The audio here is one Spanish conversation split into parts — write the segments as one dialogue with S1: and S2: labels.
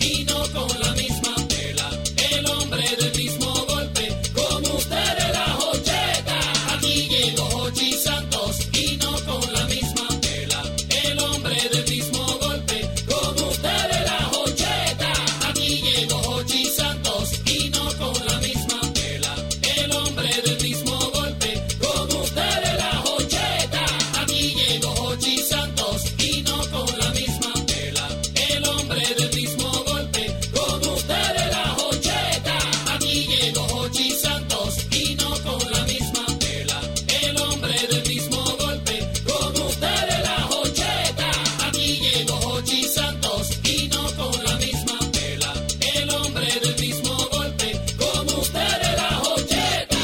S1: y no con la misma tela. El hombre del mismo golpe, como usted de la jocheta. Aquí llegó Hochi Santos y no con la misma tela. El hombre del mismo golpe, como usted de la jocheta. Aquí llegó Hochi Santos y no con la misma tela. El hombre del mismo golpe, como usted de la jocheta. Aquí llegó Hochi Santos y no con la misma tela. El hombre del mismo golpe, como usted de la jocheta. Aquí llegó Hochi Santos y no con la misma tela. El hombre del mismo golpe, como usted de la jocheta. Aquí llegó Hochi Santos y no con la misma tela. El hombre del mismo golpe, como usted de la jocheta.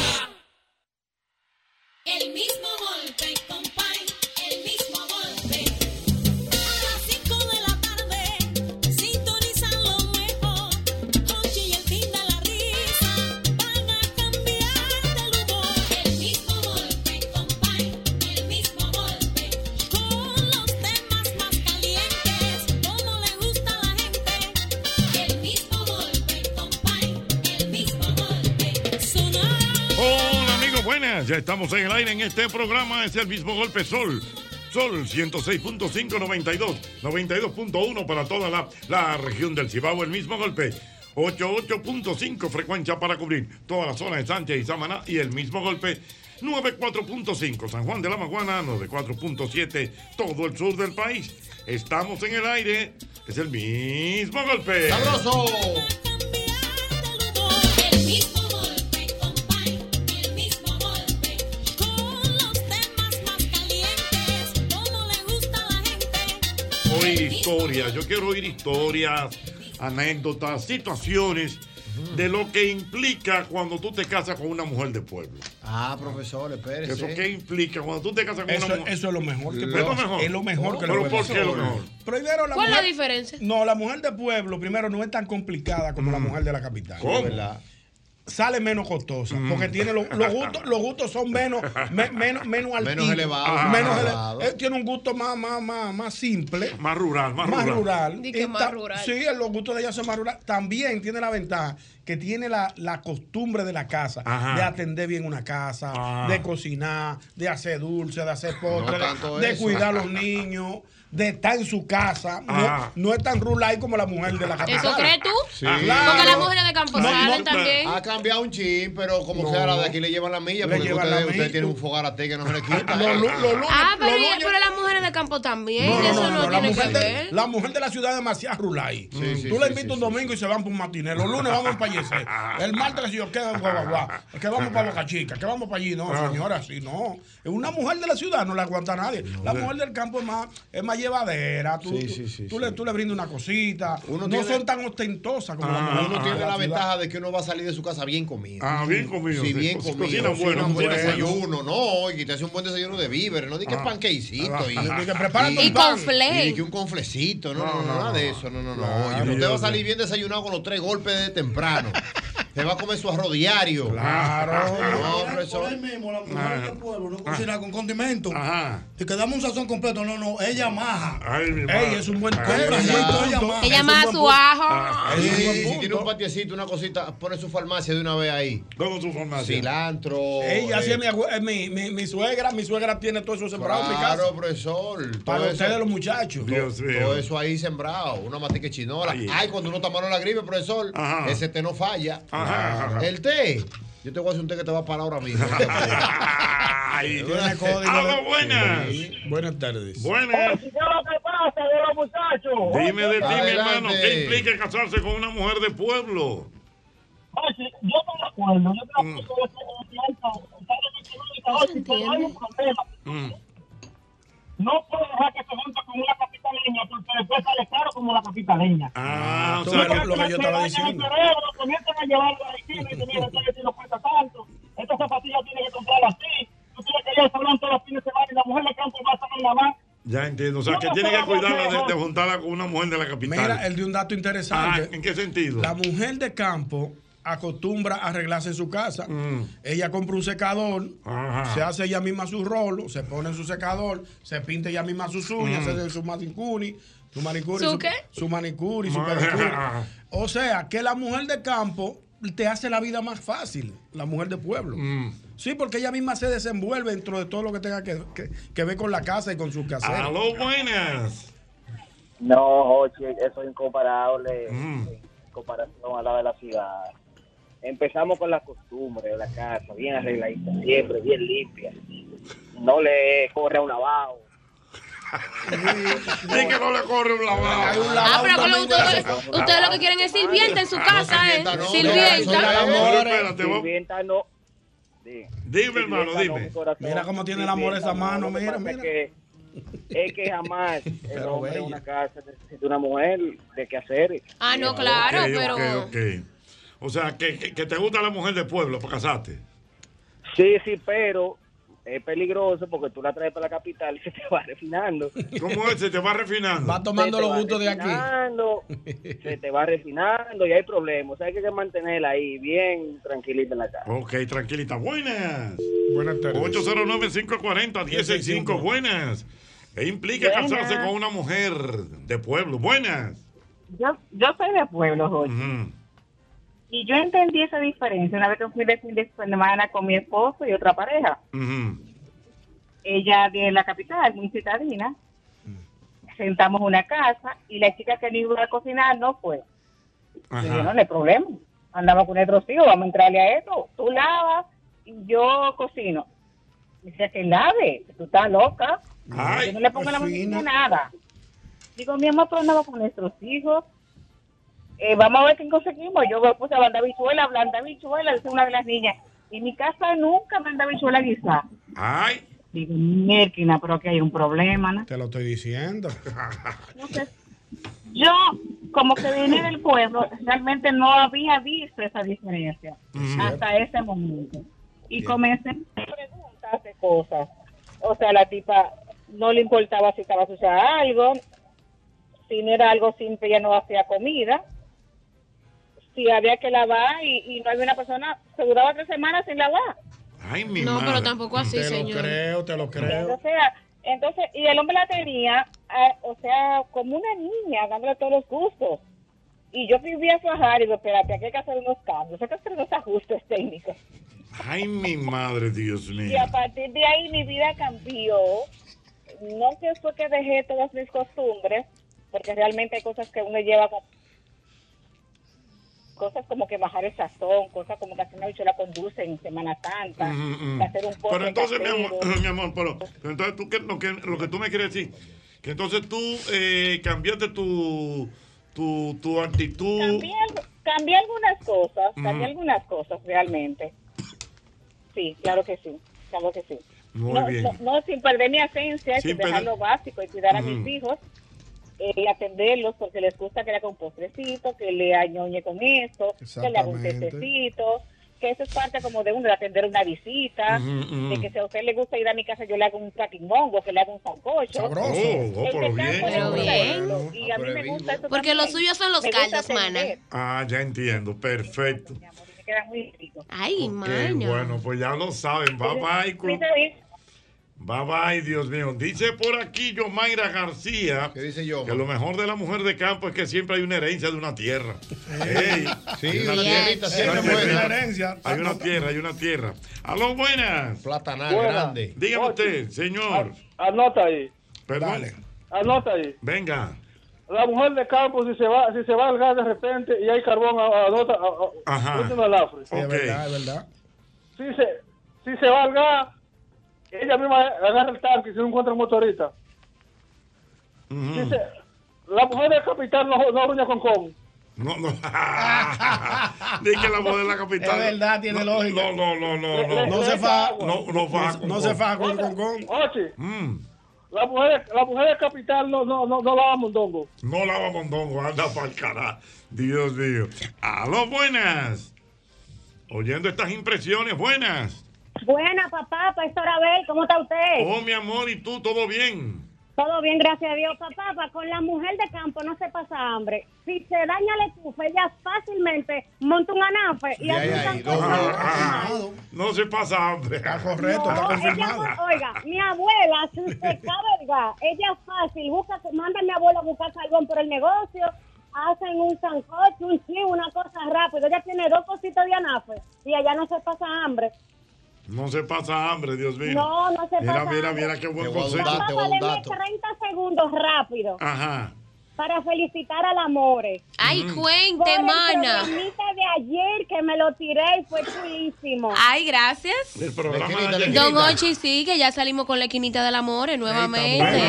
S2: El mismo golpe, compay, el mismo golpe. A las 5 de la tarde, sintonizan lo mejor. Hochi y el fin de la risa van a cambiar de humor. El mismo golpe, compay, el mismo golpe. Con los temas más calientes, como le gusta a la gente. El mismo golpe, compay, el mismo golpe. Sonar.
S3: Hola amigos, buenas. Ya estamos en el aire en este programa. Es el mismo golpe Sol. Sol 106.5, 92, 92.1 para toda la, la región del Cibao. El mismo golpe. 88.5 frecuencia para cubrir toda la zona de Sánchez y Samaná y el mismo golpe. 94.5 San Juan de la Maguana, 94.7 todo el sur del país. Estamos en el aire. Es el mismo golpe.
S1: ¡Sabroso!
S2: El mismo golpe, compay, el mismo golpe. Con los temas más calientes, como le gusta a la gente.
S3: Oír historias, yo quiero oír historias, anécdotas, situaciones de lo que implica cuando tú te casas con una mujer de pueblo.
S4: Ah, profesor, espérese.
S3: Eso qué implica cuando tú te casas con
S4: Eso-
S3: una mujer.
S4: eso es lo mejor que
S3: es
S4: puede-
S3: lo mejor.
S4: es lo mejor que le
S3: Pero
S4: puede
S3: ¿por
S4: pasar.
S3: qué es lo mejor?
S4: Primero, la
S5: ¿Cuál es
S4: mujer,
S5: la diferencia?
S4: No, la mujer de pueblo, primero, no es tan complicada como la mujer de la capital.
S3: ¿Cómo?
S4: ¿Verdad? Sale menos costosa,
S3: Mm.
S4: porque tiene lo- los gustos, los gustos son menos, me- menos, menos altitos,
S3: Menos elevados.
S4: menos
S3: Ah.
S4: ele-
S3: elevados.
S4: eh, tiene un gusto más, más, más, más simple.
S3: Más rural, más,
S4: más rural.
S5: Di que
S4: Y
S5: más
S4: ta-
S5: rural.
S4: Sí, los gustos de ella son más rural. También tiene la ventaja que tiene la, la costumbre de la casa,
S3: Ajá.
S4: de atender bien una casa,
S3: Ah.
S4: de cocinar, de hacer dulce, de hacer postre, de-
S3: tanto
S4: de,
S3: eso.
S4: cuidar a los niños, de estar en su casa. No,
S3: Ajá.
S4: no es tan rural como la mujer de la capital.
S5: ¿Eso crees tú?
S4: Sí.
S5: Porque las
S4: Claro.
S5: mujeres de campo
S4: No,
S5: salen
S4: no,
S5: también.
S3: Ah,
S6: Ha cambiado un chin, pero como
S4: No.
S6: sea, la de aquí le llevan la milla,
S4: Le
S6: porque
S4: llevan
S6: ustedes,
S4: la
S6: ustedes
S4: milla.
S6: tienen un fogarate que no se le quita.
S4: Los lu- los lunes-
S5: Ah, pero,
S4: los
S5: y-
S4: lunes-
S5: pero las mujeres de campo también.
S4: No, no,
S5: eso
S4: no,
S5: no,
S4: no, la,
S5: tiene que
S4: mujer
S5: ver.
S4: de, la mujer de la ciudad es demasiado rulay.
S6: Sí, sí,
S4: Tú la
S6: sí,
S4: invitas
S6: sí,
S4: un domingo y se van por un matiné. Los lunes vamos para Yesé. El martes yo que guau, guau, guau. que vamos para Boca Chica, que vamos para allí. No,
S3: Ah.
S4: señora, así no. Una mujer de la ciudad no la aguanta nadie. La mujer del campo es más, es más llevadera. Tú,
S6: Sí,
S4: tú-
S6: sí, sí,
S4: tú Le, tú le brindas una cosita. no
S6: tiene-
S4: son tan ostentosas como la
S3: Ah.
S4: mujer.
S6: Uno
S4: de
S6: tiene la
S4: ciudad.
S6: ventaja de que uno va a salir de su casa bien comido.
S3: Ah, bien comido.
S6: Sí,
S3: sí.
S6: bien
S3: Cocina
S6: comido. Cocina
S3: bueno,
S6: un buen
S3: cocina bueno.
S6: desayuno, no, y que te hace un buen desayuno de víveres, no di que
S3: Ah.
S6: panquecito y,
S4: Y que prepárate
S6: y-
S4: un pan.
S6: y que un conflecito, no, no, no,
S3: No, no,
S6: nada
S3: no.
S6: de eso, no, no, no.
S3: Claro,
S6: Oye, usted va a
S3: Dios
S6: salir bien desayunado con los tres golpes de temprano. Se va a comer su arroz diario. No,
S7: Por
S6: profesor.
S7: ahí mismo, la
S3: Ah.
S7: mujer
S6: Ajá.
S7: del pueblo no cocina con condimento.
S3: Ajá.
S7: Y que dame un sazón completo. No, no, ella maja.
S3: Ay, mi
S7: Ey, es un buen
S6: Ay,
S7: Compra,
S6: verdad.
S3: Ah,
S7: siento, ella maja.
S5: Ella
S7: Es un
S5: más a
S7: buen
S5: su
S7: punto.
S5: ajo.
S6: Ah, Sí,
S3: es un Ah, buen
S6: si
S3: punto.
S6: tiene un patiecito, una cosita, pone su farmacia de una vez ahí.
S3: ¿Cómo su farmacia?
S6: Cilantro. eh,
S4: Ella hacía mi, abue- eh, mi, mi, mi suegra, mi suegra tiene todo eso sembrado en mi casa.
S6: Claro, profesor. Todo
S4: Para
S6: eso,
S4: ustedes los muchachos.
S3: Dios mío.
S6: todo eso ahí sembrado. Una matica chinola.
S3: Ay.
S6: Ay, cuando uno está malo en la gripe, profesor,
S3: Ajá.
S6: ese té no falla. Ah,
S3: Ajá, ajá.
S6: El té. Yo te voy a hacer un té que te va a parar ahora mismo.
S3: Ay,
S4: Tiene código
S3: Aló,
S6: Ah,
S4: de-
S3: buenas.
S4: Buenas tardes.
S3: Buenas.
S8: ¿Qué es lo que pasa de los muchachos?
S3: Dime de ti, mi
S6: Adelante.
S3: hermano, ¿qué implica casarse con una mujer de pueblo?
S8: Oye, yo estoy de acuerdo. Yo estoy
S3: Mm.
S8: de acuerdo con el alto. Oye, pero hay un problema.
S3: Mm.
S8: No puedo dejar que se junte con una capitaleña porque después sale caro como la capitaleña.
S3: Ah, o
S4: Tú
S3: sea,
S4: ves
S3: que-
S4: lo que yo
S8: Le
S4: estaba
S8: dañan
S4: diciendo.
S8: El cerebro, comienzan a llevarlo a la esquina y dicen, mira, esta vez sí nos cuesta tanto. Estas zapatillas tienes que comprarlas así. Tú tienes que ir al salón todos los fines de semana y la mujer le canta más a la más.
S3: ya entiendo. O sea, que tiene que cuidarla de, de juntarla con una mujer de la capital.
S4: Mira, el de un dato
S3: Ah,
S4: interesante.
S3: ¿en qué sentido?
S4: La mujer de campo acostumbra a arreglarse en su casa. Ella compra un secador,
S3: Mm. Ajá.
S4: se hace ella misma su rolo, se pone en su secador, se pinta ella misma sus
S3: Mm.
S4: uñas, se hace su manicuri, su manicuri,
S5: ¿Su qué?
S4: su manicuri, su
S3: Ajá.
S4: pedicuri. O sea, que la mujer de campo te hace la vida más fácil, la mujer de pueblo.
S3: Mm.
S4: Sí, porque ella misma se desenvuelve dentro de todo lo que tenga que, que- que ver con la casa y con sus caseros.
S3: Aló, buenas.
S8: No, Jochi, eso es incomparable
S3: Mm.
S8: en comparación a la de la ciudad. Empezamos con la costumbre de la casa, bien arregladita, siempre bien limpia. No le corre a un lavado.
S3: Es que no le corre un
S4: Hay
S3: lavado.
S4: un
S5: Ah,
S4: lavado
S5: pero que lo-
S4: también Ah, de la
S5: ustedes, ustedes lo que quieren es sirvienta en su casa, ¿eh?
S6: sirvienta no, no,
S5: Sirvienta.
S6: no,
S3: Pero
S4: amores,
S3: espérate, vos-
S8: Sirvienta no. Sí.
S3: Dime, hermano,
S8: Sirvienta no,
S3: dime.
S8: mi corazón.
S4: Mira cómo tiene el amor esa
S8: Sirvienta no,
S4: mano,
S8: lo que
S4: mira,
S8: pasa es
S4: mira.
S8: que- Es que jamás el
S4: Pero
S8: hombre
S4: bella.
S8: en una casa necesita una mujer de qué hacer.
S5: Ah, no, claro,
S3: Ok, ok,
S5: pero.
S3: ok. O sea, que, que- que te gusta la mujer de pueblo para casarte.
S8: Sí, sí, pero es peligroso porque tú la traes para la capital y se te va refinando.
S3: ¿Cómo es? Se te va refinando.
S4: Va tomando
S8: Se te
S4: los
S8: va
S4: gustos de aquí.
S8: refinando, Se te va refinando y hay problemas. O sea, hay que mantenerla ahí bien tranquilita en la casa.
S3: Ok, tranquilita. Buenas.
S4: Buenas tardes.
S3: 809-540-165. Buenas. E implica
S8: Buenas.
S3: casarse con una mujer de pueblo. Buenas.
S9: Yo, yo soy de pueblo, Jorge,
S3: Ujú.
S9: y yo entendí esa diferencia una vez que fui de fin de semana con mi esposo y otra pareja.
S3: Ujú.
S9: Ella de la capital, muy citadina. Sentamos una casa y la chica que no iba a cocinar no fue. Y yo,
S3: Ajá.
S9: no, no hay problema. Andamos con nuestros hijos, vamos a entrarle a esto. Tú lavas y yo cocino. Dice que lave, tú estás loca.
S3: Ay,
S9: yo no le pongo la
S4: fina.
S9: mano nada. Digo, mi amor, pero andamos con nuestros hijos. Eh, vamos a ver qué conseguimos. Yo me puse a blanda bichuela, blanda bichuela, dice una de las niñas. En mi casa nunca blanda bichuela guisada.
S3: Ay.
S9: Digo, Mierkina, pero aquí hay un problema, ¿no?
S4: Te lo estoy diciendo.
S9: Entonces, yo, como que vine del pueblo, realmente no había visto esa diferencia hasta ese momento. Y comencé a preguntarse cosas. O sea, la tipa no le importaba si estaba sucia algo, si no era algo simple, ella no hacía comida. Si había que lavar y, y no había una persona, se duraba tres semanas sin lavar.
S3: Ay, mi
S5: No,
S3: madre.
S5: pero tampoco así,
S4: te lo
S5: señor.
S4: creo, te lo creo.
S9: O sea, entonces, y el hombre la tenía, ah, o sea, como una niña, dándole todos los gustos. Y yo vivía a fajar y digo, espérate, aquí hay que hacer unos cambios, hay que hacer unos ajustes técnicos.
S3: Ay, mi madre, Dios mío.
S9: Y a partir de ahí mi vida cambió. No sé fue que dejé todas mis costumbres, porque realmente hay cosas que uno lleva con- cosas como que bajar el sazón, cosas como que hacer una bichuela con dulce en Semana Santa,
S3: Mm, mm.
S9: que hacer un postre
S3: Pero entonces, mi
S9: casero.
S3: amor, mi amor, pero pero entonces tú, que- lo, que, lo que tú me quieres decir, que entonces tú eh, cambiaste tu, tu, tu actitud.
S9: cambié, algo- cambié algunas cosas,
S3: Ujú.
S9: cambié algunas cosas realmente. Sí, claro que sí, claro que sí.
S3: Muy
S9: no,
S3: bien.
S9: no, no, sin perder mi esencia,
S3: Sin
S9: sin, dejar
S3: perder-
S9: lo básico y cuidar a
S3: Ujú.
S9: mis hijos eh, y atenderlos porque les gusta que le haga un postrecito, que le añoñe con esto, que le haga un
S4: Exactamente.
S9: testecito, que eso es parte como de uno, de atender una visita,
S3: Ujú,
S9: de
S3: ujú.
S9: que si a usted le gusta ir a mi casa yo le hago un traquimongo, que le haga un sancocho.
S3: Oh,
S4: Sabroso.
S3: oh,
S9: El
S3: pero
S9: de campo le
S5: Pero
S3: bien.
S9: gusta
S5: bien.
S9: eso, Y a mí
S6: Pero
S9: me
S6: bien.
S9: gusta eso
S5: Porque
S9: también.
S5: los suyos son los
S9: Me gusta
S5: caldos, mana.
S9: aprender.
S3: Ah, ya entiendo, perfecto.
S9: que quedan muy ricos.
S5: Ay,
S3: Qué bueno, pues ya lo saben. Bye bye. cu- Bye bye, Dios mío. Dice por aquí Yomaira García que lo mejor de la mujer de campo es que siempre hay una herencia de una tierra. Ey,
S6: Sí,
S3: hay
S6: una tierrita siempre
S3: Hay una
S6: buena.
S3: tierra. Hay una tierra, hay una tierra. Aló, buenas.
S6: Platanal Buenas. grande.
S3: Dígame
S6: Ocho.
S3: usted, señor.
S2: Anota ahí.
S3: Perdón.
S2: Anota ahí.
S3: Venga.
S2: La mujer de campo, si se va, si se va al gas de repente y hay carbón, a- anota, a- a-
S3: Ajá.
S2: anota un alafre.
S3: Ok.
S4: Es verdad.
S2: Si se, si se va al gas, ella misma agarra el tanque si no encuentra un motorista.
S3: Mm.
S2: Si se- la mujer del capital no, no ruña con con.
S3: No, no. Dice que la voz de la capital.
S2: Es verdad, tiene
S3: no, lógica. No, no, no, no. No,
S2: No se fa-
S3: No, no fa-
S2: no se fa
S3: con Mm.
S2: con- Oye, la mujer, la mujer del capital no, no, no, no lava mondongo.
S3: No lava mondongo, anda para el ah. carajo. Dios mío. Aló, buenas. Oyendo estas impresiones, buenas.
S10: Buena, papá, Pastor Abel, ¿cómo está usted?
S3: Oh, mi amor, ¿y tú? ¿Todo bien?
S10: Todo bien, gracias a Dios. Papá, pa, con la mujer de campo no se pasa hambre. Si se daña la estufa, ella fácilmente monta un anafe y hace un sancocho.
S3: Ah, No se pasa hambre. Está correcto,
S10: No, ella, bu- oiga, mi abuela, si usted cabe, oiga, ella fácil, busca, manda a mi abuela a buscar salgón por el negocio, hacen un sancocho, un chivo, una cosa rápida. Ella tiene dos cositas de anafe y allá no se pasa hambre.
S3: No se pasa hambre, Dios mío.
S10: No, no se
S3: mira,
S10: pasa
S3: Mira, mira,
S10: hambre.
S3: qué buen
S10: Papá,
S3: consejo. Ah.
S10: deme 30 segundos rápido.
S3: Ajá.
S10: para felicitar al Amore.
S3: Ay,
S10: Mm.
S5: cuente,
S10: Por el
S5: mana.
S10: programita de ayer que me lo tiré y fue chulísimo.
S5: Ay, gracias.
S3: El programa de ayer.
S5: Don Ochi, sí, que ya salimos con la esquinita del amor eh, nuevamente.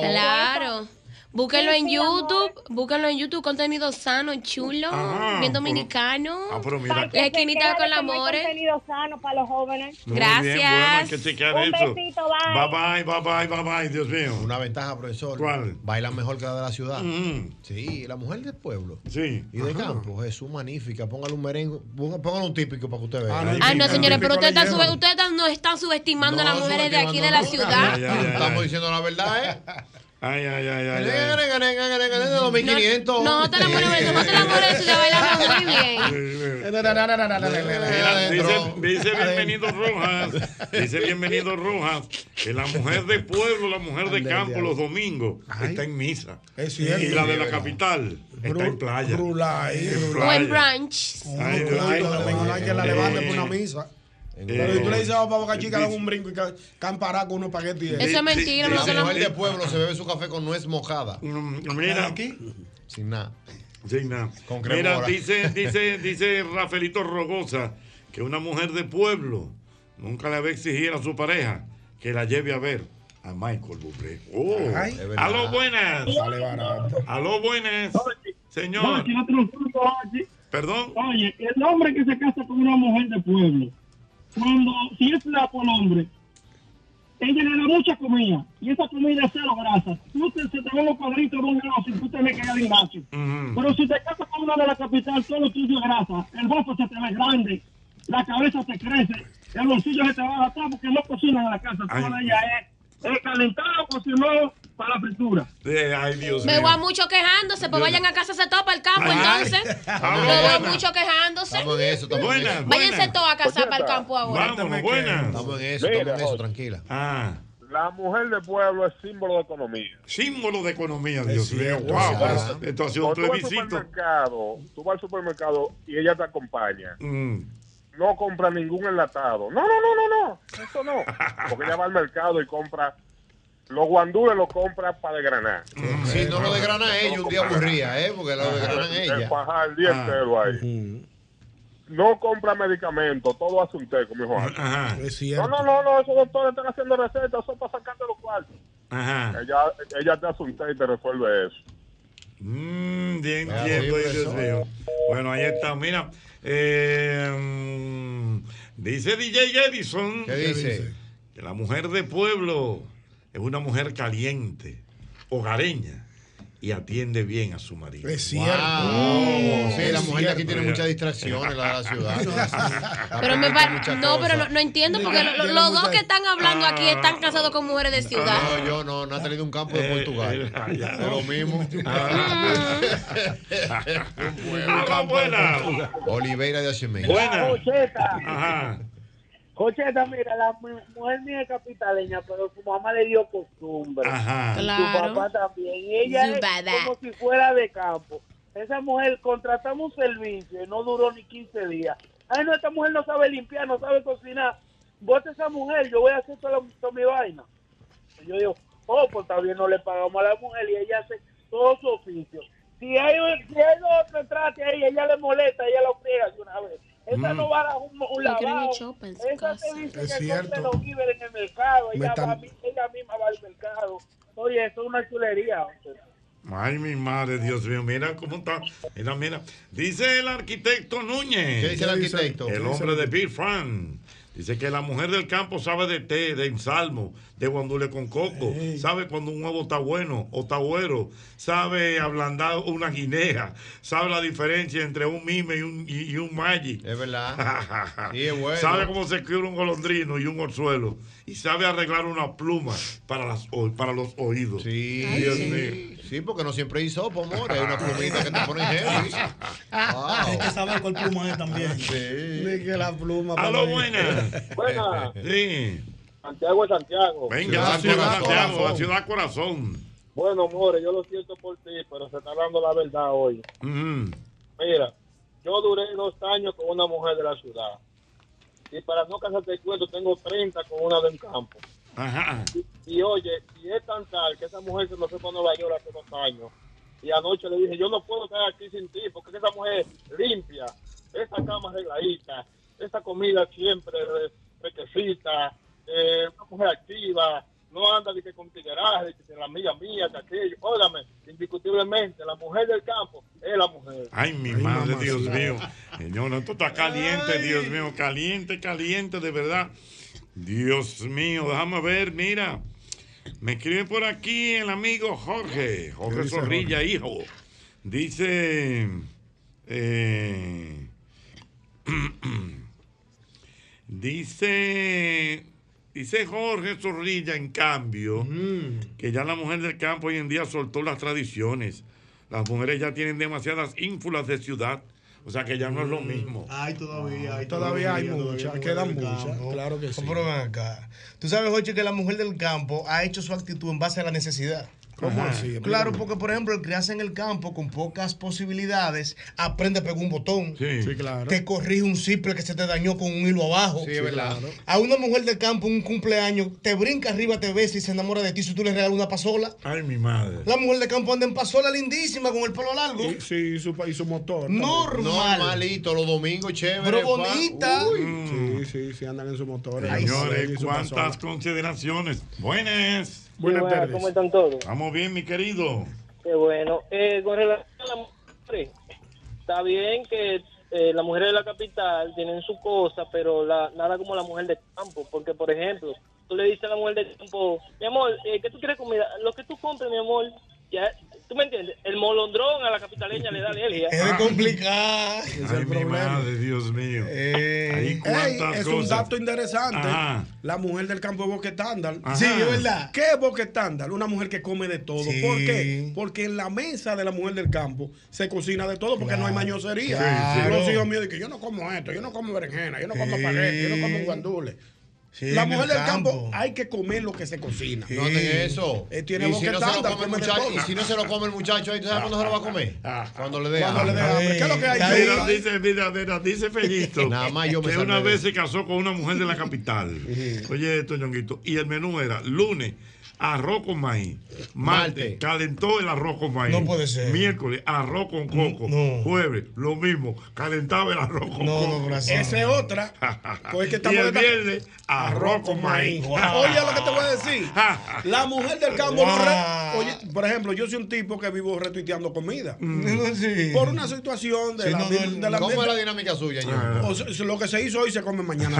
S5: Claro. Búsquenlo en
S10: Sí, sí, amor.
S5: YouTube, búsquenlo en YouTube, contenido sano, chulo,
S3: Ajá,
S5: bien
S3: por-
S5: dominicano.
S3: Ah, pero mira.
S5: La esquinita con el amor.
S10: Contenido sano para los jóvenes.
S3: Muy Bien, bueno, hay que chequear
S10: Un
S3: eso.
S10: besito, bye.
S3: Bye, bye, bye, bye, bye, Dios mío.
S6: Una ventaja, profesor.
S3: ¿Cuál?
S6: Baila mejor que la de la ciudad.
S3: Mm.
S6: Sí, la mujer del pueblo.
S3: Sí.
S6: Y de campo. Jesús, magnífica. Póngale un merengue. ponga- Póngale un típico para que usted vea.
S5: Ah, no, señores, pero ustedes están, sube- ustedes están- nos están subestimando a las mujeres de aquí de la ciudad.
S6: Estamos diciendo la verdad, ¿eh?
S3: Ay, ay, ay, ay. ay.
S6: No,
S5: no te la mueres, no te la mueres, la bailaron muy bien.
S3: Mira, dice, dice bienvenido Rojas, dice bienvenido Rojas, que la mujer de pueblo, la mujer de campo los domingos está en misa.
S4: cierto.
S3: y la de la capital está en playa.
S4: eh,
S3: En
S5: Buen
S3: playa.
S5: brunch.
S3: Ay, Dios mío.
S4: No hay que la levante por una misa.
S3: Eh,
S4: Pero si tú le dices a Boca Chica, dan un brinco y ca- campará con unos paquetes.
S6: Sí, sí, sí. La mujer de pueblo se bebe su café con nuez mojada.
S5: Mm,
S3: mira.
S6: aquí? Sin nada.
S3: Sin nada.
S6: Con
S3: Mira,
S6: cremora.
S3: dice, dice, dice Rafaelito Rogosa que una mujer de pueblo nunca le debe exigir a su pareja que la lleve a ver a Michael Bublé. Oh,
S4: Ay, es verdad.
S3: a lo buenas.
S4: Sale barato.
S3: A lo buenas. Señor.
S11: Oye, otro punto,
S2: ah,
S11: oye.
S3: Perdón.
S11: Oye, el hombre que se casa con una mujer de pueblo, cuando, si es flaco el hombre, ella le da mucha comida, y esa comida es cero grasa. Tú te, se te ven los cuadritos de un lado si tú te le quedas en macho. Pero si te casas con una de la capital, todo lo tuyo es grasa. El bofo se te ve grande, la cabeza te crece, el bolsillo se te va a gastar porque no cocinan en la casa. Toda ella es, es calentado, cocinado para la fritura.
S3: Eh, ay, Dios
S5: Me
S3: mío.
S5: voy a mucho quejándose, pues vayan a casa se topa el campo entonces. Me voy a mucho quejándose.
S6: Estamos en eso, estamos en eso.
S5: Váyanse todos a cazar para el campo ahora.
S3: Vámonos, buenas.
S6: Estamos en eso,
S12: Mira,
S6: estamos en eso,
S12: Jorge.
S6: tranquila.
S12: La mujer de pueblo es símbolo de economía.
S3: Símbolo de economía, Dios mío. Wow. Esto ha sido un
S12: Cuando tú vas al
S3: plebiscito.
S12: supermercado, tú vas al supermercado y ella te acompaña.
S3: Mm.
S12: No compra ningún enlatado. No, no, no, no, no. Eso no. Porque ella va al mercado y compra. Los guandules los compra para desgranar.
S6: Si Mm, no lo desgranan ella, un día aburría, ¿eh? Porque lo desgranan
S12: El
S6: ella.
S12: pajar, el día
S6: Ah.
S12: entero ahí. No compra medicamentos, todo hace un teco, mi hijo. No, no, no, no, esos doctores están haciendo recetas, eso es para sacarte los cuartos.
S3: Ajá.
S12: Ella, ella te hace un té y te resuelve eso.
S3: Mm, bien, entiendo, ay, Dios mío. Bueno, ahí está, mira. eh, mm, dice DJ Edison.
S6: ¿Qué dice?
S3: Que la mujer de pueblo es una mujer caliente, hogareña, y atiende bien a su marido.
S6: Es cierto.
S3: Wow.
S6: Sí, la
S3: Es
S6: mujer de aquí
S3: cierto.
S6: tiene muchas distracciones, la de la ciudad.
S5: Pero me pa- no, pero no, no entiendo porque lo- lo-
S6: Tiene
S5: los dos
S6: mucha-
S5: que están hablando aquí
S3: Ah.
S5: están casados con mujeres de ciudad.
S6: No, yo no, Natalie de un campo de Portugal. Es lo mismo.
S3: Un campo de Portugal.
S6: Oliveira de Achimé.
S11: Jocheta. Jocheta, mira, la mu- mujer mía es capitaleña, pero su mamá le dio costumbre.
S3: Ajá.
S11: Y
S3: Claro.
S11: Su papá también. Y ella es
S5: Zubada.
S11: como si fuera de campo. Esa mujer contratamos un servicio y no duró ni 15 días. Ay, no, esta mujer no sabe limpiar, no sabe cocinar. Bota esa mujer, yo voy a hacer toda, la- toda mi vaina. Y yo digo, oh, pues está bien, no le pagamos a la mujer y ella hace todo su oficio. Si hay, un- si hay dos retratos ahí, ella le molesta, ella lo friega de una vez. Esa
S4: Mm.
S11: no va a dar un, un
S5: Yo creo que
S11: lavado.
S5: chopa en su
S11: Esa
S5: casa.
S11: te dice
S4: Es
S11: que
S4: cierto.
S11: compre los víveres en el mercado.
S4: Me
S11: Ella,
S4: están-
S11: va, ella misma va al mercado. Oye, eso es una chulería. hombre.
S3: Ay, mi madre, Dios mío, mira cómo está. Mira, mira. Dice el arquitecto Núñez.
S6: ¿Qué dice el arquitecto?
S3: El
S6: ¿Qué dice
S3: hombre de Bill Fran. Dice que la mujer del campo sabe de té, de ensalmo, de guandule con coco, sabe cuando un huevo está bueno o está güero, sabe ablandar una guinea, sabe la diferencia entre un mime y un, y, y un magi.
S6: Es verdad. Sí, es bueno.
S3: Sabe cómo se cría un golondrino y un orzuelo. Y sabe arreglar una pluma para, las, o- para los oídos. Sí. Dios mío.
S6: Sí, porque no siempre hay sopa, amor. Hay una plumita que te ponen heavy.
S7: Hay que saber cuál pluma es también.
S6: Sí.
S7: que la pluma.
S6: A lo buena.
S13: Buena.
S3: Sí.
S13: Santiago es Santiago.
S3: Venga, la ciudad Santiago, la ciudad corazón.
S13: Bueno, More, yo lo siento por ti, pero se está hablando la verdad hoy.
S3: Mm.
S13: Mira, yo duré dos años con una mujer de la ciudad. Y para no casarte el cuento, tengo 30 con una de un campo.
S3: Ajá.
S13: Y oye, y es tan tal que esa mujer se nos fue para Nueva York hace dos años. Y anoche le dije, yo no puedo estar aquí sin ti, porque esa mujer limpia, esa cama arregladita, esa comida siempre re- requecita, eh, una mujer activa, no anda de que con tigueraje, de que si la amiga mía, que aquello. Óigame, indiscutiblemente, la mujer del campo es la mujer.
S3: Ay, mi madre, Dios mío. Señor, esto está caliente, Dios mío. Caliente, caliente, de verdad. Dios mío, déjame ver, mira. Me escribe por aquí el amigo Jorge,
S13: ¿Qué
S3: Jorge
S13: dice
S3: Zorrilla, hijo. Dice. eh, dice. Dice Jorge Zorrilla, en cambio,
S14: Mm.
S3: que ya la mujer del campo hoy en día soltó las tradiciones. Las mujeres ya tienen demasiadas ínfulas de ciudad. O sea que ya no es lo mismo.
S7: Ay, todavía hay.
S4: Todavía hay muchas, quedan
S7: del
S4: muchas,
S7: campo.
S4: claro que sí.
S14: Pero ven acá. Tú sabes, Joche, que la mujer del campo ha hecho su actitud en base a la necesidad.
S4: ¿Cómo Ajá. así?
S14: Claro, porque por ejemplo, el criarse en el campo con pocas posibilidades aprende a pegar un botón.
S4: Sí. Sí, claro.
S14: Te corrige un simple que se te dañó con un hilo abajo.
S6: Sí, es verdad.
S14: A una mujer del campo, un cumpleaños, te brinca arriba, te besa y se enamora de ti si tú le regalas una pasola.
S3: Ay, mi madre.
S14: La mujer del campo anda en pasola lindísima con el pelo largo.
S4: Y, sí, y su, y su motor.
S14: Normal.
S6: Normalito, los domingos, chévere.
S14: Pero
S6: pa. Uh.
S14: bonita.
S6: Uy.
S3: Mm.
S4: Sí, sí, sí, andan en su motor.
S3: Señores, cuántas consideraciones. Buenas.
S4: Buenas
S11: Bueno,
S4: tardes.
S11: ¿Cómo están todos?
S3: Estamos bien, mi querido.
S11: Qué bueno. Eh, con relación a las mujeres, está bien que eh, las mujeres de la capital tienen su cosa, pero la, nada como la mujer de campo. Porque, por ejemplo, tú le dices a la mujer de campo, mi amor, eh, ¿qué tú quieres comida? Lo que tú compres, mi amor, ya, ¿tú me entiendes? El molondrón a la capitaleña le da alergia.
S14: Es de complicar.
S3: Ay, mi madre, Dios mío. Ay,
S4: Ey,
S3: cuántas
S4: es un
S3: cosas.
S4: dato interesante.
S3: Ajá.
S4: La mujer del campo de Boca Estándar.
S3: Ajá. Sí, es
S14: verdad.
S4: ¿Qué es Boca Estándar? Una mujer que come de todo.
S14: Sí.
S4: ¿Por qué? Porque en la mesa de la mujer del campo se cocina de todo porque no hay mañosería.
S14: Sí, sí.
S4: Los hijos míos dicen, yo no como esto, yo no como berenjena, yo no como
S14: Sí.
S4: espagueti, yo no como guandules.
S14: Sí,
S4: la
S14: en
S4: mujer
S14: el
S4: del campo. hay que comer lo que se cocina.
S6: No hagan eso.
S4: Eh, tiene
S6: y,
S4: Boca
S6: si no se lo
S4: Estándar,
S6: come el
S4: come de
S6: muchacho,
S4: todo.
S6: y si no se lo come el muchacho, ahí, ¿tú sabes cuándo se lo va a comer? Cuando le dé
S3: Cuando
S6: hambre.
S3: le dé hambre. ¿Qué es lo que hay?
S6: Está bien.
S3: Mira, dice, mira, mira, dice Fellito
S6: Nada más yo me
S3: que
S6: salvé
S3: una
S6: de
S3: vez
S6: eso.
S3: se casó con una mujer de la capital. Oye, esto, ñonguito. Y el menú era lunes, arroz con maíz. Martes, calentó el arroz con maíz.
S14: No puede ser.
S3: Miércoles, arroz con coco. Jueves, lo mismo. Calentaba el arroz con
S14: No,
S3: coco.
S14: no, gracias.
S4: Esa es otra. Pues es que
S3: y
S4: estamos
S3: el
S4: de-
S3: viernes, arroz con maíz. Ah.
S4: Oye, lo que te voy a decir. La mujer del campo. no
S3: Ah.
S4: re- Oye, por ejemplo, yo soy un tipo que vivo retuiteando comida.
S3: Mm.
S14: Sí.
S4: Por una situación de
S6: Sí,
S4: la.
S6: no,
S4: de
S6: no,
S4: la-
S6: ¿Cómo
S4: de-
S6: es la dinámica suya,
S4: Ah.
S6: ño?
S4: O sea, lo que se hizo hoy se come mañana.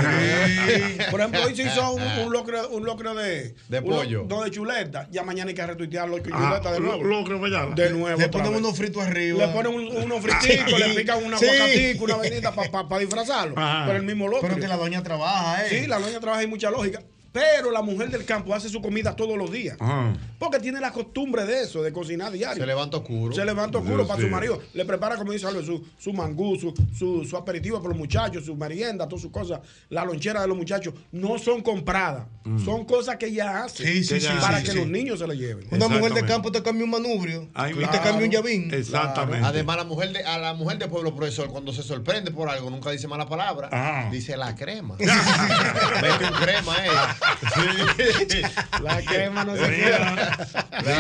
S4: Por ejemplo, hoy se hizo un, un locro, un locro de,
S6: De
S4: un lo-
S6: pollo.
S4: No, de chuleta. Ya mañana hay que retuitear los de
S3: Ah,
S4: chuleta de
S3: lo-
S4: nuevo.
S3: lo creo que ya.
S4: De nuevo.
S3: Le
S4: otra
S3: ponen
S4: vez.
S3: unos fritos arriba.
S4: Le ponen un- unos
S14: Ah,
S4: friticos, le pican una
S3: Sí.
S4: aguacatico, una vainita para disfrazarlo.
S3: Ajá.
S4: Pero el mismo loco.
S14: Pero que la doña trabaja, ¿eh?
S4: Sí, la doña trabaja y mucha lógica. Pero la mujer del campo hace su comida todos los días. Porque tiene la costumbre de eso, de cocinar diario.
S6: Se levanta oscuro.
S4: Se levanta oscuro
S6: Sí,
S4: para
S6: sí.
S4: su marido. Le prepara, como dice Albert, su, su mangú, su, su, su aperitivo para los muchachos, su merienda, todas sus cosas. La lonchera de los muchachos no son compradas.
S14: Mm.
S4: Son cosas que ella hace
S14: Sí, sí, sí,
S4: para
S14: sí,
S4: que
S14: sí.
S4: los niños se la lleven.
S14: Una mujer de campo te cambia un manubrio
S6: Ay,
S14: y te
S6: claro.
S14: cambia un llavín.
S6: Claro. Además, la mujer de, a la mujer de pueblo profesor, cuando se sorprende por algo, nunca dice mala palabra,
S14: Ajá.
S6: dice la crema. Mete un crema, eh.
S4: La crema no
S6: se
S3: Dice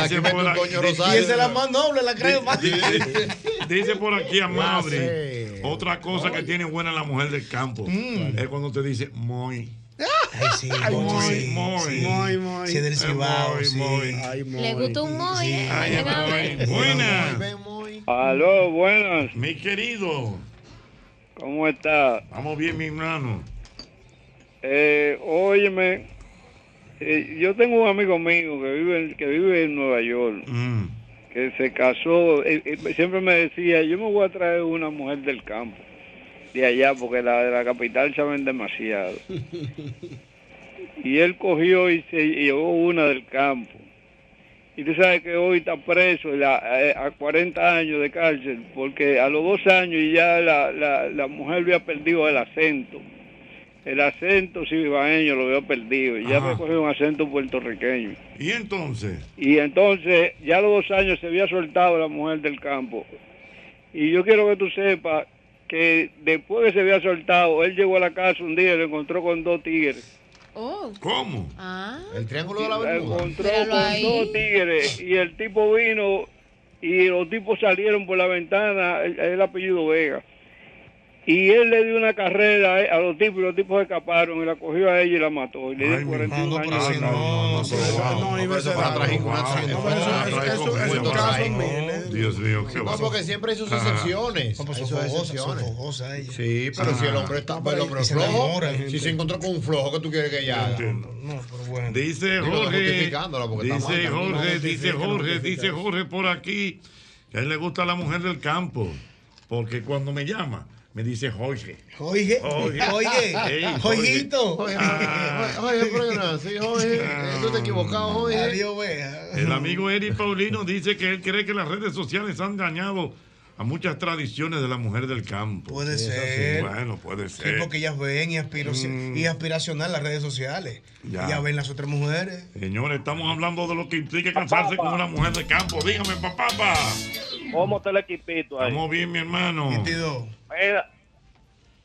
S6: que mete
S3: por
S6: un
S3: aquí-
S6: coño
S3: di-
S6: rosario.
S3: y esa es la más
S14: noble, la crema.
S3: Di- di- Dice por aquí Amable.
S14: sé.
S3: Otra cosa que tiene buena la mujer del campo
S14: Mm.
S3: es cuando te dice muy.
S14: Ay, sí,
S3: Ay, Ah.
S14: muy,
S3: muy,
S14: muy,
S3: muy,
S14: sí.
S3: muy, muy.
S14: Sí, del
S3: Ay,
S14: Cibao,
S3: muy,
S14: sí.
S3: muy.
S5: Le gusta un moy, ¿eh?
S3: Ay, muy. Buena.
S13: Aló, buenas.
S3: Mi querido.
S13: ¿Cómo está?
S3: Vamos bien, mi hermano.
S13: Eh, óyeme, eh, yo tengo un amigo mío que vive en, que vive en Nueva York, que se casó, eh, eh, siempre me decía, yo me voy a traer una mujer del campo, de allá, porque la de la capital saben demasiado. Y él cogió y se llevó una del campo. Y tú sabes que hoy está preso la- eh, a 40 años de cárcel, porque a los dos años ya la, la, la mujer había perdido el acento. El acento cibaeño lo había perdido. Ya
S3: Ajá.
S13: había cogido un acento puertorriqueño.
S3: ¿Y entonces?
S13: Y entonces, ya a los dos años se había soltado la mujer del campo. Y yo quiero que tú sepas que después que se había soltado, él llegó a la casa un día y lo encontró con dos tigres.
S5: Oh.
S3: ¿Cómo?
S5: Ah.
S6: El triángulo
S13: de la
S6: Bermuda.
S13: Encontró
S5: Míralo
S13: con
S5: ahí.
S13: dos tigres y el tipo vino y los tipos salieron por la ventana, el, el apellido Vega. Y él le dio una carrera a- a los tipos y los tipos escaparon y la cogió a ella y la mató. Y le dio 41 años. de cárcel.
S3: Dios mío, qué
S6: No, porque siempre hay sus
S3: Ajá.
S6: excepciones. Hay sus excepciones. Sí, pero si el
S4: ah,
S6: hombre está, el hombre es
S14: se
S6: flojo,
S14: enamora, gente.
S6: si se encontró con un flojo que tú quieres que ella haga.
S3: Dice
S6: Digo,
S3: Jorge,
S6: justificándola porque está
S3: dice
S6: mal, también.
S3: Jorge,
S6: No
S3: dice
S6: justifica, no
S3: Jorge,
S6: justifica
S3: dice
S6: eso.
S3: Jorge por aquí, que a él le gusta la mujer del campo, porque cuando me llama, me dice Jorge.
S14: Jorge, Jorge,
S3: Ey, Ah,
S14: Jorgito.
S6: Oye, pero no, sí, oye,
S14: Ah.
S6: tú te equivocado, oye.
S14: Adiós, vea.
S3: El amigo Eric Paulino dice que él cree que las redes sociales han dañado a muchas tradiciones de la mujer del campo.
S14: Puede Sí, eso ser. sí.
S3: Bueno, puede
S14: Sí,
S3: ser.
S14: porque ellas ven y, aspiro-
S4: Mm.
S14: y aspiracional las redes sociales.
S3: Ya.
S14: Ellas ven las otras mujeres.
S3: Señores, estamos hablando de lo que implica casarse con una mujer de campo. Dígame, papá.
S13: ¿Cómo está el equipito ahí?
S3: Estamos bien, mi hermano.
S13: Mira,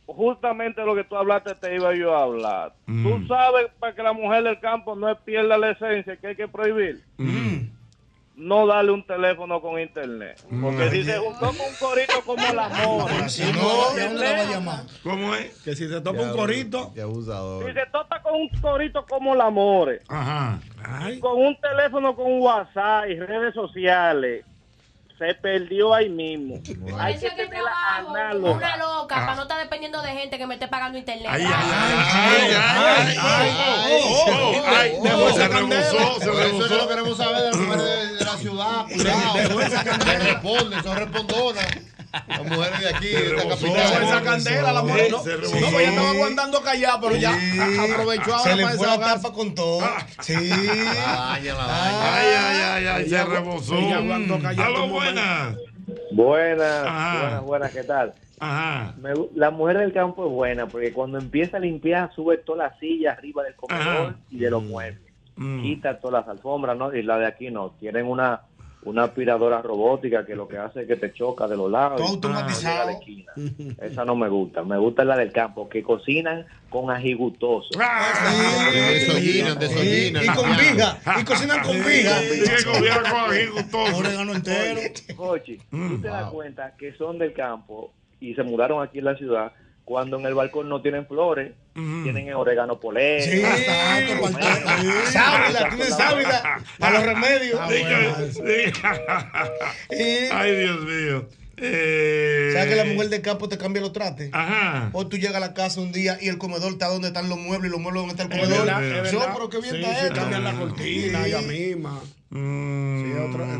S13: justamente lo que tú hablaste te iba yo a hablar.
S3: Mm.
S13: Tú sabes para que la mujer del campo no pierda la esencia que hay que prohibir.
S3: Mm.
S13: No darle un teléfono con internet. Porque si se juntó con un corito como la mora.
S4: No,
S13: ¿de dónde la va a llamar?
S3: ¿Cómo es?
S4: Que si se topa un corito.
S6: Qué abusador.
S13: Si se topa con un corito como la more.
S3: Ajá.
S13: Con un teléfono, con WhatsApp y redes sociales. Se perdió ahí mismo. Hay
S5: Eso
S13: que
S5: es que
S13: tenerla
S5: trabajo,
S13: análoga.
S5: Una loca,
S13: Ah.
S5: para no estar dependiendo de gente que me esté pagando internet.
S3: Ay, ay, ay, ay, ay, ay, oh, oh, ay, dejó esa candela. Por eso
S6: Eso es lo que queremos saber de las mujeres de, de la ciudad. Cuidado. Que responden, son respondonas. Las mujeres de aquí, de esta
S4: Se
S6: capital.
S4: rebozó esa candela, la mujer. No,
S6: Se
S4: no,
S6: rebozó.
S4: pues ya estaba aguantando callada, pero ya
S6: Sí.
S4: aprovechó ahora
S14: Se le
S4: para
S14: fue la
S4: desahogarse. Ah.
S14: tapa con todo. Sí.
S3: Ay, ay, ay, ay, se rebosó.
S14: ella aguantó
S3: A lo buena.
S15: Buenas,
S3: Ajá.
S15: buenas, buenas, ¿qué tal?
S3: Ajá.
S15: Me gu- la mujer del campo es buena porque cuando empieza a limpiar sube todas las sillas arriba del comedor y de los muebles.
S4: Mm.
S15: Quita todas las alfombras, ¿no? Y la de aquí no. Tienen una, una aspiradora robótica que lo que hace es que te choca de los lados. Ah,
S14: Todo
S15: y-
S14: automatizado.
S15: Esa no me gusta. Me gusta la del campo, que cocinan con ají gustoso.
S6: Ah. Desollinan, desollinan.
S15: Y con
S14: vija.
S6: Ah.
S14: Y cocinan con
S15: vija.
S14: Orégano entero.
S15: Jochi,
S3: Mm.
S15: tú te das cuenta que son del campo y se mudaron aquí en la ciudad cuando en el balcón no tienen flores,
S3: Mm.
S15: tienen el orégano polé.
S14: Sábila, tiene
S6: Ah.
S14: sábila. A los remedios.
S3: Ay, Dios mío. Eh,
S14: ¿Sabes que la mujer del campo te cambia los trates?
S3: Ajá.
S14: O tú llegas a la casa un día y el comedor está donde están los muebles y los muebles donde está el
S4: Es
S14: comedor.
S4: verdad, es
S14: Yo,
S4: verdad.
S14: pero qué bien
S4: Sí,
S14: está
S4: sí,
S14: esto. Mm.
S4: cambian la cortina, ella misma. Sí, otra eh, vez.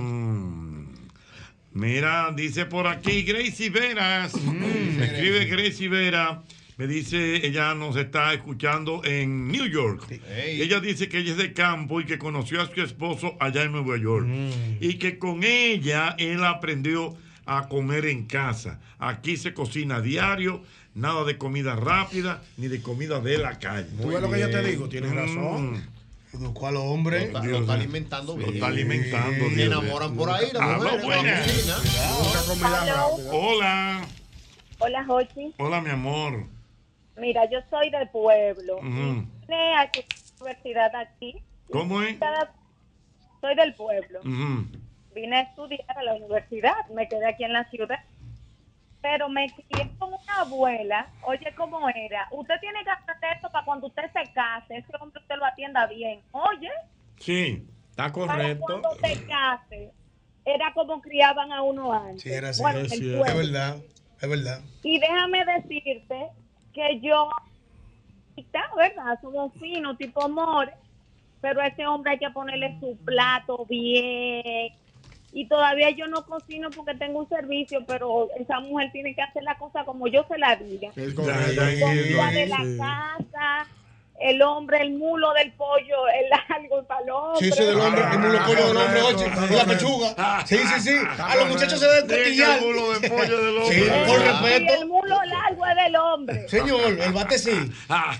S3: Mira, dice por aquí Gracie Veras. Mm, me escribe Gracie Vera. Me dice, ella nos está escuchando en New York. Ella dice que ella es de campo y que conoció a su esposo allá en Nueva York.
S4: Mm.
S3: Y que con ella él aprendió a comer en casa. Aquí se cocina diario, nada de comida rápida ni de comida de la calle.
S4: Tú ves lo que yo te digo, tienes
S3: Mm.
S4: razón.
S14: Educó al hombre.
S3: Lo está- lo está
S6: alimentando
S3: bien. Lo está alimentando
S6: Se
S3: bien.
S6: enamoran por ahí, las
S3: Habla
S6: mujeres.
S3: buena.
S6: la cocina.
S3: Hola.
S16: Hola, Jochi.
S3: Oh. Hola, mi amor.
S16: Mira, yo soy del pueblo.
S3: Ujú.
S16: Vine a tu universidad aquí.
S3: ¿Cómo es?
S16: Cada- Soy del pueblo.
S3: Ujú.
S16: Vine a estudiar a la universidad. Me quedé aquí en la ciudad. Pero me crié con una abuela. Oye, ¿cómo era? Usted tiene que hacer esto para cuando usted se case. Ese hombre usted lo atienda bien. Oye,
S3: Sí. Está
S16: para cuando se case. Era como criaban a uno antes.
S14: Sí, era así.
S16: Bueno,
S14: es,
S16: el
S14: cierto. es
S16: pueblo.
S14: verdad, es verdad.
S16: Y déjame decirte que yo, está, ¿verdad? Somos finos, tipo amor, pero a ese hombre hay que ponerle su plato bien. Y todavía yo no cocino porque tengo un servicio, pero esa mujer tiene que hacer la cosa como yo se la diga.
S3: Ya, ya,
S16: Comida de la
S3: sí.
S16: casa, el hombre, el mulo del pollo, el algo para el hombre.
S14: Sí, sí, del hombre, el mulo pollo del hombre, oye, la
S16: Ah,
S14: pechuga. Sí, sí, sí. A los muchachos se deben
S16: Sí, que el
S14: costillar.
S16: mulo
S3: de pollo del
S14: Sí,
S16: Eh,
S14: con
S16: y
S14: respeto.
S16: el mulo largo es del hombre.
S14: Señor, el bate sí.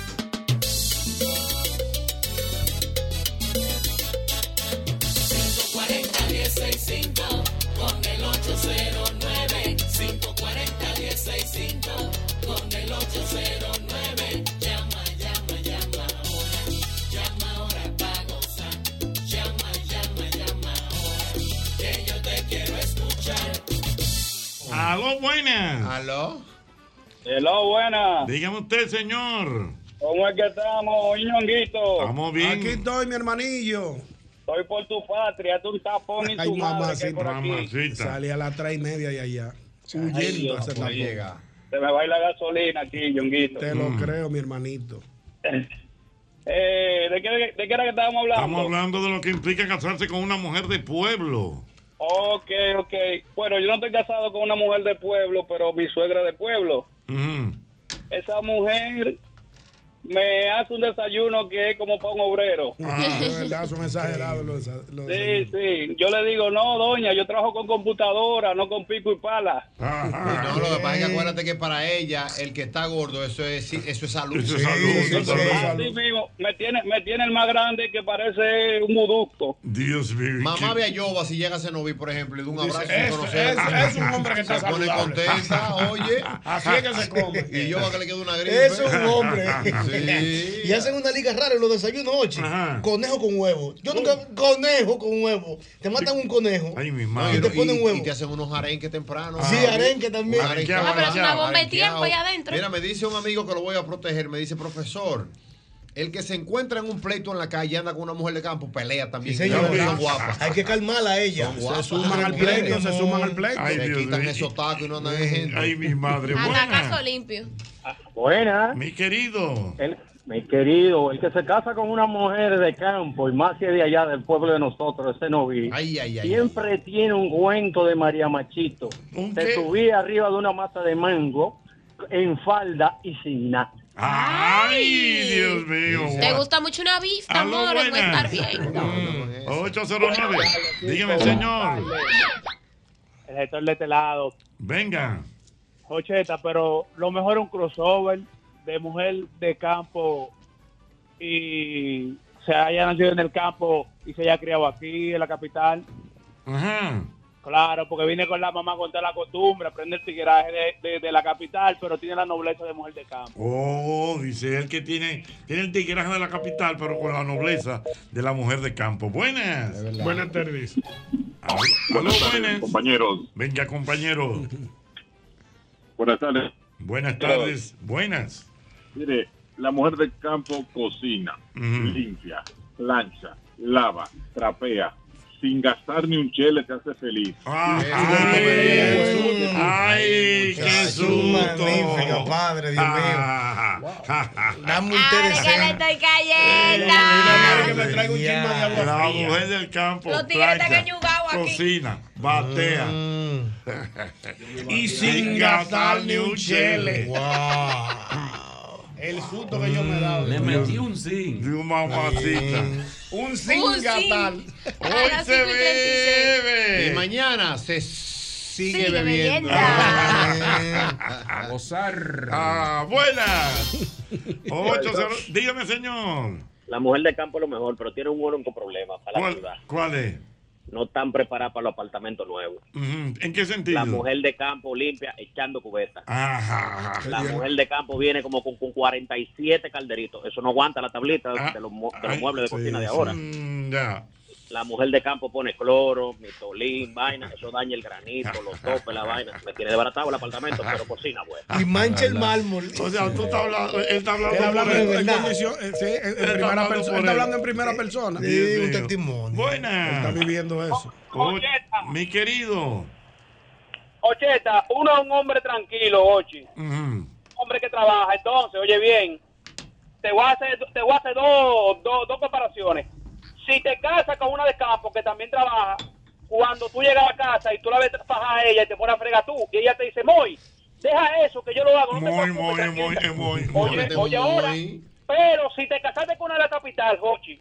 S1: con el 809 540 165 con el 809 llama llama llama ahora llama ahora para gozar llama llama llama ahora que yo te quiero escuchar
S3: Aló, buenas. Aló.
S13: Hello, buenas.
S3: Dígame usted, señor.
S13: ¿Cómo es que estamos, Ñonguito?
S3: Estamos bien.
S4: Aquí estoy, mi hermanillo.
S13: Estoy por tu patria, tu tapón y
S4: Ay,
S13: tu madre que hay por
S4: mamacita.
S13: aquí.
S4: Salí a las tres y media y allá.
S13: Ay,
S4: Huyendo
S13: Dios,
S4: a hacer la
S13: pues,
S4: llega.
S13: Se me va a ir la gasolina aquí, Ñonguito.
S4: Te
S14: Mm.
S4: lo creo, mi hermanito.
S13: Eh, ¿de, qué, ¿De qué era que estábamos hablando?
S3: Estamos hablando de lo que implica casarse con una mujer de pueblo.
S13: Ok, ok. Bueno, yo no estoy casado con una mujer de pueblo, pero mi suegra de pueblo. Esa mujer me hace un desayuno que es como para un obrero.
S4: Ah, de verdad, son exagerados los, los
S13: Sí, sí. Yo le digo, no, doña, yo trabajo con computadora, no con pico y pala.
S6: No, lo que pasa es que acuérdate que para ella, el que está gordo, eso es, eso es salud.
S3: Eso es salud, eso es salud.
S13: Así mismo, Ah, me tiene, me tiene el más grande que parece un muducto.
S3: Dios mío.
S6: Mamá ve a Yoba si llega a Cenoví, por ejemplo, y de un abrazo sin
S13: "Es-
S6: conocer.
S13: es- es un hombre que está
S6: Se pone
S13: saludable".
S6: contenta, oye.
S13: Así
S4: es que se come.
S6: Y Yoba que le queda una gripe.
S14: Es un hombre.
S6: Sí.
S14: Y hacen una liga rara en los desayunos oye. Conejo con huevo. Yo nunca.
S4: Oh.
S14: Conejo con huevo. Te matan un conejo.
S3: Ay, mi
S6: No,
S14: Y
S6: y,
S14: te ponen
S6: y-
S14: huevo.
S6: y te hacen unos arenques temprano.
S14: Sí,
S6: Ah,
S14: arenque también.
S6: un arenque
S14: Ah, pero es una
S6: abalanceado.
S14: bomba de tiempo ahí adentro.
S6: Mira, me dice un amigo que lo voy a proteger. Me dice, profesor, el que se encuentra en un pleito en la calle anda con una mujer de campo, pelea también.
S14: Sí, señor. Ah,
S6: Son guapas.
S14: Hay que calmarla a ella.
S6: Son guapas.
S14: se suman al pleito.
S6: se quitan esos tacos y no andan de gente.
S3: Ay, mi madre.
S5: Hasta caso limpio.
S11: Buenas.
S3: Mi querido.
S11: mi querido, el que se casa con una mujer de campo y más que de allá del pueblo de nosotros, ese noví, siempre tiene un cuento de María Machito.
S3: qué?
S11: Se subía arriba de una mata de mango en falda y sin nada.
S3: Ay, Dios mío.
S5: Te gusta mucho una vista,
S3: Aló,
S5: amor, puede
S3: buenas.
S5: estar bien.
S3: Mm, 809. Dígame, señor.
S17: El gestor de este lado.
S3: Venga.
S17: Ocheta, pero lo mejor es un crossover de mujer de campo y se haya nacido en el campo y se haya criado aquí, en la capital.
S3: Ajá.
S17: Claro, porque viene con la mamá con toda la costumbre, aprende el tigueraje de, de- de la capital, pero tiene la nobleza de mujer de campo.
S3: Oh, dice él que tiene, tiene el tigueraje de la capital, pero con la nobleza de la mujer de campo. Buenas. Buenas tardes. Buenas buenas.
S12: compañeros.
S3: Venga, compañero.
S12: Buenas tardes.
S3: Buenas tardes. Buenas.
S12: Mire, la mujer del campo cocina,
S3: Ujú.
S12: limpia, plancha, lava, trapea. Sin gastar ni un chele se hace feliz.
S3: Ah. ¡Ay, qué susto! Ah,
S14: Magnífico, padre, Dios
S3: mío.
S14: Dame
S5: Ahora que Ah, le
S3: Eh,
S5: estoy cayendo.
S3: La mujer del campo.
S5: Los tigres están
S3: plancha,
S5: añugados aquí.
S3: Cocina, batea.
S4: Mm. Y sin gastar ni un chele. El susto que yo me daba.
S7: Le metí un zinc.
S3: Mm. mamacita.
S4: Un
S6: Un
S4: sin gastar.
S6: Hoy se bebe. Y
S4: Y mañana.
S6: mañana se sigue,
S4: Sigue
S6: bebiendo.
S4: bebiendo.
S7: A gozar.
S3: Ah, buenas. 8-0. Dígame, señor.
S18: La mujer de campo es lo mejor, pero tiene un único problema para la ciudad.
S3: ¿Cuál es?
S18: No están preparadas para los apartamentos nuevos.
S3: Ujú, ¿En qué sentido?
S18: La mujer de campo limpia echando cubeta.
S3: Ajá. ajá.
S18: La mujer de campo viene como con, con 47 calderitos. Eso no aguanta la tablita
S3: Ah,
S18: de los, mu- de los muebles de cocina de ahora.
S3: Mm, ya.
S18: La mujer de campo pone cloro, mitolín, vaina. Eso daña el granito, los topes, la vaina. Me tiene desbaratado el apartamento, pero cocina buena.
S3: Ah.
S14: Y mancha el mármol.
S3: O sea, tú estás hablando. Él está hablando
S4: Ah, Él habla
S3: por
S4: en,
S3: él.
S4: en condición- eh, sí, en- en
S3: Él está
S4: primera
S3: hablando
S4: persona.
S3: por
S4: Él está
S3: él.
S4: hablando en primera persona.
S3: Dios mío.
S4: Él está
S3: Buenas.
S4: viviendo eso.
S3: Oh, mi querido.
S17: Ocheta, uno es un hombre tranquilo, Ochi.
S3: Ujú.
S17: hombre que trabaja. Entonces, oye bien, te voy a hacer, te voy a hacer dos, dos, dos comparaciones.
S13: si te casas con una de campo que también trabaja, cuando tú llegas a casa y tú la ves trabajar a ella y te pones a fregar tú, y ella te dice, Moy, deja eso que yo lo hago. No te preocupes, tranquila". Oye, oye ahora, pero si te casaste con una de la capital, Jochi,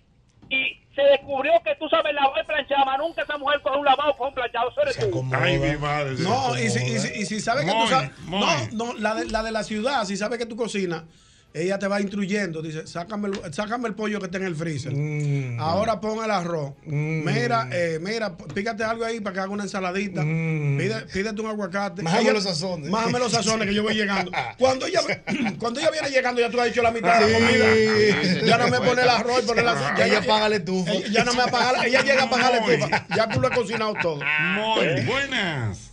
S13: y se descubrió que tú sabes lavar y planchar, más nunca esa mujer coge un lavado, coge un planchado, eso eres tú.
S3: Ay, mi madre. se
S4: No,
S3: acomoda.
S4: y si, y si, y si sabe que
S3: Muy,
S4: tú sabes.
S3: muy.
S4: No, no, la de, la de la ciudad, si sabe que tú cocinas. Ella te va instruyendo, dice, sácame el, sácame el pollo que está en el freezer.
S14: Mm.
S4: Ahora pon el arroz. Mira, eh, mira, pícate algo ahí para que haga una ensaladita. Pide- pídete un aguacate.
S14: Mm. Májame
S4: Ella-
S14: los sazones.
S4: Májame los sazones que yo voy llegando. Cuando ella, cuando ella viene llegando, ya tú has hecho la mitad de la
S14: Sí.
S4: comida.
S14: Sí,
S4: Ya no me
S14: sí,
S4: pone el
S14: sí.
S4: arroz y pone la
S14: Ya ella apaga la estufa.
S4: Ella, ya no me apaga la- ella llega a apagar la estufa. Ya tú lo has cocinado todo.
S3: Muy buenas.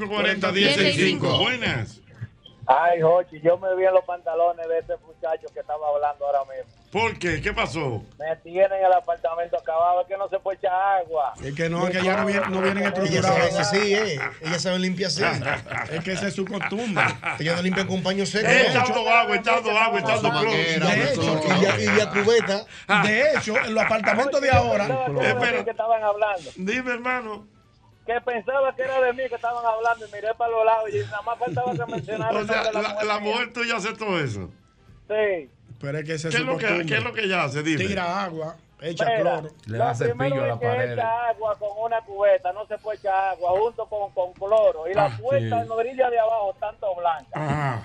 S3: 809-540-165. Buenas.
S11: Ay, Jochi, yo me vi en los pantalones de ese muchacho que estaba hablando ahora mismo.
S3: ¿Por qué? ¿Qué pasó?
S11: Me tienen el apartamento acabado, es que no se puede echar agua.
S4: Es que no, es que allá no vienen, no este vienen
S14: Ellas
S4: estructurados.
S14: saben así, ¿eh? Ellas saben limpiar así.
S4: Es que esa es su costumbre.
S14: Ellas no limpian con paño seco.
S3: Echando agua, echando agua, echando
S14: De hecho, y ya- y ya cubeta.
S3: Ah.
S4: De hecho, en los apartamentos de ahora.
S11: Espera. Pues que estaban hablando?
S3: Dime, hermano.
S11: Que pensaba que era de mí que estaban hablando y miré para los lados y nada más faltaba que mencionara
S3: O
S11: el nombre
S3: sea,
S11: de la,
S3: la, la mujer tuya hace todo eso.
S11: Sí.
S4: Pero es que esa es
S3: ¿Qué es
S4: su
S3: lo que-
S4: costumbre.
S3: qué es lo que ella hace? Dime.
S4: Tira agua, echa
S11: Espera.
S4: cloro.
S19: Le hace pillo a la
S11: que
S19: pared.
S11: echa agua con una cubeta, no se puede echar agua junto con, con cloro. Y la
S19: Ah,
S11: puerta
S19: sí.
S11: en la orilla de abajo, tanto blanca.
S1: Ah,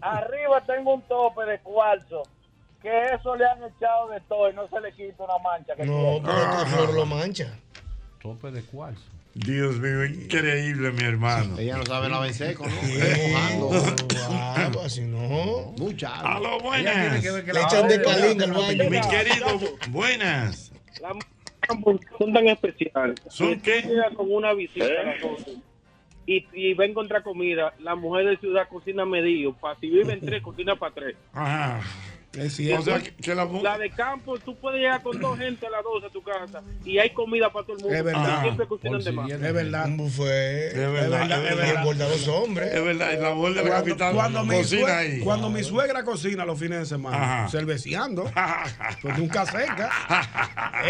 S11: Arriba tengo un tope de cuarzo, que eso le han echado de todo y no se le quita una mancha. Que
S14: No,
S11: tiene.
S14: pero
S4: Ah.
S20: Ah,
S14: tu flor lo mancha.
S3: Tope de cuarzo. Dios mío, increíble, mi hermano. Ella no sabe lavar en seco,
S14: ¿no? Agua, si no.
S6: Mucha
S3: A lo buenas.
S14: Le echan de calinga al baño.
S3: Mi querido, bu- buenas.
S20: son tan especiales.
S3: ¿Son qué?
S20: Con una visita
S11: ¿Eh?
S20: a la cosa. y, y va a encontrar comida. La mujer de ciudad cocina medio. Para si viven tres, cocina para tres.
S3: Ajá.
S4: Es
S3: O sea, que, que la mu-
S20: La de campo, tú puedes llegar con dos gente a las 12 a tu casa y hay comida para todo el mundo.
S3: Es verdad.
S20: Y Siempre cocinan de más.
S4: Es verdad.
S14: Un buffet.
S3: Ah. Es verdad, es verdad.
S14: Y engorda los hombres.
S3: Es verdad, y la mujer de la capital
S4: Cuando, mi,
S3: cocina
S4: suegra,
S3: ahí.
S4: cuando mi suegra cocina los fines de semana, cerveceando, pues nunca seca.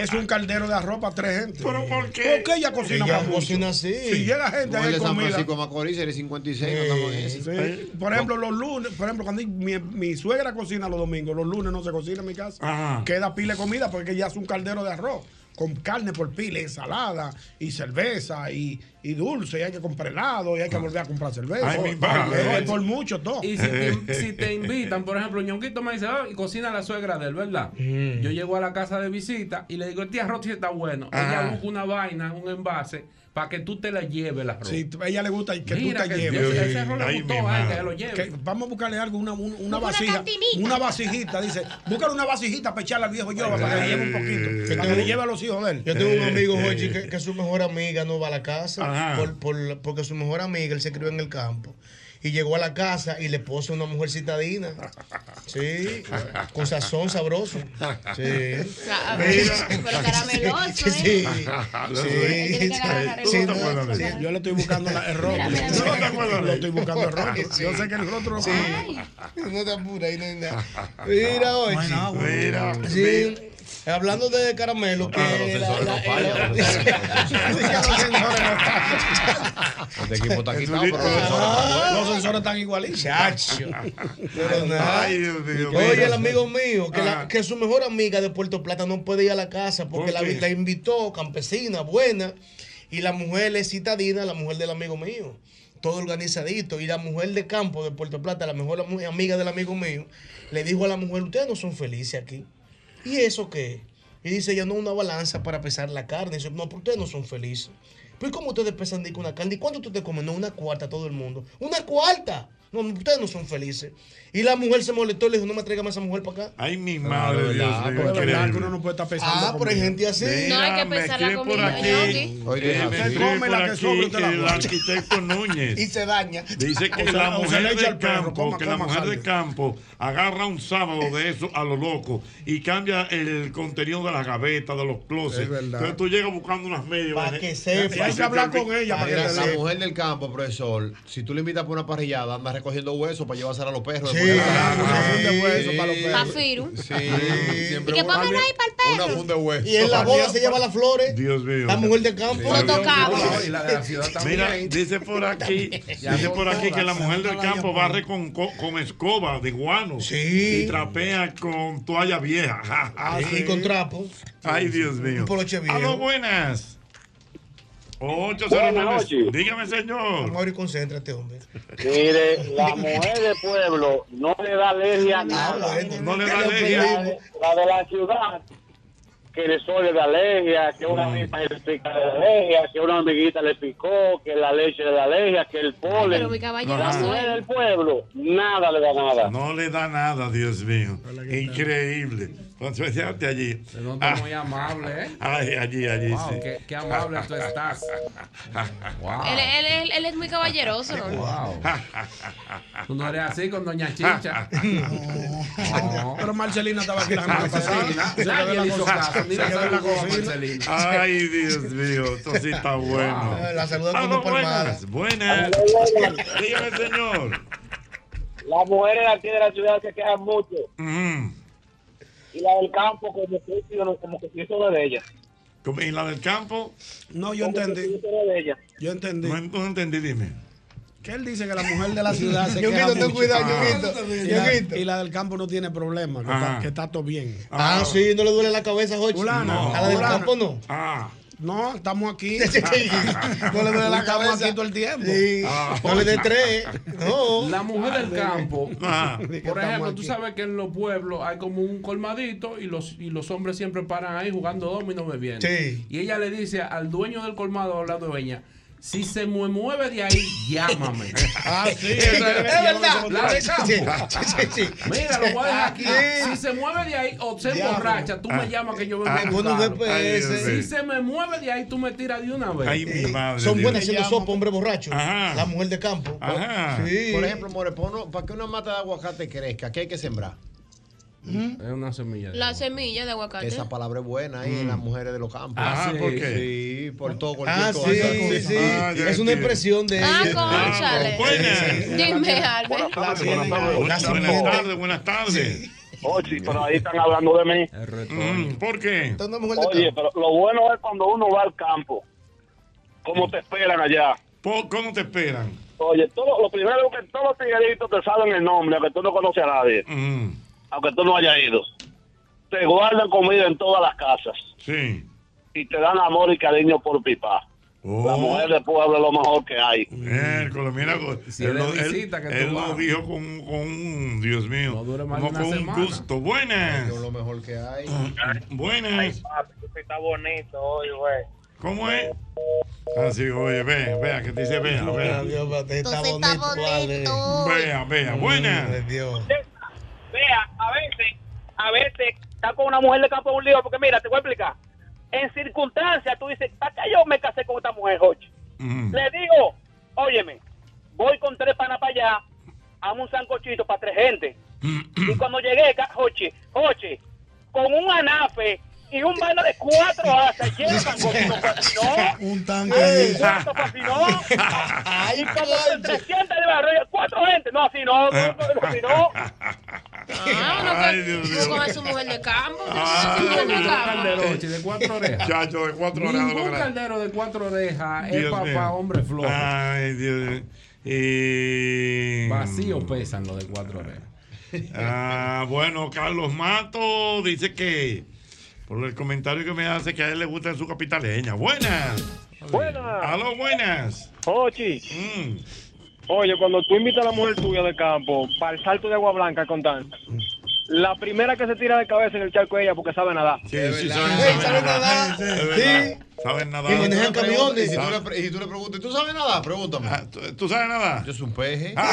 S4: Es un caldero de arroz para tres gente. ¿Pero por qué? Porque ella cocina
S6: Ella
S4: para mucho.
S6: cocina
S14: así.
S4: Si llega gente
S6: Como el
S4: ahí
S6: de San
S4: comida.
S6: Francisco de Macorís, el 56, no estamos en ese.
S4: Sí. Por ejemplo, los lunes, por ejemplo, cuando mi, mi suegra cocina los domingos, los lunes no se cocina en mi casa.
S3: Ajá.
S4: Queda pila de comida porque ella hace un caldero de arroz con carne por pila, ensalada y cerveza y, y dulce. Y hay que comprar helado y hay que volver a comprar cerveza.
S19: Ay, mi
S4: Eh,
S19: madre.
S4: por mucho todo.
S19: Y si te, si te invitan, por ejemplo, Ñonguito me dice, "Ah, y cocina la suegra de él, ¿verdad?
S4: Mm.
S19: Yo llego a la casa de visita y le digo, el tía arroz sí está bueno.
S4: Ajá.
S19: Ella busca una vaina, un envase, para que tú te la lleves la arroz.
S4: Sí, t- a ella le gusta que
S19: Mira
S4: tú te
S19: que
S4: lleves.
S19: ese- ese rol le Ay, gustó, mi ay, que madre. lo lleve.
S4: Que vamos a buscarle algo, una, un- una
S19: Una
S4: vasija.
S19: cantimita.
S4: Una vasijita, dice. Búscale una vasijita para echarle al viejo yo para que le lleve un poquito. Para que le lleve a los hijos de él. Eh,
S14: Yo tengo un amigo, Jochi, que, que su mejor amiga no va a la casa
S4: Ajá.
S14: por- por- porque su mejor amiga, él se crió en el campo. Y llegó a la casa y le puso una mujer citadina. Sí, con sazón sabroso. Sí.
S7: Pero carameloso, ¿eh?
S14: Sí.
S7: Tiene que agarrar el
S14: Sí,
S7: otro.
S14: no, sí.
S4: Yo le estoy buscando la- el rostro.
S14: Mira,
S4: Yo no te acuerdas, le estoy buscando
S14: Sí.
S4: el rostro. Yo sé que el rostro
S14: Sí. No te apures, ahí no hay nada. Mira, oye.
S3: Mira.
S14: Sí. Hablando de caramelo, que la- la-
S6: Este equipo está quitado, pero
S4: Los sensores están igualitos.
S14: Ah. Pero nada. Oye, el amigo mío, que, la- que su mejor amiga de Puerto Plata no puede ir a la casa porque
S3: ¿Por
S14: la,
S3: qué?
S14: la invitó, campesina, buena, y la mujer es citadina, la mujer del amigo mío. Todo organizadito. Y la mujer de campo de Puerto Plata, la mejor amu- amiga del amigo mío, le dijo a la mujer, ustedes no son felices aquí. ¿Y eso qué? Y dice, ya no una balanza para pesar la carne. Y dice, no, pero ustedes no son felices. Pero ¿y cómo ustedes pesan de que una carne? ¿Y cuánto ustedes comen? No, una cuarta todo el mundo. ¡Una cuarta! No, no, ustedes no son felices. Y la mujer se molestó y le dijo, no me traiga más esa mujer para acá.
S3: Ay, mi madre, Dios mío,
S4: Pero es verdad que
S3: increíble.
S4: uno no puede estar pensando.
S14: Ah, pero hay gente así.
S3: No, hay que
S4: Mira,
S3: pensar la
S4: me escribe por
S3: comida,
S4: aquí.
S3: ¿no? Oye,
S4: Eh,
S3: así.
S4: usted come la que
S3: Aquí
S4: sobra, usted la
S3: el
S4: guarda.
S3: arquitecto Núñez.
S14: Y se daña.
S3: Dice que
S4: O se-
S3: la
S4: o se le
S3: mujer
S4: echa
S3: del
S4: al perro,
S3: campo,
S4: coma,
S3: que la
S4: coma,
S3: mujer
S4: sale.
S3: del campo agarra un sábado de eso a lo loco y cambia el contenido de las gavetas, de los closets.
S4: Es verdad.
S3: Entonces tú llegas buscando unas medias.
S4: Pa'
S3: ¿vale?
S4: que sepa.
S3: Y
S4: Hay que hablar con ella para que
S6: Mira,
S4: te
S6: la
S4: dé.
S6: mujer del campo, profesor, si tú le invitas por una parrillada, anda recogiendo huesos para llevársela a los perros.
S4: Sí,
S5: Pa' Firu.
S6: Siempre
S5: ¿Y qué ponen ahí para el perro?
S6: una funda de huesos.
S14: Y en la boda se lleva las flores.
S3: Dios mío.
S14: La mujer del campo.
S3: Sí. Fotocabo.
S19: Y la de la ciudad también.
S3: Mira, dice por aquí,
S19: Ya
S3: dice por
S19: todas,
S3: aquí que la mujer del
S19: todas ya
S3: campo
S19: por-
S3: barre con, co- con escoba de guano y trapea con toalla vieja. Ja,
S19: Ah,
S3: ja.
S14: Así Ah, con trapos.
S3: Ay, Dios mío.
S14: Un poloche viejo.
S3: Aló, Ah, buenas. 809.
S14: noches.
S3: Dígame, señor.
S14: Amor, y concéntrate, hombre.
S11: Mire, la mujer de pueblo no le da alergia a nada.
S3: No le da
S11: La de- La de la ciudad, que el sol le da alergia, que
S3: Mm.
S11: una misma le pica de alergia, que una amiguita le picó, que la leche le da alergia, que el polen.
S5: pero mi caballero
S11: la
S5: azul.
S11: mujer del pueblo, nada le da nada.
S3: No le da nada, Dios mío. Increíble. Entonces, fíjate allí. Ah,
S19: nota muy
S4: Ah.
S19: amable, ¿eh?
S3: Ay, allí, allí,
S19: Wow,
S3: sí.
S19: qué, qué amable tú estás. wow.
S3: Ah.
S5: Él, él- él- él es muy caballeroso.
S19: Wow. Tú no eres así con Doña Chicha.
S4: Pero Marcelina estaba aquí la semana
S19: Marcelina.
S4: pasada. Se quedó en
S19: Nadie le
S4: la
S19: hizo
S4: cocina.
S19: caso.
S4: Se
S19: Mira,
S4: quedó en la
S19: saludos a
S4: cocina.
S19: Marcelina.
S3: Ay, Dios mío, esto sí está bueno.
S14: Ah, la saluda con
S3: Aló,
S14: dos palmadas.
S3: buenas, buenas. Dígame, señor.
S11: Las mujeres aquí de la ciudad se quejan mucho.
S3: Mm.
S11: Y la del campo, como que, como que si eso no es de ella.
S3: ¿Cómo- ¿Y la del campo?
S4: No, yo entendí.
S3: Yo entendí. No, no entendí, dime.
S4: Que él dice que la mujer de la ciudad se
S3: Ñonguito,
S4: queja
S3: ten
S4: mucho.
S3: cuidado,
S14: Ñonguito,
S4: Y la-
S14: Ñonguito.
S4: Y la del campo no tiene problema, que está-
S14: Ajá.
S4: que está todo bien.
S14: Ah, sí, no le duele la cabeza, Jochi.
S4: Fulana,
S14: A la del
S4: fulana.
S14: campo no.
S3: Ah.
S4: No, estamos aquí.
S14: No
S4: no
S14: le duele la
S4: Estamos
S14: cabeza.
S4: aquí todo el tiempo.
S14: Sí. No le dé tres. No.
S19: La mujer del campo,
S14: Ajá.
S19: por ejemplo, tú sabes que en los pueblos hay como un colmadito y los, y los hombres siempre paran ahí jugando domino bebiendo.
S14: Sí.
S19: Y ella le dice al dueño del colmado o la dueña, si se mue- mueve de ahí, llámame.
S4: Ah, sí,
S19: Esa
S14: es verdad.
S19: La del
S14: Sí,
S19: campo.
S14: sí, sí, sí.
S19: Mira, lo voy a dejar aquí.
S14: Sí.
S19: Si se mueve de ahí o se
S14: Llámame.
S19: borracha, tú me llamas que yo vengo
S14: Ah,
S19: a
S14: pon un
S19: buscarlo.
S14: GPS. Ay, Dios mío.
S19: Si se me mueve de ahí, tú me tiras de una vez.
S3: Ay, mi madre. Ah,
S14: Son
S3: Dios.
S14: buenas haciendo sopa, hombre borracho. La mujer de campo.
S3: Ajá.
S14: Sí.
S6: Por ejemplo, More, pon- para que una mata de aguacate crezca, ¿qué hay que sembrar?
S19: Es una semilla.
S5: La semilla de aguacate.
S6: Esa palabra es buena ahí
S4: Mm.
S6: en las mujeres de los campos.
S3: Ah, ¿por qué?
S6: Sí, por todo, cualquier
S14: Ah,
S6: cosa.
S14: sí, sí, sí.
S6: Ah, ya
S14: es una
S6: entiendo.
S14: expresión de
S5: Ah,
S14: ella.
S5: cónchale. Dime, Albert.
S3: Buenas tardes, buenas tardes, buenas tardes.
S11: Oye, pero ahí están hablando de mí.
S3: Mm, ¿Por qué?
S11: Oye, pero lo bueno es cuando uno va al campo. ¿Cómo te esperan allá?
S3: Po- ¿Cómo te esperan?
S11: Ah. Oye, todo, lo primero es que todos los tigueritos te saben el nombre, aunque tú no conoces a nadie, aunque tú no hayas ido. Te guardan comida en todas las casas
S3: Sí. Oh.
S11: y te dan amor y cariño por pipa. La mujer de pueblo es lo mejor que hay.
S3: Miércoles, mira,
S11: Si
S3: él,
S11: es de
S3: lo- él-
S11: visita que tú
S3: él lo
S11: vas.
S3: dijo con, con un, Dios mío,
S11: más
S3: como
S11: de
S3: con
S11: una
S3: un
S11: semana.
S3: gusto. Buenas.
S6: Lo mejor que hay.
S3: Buenas.
S11: Está bonito hoy, güey.
S3: ¿Cómo es? Así, Ah, oye, vea, vea, que te dice, vea, vea.
S14: Está bonito. vale.
S3: Vea, vea,
S7: Mm,
S3: buenas.
S11: Vea, a veces, a veces, está con una mujer de campo en un lío, porque mira, te voy a explicar. En circunstancias, tú dices, ¿para qué yo me casé con esta mujer, Jochi? Le digo, óyeme, voy con tres panas para allá, hago un sancochito para tres gente. y cuando llegué, ca- Jochi, Jochi, con un anafe y un vaina de cuatro asas, lleno de sancochito, papi, no.
S1: Un
S11: Eh,
S1: tanque.
S11: cuatro, papi, no.
S3: Ah.
S11: y cuando con 300 de barrio, cuatro gente, no, así no, así no.
S5: Ah, uno que uno coge su mujer de campo.
S3: Ah,
S5: Su mujer de
S19: ningún
S5: campo.
S19: caldero, Ochi, de cuatro orejas.
S3: Chacho, de cuatro orejas.
S19: Ningún
S3: lo que-
S19: caldero de cuatro orejas es
S3: Dios
S19: papá
S3: mío. Ah,
S19: hombre flojo.
S3: Ay, Dios mío. Eh,
S19: Vacío pesan los de cuatro orejas.
S3: Ah, bueno, Carlos Mato dice que por el comentario que me hace que a él le gusta su capitaleña. Buenas.
S13: Buenas.
S3: Aló, buenas. Mm.
S13: Ochi. Oye, cuando tú invitas a la mujer tuya del campo para el salto de agua blanca con danza, la primera que se tira de cabeza en el charco es ella porque sabe nadar.
S3: Sí, sí,
S13: Sí, sabe nadar.
S3: Sí. ¿Saben nadar?
S13: Y manejan
S6: Pregunta,
S13: camiones.
S6: Y si tú le, pre- y si tú le preguntas, ¿tú sabes nada? Pregúntame.
S3: Ah, ¿tú, sabes nada?
S6: Yo soy un peje.
S7: Ah,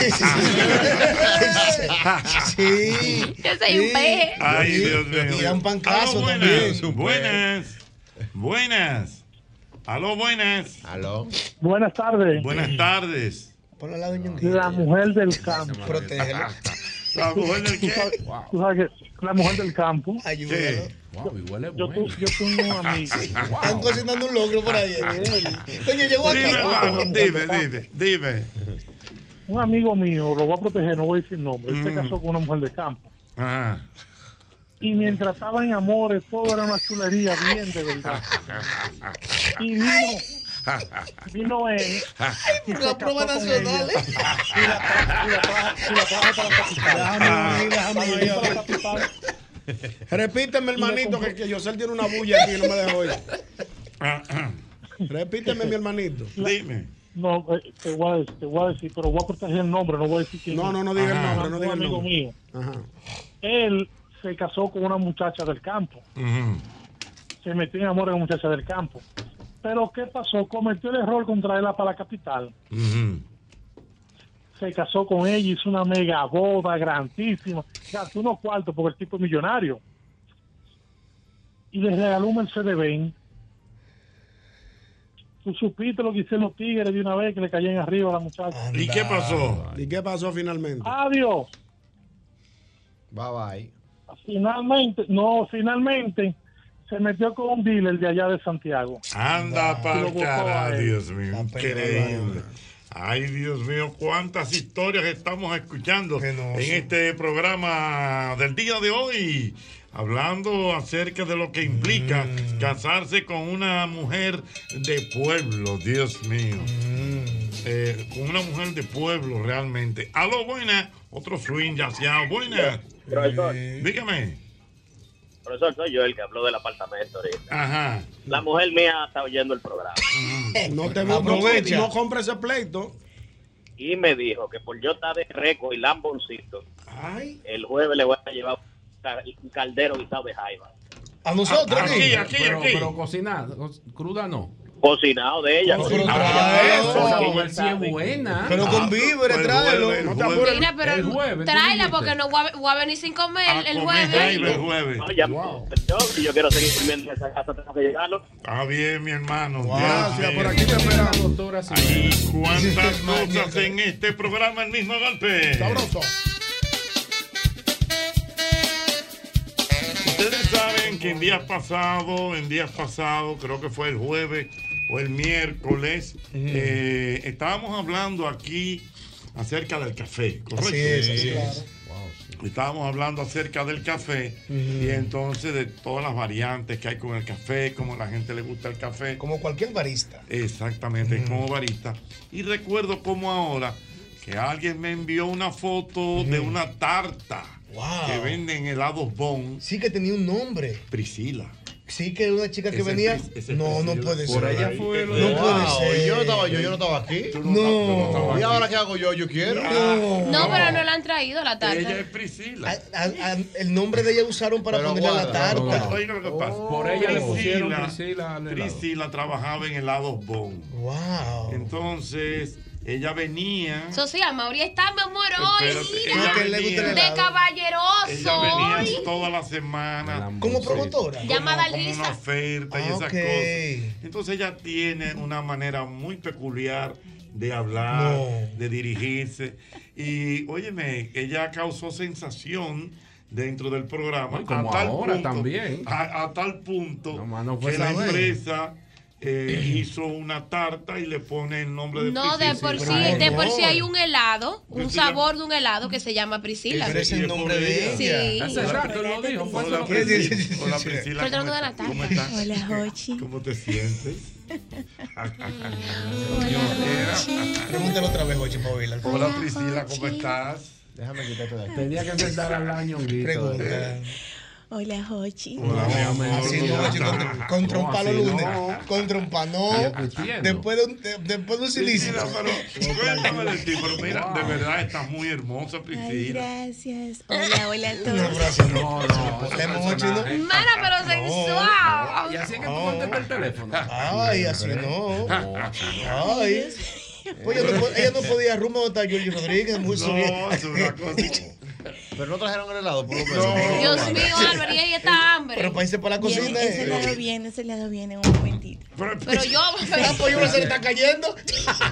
S3: Ah,
S14: Sí.
S5: Yo soy un peje.
S3: Ay, Dios mío.
S14: Y dan pancazo
S3: Aló,
S14: también.
S3: buenas.
S14: Super.
S3: Buenas. Buenas. Aló, buenas. Aló.
S13: Buenas tardes.
S3: Buenas tardes.
S14: Por la lado de
S3: La
S14: mujer
S13: del campo.
S3: Protégelo. La mujer del qué?
S2: Tú sabes que la mujer del campo.
S3: Ayúdalo.
S19: Wow, igual es
S2: Yo, tu- yo tengo un amigo.
S3: Están
S2: cocinando un logro por ahí.
S19: Ah,
S3: Dime, hermano, dime, dime, dime.
S2: Un amigo mío, lo voy a proteger, no voy a decir nombre. Él se
S3: Mm.
S2: casó con una mujer de campo.
S3: Ah.
S2: Y mientras estaba en amores, todo era una chulería, bien de verdad. Y vino, vino él. y se
S1: la prueba
S2: casó con
S1: nacional,
S2: ella. Y la trajo- y la trajo- y la trajo para la capital.
S3: Ah.
S4: Repíteme, hermanito, que, que Yosel tiene una bulla aquí y no me dejó oír. Repíteme, mi hermanito.
S3: Dime.
S2: No, eh, te voy, a, decir- te voy a decir, pero voy a proteger el nombre, no voy a decir quién
S4: No,
S2: es.
S4: no, no diga el
S2: Ajá.
S4: nombre, no diga el
S2: Un amigo
S4: nombre.
S2: mío.
S4: Ajá.
S2: Él se casó con una muchacha del campo. Se metió en amor con una muchacha del campo. Pero ¿qué pasó? Cometió el error con traerla para la capital. Se casó con ella, hizo una mega boda grandísima. Gastó unos cuartos porque el tipo es millonario. Y le regaló un Mercedes-Benz. Tú supiste lo que hicieron los tigres de una vez que le caían arriba a la muchacha.
S3: ¿Y qué pasó?
S4: Ah. ¿Y qué pasó finalmente?
S2: Adiós.
S6: Bye bye.
S2: Finalmente, no, finalmente se metió con un dealer de allá de Santiago.
S3: Anda
S2: Y lo
S3: para
S2: buscó a
S3: carajo,
S2: él.
S3: Dios mío, increíble. Ay, Dios mío, cuántas historias estamos escuchando en este programa del día de hoy, hablando acerca de lo que implica
S2: Mm.
S3: casarse con una mujer de pueblo, Dios mío.
S2: Mm.
S3: Eh, con una mujer de pueblo realmente. Aló, buena, otro swing ya sea buena.
S18: Profesor.
S3: Dígame.
S18: Profesor, soy yo el que habló del apartamento ahorita.
S3: Ajá.
S18: La mujer mía está oyendo el programa
S14: Ah.
S4: No te Mm. no-
S18: Aprovecha.
S4: No, compres ese pleito.
S18: y me dijo que por yo estar de récord y lamboncito, el jueves le voy a llevar un ca- un caldero guisado de jaiba.
S14: A nosotros
S18: aquí, aquí,
S19: pero,
S18: aquí.
S19: Pero cocinada, co- cruda no.
S18: Cocinado de ella.
S19: Ah,
S18: cocinado.
S19: eso,
S18: Porque
S19: a ver
S18: ella
S19: si es
S18: sabe.
S19: buena.
S3: Ah,
S18: Pero con
S19: vibre,
S3: pues
S18: tráelo.
S19: No
S18: te apures.
S5: Mira, pero
S18: El jueves,
S5: tráela
S18: ¿tú dijiste?
S5: porque no voy a, voy a venir sin comer
S3: Ah,
S5: el, el
S18: comer jaiba
S5: jueves.
S18: el
S3: jueves.
S18: No, ya, yo, si yo quiero seguir comiendo en esa casa, tengo que llegarlo.
S3: Está Ah, bien, mi hermano.
S18: Gracias,
S3: por
S4: aquí te esperamos.
S3: Ay, cuántas cosas en este programa, el mismo golpe.
S4: Sabroso.
S3: Ustedes saben que en días pasados, en días pasados, creo que fue el jueves o el miércoles, eh, estábamos hablando aquí acerca del café, ¿correcto?
S14: Así es, así es.
S3: Estábamos hablando acerca del café y entonces de todas las variantes que hay con el café, cómo la gente le gusta el café.
S14: Como cualquier barista.
S3: Exactamente, como barista. Y recuerdo como ahora que alguien me envió una foto de una tarta que venden helados Bon.
S14: Sí que tenía un nombre.
S3: Priscila.
S14: Sí que una chica que
S3: Ese
S14: venía.
S3: Pris- ese
S14: No, no
S3: Priscila.
S14: puede ser.
S3: Por ella fue lo
S14: No
S3: de-
S14: puede
S3: Wow,
S14: ser.
S6: Yo no estaba yo, yo no estaba aquí.
S14: No.
S6: ¿Y ahora qué hago yo? Yo quiero. Ah.
S5: No, pero no la han traído la tarta.
S3: Priscila.
S14: el nombre de ella usaron para ponerle a la tarta.
S3: Oiga lo que pasa.
S19: Oh. Por ella le pusieron
S3: Priscila. Priscila trabajaba en helados Bon.
S14: Wow.
S3: Entonces, ella venía.
S5: Social, Mauri está, mi amor, hoy.
S3: Espérate,
S5: mira,
S3: ella venía-
S5: de caballeroso.
S3: Ella venía
S5: hoy.
S3: toda la semana.
S14: Como
S3: promotora.
S5: Llamada
S3: como
S5: Lisa.
S3: una oferta y
S14: Ah,
S3: esas
S14: ok.
S3: cosas. Entonces ella tiene una manera muy peculiar de hablar, de dirigirse. Y óyeme, ella causó sensación dentro del programa.
S19: Ay, como
S3: a tal
S19: ahora
S3: punto,
S19: también.
S3: A, a tal punto
S19: no fue
S3: que la
S19: esa vez.
S3: empresa eh, hizo una tarta y le pone el nombre de
S5: No, de por sí, de por sí hay un helado, un
S3: Priscila.
S5: sabor de un helado que se llama Priscila.
S3: Ese es el nombre de ella.
S5: Sí.
S3: Hace rato
S19: lo dijo.
S3: Hola, Priscila. Hola, Priscila.
S5: Estoy tratando
S3: ¿cómo
S5: de la
S3: estás?
S5: tarta.
S3: ¿Cómo estás?
S5: Hola, Jochi.
S3: ¿Cómo te sientes?
S14: Pregúntale otra vez, Jochi Paola.
S3: Hola, Priscila, ¿cómo estás?
S6: Déjame quitarte de aquí.
S19: Tenía que sentar al año
S14: Pregunta.
S8: Hola, Jochi.
S19: Hola, mi amor.
S14: Así no, Jochi, con, con trompa los lunes. Con trompa no.
S3: Ah,
S14: Después de un, de- después de un silíceo.
S3: Cuéntame de ti, pero mira, de verdad estás muy hermosa, Priscila.
S8: Gracias. Hola, hola a todos.
S3: No, no, eh. la
S8: Mala, pero sensual.
S19: Y así es que tú contestas el teléfono.
S14: Ay, así no. Ay. Pues ella no, po- ella no podía rumbo donde está Giorgio Rodríguez. Muy
S6: No,
S14: subiendo.
S6: es una Pero no trajeron el helado, por lo menos.
S5: Dios mío, Álvaro, y ella está hambre.
S14: Pero para irse para la
S8: Viene,
S14: cocina.
S8: Ah,
S14: eh.
S8: ese lado viene, ese lado viene un momentito.
S5: Pero yo.
S14: Ah, pues yo me se le está cayendo.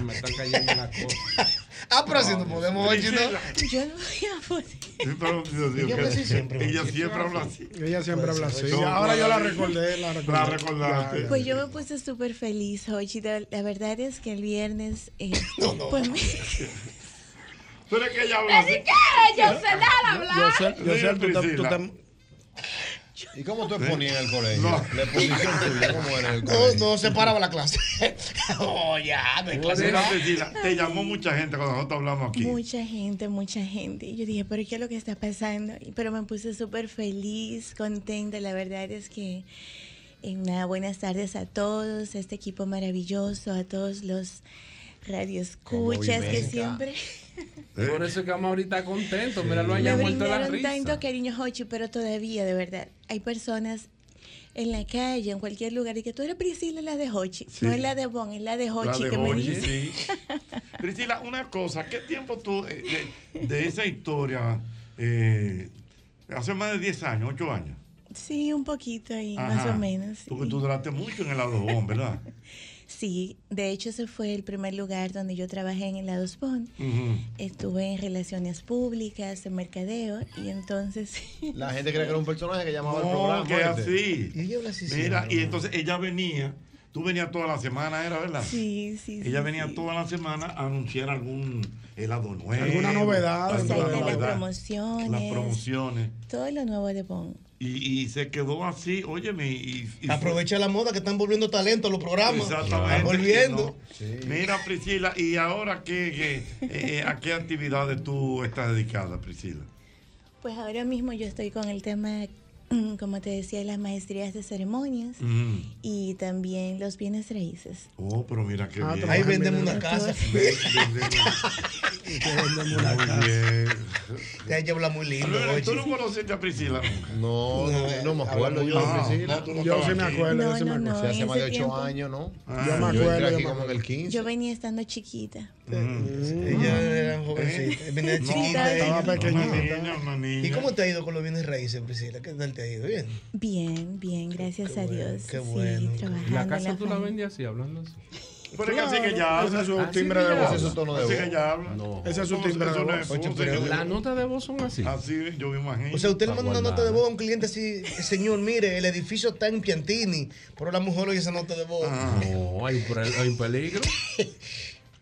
S19: Me está cayendo la cosa.
S14: Ah, pero así no podemos, Jochi, ¿no?
S8: Yo no voy a poder.
S3: Pero, Dios mío,
S4: Ella
S3: que-
S4: así siempre.
S3: ella siempre habla así.
S4: Ella siempre
S14: Pues,
S4: habla así.
S3: No,
S4: Ahora yo la
S3: todavía.
S4: recordé. La recordé.
S3: La recordaste.
S4: Ya, ya.
S8: Pues yo me puse súper feliz, Hochi. La la verdad es que el viernes. eh, pues me-
S3: Pero es que ella
S1: Ni siquiera yo sé nada
S4: Yo
S1: hablar.
S4: sé, yo sé, tú ¿Eh? te- tú
S6: Priscila.
S4: te-
S6: ¿Y cómo tú exponías en el colegio? La exposición tuya, ¿cómo era en el
S14: No,
S6: colegio?
S14: no, se paraba la clase. oh, ya, no hay clase.
S3: Mira, Priscila, te llamó mucha gente cuando nosotros hablamos aquí.
S8: Mucha gente, mucha gente. Y Yo dije, pero ¿qué es lo que está pasando? Y- Pero me puse súper feliz, contenta. La verdad es que eh, nada, buenas tardes a todos, a este equipo maravilloso, a todos los radioescuchas que
S19: Venga.
S8: siempre
S4: Eh.
S19: Por eso es que vamos ahorita contentos. Mira, lo
S8: me
S19: hayan muerto la
S8: brindaron
S19: risa.
S8: tanto cariño, Hochi, pero todavía, de verdad, hay personas en la calle, en cualquier lugar, y que tú eres Priscila la de Hochi,
S3: Sí.
S8: no es la de Bon, es la de
S3: La
S8: Hochi
S3: de
S8: que me
S3: Hochi,
S8: dice.
S3: sí. Priscila, una cosa, ¿qué tiempo tú eh, de, de esa historia, eh, hace más de 10 años, 8 años?
S8: Sí, un poquito ahí,
S3: Ajá.
S8: más o menos.
S3: Porque tú duraste mucho en el lado bon, ¿verdad?
S8: Sí, de hecho ese fue el primer lugar donde yo trabajé en el Lados Bon.
S3: Ujú.
S8: Estuve en relaciones públicas, en mercadeo, y entonces...
S6: La gente cree que era un personaje que llamaba al
S3: No,
S6: programa.
S3: que
S6: ¿oíste?
S3: así. Mira,
S6: siempre,
S3: y entonces ella venía, tú venías toda la semana, ¿era verdad?
S8: Sí, sí,
S3: Ella
S8: sí,
S3: venía
S8: sí.
S3: toda la semana a anunciar algún helado nuevo.
S4: Alguna novedad.
S8: O sea,
S3: alguna
S8: de las
S3: novedad,
S8: promociones,
S3: Las promociones.
S8: todo lo nuevo de Bon.
S3: Y, y se quedó así, óyeme, y, y-
S14: Aprovecha la moda que están volviendo talento a los programas.
S3: Exactamente.
S14: Están Ah, volviendo.
S3: Mira, Priscila, ¿y ahora qué, qué, eh, eh, a qué actividades tú estás dedicada, Priscila?
S8: Pues ahora mismo yo estoy con el tema, mm, como te decía, las maestrías de ceremonias
S3: Mm.
S8: y también los bienes raíces.
S3: Oh, pero mira qué bien.
S14: Ah, Ahí vendemos una casa.
S3: Ve- vendemos- Muy bien.
S14: Ya ella habla muy lindo. eh,
S3: Pero, ¿Tú
S14: Hochi.
S3: no conociste a Priscila?
S6: No, no, no me acuerdo yo de
S3: Ah,
S6: Priscila.
S3: no, tú no Yo sí estabas me aquí. acuerdo,
S8: yo sí me acuerdo.
S6: Se hace
S8: en
S6: más de
S8: ese
S6: 8
S8: tiempo.
S6: años, ¿no?
S3: Ah.
S6: yo
S3: me
S6: Yo
S3: acuerdo,
S6: entré
S3: yo
S6: aquí
S3: me
S6: como en el 15.
S8: Yo venía estando chiquita.
S3: Mm.
S14: Ella era
S3: Eh.
S14: jovencita. Venía
S8: No,
S14: chiquita.
S8: estaba
S14: ella.
S8: pequeñita.
S14: ¿Y cómo te ha ido con los bienes raíces, Priscila? ¿Qué tal te ha ido? Bien.
S8: Bien, bien, gracias a Dios.
S14: qué bueno.
S8: Sí, trabajando
S19: La
S8: en
S19: casa
S8: la
S19: tú la
S8: fam-
S19: vendías así, hablando así.
S3: Pero es que así que ya
S4: Claro,
S3: habla.
S4: ese es su
S3: Así
S4: timbre
S3: que
S4: de
S3: ya
S4: voz,
S3: habla.
S4: ese es su tono de
S3: Así
S4: voz.
S3: que ya habla.
S4: No. Ese es su
S3: Eso-
S4: timbre
S3: eso
S4: de
S3: no
S4: voz.
S3: es
S4: Oye,
S3: fútbol,
S4: pero
S3: yo-
S4: la
S19: nota de voz son así.
S3: Así, yo me imagino. Ah.
S14: O sea, usted le manda una nota de voz a un cliente así, señor, mire, el edificio está en Piantini, pero la mujer oye esa nota de voz.
S3: Ah.
S6: Ah.
S19: No, hay un, pre- hay un peligro.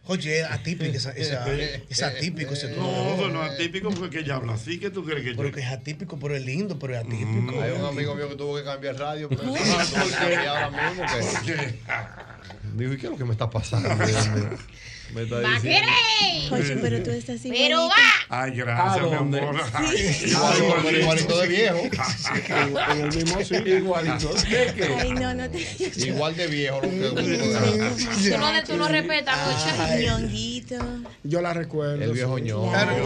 S14: Oye, es atípico, esa, esa- eh, es atípico ese tono de
S3: Eh, No,
S14: voz.
S3: eso no es atípico porque ella habla así que tú crees que yo.
S14: Pero que es atípico, pero es lindo, pero es atípico.
S6: Mm. Hay un amigo mío que tuvo que cambiar radio. Pero
S14: ¿Por
S6: y
S14: qué?
S6: ahora mismo
S3: ¿Por
S6: que. Digo, ¿y qué es lo que me está pasando? me está
S1: ¿Va a
S6: diciendo.
S1: querer?
S8: Oye, pero tú estás igualita.
S1: Pero va.
S3: Ay,
S4: Ah,
S3: gracias, mi amor.
S6: Sí. Ah, no, pero igualito de viejo.
S3: En el mismo sitio. Igualito.
S8: Ay, no, no te...
S6: Igual de viejo. Lo
S5: Tú no, tú no respetas, pues,
S8: Ay,
S5: coche.
S8: Ñonguito.
S4: Yo la recuerdo. El viejo
S6: ñongo.
S3: Porque
S4: Claro,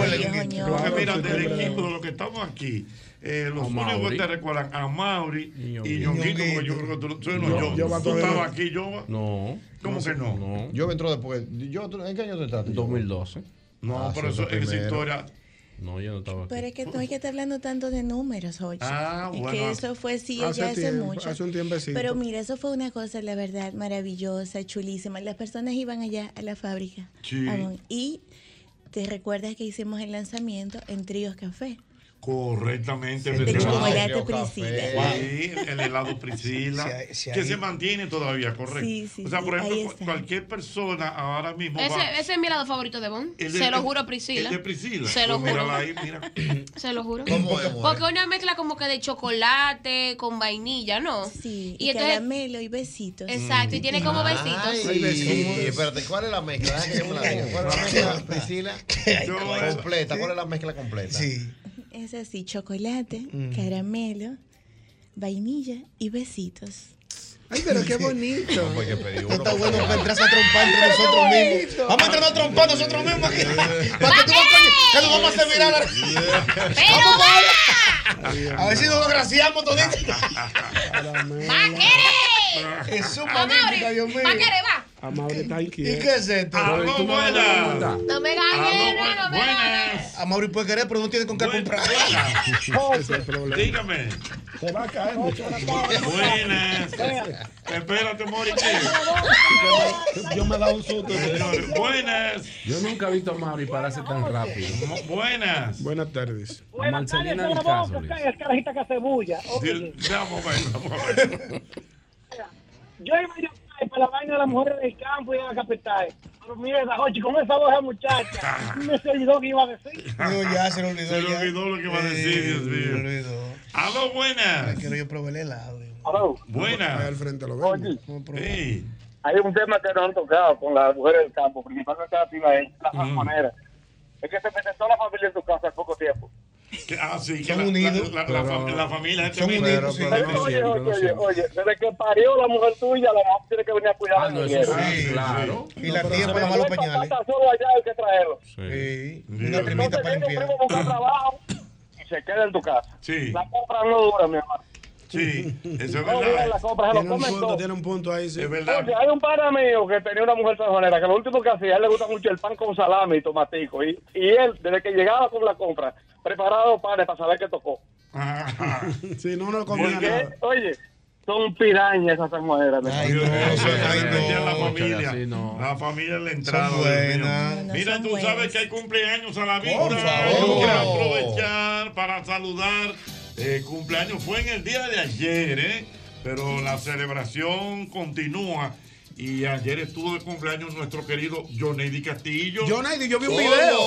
S3: mira,
S4: sí,
S3: del
S4: claro.
S3: equipo de los que estamos aquí, eh, los
S4: A Mauri.
S3: únicos que te recuerdan a Mauri y Ñonguito, porque yo creo que tú, no- tú no, yo,
S6: Yo- yo
S3: tú
S6: me acuerdo.
S3: estabas aquí, yo.
S19: No.
S3: ¿Cómo que no?
S6: Yo me entró después. Yo, ¿En qué año tú entraste?
S19: 2012.
S3: No,
S6: Ah,
S3: pero
S6: sí,
S3: eso,
S6: fue
S3: esa
S6: primero.
S3: historia.
S19: No, yo no estaba aquí.
S8: Pero es que no hay que estar hablando tanto de números, Hochi.
S3: Ah,
S8: Es
S3: bueno.
S8: que eso fue sí,
S4: Hace
S8: ya hace
S4: tiempo,
S8: mucho.
S4: hace un tiempecito.
S8: Pero mira, eso fue una cosa, la verdad, maravillosa, chulísima. Las personas iban allá a la fábrica.
S3: Sí.
S8: a Bon. Y te recuerdas que hicimos el lanzamiento en Tríos Café.
S3: Correctamente.
S8: El
S3: Verónica.
S8: chocolate
S6: este
S8: Creo Priscila. café.
S3: Sí, el helado Priscila.
S19: Si hay- si
S3: que
S19: hay-
S3: se mantiene todavía, correcto.
S8: Sí, sí,
S3: o sea,
S8: sí,
S3: por
S8: ahí
S3: ejemplo,
S8: está.
S3: cualquier persona ahora mismo va.
S5: Ese, ese es mi lado favorito de Bon.
S3: El de-
S5: Se lo
S3: el-
S5: juro, Priscila.
S3: el de Priscila.
S5: Se lo
S3: Pues
S5: juro.
S3: mírala ahí, mira.
S5: Se lo juro.
S3: ¿Cómo es,
S5: Porque es una mezcla como que de chocolate con vainilla, ¿no?
S8: Sí.
S5: Y,
S8: Y,
S5: entonces.
S8: caramelo y besitos.
S5: Exacto, y
S3: Mm.
S5: tiene como besitos.
S6: Ay, espérate, ¿cuál es la mezcla? Déjame que me la diga. ¿Cuál es la mezcla, Priscila? completa, ¿cuál es la mezcla completa?
S14: Sí.
S8: Es así, chocolate, caramelo, vainilla y besitos.
S4: Ay, pero qué bonito.
S14: Está bueno para entrarse a trompar entre nosotros mismos. Vamos a entrarnos a trompar nosotros mismos aquí. Para que tú vas a que nos vamos a hacer viral. Vamos para allá. A ver si nos desgraciamos toditos.
S5: ¡Va a querer!
S14: Jesús,
S5: Vamos, Mauri.
S3: Ah.
S5: Ah,
S14: magnífica, Dios mío.
S5: ¡Va a querer, va!
S4: Amable está
S14: ¿Y
S4: inquieto.
S14: qué es esto?
S4: Aló, buena.
S5: No me ganes, no, no me ganes.
S14: A Mauri puede querer, pero no tiene con qué comprar.
S3: Dígame.
S4: Se va a caer mucho.
S3: Buenas. Espérate, Mori.
S4: Yo me da un susto.
S3: Buenas.
S19: Yo nunca he visto a Mauri pararse tan rápido.
S3: Buenas.
S4: Buenas tardes.
S19: A Marcelina del caso. Luis.
S9: Es carajita que hace bulla. Oye,
S3: Vamos a ver, vamos a ver.
S9: Yo iba a ir para la vaina de las mujeres del campo y de la capital. Pero mierda, Jochi, con esa voz de muchacha, me se olvidó que iba a decir.
S14: No, ya Eh, se lo olvidó.
S3: Se le olvidó lo que va a decir, Dios mío. Aló, buenas.
S14: Quiero yo probar el helado.
S3: Buenas.
S4: Al frente lo vemos.
S3: Sí.
S9: Hay un tema que no han tocado con las mujeres del campo, principalmente la piba es
S3: Mm.
S9: la manera. Es que se meten toda la familia en su casa al poco tiempo.
S3: Ah, sí, que la, la- la- la fam- la familia este mismo.
S9: Pero, oye, oye, oye, oye, desde que parió la mujer tuya, la mujer tiene que venir a cuidar
S4: Ah,
S9: a la mujer.
S3: claro.
S14: Y la tía para malos pañales.
S9: Está solo allá hay que traerlo.
S14: Sí. Una primita para
S9: Entonces,
S14: limpiar.
S9: llega un primo a buscar trabajo y se queda en tu casa.
S3: Sí.
S9: La compra no dura, mi hermano.
S3: Sí, eso
S9: No dura la compra, se
S4: Tiene
S9: lo
S4: un
S9: comen
S4: punto,
S9: todo.
S4: tiene un punto ahí, sí.
S3: Es
S9: Oye, hay un pana mío que tenía una mujer sanjonera que lo último que hacía, a él le gusta mucho el pan con salami y tomatico. Y, y él, desde que llegaba con la compra, preparaba los panes para saber qué tocó.
S4: Sí, no, no
S9: Porque,
S4: comía nada.
S9: oye, son pirañas esas sanjoneras. mi hermano.
S3: la familia. La familia en la entrada. Dios mío. Mira, tú sabes que hay cumpleaños a la vida.
S1: Por favor.
S3: Yo quiero aprovechar para saludar. Eh, cumpleaños fue en el día de ayer, ¿eh? Pero la celebración continúa. Y ayer estuvo de cumpleaños nuestro querido Johnny Castillo.
S4: Johnny, yo vi un
S3: Oh,
S4: video.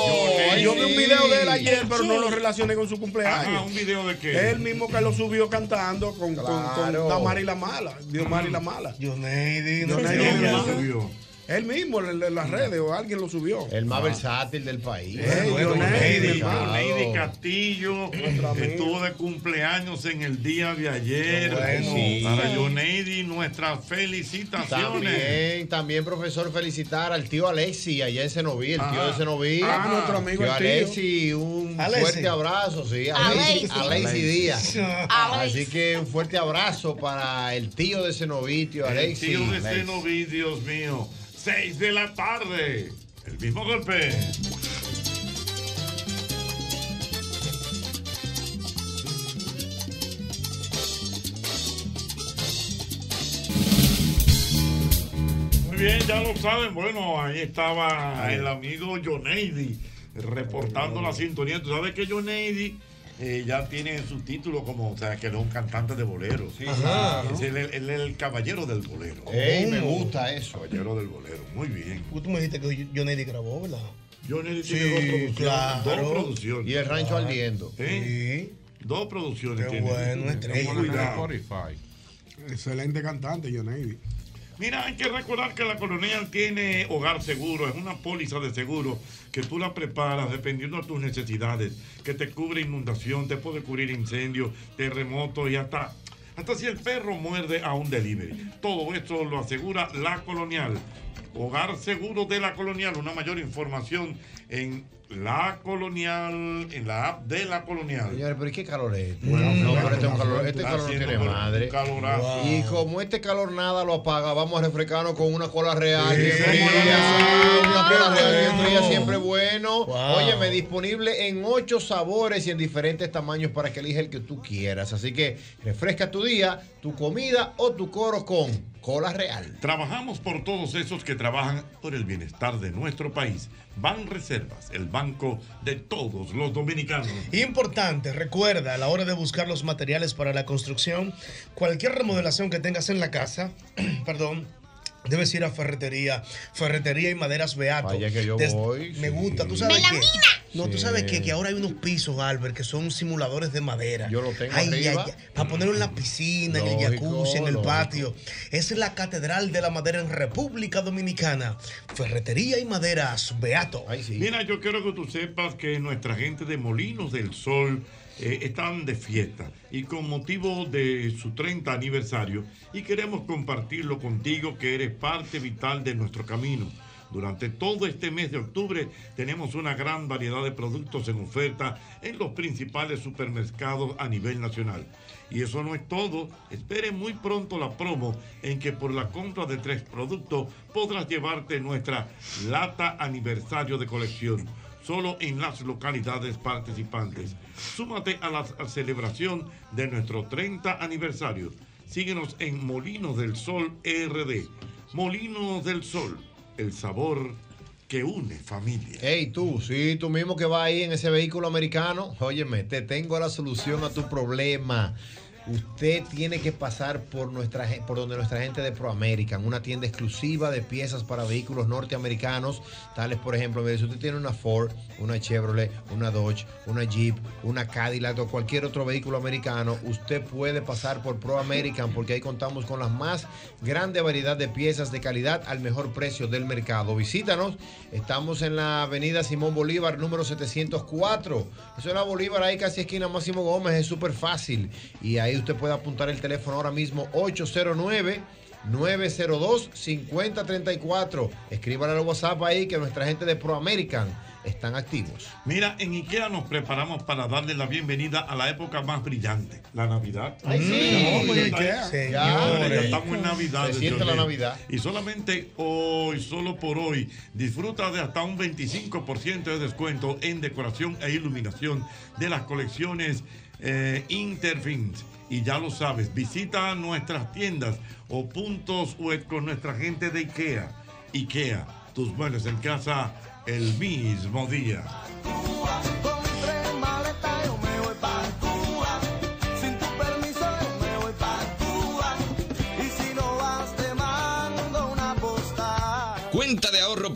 S3: Johnny.
S4: Yo vi un video de él ayer, pero
S3: Sí.
S4: no lo relacioné con su cumpleaños.
S3: Ajá, ah, ¿un video de qué?
S4: Él mismo que lo subió cantando con, con- con,
S3: Claro.
S4: Damari la Mala. Diomari la Mala.
S14: Johnny,
S4: Johnny,
S6: no sé
S4: Johnny
S6: quién
S4: la
S6: lo
S4: Mala.
S3: subió.
S4: Él mismo en en las redes o alguien lo subió.
S6: El más
S4: Ah.
S6: versátil del país.
S4: Ey,
S6: Bueno,
S4: John Lady,
S6: Lady,
S4: John
S6: claro.
S3: Lady Castillo estuvo de cumpleaños en el día de ayer.
S6: bueno. Sí.
S3: Para Yoneidi, nuestras felicitaciones.
S6: También, también, profesor, felicitar al tío Alexi allá en Senoví, el tío
S3: Ajá.
S6: de Senoví.
S3: Ah, nuestro amigo
S6: tío
S3: el tío.
S6: Alexi, un
S3: Alexi.
S6: fuerte abrazo, sí.
S3: Alexi.
S6: Alexi, Alexi Díaz.
S3: Alexi.
S6: Así que un fuerte abrazo para el tío de Senoví, tío
S3: El
S6: Alexi.
S3: tío de
S6: Alexi.
S3: Cenoví, Dios mío. Seis de la tarde. El mismo golpe. Muy bien, ya lo saben. Bueno, ahí estaba el amigo Joneidi reportando la sintonía. Tú sabes que Joneidi eh, ya tiene su título como, o sea, que él es un cantante de bolero.
S6: Ajá.
S3: Es el, el- el caballero del bolero. Oh.
S6: Ey, me gusta eso.
S3: Caballero del bolero, muy bien.
S14: Tú me dijiste que Johnny grabó, ¿verdad?
S3: Johnny
S14: Sí,
S3: tiene dos producciones.
S14: claro.
S3: Dos producciones.
S6: Y el rancho
S3: Ah.
S6: ardiendo.
S3: ¿Eh? Dos producciones.
S14: Qué
S3: tiene.
S14: bueno,
S4: estrella.
S3: Cuidado.
S4: Excelente cantante, Johnny.
S3: Mira, hay que recordar que la colonial tiene hogar seguro, es una póliza de seguro que tú la preparas dependiendo de tus necesidades, que te cubre inundación, te puede cubrir incendios, terremotos y hasta, hasta si el perro muerde a un delivery. Todo esto lo asegura la colonial. Hogar seguro de la colonial, una mayor información en la colonial, en la app de la colonial.
S6: Señores, pero ¿y qué calor es este? no, pero este, es un calor, este
S3: Está
S6: calor no
S3: haciendo,
S6: tiene
S3: pero,
S6: madre.
S3: un calorazo.
S6: Y como este calor nada lo apaga, vamos a refrescarnos con una cola real. bien
S3: Sí.
S6: fría, una cola real bien fría,
S3: Bueno.
S6: siempre bueno. Óyeme, disponible en ocho sabores y en diferentes tamaños para que elijas el que tú quieras. Así que refresca tu día, tu comida o tu coro con cola real.
S3: Trabajamos por todos esos que trabajan por el bienestar de nuestro país. Ban Reservas, el banco de todos los dominicanos.
S14: Importante, recuerda a la hora de buscar los materiales para la construcción, cualquier remodelación que tengas en la casa, perdón, debes ir a ferretería, ferretería y maderas Beato.
S6: Vaya que yo
S14: Des-
S6: voy,
S14: Me gusta, tú sabes
S6: ¡Melamina!
S14: que. No, tú
S6: Sí.
S14: sabes que, que ahora hay unos pisos, Albert, que son simuladores de madera. Yo lo
S6: tengo arriba.
S14: para ponerlo en la piscina, en el
S6: Lógico,
S14: jacuzzi, en el
S6: lógico.
S14: patio. Es la Catedral de la Madera en República Dominicana. Ferretería y maderas Beato.
S3: Mira, yo quiero que tú sepas que nuestra gente de Molinos del Sol eh, están de fiesta y con motivo de su 30 aniversario y queremos compartirlo contigo que eres parte vital de nuestro camino. Durante todo este mes de octubre tenemos una gran variedad de productos en oferta en los principales supermercados a nivel nacional. Y eso no es todo. Espere muy pronto la promo en que por la compra de tres productos podrás llevarte nuestra lata aniversario de colección. Solo en las localidades participantes. Súmate a la celebración de nuestro 30 aniversario. Síguenos en Molinos del Sol RD. Molinos del Sol, el sabor que une familia.
S6: Hey, tú, sí, tú mismo que vas ahí en ese vehículo americano, óyeme, te tengo la solución a tu problema. Usted tiene que pasar por, nuestra, gen- por donde nuestra gente de ProAmerican, una tienda exclusiva de piezas para vehículos norteamericanos, tales por ejemplo, mire, si usted tiene una Ford, una Chevrolet, una Dodge, una Jeep, una Cadillac o cualquier otro vehículo americano, usted puede pasar por ProAmerican porque ahí contamos con la más grande variedad de piezas de calidad al mejor precio del mercado. Visítanos, estamos en la avenida Simón Bolívar número 704. Eso es la Bolívar, ahí casi esquina Máximo Gómez, es súper fácil. Y ahí usted puede apuntar el teléfono ahora mismo 809. 902-5034. Escríbale al WhatsApp ahí que nuestra gente de ProAmerican están activos.
S3: Mira, en IKEA nos preparamos para darle la bienvenida a la época más brillante, la Navidad.
S6: Ay, sí.
S3: No, pues ya
S6: Ikea.
S3: está-
S6: Señores.
S3: Ya, ya estamos en Navidad.
S6: Se siente
S3: señor
S6: la
S3: mío.
S6: Navidad.
S3: Y solamente hoy, solo por hoy, disfruta de hasta un 25% de descuento en decoración e iluminación de las colecciones eh, Interfins. Y ya lo sabes, visita nuestras tiendas o puntos web con nuestra gente de IKEA. IKEA, tus muebles en casa el mismo día.
S1: Sin tu permiso yo me voy para Cuba y si no vas te mando una postal.
S11: Cuenta de ahorro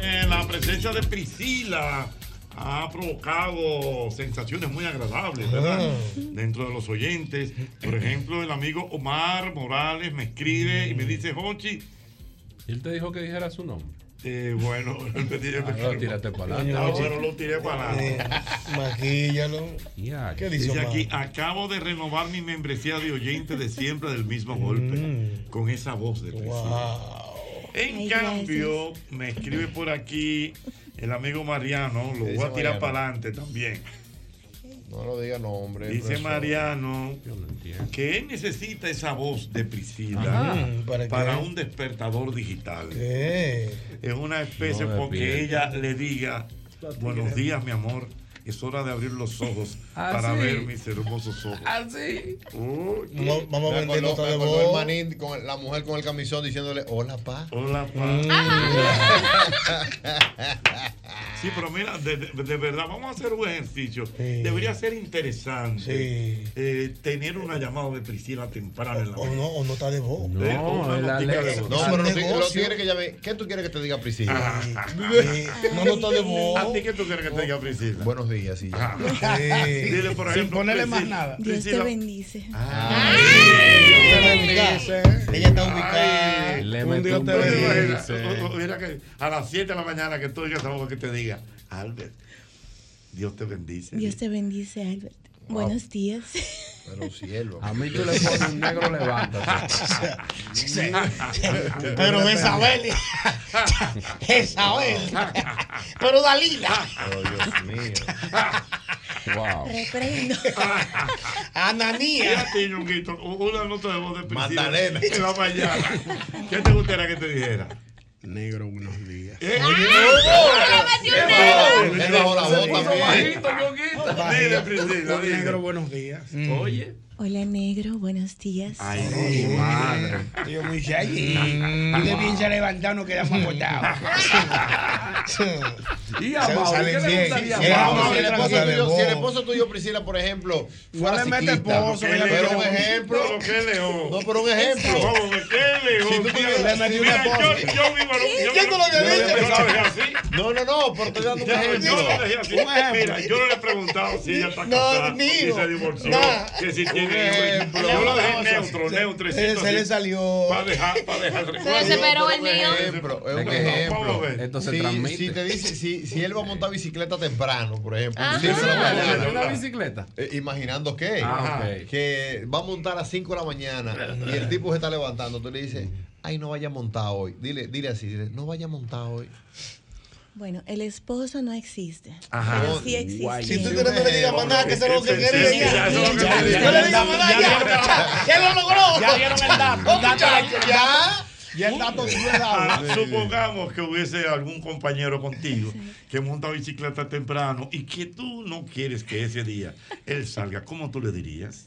S3: Eh, la presencia de Priscila ha provocado sensaciones muy agradables, ¿verdad? Dentro de los oyentes. Por ejemplo, el amigo Omar Morales me escribe y me dice, Jochi.
S19: Él te dijo que dijera su nombre.
S3: Eh, bueno, él me dijo
S19: Ah, lo tiraste para adelante.
S3: Ah, bueno, lo tiré para adelante.
S14: Eh,
S7: Eh,
S14: Maquíllalo. ¿Qué dice
S3: Dice
S14: Omar?
S3: aquí, acabo de renovar mi membresía de oyente de siempre del mismo golpe, con esa voz de Priscila. En
S1: Ay,
S3: cambio, me escribe por aquí el amigo Mariano, lo
S6: ¿Qué
S3: voy a
S6: dice
S3: tirar
S6: Mariano?
S3: para adelante también.
S6: No lo diga nombre.
S3: Dice
S6: profesor.
S3: Mariano que él necesita esa voz de Priscila
S14: Ajá. ¿Para
S3: para,
S14: qué?
S3: un despertador digital.
S14: ¿Qué?
S3: Es una especie
S14: No
S3: porque
S14: despierta.
S3: ella le diga, buenos días mi amor, es hora de abrir los ojos
S14: Ah,
S3: para
S14: sí.
S3: ver mis hermosos ojos.
S19: Así.
S3: Uy,
S6: Vamos- vamos a
S3: Me
S6: vender
S3: acordó-
S6: nota
S3: me
S6: de
S3: acordó
S6: voz.
S3: el
S6: manín con la mujer con el camisón diciéndole hola pa. Mm.
S3: Hola pa. Sí, pero mira, de, de- de verdad, vamos a hacer un ejercicio. Debería ser interesante eh, tener una llamada de Priscila temprano en la
S14: O no, o no está de voz.
S3: No, Eh, o una es la notica de ley. voz.
S6: No, pero los tigres- los
S14: Negocio.
S6: tigres que llame. ¿Qué tú quieres que te diga Priscila?
S14: No, no está de voz.
S6: ¿A ti
S3: qué tú quieres que te diga Priscila?
S6: Buenos días, sí.
S3: Dile, por ejemplo, Priscila-
S8: Dios te
S3: Priscila-
S8: bendice.
S4: Ah.
S14: Ella está
S3: ubicada.
S19: Le
S3: un
S19: metí
S3: día
S19: un
S3: te
S19: bendice.
S3: bendice. O- o- Mira que a las 7 de la mañana que tú digas algo que te diga, Albert, Dios te bendice.
S8: Dios te bendice, Albert. Buenos días.
S6: Pero cielo.
S19: A mí tú le pones un negro levántate.
S1: Pero esa Beli. Esa Beli. Pero Dalila.
S6: Oh, Dios mío.
S19: Wow.
S8: Reprendo.
S3: Ananía. Ya tiene un grito, una nota de voz de Priscila.
S1: Magdalena.
S3: En la mañana. ¿Qué te gustaría que te dijera?
S7: Negro, buenos días.
S3: Eh,
S7: Él bajó la voz también.
S3: Dile, Priscila, dile.
S7: Negro, buenos días.
S3: Mm. Oye.
S8: Hola, negro. Buenos días.
S7: Ay, Mm. madre. Yo muy allí. Dile bien se levantado, no quedamos acostados.
S19: Y a Mauri, ¿qué le gustaría
S6: Sí,
S19: a
S6: a Mauri,
S19: Mauri?
S6: si el esposo
S19: Otra
S6: tuyo-
S19: voz.
S6: Si el esposo tuyo, Priscila, por ejemplo,
S19: le
S6: fuera
S19: mete
S6: ciclista.
S19: esposo, que le
S6: Pero
S19: mete
S6: un
S19: esposo.
S6: ejemplo.
S3: ¿Qué león?
S6: No, pero un ejemplo.
S3: No, ¿qué león?
S6: Si tú tuvieras-
S3: Le metí una
S6: Mira,
S3: esposa.
S6: yo-
S3: yo mismo lo- yo
S6: Yo te lo había
S3: yo lo
S6: dicho.
S3: dejé así.
S6: No, no, no, pero estoy dando un
S3: Yo, yo lo dejé
S6: ejemplo.
S3: así.
S6: Un ejemplo.
S3: Mira, yo no le he preguntado si ella está
S6: No,
S3: casada,
S6: ni
S3: si
S6: digo.
S3: se divorció,
S6: Nah.
S3: que si
S6: Un
S3: tiene hijos.
S6: ejemplo.
S3: Yo lo dejé
S6: No,
S3: neutro,
S6: se-
S3: neutro.
S14: se- se le
S6: salió.
S3: Para dejar, para dejar
S6: Se desesperó el mío. Es un ejemplo, es un ejemplo.
S19: Entonces
S6: si,
S19: transmite.
S6: si te dice, si, si él va a montar bicicleta temprano, por ejemplo.
S19: Ajá.
S6: si él se la va a
S19: ¿Montar
S6: ganar,
S19: una
S6: ajá.
S19: bicicleta?
S6: Eh, imaginando que,
S19: Ah, ok.
S6: que va a montar a 5 de la mañana y el tipo se está levantando. Tú le dices, ay, no vaya a montar hoy. Dile, dile así, dile, no vaya a montar hoy.
S8: Bueno, el esposo no existe.
S6: Ajá.
S8: Pero sí existe.
S6: Guay. Si tú quieres, no le digas más nada, que eso es lo que
S8: Sí, sí,
S6: quieres.
S8: sí, ya, eso es lo que
S6: Ya,
S8: quieres.
S6: ya,
S8: No le digas más nada,
S6: ya,
S8: ya.
S6: ya, ya.
S8: Ya lo logró.
S6: Ya dieron el dato.
S3: Oh,
S8: Vamos,
S6: Dato
S8: ya.
S6: de-
S8: Ya.
S6: Ya el dato sí es dado.
S3: Ahora, Supongamos que hubiese algún compañero contigo que monta bicicleta temprano y que tú no quieres que ese día él salga. ¿Cómo tú le dirías?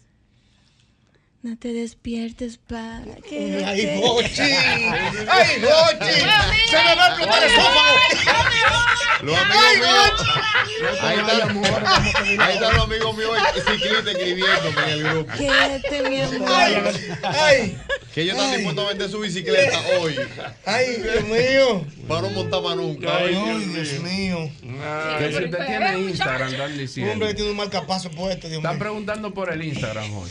S8: No te despiertes, pa. quédate.
S1: Ay, Jochi.
S6: Ay, Jochi. Se me va a explotar el esófago. Los amigos míos. Ahí están ahí están los amigos míos ciclistas escribiéndome en el grupo.
S8: Quédate, mi amor.
S6: Que ellos están dispuestos a vender su bicicleta hoy. Ay, Dios mío. Para no montar más nunca.
S14: Ay, Dios mío.
S19: Que si usted tiene Instagram, dale diciendo.
S14: Hombre, tiene un marcapaso puesto, Dios mío.
S19: Están preguntando por el Instagram hoy.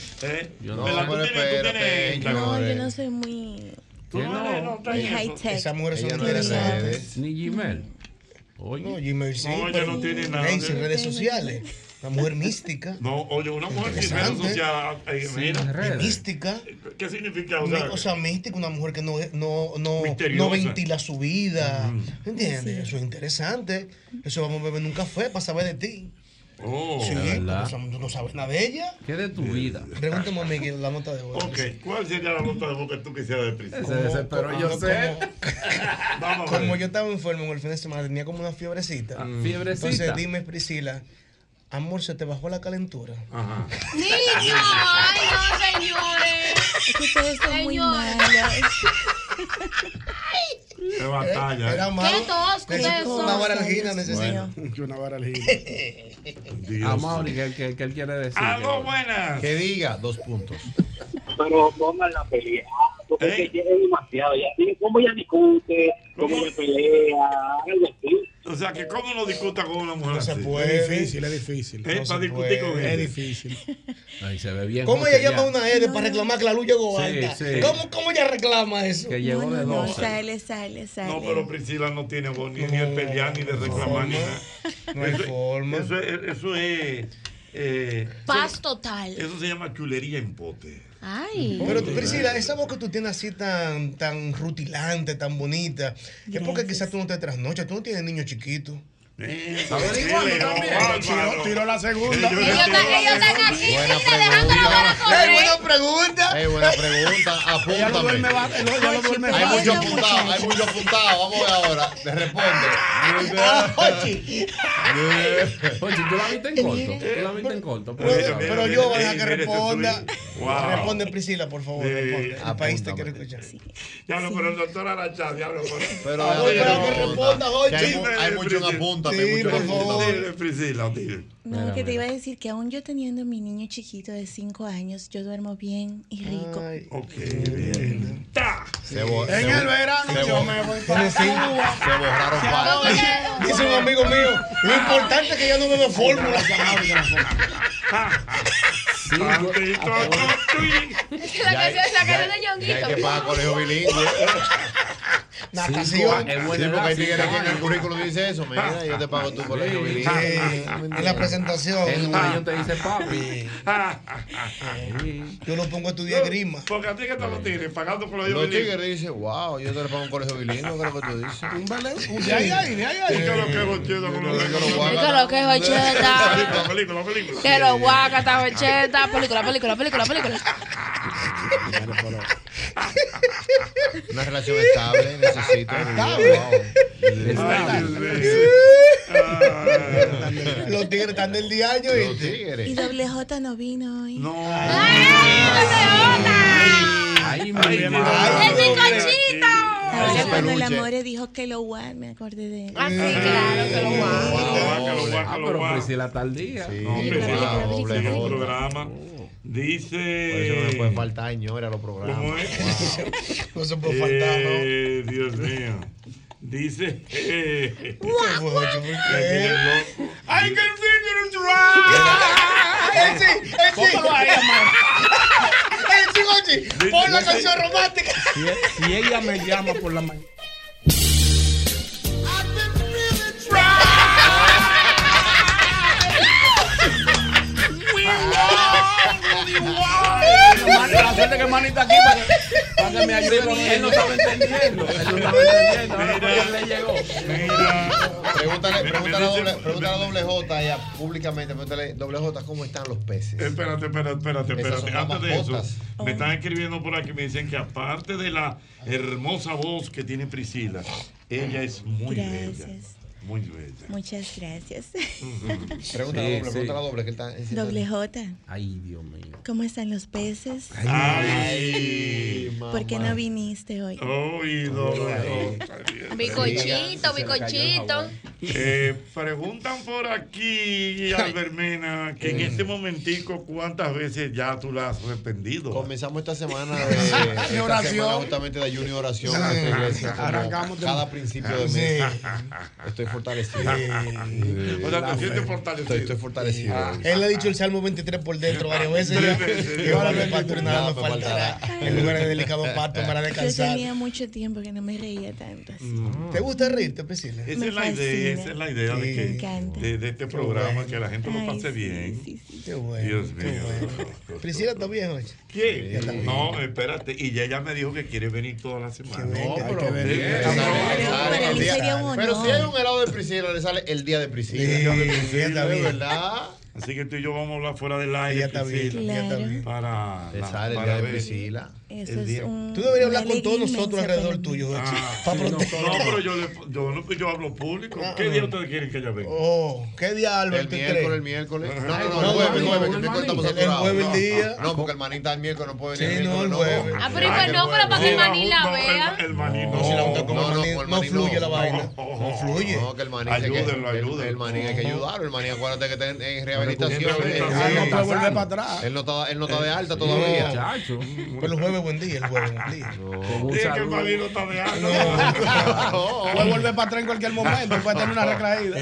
S19: Yo
S6: No, pero espérate,
S8: No, yo
S19: señores.
S8: no soy muy.
S19: Tú no eres, no, está
S8: muy
S19: bien.
S8: high tech.
S14: Esas mujeres son
S19: Ella no es de
S14: interesantes.
S19: Ni Gmail. Oye.
S14: No, Gmail sí.
S3: No, ella
S14: pero-
S3: no tiene nada.
S14: Ey, sin redes sociales. Una mujer mística.
S3: No, oye, una mujer sin redes
S14: Interesante.
S3: sociales. eh,
S14: Sin
S3: mira.
S14: redes. Mística.
S3: ¿Qué significa? O
S14: Mi-
S3: sea,
S14: o sea, mística, una mujer que no, no, no,
S3: Misteriosa.
S14: no ventila su vida. ¿Entiendes? Eso es interesante. Eso vamos a beber en un café para saber de ti.
S3: Oh,
S14: sí,
S3: la verdad.
S14: o sea, tú no sabes nada de ella.
S19: ¿Qué de tu vida?
S14: Pregúntame a Miguel la nota de hoy.
S3: Ok, ¿cuál sería la nota de boca que tú quisieras de prisa?
S14: Como-
S7: Ah,
S14: como- como-
S3: Vamos a ver.
S14: Como yo estaba enfermo en el fin de semana, tenía como una fiebrecita.
S3: Mm.
S19: fiebrecita.
S14: Entonces dime, Priscila, amor, ¿se te bajó la calentura?
S3: Ajá.
S1: Niño, ay, no, señores.
S8: Es que ustedes son muy
S1: Señores.
S8: malos.
S3: Qué batalla.
S14: Era
S3: ¿eh?
S14: malo.
S1: Qué tosco ustedes son.
S14: Una varalgina necesito.
S3: Bueno.
S14: Una varalgina.
S19: A Mauri, que, que- que él quiere decir.
S3: Aló, buenas.
S6: Que diga, dos puntos.
S18: Pero pongan la pelea. Porque
S19: ¿Eh?
S18: es que ya es demasiado. Ya, tiene- ¿Cómo ya discute? ¿Cómo ya pelea? Algo así.
S3: O sea, que cómo no discuta con una mujer
S7: No se
S3: así?
S7: puede. Es difícil, es difícil.
S3: Eh,
S7: No
S3: para
S7: se
S3: discutir
S7: puede.
S3: con
S7: Es
S3: él.
S7: difícil.
S19: Ahí se ve bien.
S14: ¿Cómo
S19: José,
S14: ella llama
S19: ya.
S14: a una L para reclamar que la luz llegó
S19: Sí,
S14: alta?
S19: sí.
S14: ¿Cómo, ¿Cómo ella reclama eso?
S19: Que llegó de
S8: No,
S19: 12.
S8: sale, sale, sale.
S3: No, pero Priscila no tiene voz ni, ni de pelear, ni de reclamar, ni nada.
S14: No hay forma.
S3: Eso es. Eso es eh,
S5: Paz total.
S3: Eso se llama chulería en pote.
S5: Ay.
S14: Pero tú, Priscila, esa voz que tú tienes así tan, tan rutilante, tan bonita, es porque quizás tú no te trasnochas, tú no tienes niños chiquitos.
S3: Averiguando sí, también. León,
S14: Tiró, la segunda.
S3: Ellos están-
S1: ellos están aquí,
S6: Buena
S1: mira, dejando la bola correr.
S14: buena pregunta!
S6: Ey, buena pregunta.
S1: Ya lo
S6: Apúntame.
S1: duerme va- lo- ya lo duerme
S6: hay
S1: fácil,
S6: mucho
S1: muchacho.
S6: apuntado, hay mucho apuntado. Vamos a ver ahora. Te responde.
S19: Oye, tú la viste en corto. Tú la viste en corto. por
S14: Pero,
S19: favor.
S14: pero yo voy a dejar
S19: este
S14: que responda.
S3: Wow.
S14: Responde Priscila, por favor. Responde. El país te quiere escuchar.
S3: Ya lo, pero el doctor Aracha, ya lo
S6: Pero
S14: Ah, bueno, pero que responda, Jochi.
S6: hay mu- hay mucho en apúntame, hay mucho en apúntame.
S3: Dile, Priscila, dile.
S8: No, que te iba a decir que aún yo teniendo mi niño chiquito de 5 años, yo duermo bien y rico.
S6: Se bo-
S14: En
S6: se
S14: el
S6: bo-
S14: verano
S6: se
S14: yo
S6: bo-
S14: me voy para
S6: Sí, sí.
S14: Cuba.
S6: Se borraron partes.
S14: Dice un amigo mío, lo importante es que yo no bebo fórmula. Ah,
S5: Es la
S6: ah, Ya hay-
S5: canción, la
S6: ya
S5: canción
S6: hay-
S5: de Ñonguito.
S6: ya hay que pagar colegio bilingüe.
S14: Una
S6: Sí,
S14: canción.
S6: sí, porque hay tigres que en el currículum dice eso. Mira, yo te pago tu colegio bilingüe. Ah.
S14: En la presentación.
S19: En un año te dice papi.
S14: Yo lo pongo a estudiar grima.
S3: Porque a ti que te lo tigres, pagando por los
S6: Los
S3: bilingües.
S6: tigres dicen, wow, yo te le pago un colegio bilingüe, creo que tú dices. Un
S14: un- ya, ya, ya, ya.
S3: Y que lo que es jocheta, con los
S5: Es que lo que es jocheta.
S3: La película, la película.
S5: Que lo guaca, esta jocheta. Película, película, película, película.
S6: Una relación estable, necesito.
S14: Los tigres están del diario. Los
S8: Y
S6: tigres.
S8: doble J no vino hoy.
S3: No.
S8: ¡Ay, doble J!
S19: Ay,
S3: mi
S5: ¡El bizcochito!
S8: Ahora
S6: Ese
S8: cuando el
S6: peluche.
S8: amore dijo que lo guard, me acordé de él.
S5: Ah, sí, claro, que lo
S19: Ah, pero Priscila está al día.
S6: No, Priscila, doble,
S3: Sigue el
S6: doble.
S3: programa. Dice.
S6: Por eso no me puede faltar, señora, los programas.
S3: ¿Cómo es?
S14: No se
S6: puede faltar, ¿no?
S3: Eh, Dios mío. Dice. eh,
S1: I can figure it out.
S14: sí, es sí.
S1: Póngalo ahí, amor.
S14: Es sí, Jochi, pon la canción romántica.
S7: Si, e- si ella me llama por la mañana.
S19: Mani, La suerte que Manny está aquí para que, para que me ayude con él. no estaba entendiendo. Él no estaba entendiendo. Ahora fue que le llegó.
S6: Pregúntale, pregúntale, a doble, pregúntale a doble J ella públicamente, pregúntale, doble J, ¿cómo están los peces?
S3: Espérate, espérate, espérate,
S6: Esas son
S3: espérate.
S6: las
S3: Antes de eso,
S6: mascotas.
S3: me están escribiendo por aquí, me dicen que aparte de la hermosa voz que tiene Priscila, ella es muy
S8: Gracias.
S3: bella. Muy bella.
S8: Muchas gracias.
S6: Pregúntale a doble, pregúntale a doble, que él está en
S8: Doble J,
S19: Ay, Dios mío.
S8: ¿cómo están los peces?
S5: Ah,
S3: Ay,
S8: ¿Por qué no viniste hoy?
S3: Ay, doble J.
S5: Bicochito, bicochito.
S3: Eh, preguntan por aquí, Albermena, que en este momentico, ¿cuántas veces ya tú la has arrepentido?
S6: Comenzamos esta semana de esta
S3: oración.
S6: semana justamente de ayuno y oración en nuestra iglesia, como
S3: Arrancamos de-
S6: cada principio de mes. Estoy fortalecido.
S3: O sea, te sientes fortalecido.
S6: Estoy, estoy fortalecido.
S3: Ah.
S14: Él le ha dicho el Salmo 23 por dentro varias veces. ya. Y ahora me falta nada, me faltará. En lugar de delicado pato para
S8: Yo
S14: descansar.
S8: tenía mucho tiempo que no me reía tanto. así.
S14: ¿Te gusta reírte, Priscila?
S3: Esa es la idea, esa es la idea de, que- de- de este programa, que la gente lo pase bien.
S14: Qué bueno,
S3: Dios mío.
S14: Priscila está bien, oye.
S3: ¿Qué? No, espérate. Y ya ella me dijo que quiere venir toda la semana. No,
S6: pero
S3: Sí, sí, sí.
S6: Sale el día- Pero si hay un helado de Priscila, le sale el día de Priscila.
S3: está bien.
S6: ¿verdad?
S3: Así que tú y yo vamos a hablar fuera del aire. Ya está
S6: bien, ya está bien.
S3: Para,
S6: Le
S3: la-
S6: sale el
S3: para
S6: día de
S3: ver.
S6: Priscila.
S8: Eso
S3: El
S8: es
S3: día-
S8: un-
S14: Tú deberías hablar
S8: una
S14: con todos
S8: alegría
S14: nosotros
S8: inmensa
S14: alrededor
S8: para mí.
S14: tuyo, Jochi.
S3: Ah,
S14: Para
S3: sí, no,
S14: proteger.
S3: no, pero yo, le- yo, no- yo hablo público.
S6: Ah,
S3: ¿Qué día ustedes quieren que ella venga?
S14: Oh, ¿qué día,
S6: El
S14: Albert? ¿Tú
S6: miércoles, el
S14: crees?
S6: miércoles.
S3: Ajá.
S6: No, no,
S3: No,
S6: no, el jueves,
S3: el
S6: el jueves, que
S3: maní.
S6: el miércoles estamos
S3: El- el
S6: saturados.
S3: jueves
S6: No,
S3: día.
S6: No, porque el maní está el miércoles, no puede venir.
S3: Sí, no, el
S6: jueves.
S5: Ah, pero pues no, pero para que Maní la vea.
S3: El maní no.
S6: No fluye la
S14: vaina.
S6: No fluye. No, que el maní.
S3: Ayúdenlo,
S6: el-
S3: ayúdenlo.
S6: El maní hay que ayudarlo. El maní, acuérdate que está en, en rehabilitación.
S3: Pero que tiene
S6: Eh,
S3: rehabilitación.
S6: eh,
S3: Ah, no puede volver
S6: pasando.
S3: para atrás.
S6: Él no está, él no está de alta
S3: Sí,
S6: todavía.
S19: muchacho.
S14: Pero el jueves buen día, el jueves buen día.
S3: Dije que el maní no está de alto.
S4: Puede volver para atrás en cualquier momento, puede tener una recaída.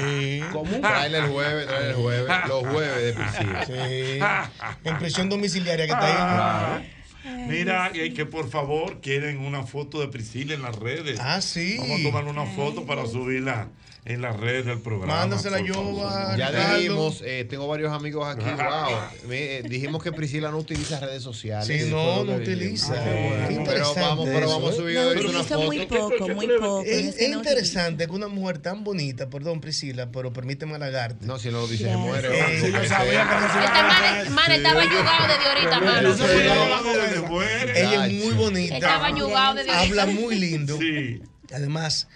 S6: ¿Cómo? Tráele el jueves, tráele el jueves. Los jueves de Priscila.
S14: Sí. En prisión domiciliaria que
S6: Ah,
S14: está ahí.
S3: Mira, eh, que por favor quieren una foto de Priscila en las redes.
S14: Ah, sí.
S3: Vamos a tomar una foto para subirla en las redes del programa.
S14: Mándasela
S3: por
S14: yo,
S3: favor.
S14: va.
S6: Ya
S14: Ricardo.
S6: dijimos, eh, tengo varios amigos aquí, wow. Me- eh, dijimos que Priscila no utiliza redes sociales.
S14: Sí,
S6: Eso
S14: no,
S6: es lo
S14: no
S6: que dijimos.
S14: utiliza.
S6: Ah, qué bueno. Pero vamos, pero vamos a subir
S8: No,
S6: ahorita una
S8: utilizo
S6: foto.
S8: muy poco, muy poco.
S14: ¿eh? Es,
S8: Es
S14: es
S8: que no
S14: interesante que una mujer tan bonita, perdón Priscila, pero permíteme halagarte.
S6: No, si no lo dices, se muere.
S14: Eh,
S6: Sí, yo sabía que no se
S5: Este man, man estaba ayudado desde ahorita, mano.
S14: Ella es muy bonita.
S5: Estaba ñugado desde ahorita.
S14: Habla muy lindo. Además,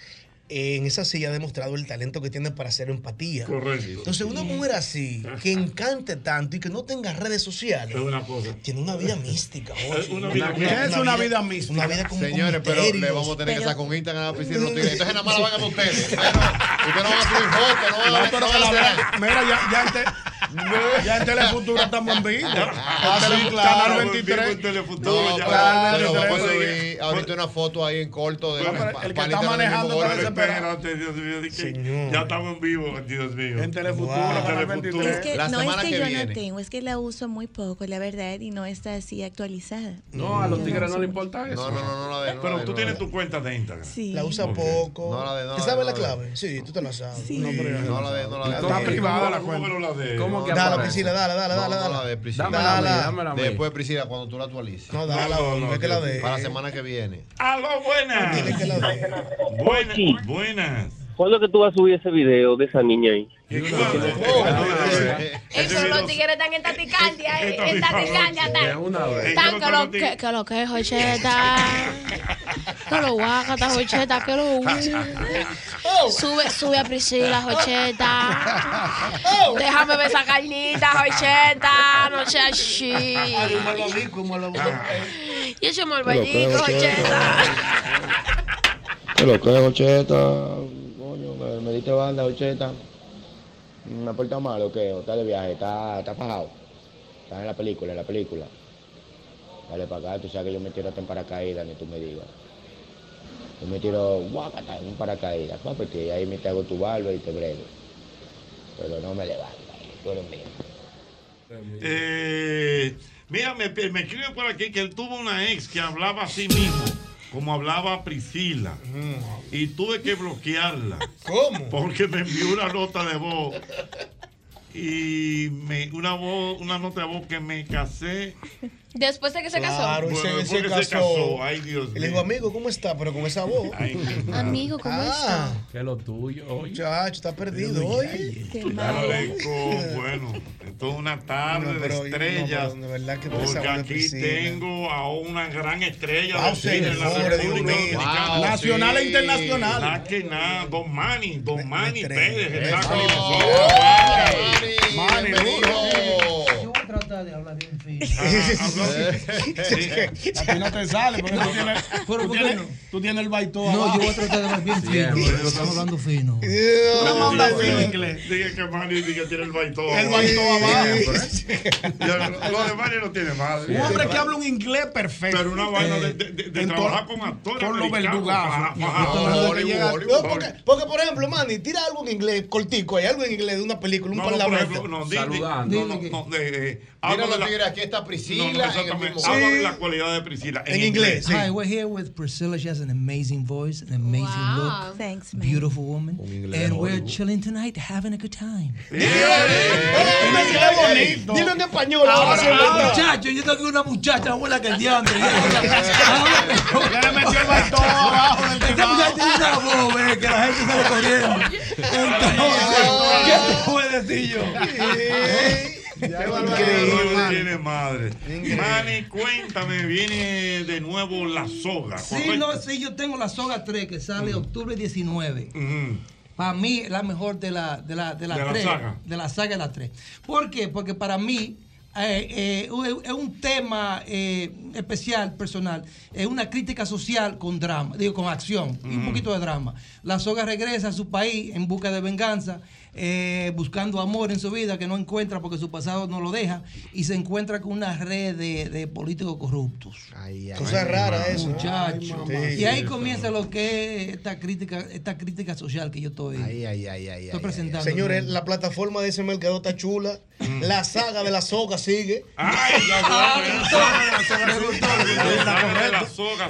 S14: eh, en esa silla ha demostrado el talento que tiene para hacer empatía.
S3: Correcto.
S14: Entonces, una mujer así, que encante tanto y que no tenga redes sociales, tiene una vida mística. Jorge.
S3: una vida mística.
S4: ¿Qué es una vida mística?
S14: Una vida con
S6: este- Señores, pero le vamos a tener que
S14: Pero-
S6: sacar un Instagram a la Priscila. los tigres. Entonces nada más la van a ver ustedes. Ustedes no ustedes no van a subir fotos, no van a
S4: No,
S6: ver
S4: pero
S6: no
S4: que
S6: van a
S4: la
S6: hacer
S4: vean.
S6: nada.
S4: Mira, ya, ya en te- ya en Telefuturo estamos en vivo.
S3: Ah,
S4: Tele- Canal 23.
S6: No,
S4: ya.
S6: pero-
S4: Canal pues,
S6: pero vamos a
S4: 23.
S6: subir ahorita una foto ahí en corto de
S3: Bueno,
S6: la
S3: pero el que
S6: panita
S3: está
S6: de Domingo
S3: manejando
S6: Gordo.
S3: está desesperado. Dios mío, de que ya estamos en vivo, Dios mío. En
S4: Telefuturo,
S3: en Telefuturo.
S8: Es que no es que yo no tengo, es que la uso muy poco, la verdad, y no está así actualizada.
S19: No, a los tigres no le importa
S6: No,
S19: eso.
S6: no, no, no la de.
S3: Pero tú tienes tu cuenta de Instagram.
S8: Sí.
S14: La usa
S3: Ok.
S14: poco.
S6: No la de, no
S14: ¿Te
S6: la
S14: sabes
S6: de,
S14: la
S6: no la de.
S14: clave? Sí, tú te la sabes.
S8: Sí.
S6: No, pero no la de, no la de.
S3: Está
S6: No,
S3: privada
S6: no,
S3: la
S6: no,
S3: cuenta.
S6: no,
S3: la de-
S19: ¿Cómo que
S14: Dala,
S19: aparece?
S14: Priscila, dala, dala, dala.
S6: no, la
S14: dala.
S6: de Priscila.
S19: Dámela a mí, dámela a mí.
S6: Después Priscila, cuando tú la actualices.
S14: No, dala, hombre, que la de.
S6: Para la semana que viene.
S3: ¡Aló, buenas! Buenas, buenas.
S16: ¿Cuándo es que tú vas a subir ese video de esa niña ahí?
S5: Ey, pero los tigres están en Taticandia, eh, en Taticandia están.
S19: una vez.
S5: Están que lo que, que lo que es Jocheta. Que lo guaca está Jocheta, que lo
S14: Oh.
S5: Sube, sube a Priscila, Jocheta.
S14: Oh.
S5: Déjame ver esa carnita, Jocheta. No sea así. Y ese morballico, Jocheta.
S21: ¿Qué lo que es, Ocheta? Coño, me, me diste banda, Ocheta. ¿Me porta mal o qué? ¿O está de viaje? ¿Está, está fajado? ¿Estás en la película? ¿En la película? Dale para acá, tú sabes que yo me tiro hasta en paracaídas, ni tú me digas. Yo me tiro guacata en un paracaídas, pa, porque ahí me te hago tu barba y te brego. Pero no me levanto, tú eres mío.
S3: Eh, mira, me, me escribe por aquí que él tuvo una ex que hablaba a sí mismo, como hablaba Priscila. Y tuve que bloquearla. ¿Cómo? Porque me envió una nota de voz. Y me, una voz, una nota de voz que me casé.
S5: Después de que se casó.
S14: Claro, y se,
S3: Bueno,
S14: y
S3: después
S14: se
S3: que
S14: casó.
S3: se casó, ay, Dios
S14: Y le digo, amigo, ¿cómo está? Pero con esa voz.
S5: Amigo, ¿cómo
S14: Ah.
S5: está?
S19: Que lo tuyo, oye.
S14: Muchacho, está perdido. Oye.
S5: Qué
S3: Claro,
S5: malo.
S3: Leco, bueno, esto es una tarde
S14: No, pero-
S3: de estrellas.
S14: no, pero de verdad que esa
S3: porque
S14: buena
S3: aquí
S14: piscina.
S3: tengo a una gran estrella
S14: Wow,
S3: del cine en la
S14: señores, Dios
S3: República
S14: mío.
S3: Dominicana.
S14: Wow, Nacional e sí. internacional.
S3: Nada que nada, Don Manny, Don Manny Pérez está
S14: Eso.
S3: con nosotros. Manny,
S7: Yo voy a tratar de hablar bien fino.
S3: Sí.
S7: A ti no te sale porque tú tienes, tú tienes, tú tienes el baito.
S22: No,
S7: abajo.
S22: yo voy a tratar de hablar bien
S7: Sí,
S22: fino.
S7: bueno,
S22: pero Estamos hablando fino.
S3: Vamos a hablar en inglés. Dije que Manny dije que tiene el baitó.
S22: El baitó abajo.
S3: Yo- Lo de Manny no tiene madre.
S22: Un hombre que
S7: habla un inglés perfecto.
S3: Pero una vaina de, de, de-
S4: Eh,
S3: de trabajar con actores.
S14: con los
S3: americanos,
S14: verdugazos.
S3: para- para-
S14: No, porque, porque, por ejemplo, Manny, tira algo en inglés, cortico, hay algo en inglés de una película, un
S3: No, no, por
S14: parlamento.
S3: ejemplo, no, di- di- no, no, no, de- eh, hablo
S6: Mira
S3: de
S6: los
S3: la-
S6: tigres, aquí está
S3: No, no,
S6: Priscila. en el
S3: exactamente.
S6: mismo-
S3: Hablo de las cualidades de Priscila. En, inglés.
S22: Hi, we're here with Priscilla. She has an amazing voice, an amazing
S8: Wow.
S22: look.
S8: Thanks, man.
S22: Beautiful woman.
S8: inglés
S22: And
S8: de
S22: we're
S8: Hollywood.
S22: chilling tonight, having a good time.
S14: Dilo en español.
S22: Ahora,
S14: ahora sí, en verdad.
S22: muchacho, yo tengo una muchacha, abuela que el diantre.
S7: Ya le metió el baitón abajo del
S22: Esta muchacha tiene una voz, ve, que la gente sale corriendo. Entonces, ¿qué te puedo decir yo?
S3: Increíble. No tiene madre. Manny, cuéntame, viene de nuevo la soga.
S22: Sí, no, sí, yo tengo la soga 3 que sale octubre 19. Para mí es la mejor de la, de la, de la,
S3: De la
S22: 3,
S3: saga.
S22: De la saga de la 3. ¿Por qué? Porque para mí eh, eh, es un tema eh, especial, personal. Es una crítica social con drama, digo, con acción y un
S13: Ujú.
S22: poquito de drama. La soga regresa a su país en busca de venganza. eh, buscando amor en su vida que no encuentra porque su pasado no lo deja y se encuentra con una red de, de políticos corruptos.
S14: Cosa rara eso. ¿eh?
S22: Muchacho.
S14: Ay, mamá.
S22: y ahí
S14: Sí,
S22: comienza lo que es esta crítica, esta crítica social que yo estoy, estoy presentando.
S14: Señores, la plataforma de ese mercado está chula. La saga de la soga sigue. Ah,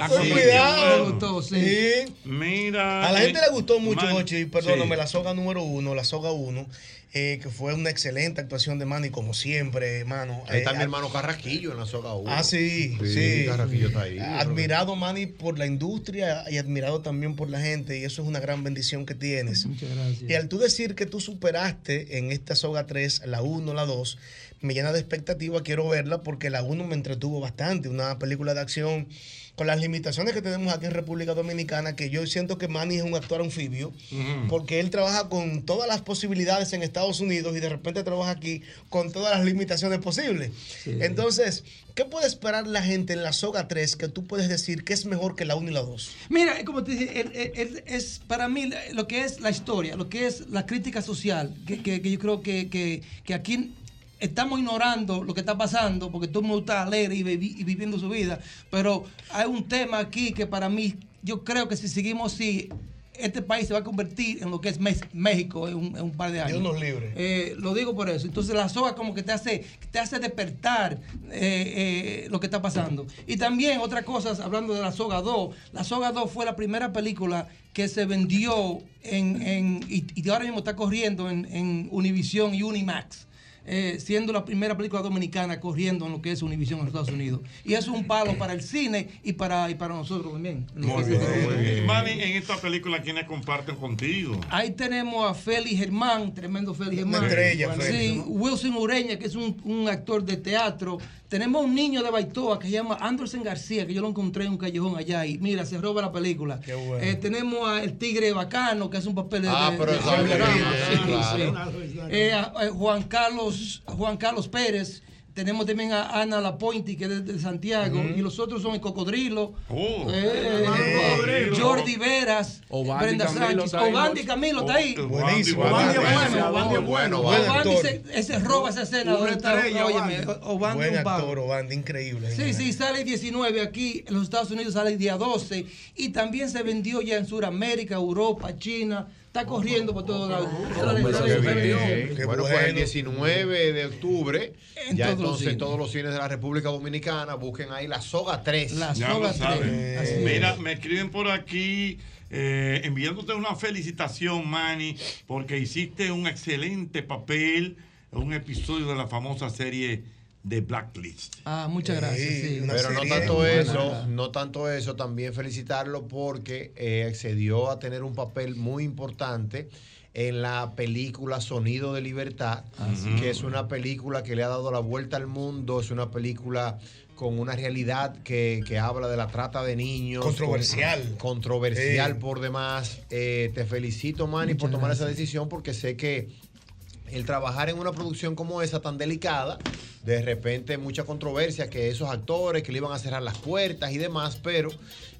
S14: Con cuidado. Sí.
S3: Mira.
S14: A la gente
S3: eh,
S14: le gustó mucho,
S3: Manny,
S14: Ochi, perdóname,
S3: sí.
S14: la soga número uno, la soga uno, eh, que fue una excelente actuación de Manny, como siempre, hermano.
S6: Ahí está
S14: Eh,
S6: mi hermano Carraquillo en la soga 1.
S14: Ah, sí, sí.
S6: Carraquillo está ahí.
S14: Admirado, Manny, por la industria y admirado también por la gente, y eso es una gran bendición que tienes.
S22: Muchas gracias.
S14: Y al tú decir que tú superaste en esta soga 3, la 1, la 2, me llena de expectativa, quiero verla porque la 1 me entretuvo bastante, una película de acción con las limitaciones que tenemos aquí en República Dominicana, que yo siento que Manny es un actor anfibio,
S6: Mm.
S14: porque él trabaja con todas las posibilidades en Estados Unidos y de repente trabaja aquí con todas las limitaciones posibles. Entonces, ¿qué puede esperar la gente en la soga 3 que tú puedes decir que es mejor que la 1 y la 2?
S22: Mira, como te dije, el- el- el- es para mí lo que es la historia, lo que es la crítica social, que, que- que yo creo que, que- que aquí estamos ignorando lo que está pasando, porque todo el mundo está alegre y, vivi- y viviendo su vida, pero hay un tema aquí que para mí, yo creo que si seguimos así, este país se va a convertir en lo que es Mex- México en un, en un par de años.
S14: nos libre.
S22: Eh, lo digo por eso. Entonces la soga como que te hace, te hace despertar eh, eh, lo que está pasando. Y también otra cosa, hablando de la soga 2, la soga 2 fue la primera película que se vendió en, en- y, y ahora mismo está corriendo en, en Univision y Unimax. eh, siendo la primera película dominicana corriendo en lo que es Univision en los Estados Unidos. Y eso es un palo para el cine y para, y para nosotros también.
S3: Muy bien, muy bien. Manny, en esta película, ¿quiénes comparten contigo?
S22: Ahí tenemos a Félix Germán, tremendo Félix
S3: Una
S22: Germán.
S3: estrella,
S22: Sí,
S3: Félix.
S22: Wilson Ureña, que es un, un actor de teatro. Tenemos un niño de Baitoa que se llama Anderson García, que yo lo encontré en un callejón allá y mira, se roba la película. bueno. Eh, tenemos a El Tigre Bacano, que hace un papel de-
S6: Ah,
S22: de,
S6: pero
S22: de-
S6: eso es
S22: de-
S6: horrible,
S22: Sí,
S6: claro.
S22: sí. Eh, a- a Juan Carlos Juan Carlos Pérez Tenemos también a Ana Lapointi, que es de, de Santiago. Y los otros son el Cocodrilo,
S6: Oh.
S22: eh,
S19: Cocodrilo.
S22: Jordi Veras,
S19: Obandi
S22: Brenda
S19: Camilo
S22: Sánchez.
S19: está ahí.
S22: Obandi Camilo está ahí.
S19: Buenísimo.
S22: Obandi
S19: Obandi
S22: es
S19: es
S22: bueno.
S19: bueno,
S14: buen
S22: Obandi
S14: actor.
S22: se, ese roba esa escena.
S14: Una
S22: donde está-
S14: estrella,
S22: óyeme,
S14: Obandi.
S22: Obandi es
S14: Buen
S22: un pavo.
S14: actor, Obandi, increíble.
S22: Sí, sí, sale el 19 aquí, en los Estados Unidos sale el día 12 y también se vendió ya en Sudamérica, Europa, China, está corriendo por todos lados.
S6: Qué
S22: Sale- sale-
S6: bien. bueno, pues el 19 de octubre,
S22: En
S6: ya
S22: todos los
S6: entonces
S22: cines.
S6: todos los cines de la República Dominicana busquen ahí la soga 3.
S3: Ya lo saben. Mira, me escriben por aquí eh, enviándote una felicitación, Manny, porque hiciste un excelente papel en un episodio de la famosa serie de Blacklist.
S22: Ah, muchas gracias. sí.
S6: Pero no tanto eso, no tanto eso, también felicitarlo porque eh, accedió a tener un papel muy importante en la película Sonido de Libertad,
S22: Ah,
S6: que es una película que le ha dado la vuelta al mundo, es una película con una realidad que, que habla de la trata de niños.
S14: Controversial.
S6: con- controversial
S14: Sí.
S6: por demás. Eh, te felicito, Manny, por tomar esa decisión porque sé que el trabajar en una producción como esa tan delicada, de repente mucha controversia, que esos actores que le iban a cerrar las puertas y demás, pero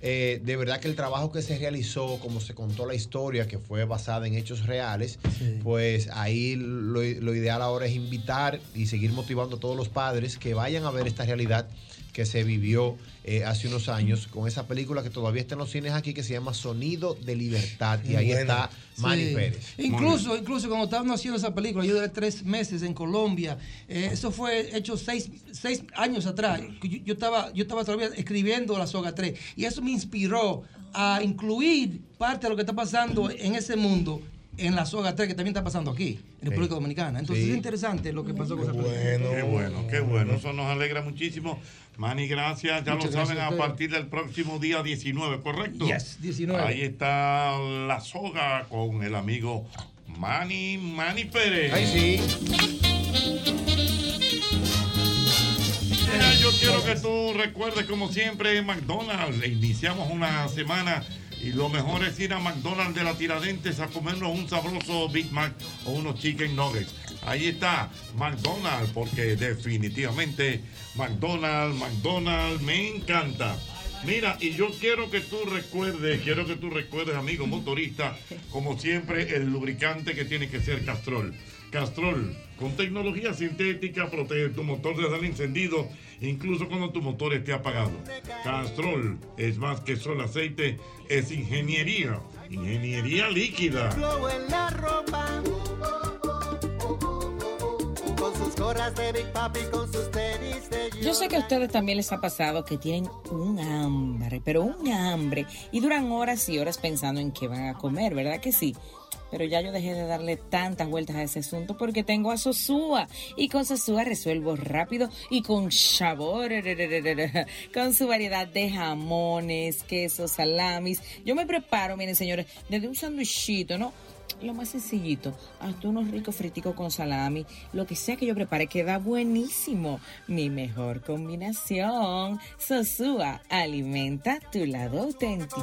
S6: eh, de verdad que el trabajo que se realizó, como se contó la historia, que fue basada en hechos reales, pues ahí lo, lo ideal ahora es invitar y seguir motivando a todos los padres que vayan a ver esta realidad que se vivió eh, hace unos años con esa película que todavía está en los cines aquí que se llama Sonido de Libertad y ahí
S22: Bueno.
S6: está Manny
S22: Sí.
S6: Pérez.
S22: Incluso, incluso cuando estaban haciendo esa película, yo duré tres meses en Colombia. eh, eso fue hecho seis, seis años atrás. que Yo, yo estaba, yo estaba todavía escribiendo La Soga 3. Y eso me inspiró a incluir parte de lo que está pasando en ese mundo en La Soga 3, que también está pasando aquí, en República Dominicana. Entonces
S3: Sí.
S22: es interesante lo que pasó con esa película.
S3: Qué bueno, qué bueno. Eso nos alegra muchísimo. Manny, gracias. Ya lo
S22: Muchas
S3: saben,
S22: gracias a
S3: a
S22: ustedes.
S3: partir del próximo día 19, ¿correcto?
S22: Yes, 19.
S3: Ahí está la soga con el amigo Manny, Manny Pérez.
S6: Ay, sí.
S3: Mira, yo quiero que tú recuerdes, como siempre, McDonald's. Iniciamos una semana y lo mejor es ir a McDonald's de la Tiradentes a comernos un sabroso Big Mac o unos Chicken Nuggets. Ahí está, McDonald's, porque definitivamente McDonald's, McDonald's, me encanta. Mira, y yo quiero que tú recuerdes, quiero que tú recuerdes, amigo motorista, como siempre, el lubricante que tiene que ser Castrol. Castrol, con tecnología sintética, protege tu motor desde el encendido, incluso cuando tu motor esté apagado. Castrol es más que solo aceite, es ingeniería, ingeniería líquida.
S1: Flow en la ropa. Con sus gorras de Big Papi, con sus tenis de
S23: Yo sé que a ustedes también les ha pasado que tienen un hambre, pero un hambre, y duran horas y horas pensando en qué van a comer, ¿verdad que sí? Pero ya yo dejé de darle tantas vueltas a ese asunto porque tengo a Sosúa. Y con Sosúa resuelvo rápido y con sabor. eh, Con su variedad de jamones, quesos, salamis. Yo me preparo, miren señores, desde un sanduichito, ¿no? lo más sencillito, hasta unos ricos friticos con salami, lo que sea que yo prepare queda buenísimo. Mi mejor combinación. Sosúa, alimenta tu lado auténtico.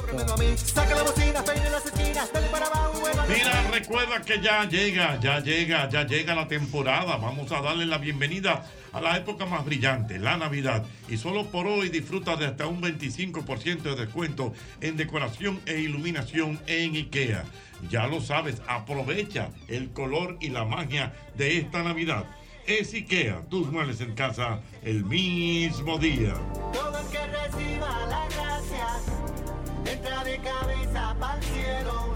S1: Saca la bocina, peine las esquinas, dale para abajo, vuelva.
S3: Mira, recuerda que ya llega, ya llega, ya llega la temporada. Vamos a darle la bienvenida a la época más brillante, la Navidad. Y solo por hoy disfruta de hasta un 25% de descuento en decoración e iluminación en IKEA. Ya lo sabes, aprovecha el color y la magia de esta Navidad. Es IKEA, tus muebles en casa el mismo día.
S1: Todo el que reciba las gracias, entra de cabeza pa'l cielo.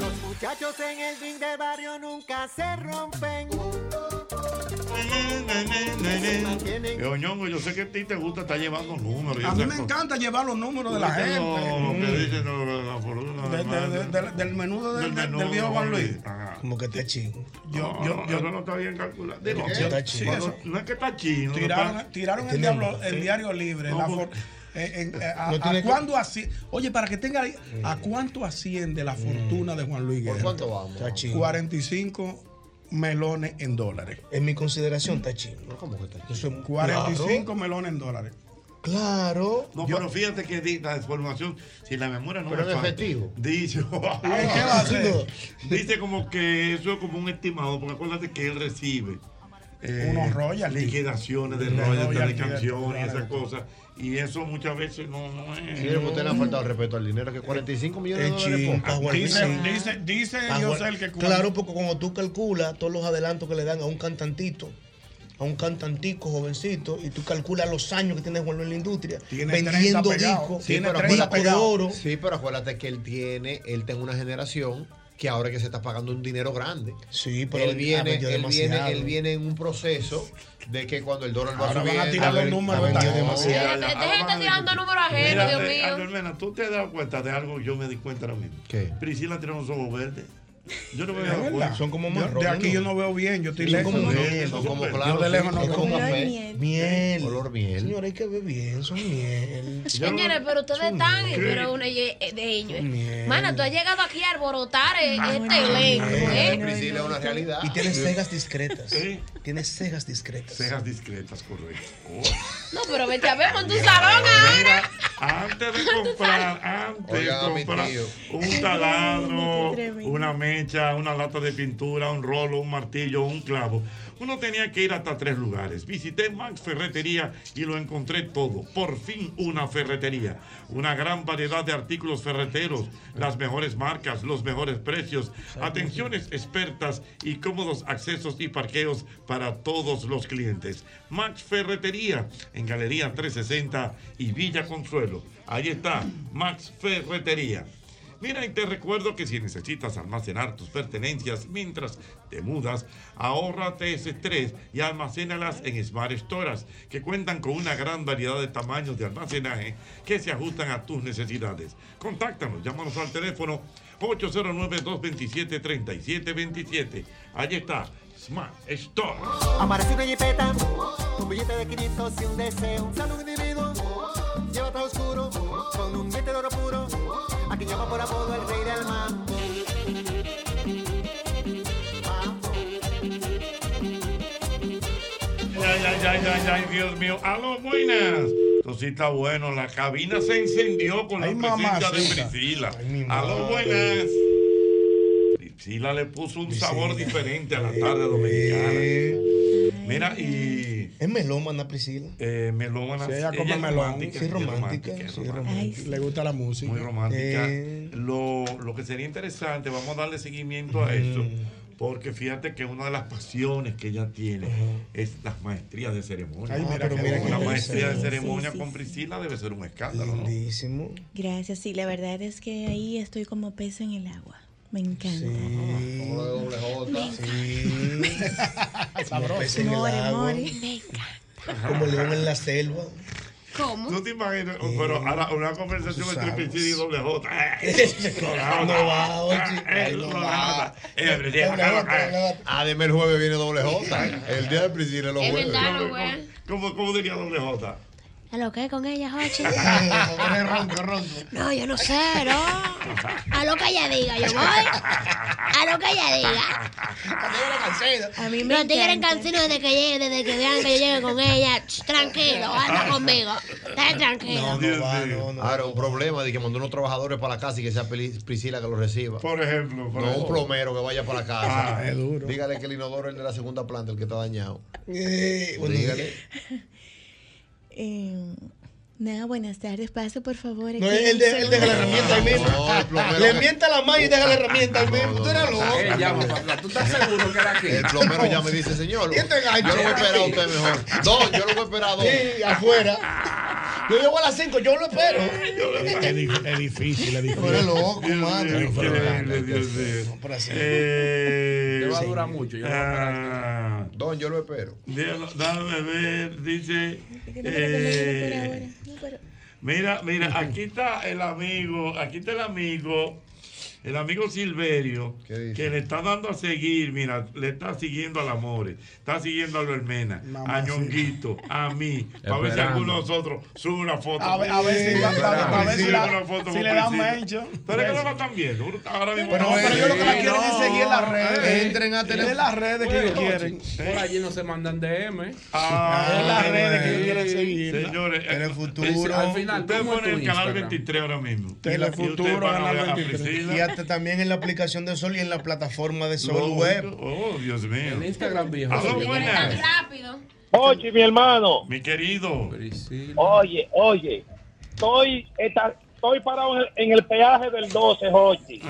S1: Los muchachos en el ring del barrio nunca se rompen. Se mantienen
S3: Yo, Ñongo, yo sé que a ti te gusta estar llevando números. y
S4: A mí
S3: esas
S4: me
S3: cosas.
S4: encanta llevar los números de la
S3: Dice,
S4: gente.
S3: no,
S4: Mm.
S3: que dice, no, la- la fortuna,
S4: De- de-
S3: madre.
S4: de- de- del menudo del, del
S3: menudo,
S4: viejo Juan Luis.
S14: Como que está chino.
S4: Yo,
S3: No,
S4: yo, yo,
S3: eso no está bien calculado. Digo,
S4: Sí,
S3: yo-
S4: está chino.
S3: cuando- no es que está chino. lo que
S4: Tiraron,
S3: pasa-
S4: tiraron el,
S3: Tiene-
S4: diablo, el
S3: Sí.
S4: diario libre.
S3: No, pues,
S4: la
S3: porque-
S4: for- eh, en- eh, a,
S3: No
S4: a
S3: tiene que- Mm.
S4: cuándo asci- Oye, para que tenga ahí, ¿a cuánto asciende la fortuna de Juan Luis Guerra?
S14: ¿Por cuánto vamos? Está chino.
S4: 45 melones en dólares. Mm.
S14: En mi consideración está chino.
S6: ¿Cómo que está
S14: Yo soy muy-
S4: 45 melones en dólares.
S14: Claro, Claro.
S3: No, pero fíjate que di- la deformación, si la memoria no
S6: Pero
S3: me
S6: en
S3: falla,
S6: efectivo.
S3: Dice,
S4: Ah,
S6: ¿qué va a hacer?
S3: dice como que eso es como un estimado, porque acuérdate que él recibe eh,
S4: Unos royalties.
S3: liquidaciones de
S4: De
S3: royalties, de
S4: royalties, de-
S3: canciones, esas cosas. Y eso muchas veces no, no es.
S6: Señor, usted le ha faltado el respeto al dinero, que 45 millones de
S3: Eh,
S6: dólares
S3: chin,
S6: poca.
S3: está
S4: Dice, dice, dice
S14: Ah,
S4: yo
S14: bueno.
S4: sé el que cuando-
S14: Claro, porque cuando tú calculas todos los adelantos que le dan a un cantantito, a un cantantico jovencito, y tú calculas los años que tiene Juan Luis en la industria, vendiendo discos,
S6: Sí, pero
S14: discos
S6: acuérdate-
S14: de oro.
S6: Sí, pero acuérdate que él tiene, él tiene una generación que ahora que se está pagando un dinero grande.
S14: Sí, pero
S6: él
S14: él
S6: viene,
S14: vendió
S6: él viene,
S14: demasiado.
S6: él viene en un proceso de que cuando el dólar va
S14: Ahora van a
S6: subiendo,
S14: tirar los
S6: él-
S14: números,
S6: ha vendido
S14: está-
S6: demasiado.
S3: Ahora van a
S5: Deja de estar
S3: discutir.
S5: tirando números ajenos, Dios
S3: Mira, eh,
S5: mío.
S3: Albermena, tú te has dado cuenta de algo que yo me di cuenta ahora mismo.
S6: ¿Qué?
S3: Priscila tiene los ojos verdes. Yo no me
S4: Es
S3: había dado
S4: verdad.
S3: cuenta.
S4: Son como Yo- de marrones, aquí ¿no? yo no veo bien, yo estoy
S3: Son
S4: lejos.
S3: como
S4: Son
S3: verdes,
S4: como-
S3: son
S4: como
S3: verdes.
S4: claro,
S3: Yo de lejos no
S6: es
S3: veo.
S6: como
S14: Color
S6: café.
S14: miel. Miel.
S6: Color miel.
S14: Señor, hay que ver bien, son miel.
S5: Señores, pero ustedes están, pero una y- eh, de ellos. eh. Mana, tú has llegado aquí a alborotar eh,
S8: Ah,
S5: este elenco, ¿eh?
S6: Priscila es una realidad.
S14: Y tiene cejas discretas. Tiene cejas discretas. Cejas
S3: discretas, correcto.
S5: No, pero vete a ver con tu salón ahora.
S3: Antes de comprar, antes
S6: Oiga, mi
S3: de comprar
S6: tío.
S3: un taladro, una mecha, una lata de pintura, un rolo, un martillo, un clavo. Uno tenía que ir hasta tres lugares. Visité Max Ferretería y lo encontré todo. Por fin una ferretería. Una gran variedad de artículos ferreteros, las mejores marcas, los mejores precios, atenciones expertas y cómodos accesos y parqueos para todos los clientes. Max Ferretería en Galería 360 y Villa Consuelo. Ahí está, Max Ferretería. Mira, y te recuerdo que si necesitas almacenar tus pertenencias mientras te mudas, ahórrate ese estrés y almacénalas en Smart Storage, que cuentan con una gran variedad de tamaños de almacenaje que se ajustan a tus necesidades. Contáctanos, llámanos al teléfono 809-227-3727. Allí está, Smart Storage.
S24: Amarás una jipeta, un billete de 500 y un deseo, un saludo individuo. Llévate a oscuro, con un billete de oro puro. A quien llama por apodo el rey del mambo.
S3: Ay, ay, ay, ay, ay, Dios mío. Aló, buenas. Entonces sí está bueno, la cabina se encendió con
S4: Ay,
S3: la presencia de
S4: mamacita.
S3: Priscila. Aló,
S4: madre.
S3: buenas. Priscila le puso un sabor diferente a la tarde
S4: Eh,
S3: dominicana. Mira, y
S14: Eh, Es melómana, Priscila.
S3: eh, melómana.
S4: Sí, ella come
S3: es
S4: melón.
S3: romántica,
S4: Sí,
S3: ella es
S4: romántica,
S3: es
S4: sí, romántica. Le gusta la música.
S3: Muy romántica.
S14: Eh,
S4: Eh.
S3: Lo, lo que sería interesante, vamos a darle seguimiento a eso,
S4: Mm.
S3: porque fíjate que una de las pasiones que ella tiene es las maestrías de ceremonia.
S14: Ay, Ah, mira, pero qué mira bueno.
S3: la
S14: qué interesante.
S3: maestría de
S14: Sí,
S3: ceremonia
S14: sí,
S3: con
S14: sí.
S3: Priscila debe ser un escándalo, ¿no?
S14: Lindísimo.
S8: Gracias, sí, la verdad es que ahí estoy como pez en el agua. Me encanta.
S14: Como pez en el
S8: More,
S14: agua,
S8: more.
S14: Como león en la Eh, selva.
S5: ¿Cómo?
S3: No te imaginas, pero ahora una conversación entre Priscila y Doble J.
S6: No va, oye. Ay, no va. Además, Ah, el jueves viene doble J. El día de Priscila los
S5: Es
S6: jueves.
S5: verdad, no, güey.
S3: ¿Cómo, cómo diría doble J?
S5: ¿A lo que con ella, Jochi?
S3: ronco, ronco.
S5: No, yo no sé, ¿no? A lo que ella diga, yo voy. A lo que ella diga.
S8: A mí me
S5: Los tigres en
S8: encanta.
S5: cancino desde que llegue, desde que vean que yo llegue con ella. ch, Tranquilo, anda conmigo. Está tranquilo.
S6: No, no va, no, no. Ahora, un problema de que mandó unos trabajadores para la casa y que sea Peli- Priscila que los reciba.
S3: Por ejemplo, por
S6: no
S3: ejemplo.
S6: un plomero que vaya para la casa.
S3: Ah, es duro.
S6: Dígale que el inodoro es el de la segunda planta, el que está dañado.
S14: Eh, bueno,
S6: Dígale.
S8: Eh, nada, buenas tardes. Paso, por favor.
S14: No, él,
S8: aquí
S14: él
S8: un
S14: de- él deja la
S8: segundo.
S14: herramienta ahí mismo. Le mienta la mano y deja la herramienta ahí mismo. Tú eres loco.
S6: Eh, ya,
S14: ¿Tú estás seguro que era aquí?
S6: El plomero ya me dice, señor.
S14: ¿Quién te engancha?
S6: Yo lo voy a esperar a usted mejor. No, yo lo voy a esperar a dos.
S14: Sí, afuera. Yo llego a las 5, yo lo espero.
S4: Es difícil, es difícil.
S14: Pero loco,
S4: Dios mío,
S14: mano.
S4: qué horrible, Dios mío.
S3: Eh,
S6: No va a
S3: sí.
S6: durar mucho, yo voy a
S3: Ah,
S6: Don, yo lo espero.
S3: déjalo- Dame ver, dice.
S8: Que no me
S3: eh,
S8: recomiendo por ahora. No, pero-
S3: Mira, mira, aquí está el amigo, aquí está el amigo el amigo Silverio, que le está dando a seguir, mira, le está siguiendo al Amores, está siguiendo a Lormena, a
S4: Mamacita.
S3: Ñonguito, a mí, para ver si
S4: Esperando.
S3: alguno de nosotros sube una foto.
S4: A ver- a ver si va-
S3: Sí,
S4: va- va- va- a ver si
S3: sube
S4: la-
S3: una foto
S4: si
S3: con
S4: le dan
S3: Priscila.
S4: mention.
S3: Pero es que no la están viendo. Ahora mismo
S4: Pero,
S3: no
S4: pero
S3: ven.
S4: yo lo que la
S3: Sí,
S4: quieren es
S3: no.
S4: seguir en las redes.
S3: Eh,
S4: Entren a teléfono.
S19: en
S4: las redes que ellos quieren.
S19: Por allí no se mandan DM.
S3: Ah,
S19: en las redes que ellos quieren
S3: seguir. Señores, el futuro.
S19: Al final,
S3: usted
S19: ¿cómo es
S3: pone
S19: tu
S3: el canal
S19: Instagram?
S3: 23 ahora mismo. Y
S14: Telefuturo
S3: ustedes van a ver a Priscila.
S14: Y hasta también en la aplicación de Sol y en la plataforma de Sol
S3: Lo-
S14: Web.
S3: Oh, Dios mío. En
S19: Instagram, viejo.
S3: Aló, buenas.
S5: Rápido.
S13: Oye, mi hermano.
S3: Mi querido.
S13: Oye, oye. Estoy, esta- estoy parado en el, en el peaje del 12, Jochi.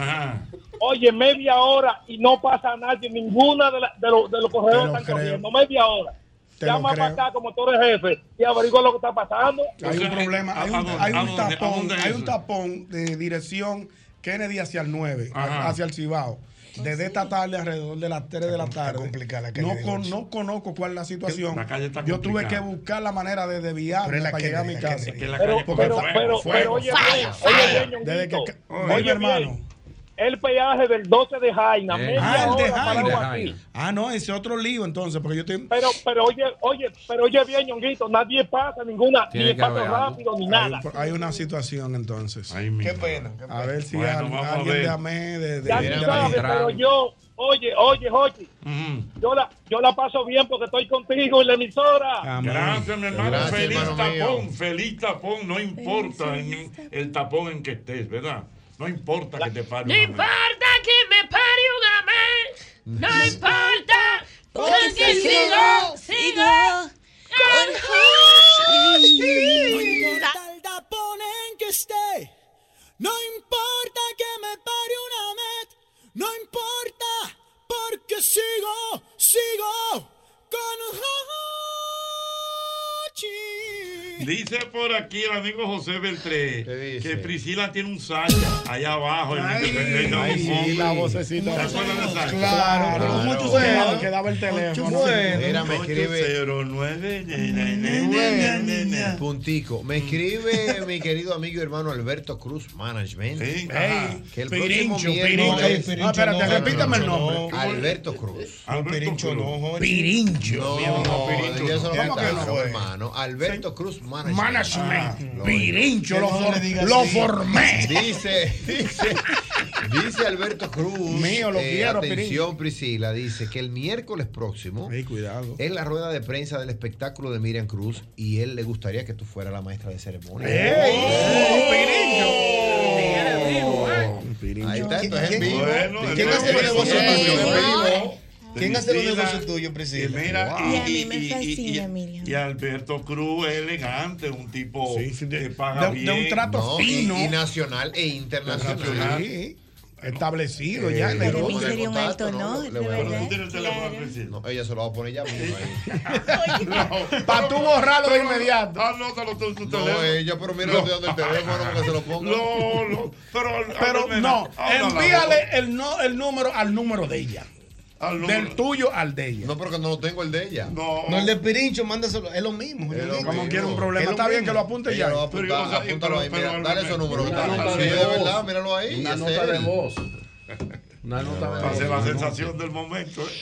S13: Oye, media hora y no pasa nadie, ninguna de, la- de, los- de los corredores están corriendo. Media hora.
S4: Te lo
S13: Llama
S4: creo.
S13: para acá como tú eres jefe y averigua lo que está pasando.
S4: Hay un problema, hay un, hay un tapón, hay un tapón de dirección Kennedy hacia el 9,
S3: Ajá.
S4: hacia el Cibao. Desde esta tarde, alrededor de las 3 de la tarde. no,
S14: Kennedy,
S4: con- no conozco cuál es la situación.
S3: La calle está
S4: Yo tuve que
S3: complicada.
S4: buscar la manera de desviarme
S3: Pero es la
S4: para llegar a mi
S3: Kennedy, la
S4: casa.
S3: Kennedy. Es que la Pero- calle-
S4: Porque
S3: pero-
S4: fue-
S13: pero-
S4: fue-
S13: pero oye,
S4: fue-
S13: bien,
S4: fue-
S13: oye, bien,
S4: Desde que-
S13: Ñonguito.
S4: Oye,
S13: Oye,
S4: hermano.
S13: El peaje del 12 de Jaina. media
S4: Ah, el de
S13: hora parado
S4: Jaina.
S13: aquí.
S4: Ah, no, ese otro lío entonces, porque yo estoy...
S13: Pero, pero oye, oye, pero oye bien, Ñonguito, nadie pasa ninguna,
S4: Tiene
S13: ni
S4: que
S13: paso
S4: haber algo.
S13: rápido, ni
S4: Hay,
S13: nada.
S4: un- hay una situación entonces.
S3: qué,
S4: pena, A ver si
S3: Bueno,
S4: al-
S3: vamos a
S4: alguien
S3: ver.
S4: de AME de, de-
S13: Ya
S4: de-
S13: tú sabes, pero yo, oye, oye, Jochi, yo la, yo la paso bien porque estoy contigo en la emisora.
S3: Gracias, mi hermano.
S13: Gracias,
S3: feliz
S13: hermano
S3: tapón,
S13: mío.
S3: feliz tapón. No importa en- el tapón en que estés, ¿verdad? No importa que te pare.
S1: No
S3: una vez.
S1: importa que me pare un amén. No importa.
S3: Porque
S1: Porque sigo,
S3: sigo,
S1: sigo.
S15: No
S1: con
S15: importa el tapón en que esté, no importa que me pare una met, no importa, porque sigo, sigo con Hochi.
S3: Dice por aquí el amigo José Beltré que Priscila tiene un sacha allá abajo. en
S4: Ay,
S3: Independencia
S4: ay,
S3: del
S4: sí,
S3: Congo.
S4: la vocecita.
S3: ¿Se acuerdan de Sacha?
S4: Claro, pero ¿cómo tú
S3: Claro.
S4: sabes que daba el teléfono?
S6: Mira, me escribe.
S3: 09.
S6: Puntico.
S14: Mm.
S6: Me escribe mi querido amigo y hermano Alberto Cruz Management.
S3: Sí,
S6: Ey, que el
S14: Pirincho,
S6: próximo
S14: Pirincho.
S6: miércoles-
S14: Pirincho Ah, espérate, no, repítame el
S6: Pirincho,
S14: nombre.
S6: no. Alberto Cruz.
S14: Pirincho no, Jorge.
S6: Pirincho.
S14: No,
S6: No,
S14: Pirincho
S6: ya eso lo
S14: no. ¿Cómo que
S6: quitaron,
S14: no, eh?
S6: hermano. Alberto Cruz Management. Ah,
S14: Management.
S6: lo-
S14: Pirincho, lo
S6: Que no
S14: for-
S6: le digas
S14: lo
S6: así.
S14: formé.
S6: Dice, dice, dice Alberto Cruz.
S4: Mío, lo quiero,
S6: Eh,
S4: Pirincho.
S6: Este, Atención, Priscila, dice que el miércoles próximo es la rueda de prensa del espectáculo de Miriam Cruz y él le gustaría que tú fueras la maestra de ceremonia. Oh,
S4: ¡Oh!
S6: Ahí está, esto es en vivo.
S14: ¿Quién hace los
S3: pues,
S14: negocios tuyos? ¿Quién hace los
S3: Priscila,
S14: negocios tuyos, Priscila?
S3: Mira,
S8: Y
S3: y,
S8: a mí me
S3: y- y-
S8: fascina,
S3: y-
S8: Emilio.
S3: y Alberto Cruz es elegante, un tipo que paga bien.
S6: No, y- Y, nacional e internacional.
S4: Establecido
S6: Eh,
S4: ya.
S6: le
S4: negocio.
S6: voy a poner el contacto, ¿no? Le voy a poner-
S3: Claro.
S6: No, ella se lo va a poner ya mismo ahí.
S4: Para tú borrarlo de
S3: Pero-
S4: inmediato.
S3: Anótalo tú en tu
S6: No,
S3: teléfono.
S6: ella, pero mira, le estoy dando el teléfono porque se lo pongo.
S3: No, no. Pero,
S4: Pero
S3: Ábreme
S4: no,
S3: la- ábrela la
S4: envíale el, no, el número al número de ella. Del tuyo al de ella.
S6: No, porque no lo tengo el de ella.
S3: No.
S14: No, el de Pirincho, mándaselo. Es lo mismo.
S6: lo
S14: Ñonguito.
S6: mismo.
S4: problema, está bien que lo apunte
S6: Ella
S4: ya.
S6: lo va a
S4: Pero yo
S6: apuntar,
S4: no sabía,
S6: apúntalo ahí.
S4: pero-
S6: Mira,
S4: pero-
S6: dale su número.
S4: Una
S6: dale.
S4: nota
S6: Sí,
S4: de
S6: de
S4: voz.
S6: verdad, míralo ahí.
S4: Una
S6: es
S4: nota
S6: él.
S4: de voz.
S19: Una nota de
S3: Va a ser la
S19: voz.
S3: sensación del momento. ¿eh?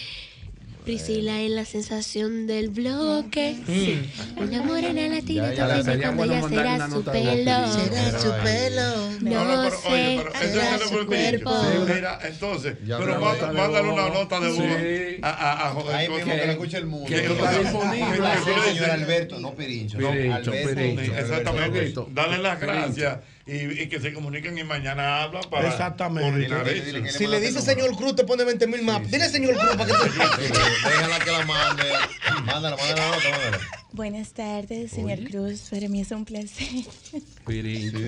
S25: Priscila es la sensación del bloque. Sí. Una morena latina
S3: Mm. Ya, ya,
S25: todita
S3: sería
S25: cuando
S3: bueno
S25: ella
S3: mandarle
S25: será
S3: una
S25: su
S3: nota de voz,
S25: pelo.
S3: Priscila. Será su pelo.
S25: No,
S3: pero,
S25: sé,
S3: oye, pero ese
S25: será
S3: es el
S25: su
S3: nombre del
S25: cuerpo.
S3: bicho. Mira, entonces, pero
S6: una
S3: manda-
S6: nota de
S3: mándale
S6: voz.
S3: una nota de voz
S6: Sí.
S3: a, a, a José
S6: Ahí mismo que la escuche el mundo. Señor Alberto, no Pirincho. no,
S3: Pirincho,
S6: Alberto,
S3: Pirincho.
S6: señor
S3: Exactamente.
S6: Alberto.
S3: Dale las gracias y, y que se comuniquen y mañana hablan para
S4: Exactamente.
S3: coordinar
S4: Dile- dile-
S3: eso.
S4: dile
S14: Si le dice señor Cruz, te pone 20 mil maps. Dile señor Cruz para que te.
S6: Déjala que la mande. Mándala, mándala la nota, mándala.
S8: Buenas tardes, señor Cruz. Para mí es un placer
S19: Pirincho.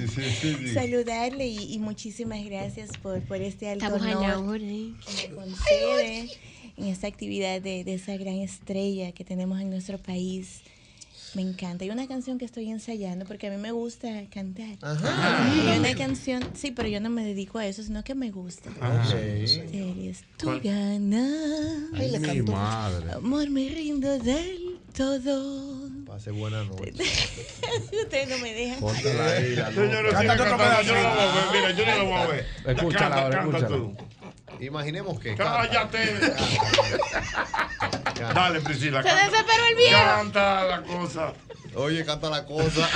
S8: saludarle y, y muchísimas gracias por, por este alto
S25: Estamos a la
S8: honor que me concede en esta actividad de, de esa gran estrella que tenemos en nuestro país. Me encanta. Hay una canción que estoy ensayando porque a mí me gusta cantar. Hay una canción, sí, pero yo no me dedico a eso, sino que me gusta.
S5: Ah.
S3: ah,
S1: Ajá.
S8: Eres tu
S1: ¿Cuál?
S8: gana.
S1: Ay, Ay, le mi canto. madre.
S8: Amor, me rindo del todo.
S6: Pase buena noche.
S8: Ustedes no me dejan.
S6: Póntela ahí, la
S3: Señores,
S6: nota.
S3: siga Cántate otra cantando, yo no la voy a ver, mira, yo no la voy a ver. Escúchala ahora,
S6: Canta, canta
S3: escúchala.
S6: tú. Imaginemos que.
S3: Cállate.
S6: Dale, Priscila.
S5: Se desesperó el viejo.
S3: Canta la cosa.
S6: Oye, canta la cosa.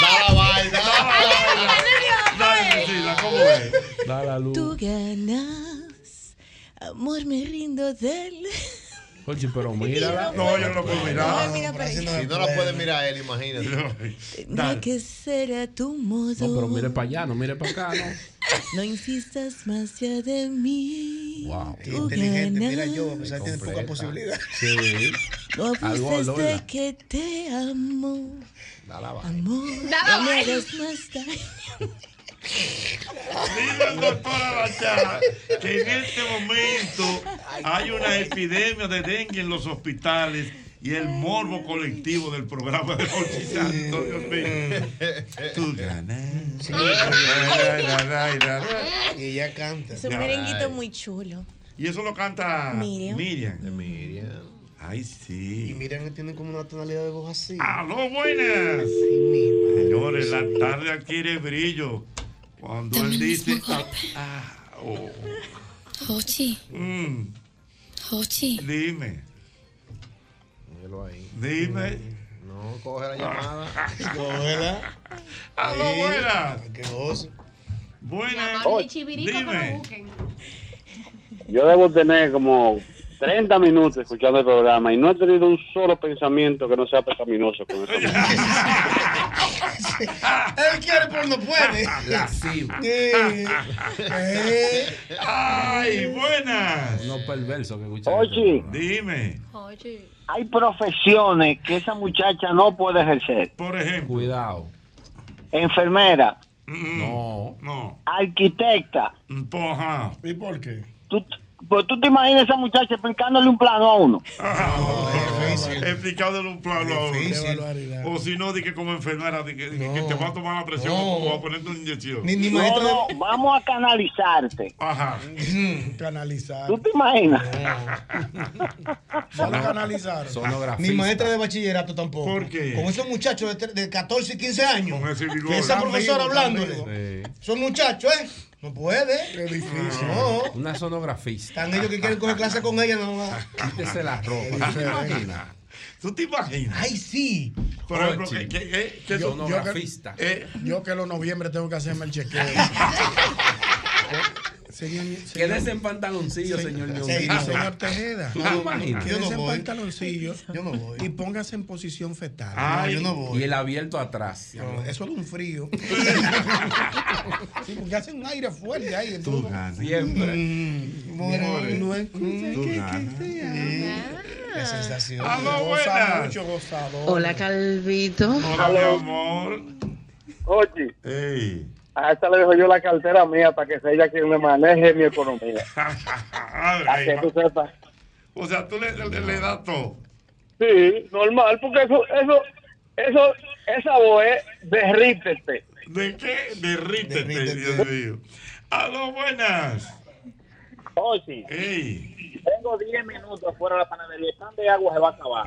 S1: Dale,
S6: baila,
S1: dale,
S3: Priscila, ¿cómo es?
S10: Da la luz.
S8: Tú ganas. Amor, me rindo del.
S10: Oye, pero mírala.
S3: No, yo no la puedo mirar.
S8: No, mira para
S6: Si
S8: allá.
S6: no la puede mirar él, imagínate.
S8: Tendrá que ser a tu modo.
S19: No, pero mire para allá, no mire para acá, no.
S8: No insistas más ya de mí.
S19: Wow.
S8: Tú
S14: Qué inteligente, mira
S8: ganas.
S14: yo, a pesar de que tiene poca posibilidad.
S10: Sí.
S8: No
S14: Algo,
S8: abuses
S14: Lola.
S8: de que te amo. Amor,
S1: Dala
S8: no me
S1: baile.
S8: hagas más daño.
S3: Dile, doctora Bachara, que en este momento hay una epidemia de dengue en los hospitales y el morbo colectivo del programa de Jorge Santos. Dios mío. Tú ganas. Ay, ay, ay, ay.
S14: Y ella canta.
S8: Es un merenguito muy chulo.
S3: Y eso lo canta
S8: Miriam.
S3: Miriam. Ay, sí.
S14: Y miren que tiene como una tonalidad de voz así.
S3: ¡Aló, buenas! Señores, la tarde adquiere brillo. Cuando él dice. Ah, oh.
S25: Hochi,
S3: Mm,
S25: Hochi.
S3: dime,
S6: Míralo ahí.
S3: dime.
S6: No, coge la llamada.
S14: Cógela. Ah,
S3: ¡Aló,
S6: Sí.
S3: buenas!
S14: Qué gozo.
S3: Buenas.
S5: Llamando y chivirico que lo busquen.
S9: Yo debo tener como 30 minutos escuchando el programa y no he tenido un solo pensamiento que no sea pecaminoso con eso.
S14: Él quiere, pero no puede. Eh, eh.
S3: ¡Ay, buenas!
S19: No perverso que escucha.
S13: Oye.
S3: Dime.
S13: Hay profesiones que esa muchacha no puede ejercer.
S3: Por ejemplo.
S19: Cuidado.
S13: Enfermera,
S19: No.
S3: No. Mm,
S13: arquitecta.
S3: Poja.
S4: ¿Y por qué?
S13: Tú, pues tú te imaginas a esa muchacha explicándole un plano a uno.
S3: Oh, Explicándole un plano a uno. O si no, di que como enfermera, di que, di que te va a tomar la presión
S13: No.
S3: o va a ponerte una inyección.
S13: No, no, vamos a canalizarte.
S3: Ajá.
S4: Canalizar.
S13: ¿Tú te imaginas?
S4: Solo canalizar.
S14: Ni maestra de bachillerato tampoco.
S3: ¿Por qué?
S14: Con esos muchachos de, tre- de 14 y 15 años.
S3: Con ese vigor.
S14: que esa
S3: Tan
S14: profesora
S3: vivo, tan
S14: hablándole. Son muchachos, ¿eh? No puede. Qué difícil. No.
S19: Una sonografista.
S14: Están ellos que quieren coger clase con ella nomás.
S19: Quítese la ropa.
S3: ¿Tú te imaginas? ¿Tú te imaginas?
S14: Ay, sí.
S3: Por ejemplo, que, que, que, que
S4: Yo- yo que- eh,
S19: sonografista.
S4: Yo que los noviembre tengo que hacerme el chequeo. Señor, señor-
S19: Quédese en pantaloncillo, señor Ñonguito.
S4: Señor, señor Tejeda.
S19: ¿Tú te imaginas?
S4: Quédese en
S19: voy.
S4: pantaloncillo. Yo no voy. Y póngase en posición fetal.
S19: Ay,
S4: No, yo no
S19: Y
S4: voy.
S19: el abierto atrás.
S4: Eso es un frío. sí, porque hace un aire fuerte ahí. entonces-
S19: Siempre.
S14: Mm,
S4: More. ¿eh? No es-
S26: Ah.
S14: La sensación.
S3: Ah,
S4: Aló,
S14: Goza
S4: buenas.
S14: mucho, gozador.
S26: Hola, Calvito.
S3: amor.
S9: Oye, a esta le dejo yo la cartera mía para que sea ella quien me maneje mi economía. Para que tú sepas.
S3: O sea, tú le, le, le das todo.
S9: Sí, normal, porque eso, eso, eso, esa voz es derrítete.
S3: ¿De qué? Derrítete, Dios mío. Aló, buenas.
S13: Oye, tengo 10 minutos fuera de la panadería. Están de agua, se va a acabar.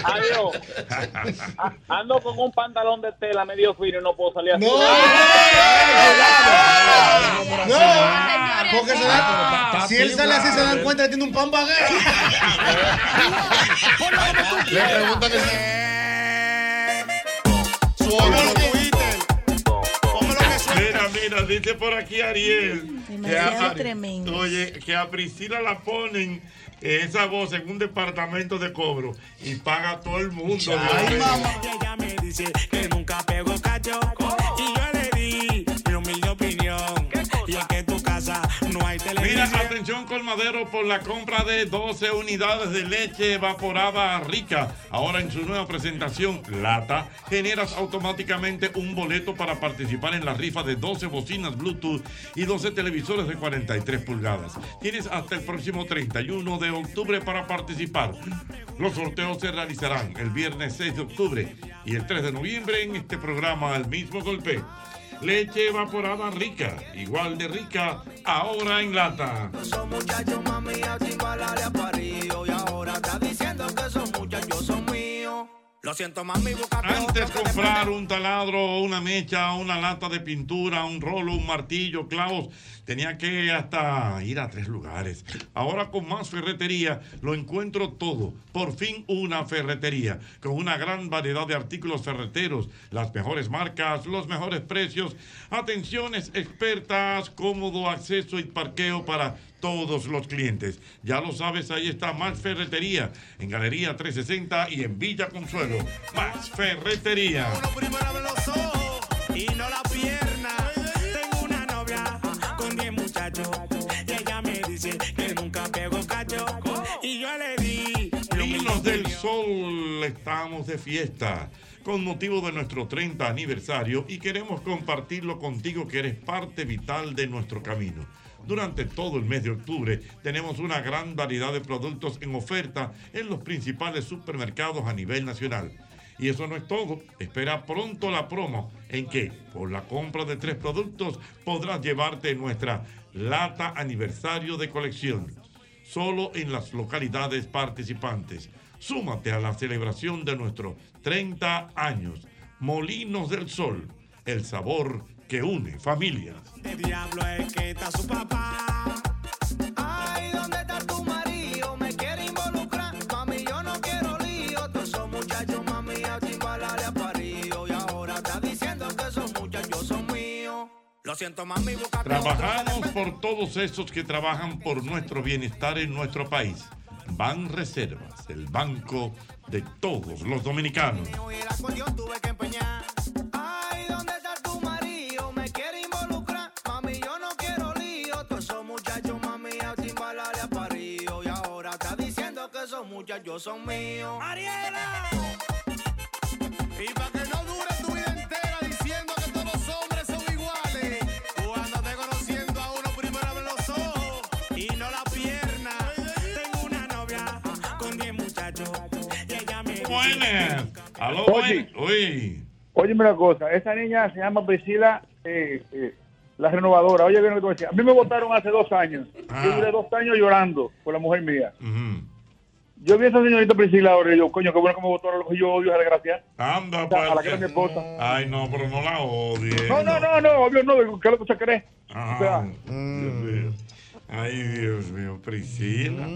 S13: Adiós. A- Ando con un pantalón de tela medio fino y no puedo salir así.
S14: ¡No! No, porque
S3: Ah,
S14: se da- si él sale así se dan cuenta que tiene un pan baguette.
S6: Le preguntan que si-
S3: Mira, mira, dice por aquí Ariel.
S8: Demasiado
S3: Ari-
S8: tremendo.
S3: Oye, que a Priscila la ponen eh, esa voz en un departamento de cobro y paga todo el mundo. Dios mío.
S1: Ella me dice que nunca pegó cacho y yo le di mi humilde opinión y es que en tu casa no hay
S3: Mira,
S1: televisión.
S3: atención Colmadero por la compra de 12 unidades de leche evaporada rica. Ahora en su nueva presentación, Lata, generas automáticamente un boleto para participar en la rifa de 12 bocinas Bluetooth y 12 televisores de 43 pulgadas. Tienes hasta el próximo 31 de octubre para participar. Los sorteos se realizarán el viernes 6 de octubre y el 3 de noviembre en este programa al mismo golpe. Leche evaporada rica, igual de rica, ahora en lata.
S1: Son muchachos, mami, a ti bala le ha parido y ahora
S15: Lo siento, mami, busca
S3: Antes comprar un taladro, una mecha, una lata de pintura, un rolo, un martillo, clavos, tenía que hasta ir a tres lugares. Ahora con más ferretería lo encuentro todo. Por fin una ferretería con una gran variedad de artículos ferreteros, las mejores marcas, los mejores precios, atenciones expertas, cómodo acceso y parqueo para todos los clientes. Ya lo sabes, ahí está Más Ferretería, en Galería 360 y en Villa Consuelo. Más Ferretería.
S15: y no la pierna. Tengo una novia con 10 muchachos y ella me dice que nunca pego cacho. Y yo le di
S3: Ninos del Sol, estamos de fiesta. Con motivo de nuestro 30 aniversario y queremos compartirlo contigo que eres parte vital de nuestro camino. Durante todo el mes de octubre tenemos una gran variedad de productos en oferta en los principales supermercados a nivel nacional. Y eso no es todo. Espera pronto la promo en que por la compra de tres productos podrás llevarte nuestra lata aniversario de colección solo en las localidades participantes. Súmate a la celebración de nuestros 30 años. Molinos del Sol, el sabor que une familias.
S15: de diablo es que está su papá. Ay, ¿dónde está tu marido? Me quiere involucrar. Mami, yo no quiero lío. Todos esos muchachos, mami, a ti bala le ha parido. Y ahora está diciendo que esos muchachos son míos. Lo siento, mami, busca
S3: Trabajamos por todos esos que trabajan por nuestro bienestar en nuestro país. Ban Reservas, el banco de todos los dominicanos.
S15: y el acordeón tuve que empeñar. Ay, ¿dónde está tu marido? Me quiere involucrar. Mami, yo no quiero lío. Todos esos muchachos, mami, a ti bala le ha parido. Y ahora está diciendo que esos muchachos son míos. ¡Ariela! Y para que no dure tu vida entera diciendo que todos los hombres son iguales, tú andate conociendo a uno primero en los ojos y no la pierna. Tengo una novia con 10 muchachos y ella me
S3: Buenas. Aló,
S26: Oye.
S3: buen- Uy.
S26: Óyeme una cosa, esa niña se llama Priscila, eh, eh, la renovadora. Oye, bien lo que tú decías. A mí me votaron hace dos años.
S3: Ah.
S26: Yo duré dos años llorando por la mujer mía. Yo vi a esa señorita Priscila ahora y yo, coño, qué bueno que me votaron. Yo odio a la gracia.
S3: Anda, pues,
S26: A la que era mi esposa.
S3: Ay, no, pero no la odies.
S26: No, no, no, no, obvio no. ¿Qué es lo que se cree?
S3: Ah.
S26: O sea,
S3: Ay, Dios mío. Ay, Dios mío, Priscila.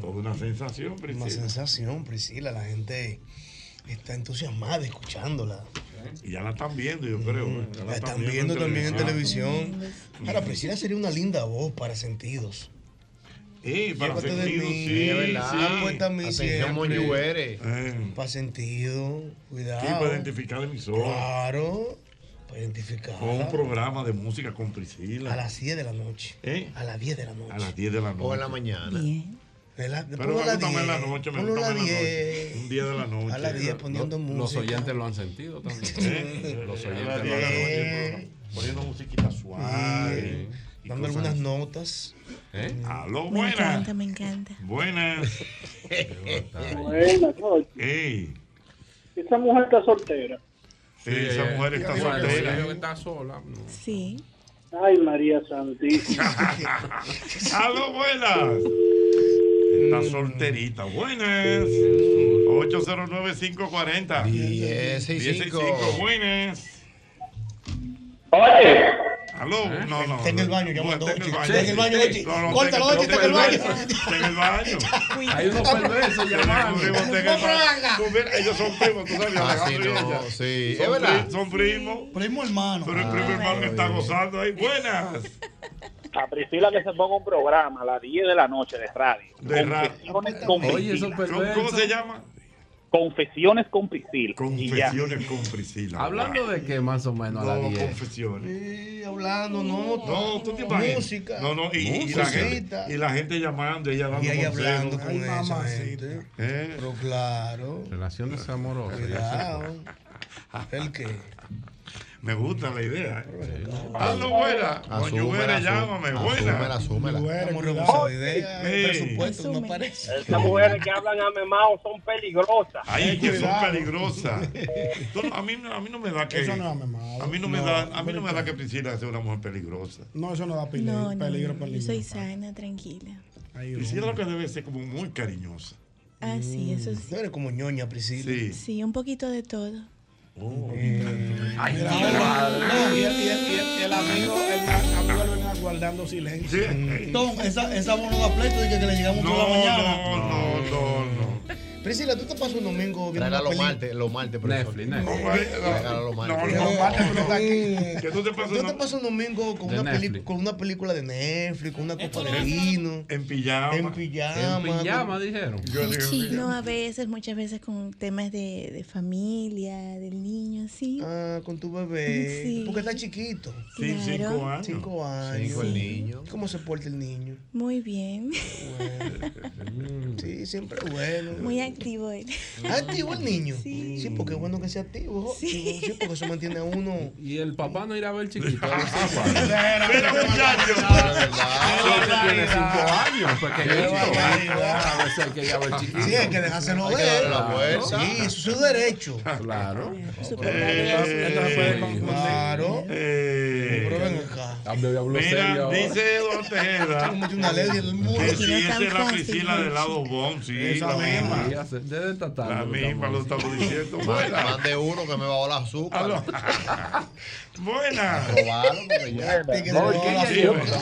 S3: Toda una sensación, Priscila.
S14: Una sensación, Priscila. La gente está entusiasmada escuchándola.
S3: Y ya la están viendo, yo creo. ¿eh? Ya
S14: La están viendo también en televisión.
S3: Mm.
S14: Ahora, Priscila sería una linda voz para sentidos.
S3: Sí, para
S14: Llévate de
S3: sentidos,
S14: mí,
S3: sí, sí.
S14: apuesta a mí
S3: Atención,
S14: siempre.
S3: moñueres. Eh.
S14: Para sentido, cuidado.
S3: Sí, para identificar emisora.
S14: Claro, para identificar.
S3: Con un programa de música con Priscila.
S14: A las 10 de la noche.
S3: ¿Eh?
S14: A las 10 de la noche.
S3: A las 10 de la noche.
S14: O en la
S6: mañana.
S14: ¿Verdad?
S3: Pero
S14: Ponlo
S3: me
S14: a las
S3: gusta más en la
S14: 10,
S3: noche, me
S14: ponlo
S3: gusta
S14: a
S3: más en la
S14: las
S3: noche. Un día de la noche.
S14: A las 10 poniendo música.
S2: Los oyentes lo han sentido también. Los
S3: A
S2: oyentes
S3: las 10 de la noche,
S2: lo han
S26: eh.
S3: el programa. Poniendo musiquita suave. y
S14: Dando
S3: cosas
S14: algunas notas.
S3: ¿Eh? Aló,
S8: Me
S3: buenas.
S8: encanta, me encanta.
S3: Buenas.
S11: Buenas, oye.
S3: Ey,
S11: Esa mujer está soltera.
S3: sí, esa mujer
S19: yo
S3: está
S19: creo que
S3: soltera.
S19: sí, yo que está sola.
S11: Sí. Ay, María Santísima.
S3: Aló, buenas. Está solterita. Buenas. 809-540. 1065. Buenas.
S11: Oye.
S3: Aló, no, no.
S14: Está Ah, en el baño, llamando.
S3: Está en el baño.
S14: Está en el baño, Ochi.
S3: No, no,
S14: Córtalo, Ochi, está en el baño.
S3: Está en el baño.
S19: Hay unos perversos llamando.
S3: Tenemos primos, tenemos- Tú ves, Ellos son primos, tú sabes. Alejandro y ella.
S6: Ah, sí,
S3: Son
S6: es verdad.
S3: pri- Son primos.
S14: Primo hermano.
S3: Pero el primo hermano que está gozando ahí. Buenas.
S11: A Priscila que se ponga un programa a las 10 de la noche de radio.
S3: De radio.
S11: Confesiones con
S3: Oye, eso
S11: Priscila.
S3: es ¿Cómo se llama?
S11: Confesiones con Priscila.
S3: Confesiones con Priscila.
S2: Hablando de que más o menos a
S3: No,
S2: las 10.
S3: confesiones.
S14: Sí, hablando, notas.
S3: No, tú te imaginas.
S14: Música.
S3: No, no, y, y la gente, y la gente llamando, ella dando
S14: Y ahí
S3: consejos.
S14: hablando con esa
S3: mamacita.
S14: gente.
S3: Eh.
S14: Pero claro.
S2: Relaciones amorosas.
S14: Cuidado.
S3: ¿El qué? Me gusta la idea. ¿eh? Hazlo buena.
S6: Asúmela,
S3: Coñuera,
S6: asú-
S3: llámame.
S6: asúmela,
S3: Buena.
S6: asúmela.
S14: Estamos
S3: cuidado.
S14: rebosando ideas.
S3: Sí.
S14: Presupuesto no aparece.
S11: Esas mujeres que hablan a memao son peligrosas.
S3: Ay, que son peligrosas. Tú no- a, mí, no- a mí no me da que.
S11: Eso
S4: no es
S3: a mí no me
S4: No,
S3: da, a mí no me da
S4: americano.
S3: que Priscila sea una mujer peligrosa.
S4: No, eso no da pele-
S8: No, no,
S4: peligro,
S8: no, yo
S4: peligro.
S8: soy sana, tranquila.
S3: Priscila lo que debe ser como muy cariñosa.
S8: Ah, sí,
S3: Mm.
S8: eso sí.
S14: Tú eres como ñoña, Priscila.
S8: Sí, un poquito de todo.
S3: Oh,
S14: Ay,
S4: Mira,
S14: Dios.
S4: no, y el, y el- y el- y el amigo, el amigo lo ven guardando silencio. Mm.
S14: Tom, esa, esa bono de pleito de que, que le llegamos
S4: No,
S14: toda la mañana.
S3: No, no, no.
S14: Priscila, tú te pasas un domingo viendo
S6: Tráela
S14: una
S6: los
S14: película.
S6: martes, los martes, profesor. Tráela los martes.
S14: ¿Qué
S3: tú te pasas
S14: te pasas un domingo con
S6: De
S14: una, peli-
S6: Netflix.
S14: con una película de Netflix, con una copa de
S3: En-
S14: vino?
S3: En pijama.
S14: En pijama.
S3: En pijama,
S14: con-
S19: dijeron.
S3: Yo digo,
S8: Sí, no, a veces, muchas veces con temas de, de familia, del niño, sí.
S14: Ah, con tu bebé.
S8: Sí.
S14: Porque está chiquito.
S8: Sí, Claro. cinco
S3: años.
S14: Cinco años.
S6: Cinco el niño.
S14: ¿Cómo se porta el niño?
S8: Muy bien.
S3: Mm.
S14: Sí, siempre es bueno.
S8: Muy activo él.
S14: Activo el niño. Sí. porque es bueno que sea activo. Sí. porque eso mantiene a uno.
S19: Y el papá no irá a ver el chiquito.
S3: Ah,
S14: Pero,
S19: muchacho. Tiene cinco años, pues,
S14: barbaridad.
S19: A veces hay que ir a ver el chiquito.
S14: Sí, hay que dejárselo
S19: Hay que
S14: ver.
S19: darle la fuerza.
S14: Sí, eso es su derecho.
S19: Claro.
S14: Claro. Pero ven acá.
S3: Mira, dice Don Tejeda
S14: una ley del mundo.
S3: que
S14: Aquí no
S3: sí,
S14: es
S3: esa
S14: tan
S3: es la
S14: fácil,
S3: Priscila del
S14: ¿no?
S3: lado bon, sí.
S14: Esa
S3: la
S14: misma.
S3: misma.
S19: Desde esta tarde.
S3: La misma lo estamos diciendo.
S6: Más,
S3: Buena.
S6: más de uno que me bajó la azúcar.
S3: Buena.
S6: Robaron porque ya.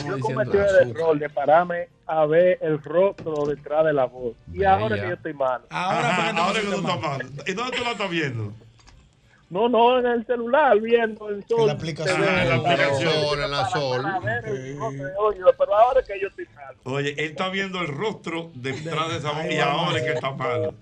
S11: Yo cometí el error de pararme a ver el rostro detrás de la voz. Y ahora
S3: Vaya.
S11: que yo estoy mal.
S3: Ajá, ahora que tú estás mal. ¿Y dónde tú la estás viendo?
S11: No, no, en el celular, viendo el sol.
S14: la aplicación.
S3: Ah, en la
S6: sol, en la sol.
S11: Pero ahora que yo estoy mal.
S3: Oye, él está viendo el rostro detrás de esa voz y ahora es que está mal.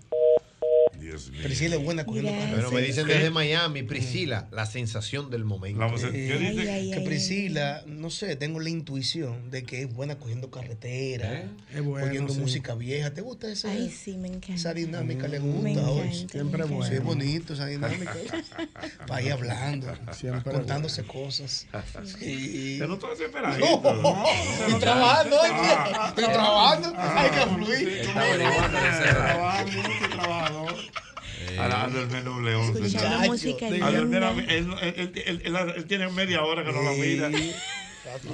S14: Priscila es buena cogiendo carrera.
S6: Pero me dicen desde Miami, Priscila, la sensación del momento.
S14: que Priscila, no sé, tengo la intuición de que es buena cogiendo carretera,
S4: Es bueno,
S14: cogiendo
S4: sí.
S14: música vieja. ¿Te gusta esa?
S8: Ay, sí, me encanta.
S14: Esa dinámica le
S8: Me
S14: gusta
S8: encanta,
S14: hoy.
S8: me encanta.
S14: Sí, es bonito esa dinámica. Para ir hablando, contándose cosas. Sí.
S3: Pero no te desesperas.
S14: No, estoy trabajando, oye, estoy trabajando, hay que fluir.
S3: A dormir doble once.
S8: Escuchando
S3: Chacho.
S8: música
S3: A dormir a- él, él- él- él- él- él tiene media hora que no la mira.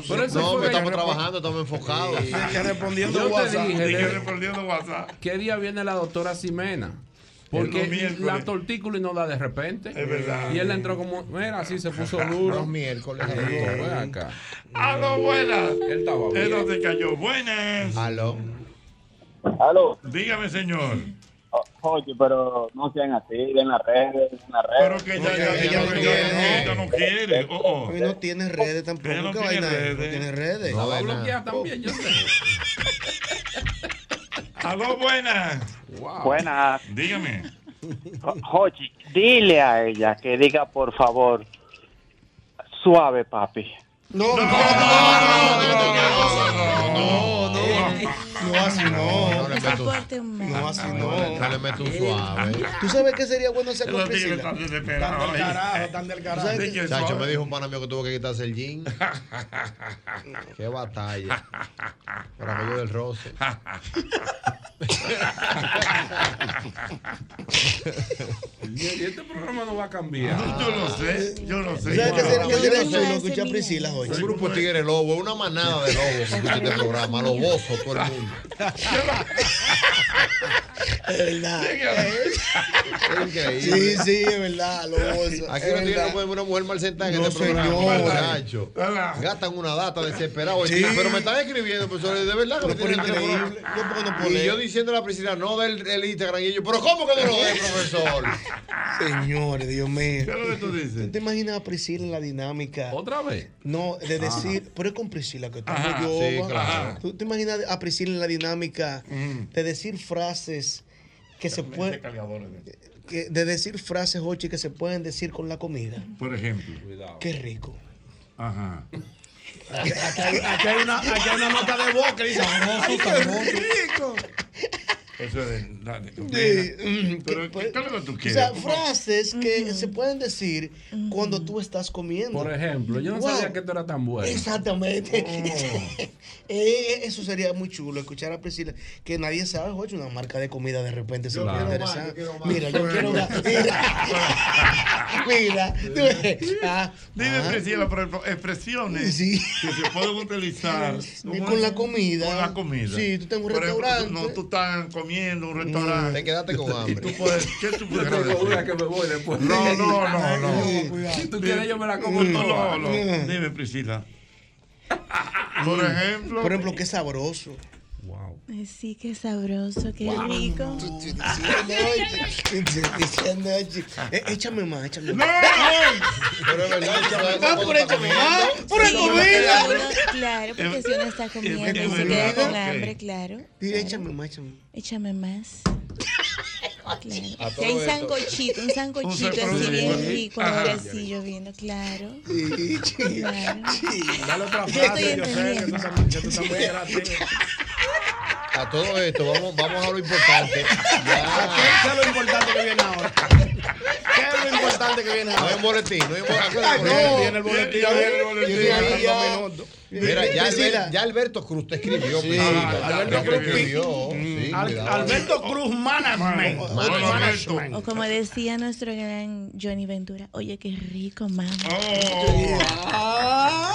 S6: Por eso No, fue que estamos que- trabajando, estamos enfocados.
S19: Que
S6: respondiendo
S19: Yo te
S6: WhatsApp.
S19: dije,
S6: Dije,
S19: le-
S3: respondiendo WhatsApp.
S19: ¿Qué día viene la doctora Ximena?
S3: Es los
S19: Porque
S3: miércoles.
S19: la tortícula y no da de repente.
S3: Es verdad.
S19: Y él entró como, mira, así se puso duro. Los
S6: miércoles.
S19: acá.
S3: Aló, buenas.
S19: Él estaba bien.
S3: Él no se cayó. Buenas.
S6: Aló.
S3: Aló. Dígame, señor.
S11: Oye, pero no sean así, en las redes, en las redes.
S3: Pero que ya, ya, ya, no quiere. Ella no quiere. Oh, oh.
S14: No tiene redes tampoco.
S3: Ella no
S14: ¿Qué
S3: tiene
S14: vaina es?
S3: redes.
S14: No tiene redes.
S3: La va a bloquear
S19: también, yo sé.
S3: Aló, buenas.
S11: Buenas.
S3: Dígame.
S11: Jochi, dile a ella que diga, por favor, suave, papi.
S14: No, no, no, no, no, no, no, no, así no. No, así no.
S6: No le meto un suave.
S14: ¿Tú sabes qué sería bueno hacer con
S6: Eso tiene
S14: Priscila?
S6: que estar
S14: Tan del carajo, tan del carajo.
S4: ¿Sabes qué?
S6: Chacho, me dijo un pana mío que tuvo que quitarse el jean. Qué batalla. Por aquello del roce.
S19: Y y este programa no va a cambiar.
S3: Yo no sé, yo no sé.
S14: ¿Sabes qué sería
S6: Wow.
S14: que sería chulo escuchar a Priscila hoy?
S6: Un grupo de tigres lobo, una manada de lobos en este programa, loboso todo el mundo.
S14: Es verdad.
S6: Es increíble.
S14: Sí, sí, es verdad, lobosa.
S6: Aquí
S14: es
S6: no tiene
S14: verdad.
S6: una mujer- una mujer mal sentada en
S14: No,
S6: este programa,
S14: señor.
S6: muchacho. Gastan una data desesperado.
S14: Sí.
S6: Pero me están escribiendo, profesor, de verdad que me tienen
S14: increíble.
S6: Y yo diciendo a la Priscila, no del el Instagram. Y yo, pero ¿cómo que no lo ve, profesor?
S14: Señores, Dios mío. ¿Qué es
S3: lo que tú dices?
S14: te imaginas a Priscila en la dinámica?
S19: ¿Otra vez?
S14: No, de
S19: Ajá.
S14: decir, pero es con Priscila que estamos
S19: Ajá,
S14: yo.
S19: sí,
S14: va.
S19: claro.
S14: ¿Tú te imaginas a Priscila en la dinámica de decir frases que se pueden. que- De decir frases, Ochi, que se pueden decir con la comida.
S3: Por ejemplo.
S14: Qué rico.
S3: Ajá.
S14: Aquí,
S4: hay- aquí hay una- aquí hay una nota de voz que dice,
S14: Sabroso,
S4: "Ay, qué
S14: sabroso".
S4: rico.
S3: Eso es de. dale,
S14: Sí,
S3: venga. Pero, ¿qué qué es lo que tú
S14: O
S3: quieres?
S14: sea, frases que se pueden decir cuando tú estás comiendo.
S19: Por ejemplo, yo no
S14: Wow.
S19: sabía que esto era tan bueno. Oh.
S14: Exactamente. Eh, Eso sería muy chulo, escuchar a Priscila, que nadie sabe, oye, una marca de comida de repente se
S19: quiero
S14: interesante.
S19: más, yo quiero más.
S14: Mira, yo quiero una. Mira, mira. tú ves, ah,
S3: Dime,
S14: ah.
S3: Priscila, por ejemplo, expresiones que se pueden utilizar
S14: Y con la comida.
S3: Con la comida.
S14: Sí, tú estás en un
S3: Por ejemplo,
S14: restaurante. Mm.
S3: no, tú estás comiendo en un restaurante.
S6: Te quedaste con hambre.
S3: Tú puedes, ¿Qué tú puedes
S19: Yo tengo una que me voy después.
S3: No, no, no,
S19: Ay,
S3: no.
S19: cuidado. Si tú quieres, yo me la
S14: Mm.
S19: como toda.
S3: No, no. Dime, Priscila. Por ejemplo.
S14: mm. Por ejemplo, qué sabroso.
S8: Ay, Sí, qué sabroso, qué rico.
S14: Diciendo, oye, eh, échame más, échame
S8: No,
S14: más.
S8: no.
S14: Pero es verdad, échame
S8: Ah,
S14: más.
S8: por échame más, por
S14: Sí, Eh,
S8: la comida. Claro,
S14: Es-
S8: porque si uno está
S14: es
S8: comiendo
S14: verdad,
S8: y se queda
S14: eh, ok.
S8: con hambre, claro.
S14: Dile,
S8: claro.
S14: échame más, échame más.
S8: Échame más.
S14: A
S8: Claro.
S14: todo
S8: Y hay un
S14: esto.
S8: sancochito, un sancochito
S14: sancochito.
S8: así bien
S14: Sí.
S8: rico,
S14: Ajá.
S8: ahora sí lloviendo, claro.
S14: Sí, sí.
S8: Claro.
S4: Dale otra
S8: Yo estoy
S4: frase, yo sé que tú
S8: entendiendo.
S4: también- que tú también eras así.
S6: A todo esto, vamos, vamos a lo importante.
S4: ¿Qué es lo importante que viene ahora? ¿Qué es lo importante que viene
S6: No
S4: ahora?
S6: hay boletín, no hay boletín.
S4: Ay, no.
S6: Viene el boletín.
S4: Ya viene el boletín.
S6: Viene ahí
S4: Faltan
S6: ya.
S4: dos minutos.
S6: Mira, ya,
S4: Priscila.
S6: Albert- ya Alberto Cruz te escribió.
S4: Sí,
S6: Priscila,
S4: Alberto
S6: ya te
S4: Cruz.
S6: escribió. Sí,
S4: Al-
S6: cuidado.
S4: Alberto Cruz Management.
S8: O como decía nuestro gran Johnny Ventura, oye, qué rico, mamá. Oh.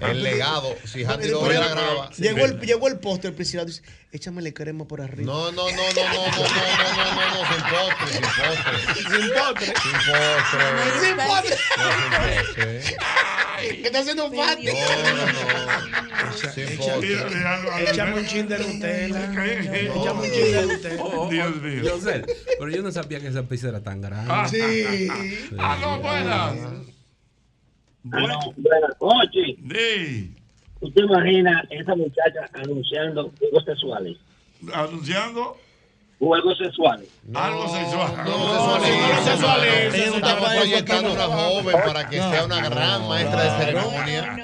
S6: El legado, si Handy
S14: Mira,
S6: lo
S14: mira,
S6: la graba.
S14: Llegó el, llegó el póster, Priscila. Dice, échamele crema por arriba.
S6: No, no, no, no, no, no, no, no, no, no, sin postre, sin postre. Sin postre. Sin postre.
S14: Sin postre.
S6: ¿Qué está haciendo un party? Sin postre.
S4: Échame un chin de Nutella. Échame un chin de Nutella.
S19: Dios mío. Yo sé, pero yo no sabía que esa pizza era tan grande.
S4: Ah, sí.
S19: Ah, no,
S3: buenas.
S16: Bueno, buenas noches. ¿Usted imagina esa muchacha anunciando juegos sexuales?
S3: ¿Anunciando?
S16: Juegos sexuales.
S3: Algo sexual.
S6: Estamos proyectando una joven para que sea una gran maestra de ceremonia.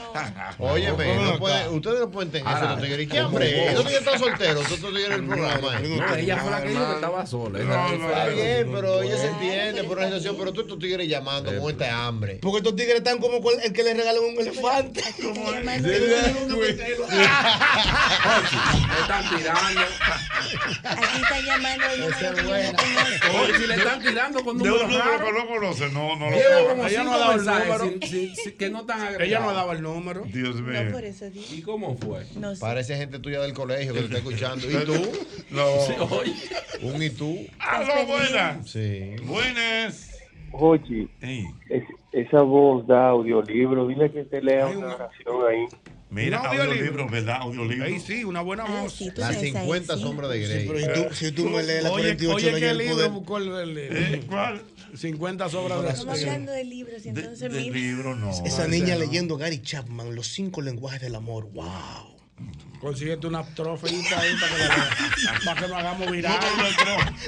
S6: Óyeme, no
S16: Ah.
S6: puede- Pues, ustedes no pueden
S19: Ah.
S6: tener eso, tigres. ¿Y qué hambre? Yo todavía está soltero, tú todavía eres el programa. ¿eh?
S19: No, ella fue la que dijo que estaba sola.
S6: No, no, Está bien, pero ella se entiende por una situación, pero tú estos tigres llamando con esta hambre.
S14: Porque estos tigres están como cual- el que le regalan un elefante.
S19: están tirando.
S8: Aquí está llamando
S3: Oye,
S19: si le están tirando con
S3: De
S19: números
S3: un número
S19: raros.
S3: que no conoce, no, no lo
S19: Llevo
S3: conoce.
S19: como
S4: Ella no
S19: cinco
S4: ha dado
S3: Ah,
S4: el
S19: mensajes
S4: número.
S19: sin- sin- sin- que no están agregados.
S4: Ella no daba el número.
S3: Dios mío.
S8: Por eso dije.
S19: ¿Y cómo fue?
S8: No sé.
S6: Parece gente tuya del colegio que te está escuchando. ¿Y tú?
S3: No.
S6: Un y tú.
S3: Aló, Ah, buenas.
S6: Sí.
S3: Buenas.
S21: Oye, esa voz da audiolibro, dile que te lea una oración ahí.
S3: Mira,
S21: Un
S3: audiolibro,
S21: audiolibro.
S3: ¿verdad? Audiolibro.
S4: Ey, sí, una buena voz.
S6: Las 50 sombras de Grey.
S14: pero si tú- si tú me lees la
S4: eh, Oye,
S14: 48
S4: oye,
S14: leyes
S4: ¿qué
S14: del
S4: libro
S14: poder.
S4: buscó el, el- el-
S3: ¿Eh?
S4: 50 sobras
S8: Estamos
S4: de
S8: hablando de libros, y entonces
S3: de
S8: mira.
S3: libro no.
S14: Esa niña leyendo Gary Chapman, los cinco lenguajes del amor. Wow.
S4: Consíguete una trofeita ahí para que, la veas, para que nos hagamos viral.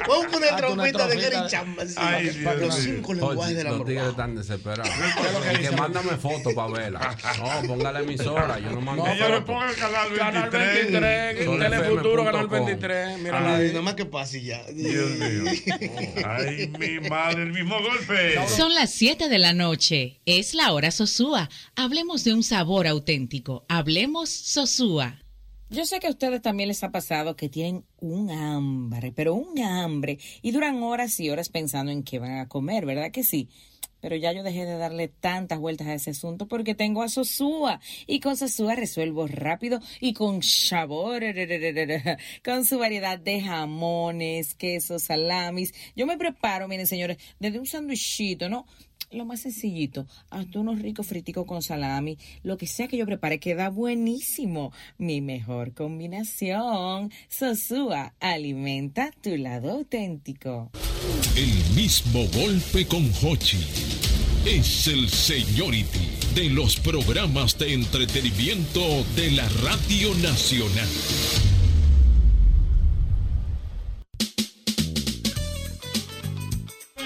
S14: Vamos con una
S4: Hazte
S14: trompeta de
S4: trompeta.
S14: Gary Chapman. sí,
S4: Ay,
S14: para-
S4: Dios
S14: para los
S19: mío.
S14: cinco
S19: Oye,
S14: lenguajes del
S19: Los
S14: amor.
S19: tigres están desesperados.
S4: lo que
S19: Y que
S4: dice?
S19: mándame fotos para verla. No, ponga la emisora. Yo no mando.
S4: No, pero
S3: ponga el canal
S4: Canal 23,
S19: Sol
S4: Telefuturo,
S19: FM
S4: Canal
S19: punto com.
S4: 23. Mírala
S14: Ay,
S4: ahí.
S14: nada más que pase ya.
S3: Dios mío. Ay, mi madre, el mismo golpe.
S7: Pues.
S27: Son las 7 de la noche. Es la hora Sosúa. Hablemos de un sabor auténtico. Hablemos Sosúa.
S23: Yo sé que a ustedes también les ha pasado que tienen un hambre, pero un hambre, y duran horas y horas pensando en qué van a comer, ¿verdad que sí? Pero ya yo dejé de darle tantas vueltas a ese asunto porque tengo a Sosúa y con Sosúa resuelvo rápido y con sabor, con su variedad de jamones, quesos, salamis. Yo me preparo, miren señores, desde un sandwichito, ¿no? Lo más sencillito, hasta unos ricos friticos con salami, lo que sea que yo prepare queda buenísimo. Mi mejor combinación. Sosúa, alimenta tu lado auténtico.
S28: El mismo golpe con Hochi. Es el seniority de los programas de entretenimiento de la Radio Nacional.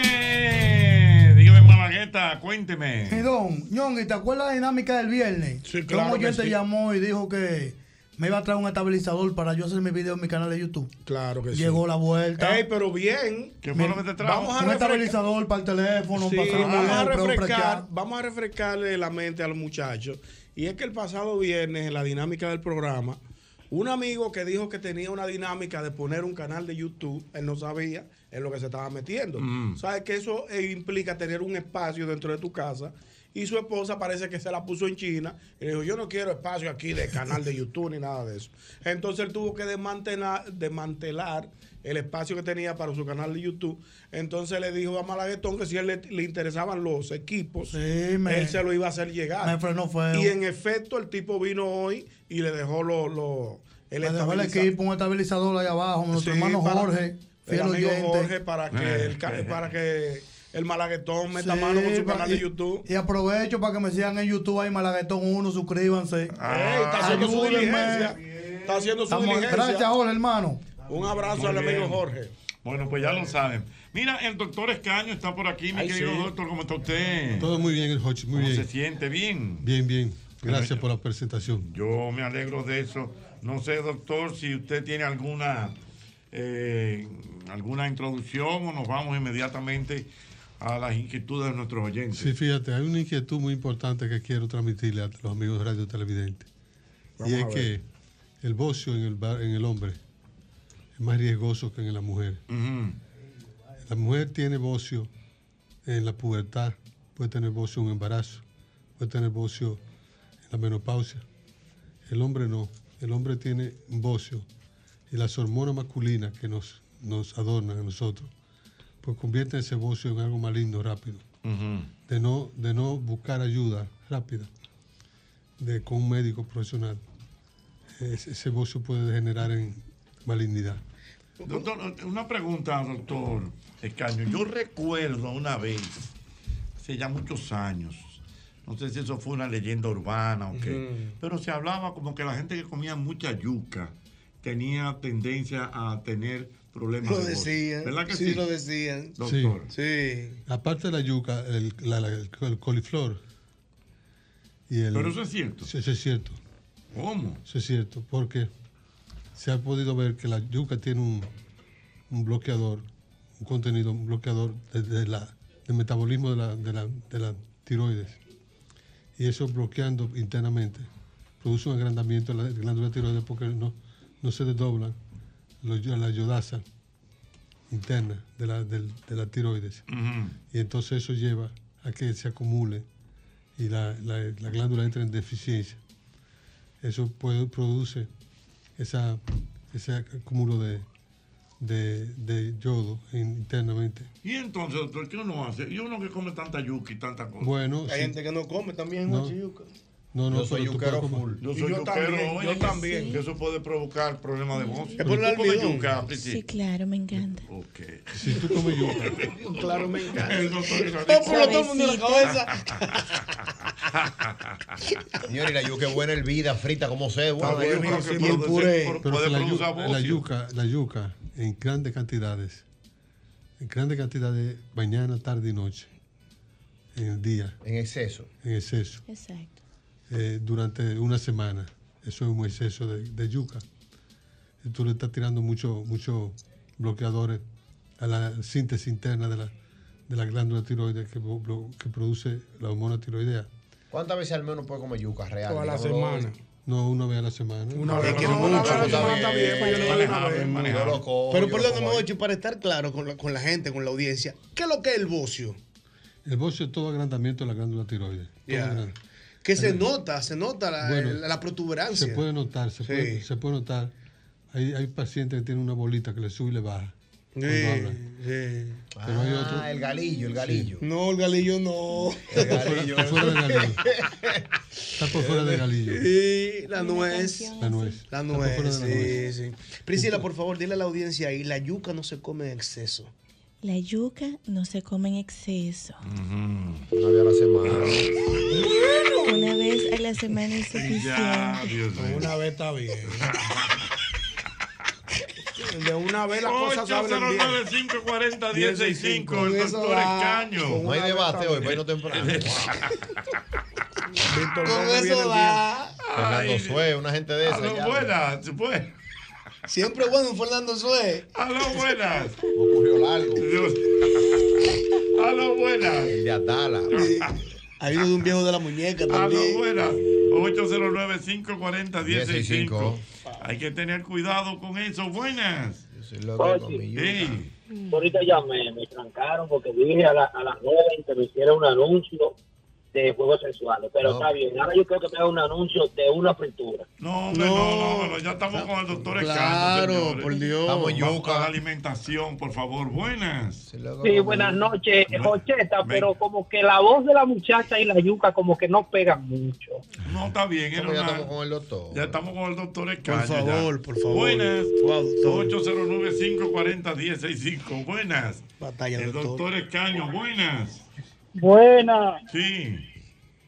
S3: Eh, dígame, Malagueta, cuénteme.
S12: Y Don, Ñongi, ¿te acuerdas la dinámica del viernes? Sí,
S3: claro
S12: Un
S3: que
S12: oyente
S3: sí.
S12: llamó y dijo que me iba a traer un estabilizador para yo hacer mi video en mi canal de YouTube. Claro
S4: que
S12: Llegó
S4: sí.
S12: Llegó la vuelta.
S4: Ey, pero bien. ¿Qué fue lo que te trajo? Vamos a
S12: un
S4: refrescar-
S12: estabilizador para el teléfono,
S4: Sí,
S12: para el celular,
S4: vamos a
S12: para un
S4: refrescar,
S12: precar.
S4: vamos a refrescarle la mente a los muchachos. Y es que el pasado viernes, en la dinámica del programa, un amigo que dijo que tenía una dinámica de poner un canal de YouTube, él no sabía en lo que se estaba metiendo.
S3: Mm.
S4: Sabes que eso eh, implica tener un espacio dentro de tu casa y su esposa parece que se la puso en China. Y le dijo, yo no quiero espacio aquí de canal de YouTube ni nada de eso. Entonces él tuvo que desmantelar, desmantelar el espacio que tenía para su canal de YouTube. Entonces le dijo a Malaguetón que si a él le, le interesaban los equipos,
S12: me-
S4: él se lo iba a hacer llegar.
S12: me frenó fuego.
S4: Y en efecto, el tipo vino hoy y le dejó los...
S12: Le dejó el equipo, un estabilizador ahí abajo, nuestro hermano Jorge,
S4: El
S12: fiel
S4: amigo
S12: oyente.
S4: Jorge para
S14: Eh.
S4: que el, ca- para que el malaguetón meta
S12: Sí,
S4: mano con su
S12: para-
S4: canal de YouTube.
S12: Y aprovecho para que me sigan en YouTube ahí, Malaguetón 1, suscríbanse.
S4: Ey, está haciendo su
S12: Ayúdenme.
S4: diligencia. Está haciendo su
S12: Estamos-
S4: diligencia.
S12: gracias, Jorge, hermano.
S4: Un abrazo al amigo Jorge.
S3: Bueno, pues ya lo saben. Mira, el doctor Escaño está por aquí, mi
S24: Ay,
S3: querido
S24: sí.
S3: doctor. ¿Cómo está usted?
S24: Todo muy bien, el Hochi, muy
S3: Eh. ¿Cómo
S24: bien.
S3: se siente? ¿Bien?
S24: Bien, bien. Gracias
S3: Bueno,
S24: por la presentación.
S3: Yo me alegro de eso. No sé, doctor, si usted tiene alguna, eh, alguna introducción o nos vamos inmediatamente a las inquietudes de nuestros oyentes.
S24: Sí, fíjate, hay una inquietud muy importante que quiero transmitirle a los amigos radio televidentes.
S3: Vamos
S24: y
S3: a
S24: es
S3: ver.
S24: que el bocio en el, bar- en el hombre es más riesgoso que en la mujer. La mujer tiene bocio en la pubertad, puede tener bocio en un embarazo, puede tener bocio en la menopausia. El hombre no. El hombre tiene bocio y las hormonas masculinas que nos, nos adornan a nosotros, pues convierten ese bocio en algo maligno rápido de no, de no buscar ayuda rápida de, con un médico profesional. Ese, ese bocio puede degenerar en malignidad.
S3: Doctor, una pregunta, doctor Escaño. Yo recuerdo una vez, hace ya muchos años, no sé si eso fue una leyenda urbana o qué,
S24: Ujú.
S3: pero se hablaba como que la gente que comía mucha yuca tenía tendencia a tener problemas
S14: Lo
S3: de voz.
S14: decían.
S3: ¿Verdad que
S14: sí,
S3: sí?
S14: lo decían.
S3: Doctor.
S14: ¿eh? Sí.
S24: Aparte de la yuca, el, la- la- el co- el coliflor. Y el-
S3: Pero eso es cierto.
S24: Sí, Eso es cierto.
S3: ¿Cómo?
S24: Eso es cierto, porque se ha podido ver que la yuca tiene un, un bloqueador, un contenido, un bloqueador de- de la- del metabolismo de la, de la- de la tiroides. Y eso bloqueando internamente produce un agrandamiento de la glándula tiroides porque no, no se desdoblan los- la yodasa interna de la, del- de la tiroides. Y entonces eso lleva a que se acumule y la, la- la glándula entra en deficiencia. Eso puede, produce esa, ese acúmulo de, de- de yodo in- internamente.
S3: Y entonces, doctor, ¿qué uno hace? Y uno que come tanta yuca y tanta cosa.
S24: Bueno,
S14: Hay
S24: sí.
S14: gente que no come también
S24: No.
S14: mucha yuca.
S24: No, no,
S3: Yo soy
S24: pero tú
S3: yuquero
S24: puedes comer.
S3: Yo soy yuquero, oye, que sí, que Eso puede provocar problemas de voz.
S24: Es por el
S3: ¿Tú comes
S24: almidón.
S3: yuca, Prisi?
S8: Sí, claro, me encanta.
S3: Ok.
S24: Si tú comes yuca.
S14: Claro, me encanta.
S3: El doctor
S14: Oh, por lo tomo de la cabeza.
S6: Señor, y la yuca es buena hervida, frita, como sea.
S24: Está
S6: Bueno, Dios
S24: bueno,
S6: mío,
S24: pero
S6: sí,
S24: que
S6: y el
S24: produce-
S6: puré.
S24: pero que la, yu- la yuca, la yuca en grandes cantidades, en grandes cantidades, mañana, tarde y noche, en el día.
S6: En exceso.
S24: En exceso.
S8: Exacto.
S24: eh, durante una semana. Eso es un exceso de, de yuca. Y Tú le estás tirando muchos mucho bloqueadores a la síntesis interna de la, de la glándula tiroides que, bo- blo- que produce la hormona tiroidea.
S6: ¿Cuántas veces al menos puede comer yuca real?
S24: Toda
S6: Toda
S24: la semana. No, una vez a la semana.
S6: Una vez. Es que no, una vez a la semana está bien, pues yo le doy una vez. Yo lo cojo,
S14: Pero
S24: yo lo
S14: perdóname,
S24: como ahí.
S14: Ocho, para estar claro con la, con la gente, con la audiencia, ¿qué es lo que es el bocio?
S24: El bocio es todo agrandamiento de la glándula tiroides. Todo
S14: Ya.
S24: agrand-
S14: Que se
S24: Ajá.
S14: nota, se nota la,
S24: Bueno,
S14: la- la protuberancia.
S24: Se puede notar, se, puede, se puede notar. Hay, hay pacientes que tienen una bolita que le sube y le baja. cuando
S14: Sí,
S24: hablan.
S14: sí.
S24: Pero hay otro-
S6: Ah, el galillo, el galillo.
S14: No, el galillo no.
S6: El galillo.
S24: Está por fuera del galillo. Está por fuera del galillo.
S14: Sí, la nuez.
S24: La nuez.
S14: La
S24: Está por fuera
S14: nuez,
S24: de la
S14: sí,
S24: nuez.
S14: sí. Priscila, por favor, dile a la audiencia ahí, la yuca no se come en exceso.
S8: La yuca no se come en exceso.
S14: Mm.
S6: Una vez a la semana.
S8: Una vez a la semana es
S4: Ya,
S8: suficiente.
S3: Dios mío.
S4: Una vez está bien. De una vez las cosas hablan bien.
S3: 540 1065 el
S4: Con eso
S3: doctor
S4: da-
S3: Escaño.
S4: con
S6: No hay
S4: una
S6: debate
S4: vez
S6: hoy, pero no temprano.
S4: Víctor
S6: Con
S4: Gómez viene
S6: eso
S4: bien.
S6: Fernando Sue, una gente de esa.
S4: Aló,
S6: ya.
S3: buenas, se puede.
S14: Siempre bueno un Fernando Sue.
S3: Aló, buenas.
S6: Ocurrió largo.
S3: Aló, buenas.
S6: El de Adala.
S14: Ha habido de un viejo de la muñeca
S3: Aló,
S14: también.
S3: buenas. 809-540-1065. Hay que tener cuidado con eso. Buenas. Ey,
S16: Ahorita llamé, me trancaron porque dije a, la- a las nueve que me hiciera un anuncio de juegos sexuales. Pero
S3: No.
S16: está bien. Ahora yo creo que me haga un anuncio de una fritura.
S3: No, hombre, no, no, no, ya estamos con el doctor Escano,
S16: Claro,
S3: señores.
S16: por Dios.
S3: Vamos,
S16: Yuca.
S3: Vamos a la alimentación, por favor. Buenas.
S16: Sí, buenas noches, Jocheta, pero como que la voz de la muchacha y la yuca como que no pegan mucho.
S3: No, está bien. Era
S16: Como ya
S3: una-
S16: estamos
S3: con el doctor. Ya estamos con el doctor Escano.
S12: Por favor,
S3: ya.
S12: por favor.
S3: Buenas.
S12: Wow, doctor.
S3: 809-540-1065. Buenas. el doctor Escaño, buenas.
S10: Buena.
S3: Sí.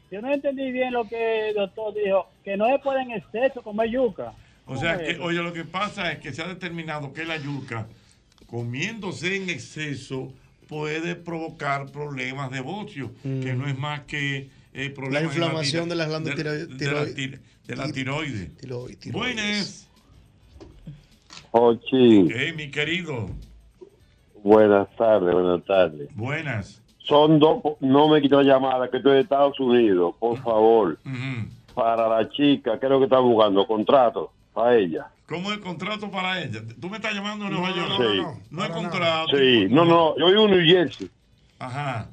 S10: Yo no entendí bien lo que el doctor dijo, que no se puede en exceso comer yuca.
S3: O sea,
S10: ¿Cómo
S3: que,
S10: es?
S3: oye, lo que pasa es que se ha determinado que la yuca, comiéndose en exceso, puede provocar problemas de bocio, que no es más que eh, problemas en
S14: Mm. inflamación de las
S3: tira-
S14: glándulas
S3: de-
S14: tiro-
S3: de la
S14: tiroides.
S3: tira- de la tiroides. Buenas.
S5: Jochi,
S3: Eh, mi querido.
S5: buenas tardes, buenas tardes.
S3: Buenas.
S5: Son dos, no me quito llamada, que estoy de Estados Unidos, por favor. Para la chica, creo que está buscando contrato para ella.
S3: ¿Cómo es el contrato para ella? ¿Tú me estás llamando de Nueva York?
S5: no, no, Sí. no,
S3: No hay contrato.
S5: Sí, no, no, yo vivo en New Jersey.
S3: Ajá.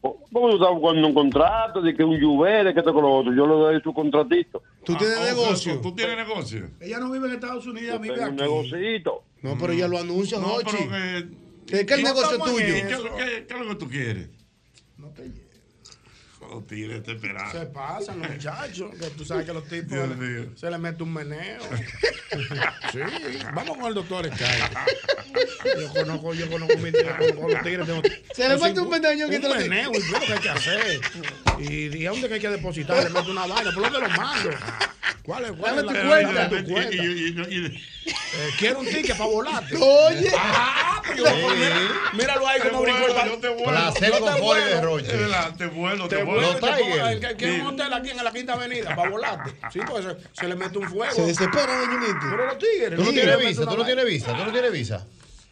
S5: ¿Cómo tú estás buscando un contrato de que un juve, de que esto con lo otro? Yo le doy tu contratito.
S14: ¿Tú tienes negocio?
S3: Ah, oh, ¿Tú tienes negocio?
S12: Ella no vive en Estados Unidos, vive
S5: Tengo un
S12: aquí.
S5: negocito.
S14: No, pero
S3: Mm.
S14: ya lo anuncia,
S5: No,
S14: Jochi.
S5: pero
S4: Eh,
S14: ¿Qué, qué el
S3: No
S14: negocio
S3: estamos en
S14: es
S3: eso.
S14: tuyo?
S3: ¿Qué, qué- qué es lo que tú quieres?
S12: No te lleves.
S3: Los tigres te esperan.
S4: Se pasan los muchachos, que tú sabes que los tipos
S3: Dios
S4: se les mete un meneo. sí, vamos con el doctor Escala. Yo conozco, yo conozco mi tío, conozco los tigres. tengo-
S14: Se le
S4: yo
S14: mete
S4: soy-
S14: un meneo que
S4: un
S14: te lo-
S4: meneo, y yo lo que hay que hacer. Y di a dónde que hay que depositar, le meto una vaina, ¿por dónde lo mando? ¿Cuál es? ¿Cuál es
S3: Dame tu
S4: la-
S3: cuenta.
S4: dame tu cuenta?
S3: Y-
S4: Eh, quiero un ticket para volarte.
S14: Oye.
S4: Ah, pero yo- mira- míralo ahí
S3: Te
S4: como brincó el
S3: vuelo,
S4: ba-
S3: yo te vuelo.
S4: Yo te vuelo.
S3: Es verdad, Te vuelo, te
S4: Te
S3: vuelo.
S4: vuelve, te pongo- eh, que- Quiero
S3: Sí.
S4: un hotel aquí en la Quinta Avenida para volarte. Sí, pues se, se le mete un fuego.
S6: Se desespera, Doñinito.
S4: Pero los tigres.
S6: Tú no
S4: los
S6: tienes
S4: tigres
S6: visa, tú
S4: meten
S6: no
S4: una
S6: tienes
S4: vaina.
S6: visa, tú no tienes visa.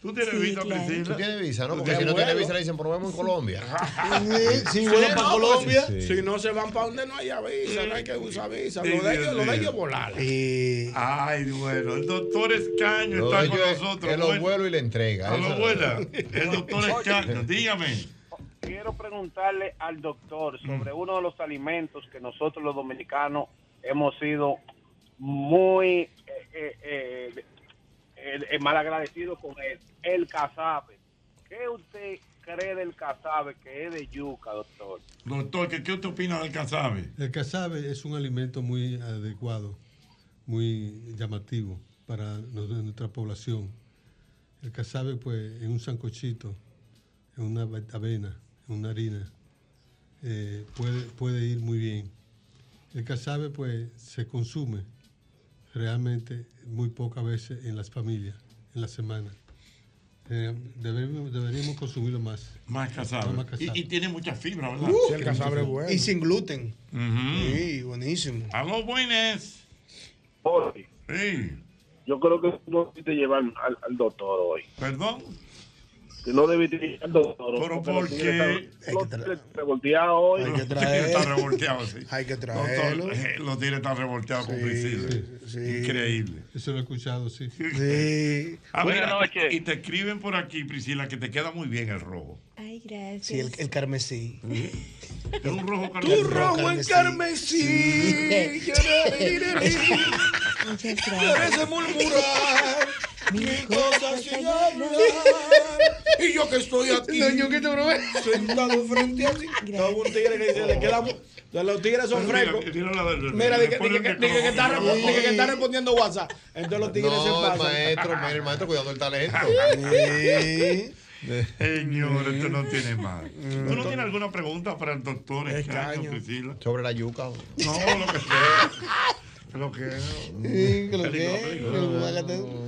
S3: Tú tienes
S6: visa, Priscila. Tú tienes visa, ¿no? Porque
S4: Te
S6: si no tienes
S4: vuelo.
S6: visa, le dicen, probemos en Colombia.
S4: Sí,
S6: Si
S4: no,
S6: no,
S4: porque
S6: para
S4: Si, si no se van para donde no haya visa, no hay que usar visa.
S3: Sí,
S4: Lo de
S3: Dios
S4: ellos, lo
S3: mío.
S4: de ellos es volar.
S24: Eh,
S3: Ay, bueno, el doctor Escaño
S6: Lo
S3: está
S6: de
S3: con
S6: ellos es-
S3: nosotros.
S6: es los
S3: bueno.
S6: vuelos y la entrega.
S3: A lo
S6: eso.
S3: vuela. El doctor Escaño, dígame.
S11: Quiero preguntarle al doctor sobre uno de los alimentos que nosotros los dominicanos hemos sido muy eh, eh, eh, eh, eh, malagradecidos con él, el cazabe. ¿Qué usted cree del cazabe que es de yuca, doctor?
S3: Doctor, ¿qué, qué usted opina del cazabe?
S24: El cazabe es un alimento muy adecuado, muy llamativo para nos- nuestra población. El cazabe, pues, en un sancochito, en una ave- avena, en una harina, eh, puede, puede ir muy bien. El cazabe, pues, se consume realmente muy pocas veces en las familias, en la semana. Eh, deberíamos, deberíamos consumirlo más.
S3: Más cazabe.
S24: Más
S3: Y,
S24: cazabe.
S3: y tiene mucha fibra, ¿verdad?
S24: Uh, Sí, el cazabe es bueno.
S14: Y sin gluten.
S24: Mm.
S3: Ujú.
S14: Sí, buenísimo.
S3: A los buenas.
S16: Jorge,
S3: Sí.
S16: yo creo que tú no debiste llevar al, al doctor hoy.
S3: ¿Perdón?
S16: Que no debiste llevar al doctor.
S3: Pero
S16: porque
S3: ¿por
S16: los
S3: qué?
S16: tigres están- los tigres están revolteados hoy.
S3: Hay que traer. Está revolteado, sí.
S14: Hay que
S3: traerlo. eh, Los tigres están revolteados con Priscila. Increíble.
S24: Eso lo he escuchado, sí.
S14: Sí.
S3: A ver,
S14: Buenas
S3: y te escriben por aquí, Priscila, que te queda muy bien el rojo.
S8: Ay, gracias.
S14: Sí, el, el carmesí.
S3: Es un rojo carmesí.
S14: Tu rojo en carmesí.
S8: Muchas
S4: Parece
S8: gracias.
S4: murmurar. Mil cosas sin hablar. Y yo que estoy aquí. Sentado frente a ti. Todo un tigre que dice, le quedamos. Los tigres son frescos. Mira, dije dije que dije que está repo- dije que está respondiendo WhatsApp. Entonces los tigres se
S6: No, el
S4: pasan.
S6: maestro, mira, el maestro cuidando el talento.
S3: Señor, esto no tiene más. ¿Tú no tienes alguna pregunta para el doctor Escaño, Priscila?
S6: Sobre la yuca.
S3: No, lo que sea. Lo que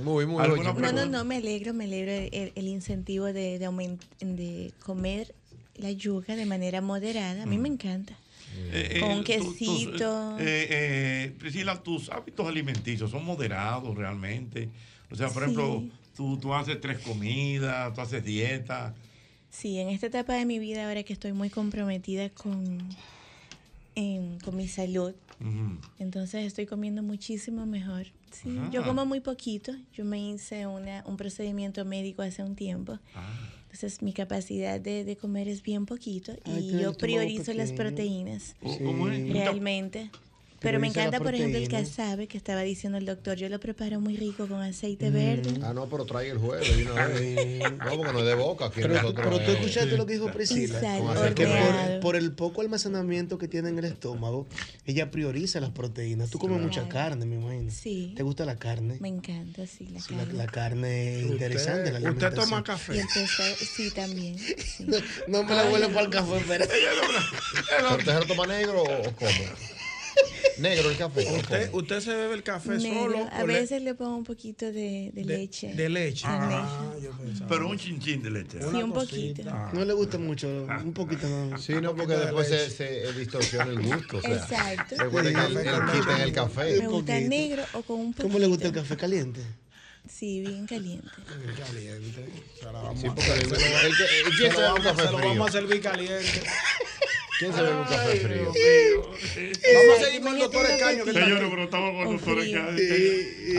S3: Muy, muy ¿Alguna
S8: No, no,
S3: pregunta?
S8: no, me alegro, me alegro el, el- el incentivo de, de, aument- de comer la yuca de manera moderada. A mí me encanta.
S3: Eh, eh, tú-
S8: Con
S3: tus-
S8: quesito.
S3: eh, eh, Priscila, tus hábitos alimenticios son moderados realmente. O sea, por
S8: Sí.
S3: ejemplo, tú, tú haces tres comidas, tú haces dieta.
S8: Sí, en esta etapa de mi vida, ahora que estoy muy comprometida con, em, con mi salud,
S3: Ujú.
S8: entonces estoy comiendo muchísimo mejor. Sí,
S3: Ah.
S8: yo como muy poquito. Yo me hice una, un procedimiento médico hace un tiempo. Entonces mi capacidad de, de comer es bien poquito y
S5: Ay, qué
S8: yo
S5: estómago
S8: priorizo las
S5: pequeño.
S8: proteínas.
S3: Uh,
S5: Oh, ¿cómo es?
S8: Realmente.
S6: Prioriza
S8: Pero me
S6: la
S8: encanta, por ejemplo, el
S6: proteína.
S8: casabe que estaba diciendo el doctor. Yo lo preparo muy rico con aceite verde.
S6: Ah, no, pero trae el jueves. de una vez. No, porque no es de boca. Aquí
S14: Pero, tú-
S6: nosotros
S14: pero tú
S6: no.
S14: escuchaste lo que dijo
S6: Sí.
S14: Priscila.
S6: Con aceite
S14: Que por,
S6: verde.
S14: por el poco almacenamiento que tiene en el estómago, ella prioriza las proteínas. Tú comes
S8: claro.
S14: mucha carne, me imagino.
S8: Sí.
S14: ¿Te gusta la carne?
S8: Me encanta, sí, la
S14: La,
S8: carne.
S14: la carne es
S7: Usted-
S14: interesante. la
S7: usted
S14: alimentación.
S7: toma café.
S8: Y el pescado, sí, también. sí.
S14: No me la
S8: Ay,
S14: vuelo para el café, pero.
S6: ¿Pero usted se lo toma negro o cómo? Negro el café. ¿o
S7: ¿Usted, usted se bebe el café
S8: negro.
S7: solo
S8: A
S7: o le-
S8: veces le pongo un poquito de, de leche.
S7: de leche.
S3: Ah, pero un chinchín de leche.
S8: Sí, un poquito.
S14: Ah. No le gusta mucho, un poquito más.
S6: Sí, no, porque después se, se eh, distorsiona el gusto. O
S14: Ah,
S6: sea,
S8: Exacto.
S6: Recuerden que el, el kit en el café.
S8: Me gusta negro o con un poquito.
S14: ¿Cómo le gusta el café caliente?
S8: Sí, bien caliente.
S7: Caliente. Se la vamos
S6: Ah, Sí,
S7: a-
S6: porque el-
S7: se lo-
S6: el- el- ¿quién
S7: se
S6: se
S7: lo
S6: bebe un
S7: vamos-
S6: café
S7: se lo vamos a
S6: frío?
S7: servir caliente.
S6: ¿Quién se bebe un café frío?
S7: Vamos a seguir con el doctor Escaño. que está
S3: Señores,
S7: aquí.
S3: pero estamos con el doctor Escaño.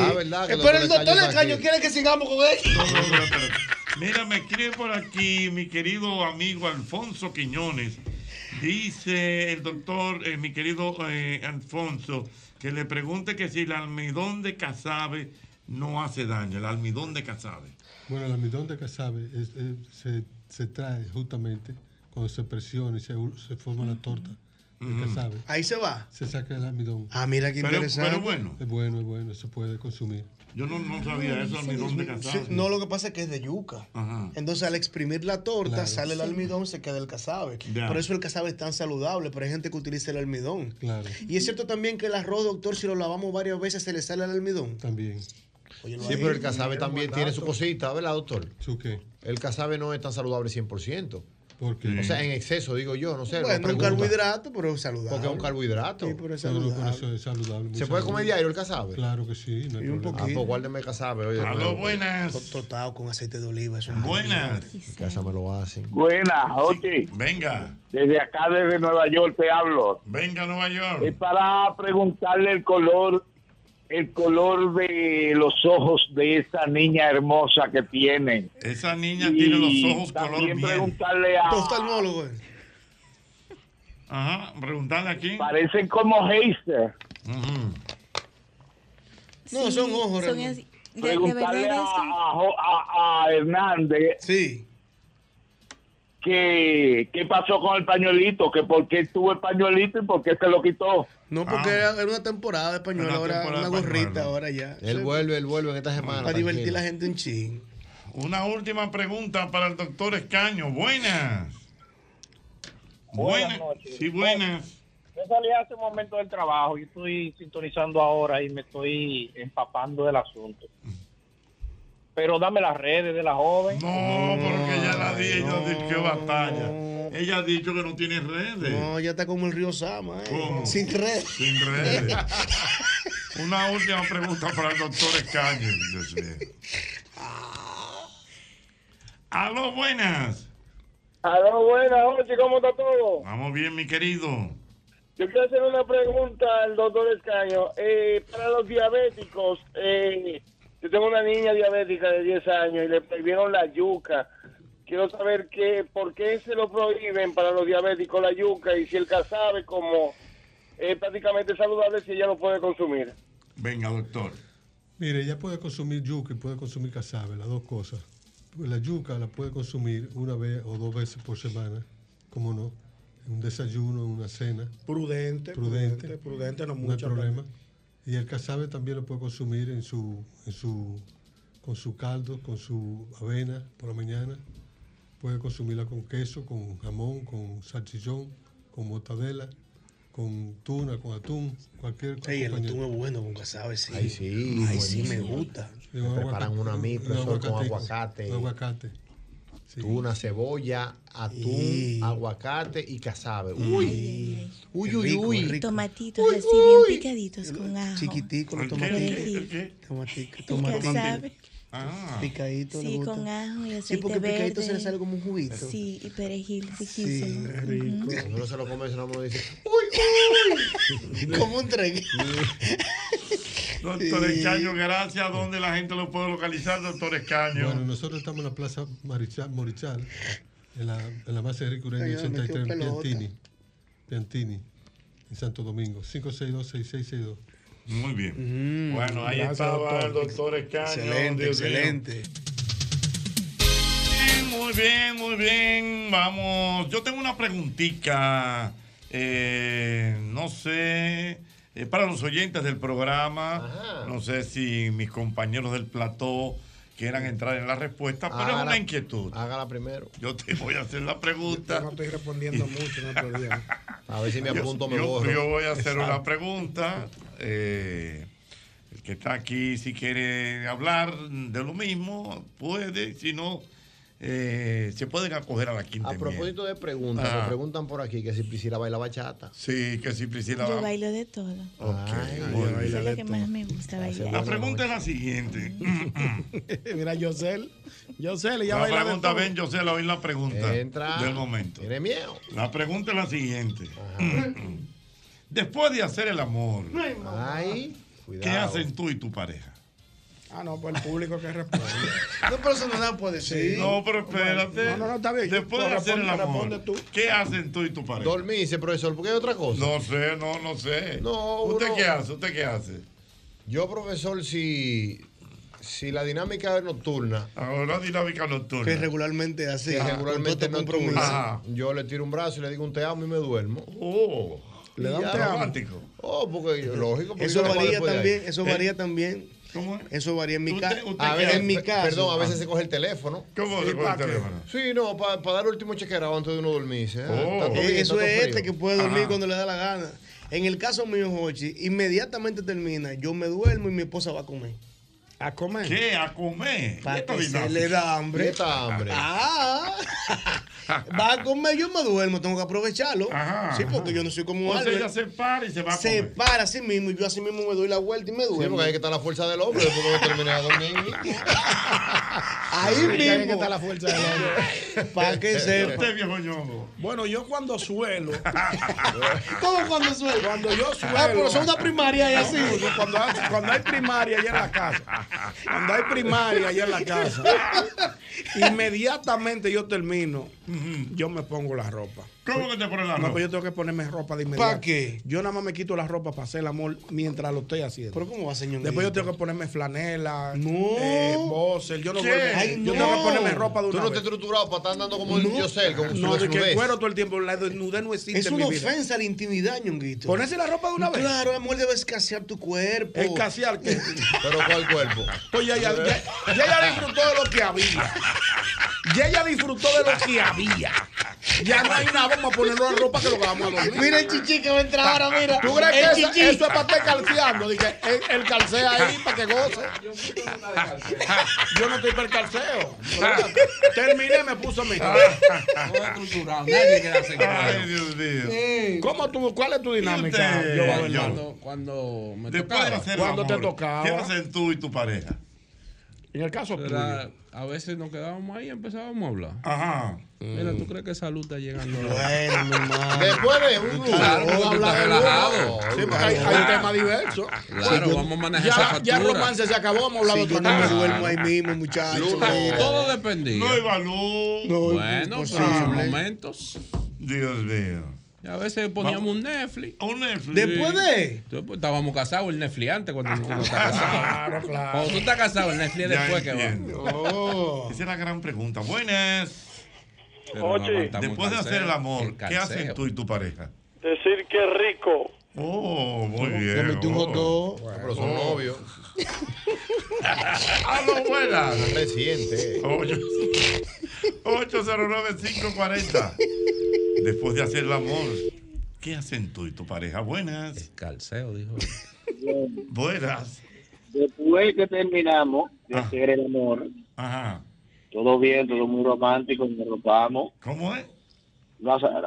S6: Ah, ¿verdad? Que
S14: Eh, Pero el doctor
S6: está
S14: Escaño
S6: aquí.
S14: quiere que sigamos con él.
S3: Mira, me escribe por aquí mi querido amigo Alfonso Quiñones. Dice el doctor, eh, mi querido eh, Alfonso, que le pregunte que si el almidón de casabe no hace daño, el almidón de casabe.
S24: Bueno, el almidón de casabe es- es- se, se trae justamente cuando se presiona y se, se forma la torta de
S14: Ujú.
S3: Mm.
S24: casabe.
S14: Ahí se va.
S24: Se saca el almidón.
S14: Ah, mira qué Pero- interesante. pero bueno.
S24: Es bueno, es bueno, se puede consumir.
S3: Yo no, sabía eso, almidón de casabe.
S14: Sí, no, lo que pasa es que es de yuca.
S3: Ah.
S14: Entonces, al exprimir la torta,
S24: Claro.
S14: sale el
S24: Sí.
S14: almidón, se queda el casabe.
S24: Ya.
S14: Por eso el casabe es tan saludable, pero hay gente que utiliza el almidón.
S24: Claro.
S14: Y es cierto también que el arroz, doctor, si lo lavamos varias veces, se le sale el almidón.
S24: También.
S6: Sí, pero el casabe también tiene su cosita, ¿verdad, doctor?
S24: ¿Su qué?
S6: El casabe no es tan saludable 100%.
S24: ¿Por qué?
S6: O sea, en exceso, digo yo, no sé.
S14: Bueno,
S6: no
S14: un
S6: pregunto.
S14: carbohidrato, pero saludable.
S6: Porque es un carbohidrato.
S14: Sí, pero es
S24: No, no, pero
S14: saludable.
S24: eso es saludable. muy
S6: ¿Se puede
S24: saludable.
S6: comer diario el casabe?
S24: Claro que sí, no hay
S6: Y un
S24: problema.
S6: poquito. Ah, pues guárdeme casabe. Oye,
S24: Aló,
S6: nuevo.
S3: buenas. Ah,
S14: To- Tostado con aceite de oliva. Eso es
S3: buenas.
S6: En casa me lo hacen.
S13: Buenas, Ochi.
S3: Venga.
S13: Desde acá, desde Nueva York, te hablo.
S3: Venga, Nueva York.
S13: Es para preguntarle el color, el color de los ojos de esa niña hermosa que tienen.
S3: Esa niña tiene los ojos color
S13: también
S3: miel.
S13: preguntarle a...
S14: Oftalmólogo. eh.
S3: Ajá, preguntarle aquí.
S13: Parecen como Heister.
S14: No, son ojos,
S13: son
S14: realmente.
S13: de- de Preguntarle verdad es que- a, Jo- a- a Hernández.
S14: Sí.
S13: ¿Qué, ¿Qué pasó con el pañuelito? ¿Que ¿Por qué tuvo el pañuelito y por qué se lo quitó?
S14: No,
S3: Ah.
S14: porque era, era una temporada española, ahora una gorrita, ahora ya.
S6: Él vuelve, él vuelve en esta semana.
S14: Para divertir
S6: tranquilo.
S14: la gente un ching.
S3: Una última pregunta para el doctor Escaño. Buenas. Buenas. Sí, buenas.
S13: Yo salí hace un momento del trabajo y estoy sintonizando ahora y me estoy empapando del asunto. Pero dame las redes de la joven.
S3: No, porque ya la di, ella dijo que batalla. Ella ha dicho que no tiene redes.
S14: No, ya está como el río Sama. eh. Sin red.
S3: Sin redes. Una última pregunta para el doctor Escaño. Dios mío. Aló, buenas.
S11: Aló, buenas, Ochi, ¿cómo está todo?
S3: Vamos bien, mi querido.
S11: Yo quiero hacer una pregunta al doctor Escaño. Eh, para los diabéticos, eh, yo tengo una niña diabética de 10 años y le prohibieron la yuca. Quiero saber qué, por qué se lo prohíben para los diabéticos la yuca y si el casabe como es eh, prácticamente saludable si ella lo puede consumir.
S3: Venga, doctor.
S24: Mire, ella puede consumir yuca y puede consumir casabe, las dos cosas. Pues La yuca la puede consumir una vez o dos veces por semana, como no, en un desayuno, en una cena.
S7: Prudente,
S24: Prudente.
S7: prudente, prudente, no
S24: hay
S7: mucho
S24: problema. Y el casabe también lo puede consumir en su, en su, con su caldo, con su avena por la mañana. Puede consumirla con queso, con jamón, con salchichón, con mortadela, con tuna, con atún, cualquier
S14: Ey, el
S24: acompañante.
S14: atún es bueno con casabe, sí.
S24: Ay, sí,
S14: Ay, sí, me
S24: buenísimo.
S14: gusta.
S24: Y un
S6: Preparan
S24: aguacate-
S6: una mil,
S24: un
S6: profesor, con
S24: aguacatico,
S6: aguacate.
S24: un aguacate.
S6: Tuna, cebolla, atún, aguacate y casabe. Uy. Uy, uy, uy.
S8: Tomatitos así bien picaditos con ajo.
S14: Chiquitico, los
S8: Qué
S14: tomatitos.
S8: rico.
S14: Tomatico,
S8: El
S14: tomatico.
S8: casabe.
S7: Ah.
S14: Picadito le
S8: Sí,
S14: gusta.
S8: con ajo y aceite
S14: Sí, porque picadito se le
S8: verde.
S14: sale como un juguito.
S8: Sí, y perejil,
S14: Sí,
S8: riquísimo.
S14: es rico.
S6: Cuando uno se lo come, se lo dice.
S14: Como un tren.
S3: Doctor Escaño, gracias. ¿Dónde la gente lo puede localizar, doctor Escaño?
S24: Bueno, nosotros estamos en la Plaza Marichal, Morichal, en la, en la base de Rico Ureña,
S12: Ay, ya me metió
S24: 83, en
S12: pelota.
S24: Piantini, Piantini, en Santo Domingo, 562-6662.
S3: Muy bien. Bueno, ahí
S24: Mm, Gracias,
S3: estaba
S24: doctor.
S3: el doctor Escaño.
S24: Excelente,
S3: Dios mío.
S24: excelente.
S3: Bien, Muy bien, muy bien. Vamos, yo tengo una preguntita. eh, no sé, eh, para los oyentes del programa, no sé si mis compañeros del plató quieran entrar en la respuesta, pero es
S6: Hágala-
S3: una inquietud.
S6: Hágala primero.
S3: Yo te voy a hacer la pregunta.
S4: No estoy respondiendo mucho, no te olvides.
S6: A ver si me
S3: Yo-
S6: apunto, me
S3: yo,
S6: borro.
S3: yo voy a hacer
S6: Exacto.
S3: una pregunta. eh, el que está aquí, si quiere hablar de lo mismo, puede. Si no, eh, se pueden acoger a la quinta.
S6: A propósito de preguntas,
S3: Ah.
S6: me preguntan por aquí que si Priscila baila bachata.
S3: Sí, que si Priscila
S8: Yo bailo de todo. Eso es lo que más me gusta bailar.
S3: La pregunta es la siguiente. Mm,
S4: Mira, Yosel. Yosel, ya
S3: la
S4: baila de
S3: pregunta,
S4: todo.
S3: ven, yo sé, la oí la pregunta
S4: Entra.
S3: del momento.
S6: Tiene miedo.
S3: La pregunta es la siguiente. Mm, Después de hacer el amor,
S6: Ay,
S3: ¿qué hacen tú y tu pareja?
S4: Ah, no, pues el público que responde.
S14: No, pero eso no da puede
S3: ser. No, pero espérate.
S4: No, no, no, está bien.
S3: Después de
S4: Pues
S3: hacer el
S4: responde-
S3: amor,
S4: responde tú.
S3: ¿qué hacen tú y tu pareja?
S6: Dormirse, profesor, porque hay otra cosa.
S3: No sé, no, no sé.
S6: No,
S3: ¿Usted
S6: uno-
S3: qué hace? ¿Usted qué hace?
S6: Yo, profesor, si, si la dinámica es nocturna.
S3: Ahora Ah, dinámica nocturna.
S14: Que regularmente así.
S6: Que
S14: Ajá.
S6: regularmente
S14: Con tanto compromiso.
S6: nocturna. Yo le tiro un brazo y le digo un te amo y me duermo.
S3: Oh.
S14: Le da un te amo.
S3: romántico.
S6: Oh, porque lógico. porque
S14: Eso
S6: yo no puedo
S14: varía
S6: después de ahí. Eh.
S14: también,
S3: Eh,
S14: eso varía también. Eso varía en mi casa.
S6: A veces,
S14: En mi Ah,
S6: pe-
S14: casa.
S6: Perdón, a veces se coge el teléfono.
S3: ¿Cómo
S14: se coge el teléfono?
S6: Sí, no, para dar el último chequeado antes de uno dormirse. ¿eh?
S3: Oh.
S14: Eh,
S6: Tanto bien,
S14: Eso
S6: tanto
S14: es
S6: frío.
S14: este que puede dormir
S6: Ajá.
S14: cuando le da la gana. En el caso mío, Jochi, inmediatamente termina. Yo me duermo y mi esposa va a comer.
S4: ¿A comer?
S3: ¿Qué? ¿A comer?
S14: Para
S3: Esta
S14: que se
S3: dinámica.
S14: le da hambre.
S3: ¿Y esta hambre?
S14: Ah. va a comer, yo me duermo, tengo que aprovecharlo.
S3: Ajá.
S14: sí, porque yo no soy como
S6: Pues
S3: Entonces
S4: ¿eh?
S3: Pues ella se
S14: Albert.
S3: para y se va a
S14: Se
S3: comer.
S14: para así mismo y yo así mismo me doy la vuelta y me duermo.
S6: Sí, porque hay que estar la fuerza del hombre, después cuando termine de dormir.
S14: Ahí
S4: Ahí
S14: mismo.
S4: es Ah, que está la fuerza del hombre.
S14: Pa' que sepa.
S3: Usted, viejo ñongo.
S4: Bueno, yo cuando suelo.
S14: ¿Cómo cuando suelo?
S4: Cuando yo suelo.
S14: Ah, pero son una primaria y así.
S4: No, Cuando, hay- cuando hay primaria allá en la casa. Cuando hay primaria allá en la casa. Inmediatamente yo termino, yo me pongo la ropa.
S3: ¿Cómo que te pones la
S4: No,
S3: ropa?
S4: pues yo tengo que ponerme ropa de inmediato.
S14: ¿Pa' qué?
S4: Yo nada más me quito la ropa para hacer el amor mientras lo estoy haciendo.
S14: Pero ¿cómo va, señor?
S4: Después yo tengo que ponerme flanela,
S14: No.
S4: eh, boxer, yo no
S6: ¿Qué?
S4: duermo.
S6: Ay,
S4: yo
S6: no.
S4: tengo que ponerme ropa de
S6: Tú
S4: una
S6: no
S4: vez.
S6: te has estructurado para estar andando como el Yosel, como su
S4: No, de que
S6: desnudez.
S4: cuero todo el tiempo, la desnudez no existe
S14: Es
S4: en mi
S14: una
S4: vida.
S14: ofensa a la intimidad, ñonguito.
S4: Ponerse la ropa de una vez.
S14: Claro, amor, debe escasear tu cuerpo.
S4: Escasear que.
S6: Pero ¿cuál cuerpo?
S4: Pues ya, ya, ya, ya ella disfrutó de lo que había. Ya ella disfrutó de lo que había. Ya no hay nada, vamos a ponerlo en ropa que lo vamos a dormir.
S14: Mira el chichi que va a entrar ahora, mira.
S4: ¿Tú crees
S14: El
S4: que eso,
S14: chichi.
S4: eso es para estar calceando? Dije, el, el calcea ahí para que goce. Yo no estoy para el calceo. Terminé, me puso a mí.
S19: nadie queda sin
S3: Ay, Dios mío.
S4: ¿Cómo tú, ¿Cuál es tu dinámica?
S3: usted,
S4: Yo,
S3: yo?
S4: Bernardo?
S19: Cuando me
S3: Después de
S19: tocaba.
S3: hacer el
S19: Cuando te
S3: amor,
S19: tocaba.
S3: ¿Qué hacen tú y tu pareja?
S4: En el caso
S19: Era- a veces nos quedábamos ahí y empezábamos a hablar.
S3: Ajá.
S19: Mira, ¿tú crees que salud está llegando?
S14: Bueno, mi hermano.
S6: Después de un
S19: Claro,
S14: Claro,
S19: tú estás
S14: hablar de
S19: relajado.
S14: uno.
S4: Sí, porque hay, hay temas diversos.
S19: Claro, vamos a manejar
S4: ya,
S19: esa
S4: Ya el
S19: factura.
S4: romance se acabó, vamos a hablar
S14: Si
S4: de
S14: yo
S4: otra
S14: no me
S4: cosa.
S14: duermo ahí mismo, muchachos.
S19: Todo dependía.
S3: No hay valor.
S19: bueno, pero
S14: imposible.
S19: en momentos.
S3: Dios mío.
S19: Y a veces poníamos un Netflix.
S3: Un Netflix.
S19: Después de. pues, Estábamos casados, el Netflix antes cuando tú no estás casado.
S4: Claro, claro.
S19: Cuando tú estás casado, el Netflix
S3: Ya
S19: después que
S3: entiendo.
S19: va.
S6: Oh.
S3: Esa es la gran pregunta. Buenas.
S19: Pero no aguantamos
S3: Después de
S19: el
S3: hacer el
S19: calceo,
S3: amor,
S19: el
S3: ¿qué
S19: calceo.
S3: hacen tú y tu pareja?
S22: Decir que rico.
S3: Oh, muy bien.
S14: Le metí un
S3: oh.
S14: hot dog.
S6: Pero son novios.
S3: ¡Ah, no, buenas!
S6: Reciente.
S3: Ocho- 809-540. Después de hacer el amor, ¿qué hacen tú y tu pareja? Buenas.
S19: Calceo, dijo.
S3: Buenas.
S9: Después que terminamos de
S3: Ah.
S9: hacer el amor,
S3: Ajá.
S9: todo bien, todo muy romántico, nos ropamos,
S3: ¿Cómo es?
S9: nos, no,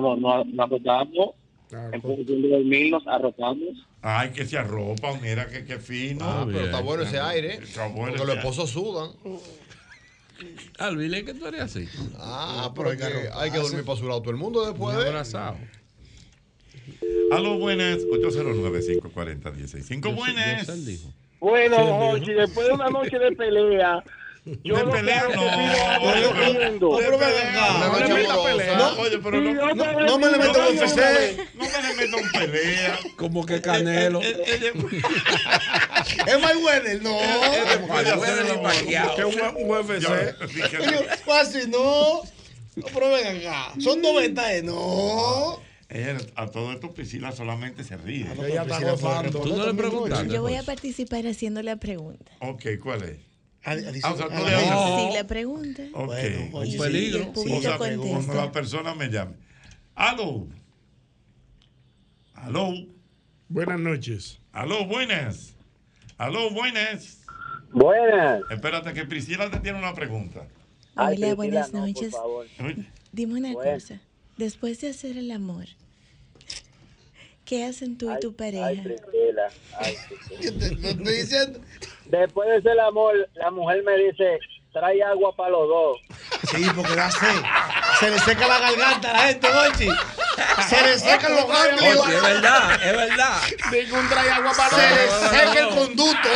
S9: no, no, nos acostamos, en posición de dormir, nos arropamos.
S3: Ay, que se arropa, mira que, que fino.
S6: Ah, pero está bueno ese aire.
S3: Está bueno
S6: Porque los
S3: ese
S6: esposos sudan.
S19: Alvile, que tú eres así.
S6: ¿eh? Ah, pero hay que, hay que dormir para su lado todo el mundo después de.
S19: abrazado.
S3: Aló, buenas. 809-540-165. Buenas.
S29: Bueno, Jochi, después de una noche de pelea, yo lo que
S3: pelea,
S29: te
S3: no.
S29: pido es que pidiendo.
S3: No le meta pelea. Oye, pero no,
S29: no,
S3: no-
S29: no me le meto
S3: no
S29: en
S3: me-
S29: fe.
S3: No me le meto en pelea.
S19: Como que Canelo.
S14: ¿Es My Weather? No.
S4: Que un UFC.
S14: Coño, Fácil, no. No, pero vengan acá. Son
S4: Mm.
S14: 90, eh. No.
S3: Ella, a todo esto Priscila solamente se ríe.
S14: Ella está
S3: Priscila,
S14: gozando.
S3: Tú no le preguntas.
S8: Yo voy a participar haciendo la pregunta.
S3: Ok, ¿cuál es?
S8: Ah,
S3: o sea, tú le hablas.
S8: Sí, la pregunta.
S3: Ok.
S8: oye, Un sí, peligro. y el público
S3: o sea, que
S8: contesta.
S3: cuando la persona me llame. Aló. Aló.
S4: Buenas noches.
S3: Aló, buenas. Aló, buenas.
S11: Buenas.
S3: Espérate que Priscila te tiene una pregunta.
S8: Hola, buenas noches.
S3: Uy,
S8: Dime una
S3: Bueno.
S8: cosa. Después de hacer el amor, ¿qué hacen tú y tu pareja?
S11: Priscila, ay, Priscila. Después de ese amor, la mujer me dice, trae agua para los dos.
S14: Sí, porque da sed. Se le seca la garganta a la gente, Gochi. Se le secan los ganglios.
S19: Oye, es verdad, es verdad.
S14: Digo, un trae agua para Se le seca el conducto.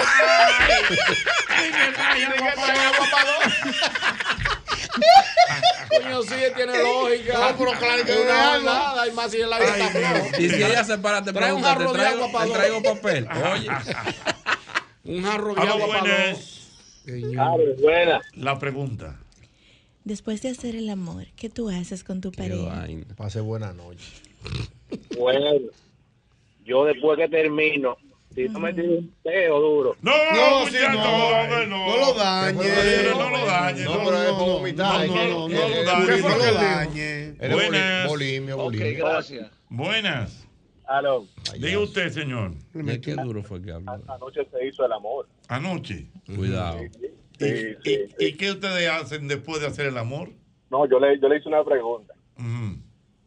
S7: Coño, sí, tiene lógica.
S14: No, pero claro que
S7: Es
S14: no es
S7: una
S14: agua.
S7: nada. Y más si el agua está floja.
S19: Y si ella se para, te
S7: Trae un
S19: pregunta,
S7: jarro
S19: te
S7: de
S19: traigo,
S7: agua para
S19: te
S7: dos.
S19: traigo papel. Oye.
S7: Un jarro de
S19: Aló,
S7: agua para
S19: buenas.
S7: dos.
S3: La pregunta.
S8: Después de hacer el amor, ¿qué tú haces con tu pareja?
S6: Pase buena noche.
S11: Bueno, yo después que termino, si no me tiro un peo duro.
S3: No,
S11: no,
S6: sí, no, no, no. No lo dañe. No lo dañe. No, pero es como vomitar. No, no, no,
S3: Eh,
S6: no lo dañe. No lo dañe. Buenas. Bulimia, bulimia.
S11: Ok, gracias.
S3: Buenas.
S11: Aló.
S3: Diga usted, señor.
S19: Mira qué duro fue que habló.
S11: Anoche se hizo el amor.
S3: Anoche.
S19: Cuidado.
S3: ¿Y, y- y qué ustedes hacen después de hacer el amor?
S11: No, yo le, yo le hice una pregunta.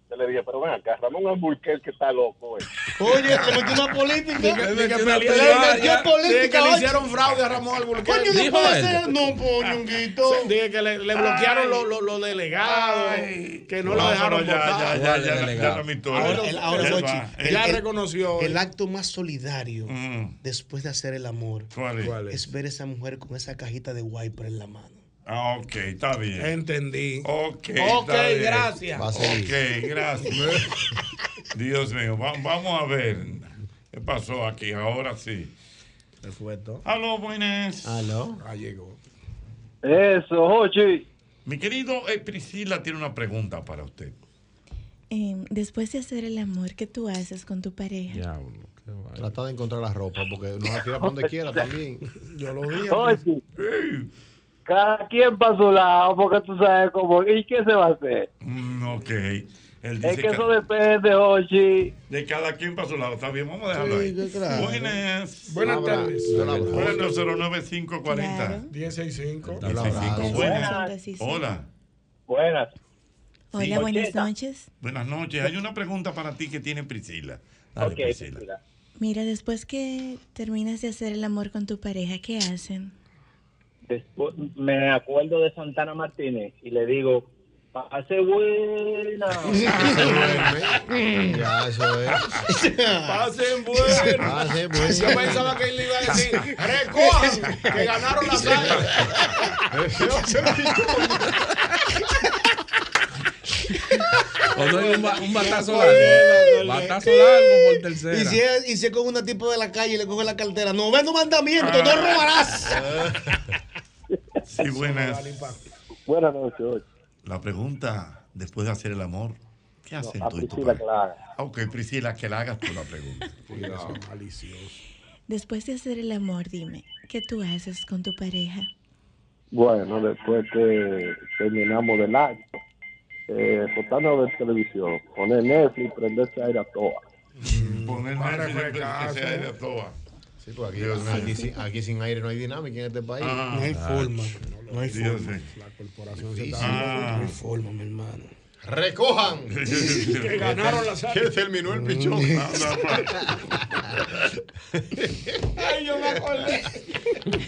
S11: Yo le dije, pero ven acá, Ramón Hamburgués que está loco. eh.
S14: Oye, se metió una política.
S11: Dije-
S14: Le
S11: dije
S14: metió
S11: pelear, ya.
S14: política.
S11: Dije que le
S14: oye.
S11: hicieron
S7: fraude a Ramón Alburquerque.
S14: Coño, no
S7: Dijo
S14: puede
S7: él.
S14: ser. No, poñonguito.
S7: Dije que le, le bloquearon los los- los delegados, que no, lo dejaron
S3: ya,
S7: votar.
S3: ya, ya, ya, ya, ya no me interesa.
S14: Ahora, el- ahora,
S3: Él
S14: Jochi,
S3: va,
S14: el-
S3: él- Mm.
S14: el-
S7: reconoció.
S14: El acto más solidario después de hacer el amor
S3: ¿Cuál es? ¿Cuál es?
S14: ver esa mujer con esa cajita de wiper en la mano.
S3: Ah, ok, está bien.
S4: Entendí.
S3: Ok,
S14: Ok,
S3: está bien.
S14: gracias. Va a
S3: Ok, gracias. Dios mío, va- vamos a ver. ¿Qué pasó aquí? Ahora sí.
S7: Se fue todo.
S3: Aló, buenas.
S7: Aló.
S3: Ah, llegó.
S11: Eso, Jochi.
S3: Mi querido eh, Priscila tiene una pregunta para usted.
S8: Em, después de hacer el amor, ¿qué tú haces con tu pareja?
S6: Trata de encontrar la ropa porque no la tira para donde quiera también.
S4: Yo lo
S11: Oye, cada quien para su lado, porque tú sabes cómo. ¿Y qué se va a hacer?
S3: Mm, ok. Él dice
S11: Es que eso
S3: ca-
S11: depende, Ochi.
S3: de cada quien para su lado. Está bien, vamos a dejarlo
S11: Sí,
S3: ahí.
S11: claro.
S3: Buenas.
S11: Buenas
S3: Un abrazo.
S11: tardes.
S3: Un abrazo. Bueno, 09540.
S4: 165.
S3: Dice cinco, Buenas. Hola.
S11: Buenas.
S8: Hola,
S3: Sí.
S8: buenas noches.
S3: Buenas noches. Hay una pregunta para ti que tiene Priscila. Dale,
S11: Ok,
S3: Priscila.
S8: Mira, después que terminas de hacer el amor con tu pareja, ¿qué hacen?
S11: Después me acuerdo de Santana Martínez y le digo, pase buena.
S6: Ya, eso es.
S7: Pasen bueno.
S6: Pasen bueno.
S7: Yo pensaba que él le iba a decir, recojan, que ganaron la playa.
S19: O no hay un, ba- un batazo
S14: Bueno,
S19: largo.
S14: dale.
S19: Batazo largo por tercera.
S14: Y si, es, y si es con una tipo de la calle y le coge la cartera. No, ven un mandamiento,
S3: Ah.
S14: no robarás.
S3: Sí, buenas.
S11: Buenas noches, Ochi.
S3: La pregunta, después de hacer el amor, ¿qué hacen
S11: a
S3: tú y tu
S11: Priscila que la
S3: pareja? Ok, Priscila, que la hagas tú la pregunta. Cuidado, malicioso.
S8: Después de hacer el amor, dime, ¿qué tú haces con tu pareja?
S11: Bueno, después que terminamos del acto, eh, botarnos a ver televisión, poner Netflix, prenderse aire a toa.
S3: Ponerme
S6: Para
S3: que
S6: refrescarse.
S3: sea de toa.
S6: Sí, pues aquí,
S3: Dios
S6: aquí
S3: mío.
S6: sin- aquí sin aire no hay dinámica en este país.
S3: Ah, No hay ah, forma,
S14: no hay
S3: Dios
S14: forma.
S3: mío.
S14: La corporación
S6: se está-
S3: Ah.
S14: No hay forma, mi hermano.
S6: Recojan.
S14: Que ganaron las áreas.
S6: Que terminó el
S7: Mm.
S6: pichón.
S7: Ay, yo me acordé.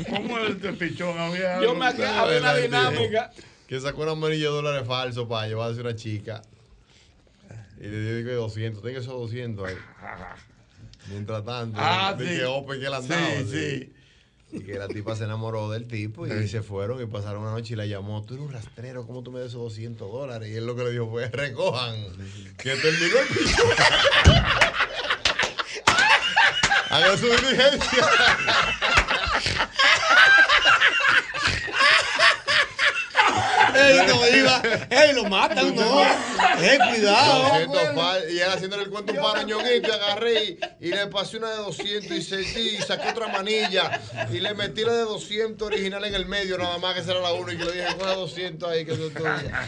S3: ¿Cómo es este pichón? Había
S7: Yo me ac- había una dinámica.
S6: Que sacó una amarilla de dólares falso para llevarse una chica. Y le digo que 200, ten esos 200 ahí. Mientras tanto,
S3: Ah,
S6: de
S3: sí.
S6: que Open que él andaba.
S3: Sí,
S6: así. Y que la tipa se enamoró del tipo y
S3: Sí.
S6: se fueron y pasaron una noche y la llamó. Tú eres un rastrero, ¿cómo tú me das esos 200 dólares? Y él lo que le dijo fue, recojan. Que terminó el piso. Hagan su diligencia.
S3: Ey, no, iba.
S6: ¡Ey, lo matan,
S3: no.
S14: Eh,
S7: Eh,
S3: Ey, cuidado.
S6: 200 pa- y él haciéndole el cuento para ñonguito, agarré y, y le pasé una de 200 y sentí, y saqué otra manilla y le metí la de 200 original en el medio, nada más que esa era la 1 y que le dije, coge 200 ahí, que eso es tuya.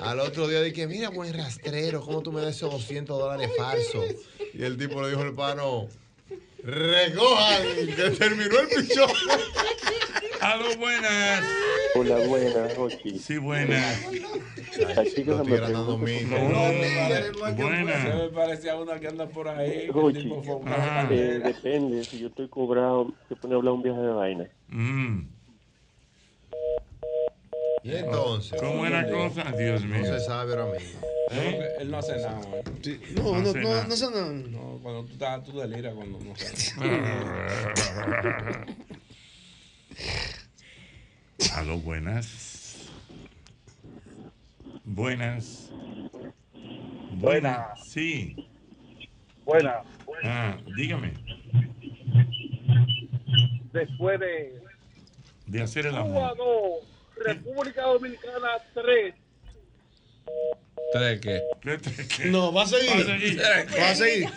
S6: Al otro día dije, mira, buen rastrero, ¿cómo tú me das esos 200 dólares falsos? Y el tipo le dijo al pano, recojan, que terminó el pichón.
S3: Aló, buenas.
S21: Hola, buenas, Jochi.
S3: Sí, buenas.
S21: Así que no me pregunto
S3: Buenas.
S19: me parece a uno que anda por ahí.
S21: Jochi, eh, depende, si yo estoy cobrado, se pone a hablar un viaje de vaina.
S6: Y entonces,
S3: ¿Cómo era cosa? Dios mío. ¿Eh?
S6: No se sabe ahora mismo.
S19: Él no hace nada, güey.
S3: no, No no, hace no, nada. no
S19: sé nada. No, cuando tú, estás- tú deliras, cuando no sabes.
S3: Ah. Aló, buenas. Buenas. Buenas. Sí.
S11: Buena,
S3: Ah, dígame,
S22: Después de
S3: de hacer el
S22: Cuba
S3: amor.
S22: 2, República Dominicana 3.
S19: ¿Tres qué?
S14: No, va a seguir.
S3: Va a seguir.
S14: Va a seguir.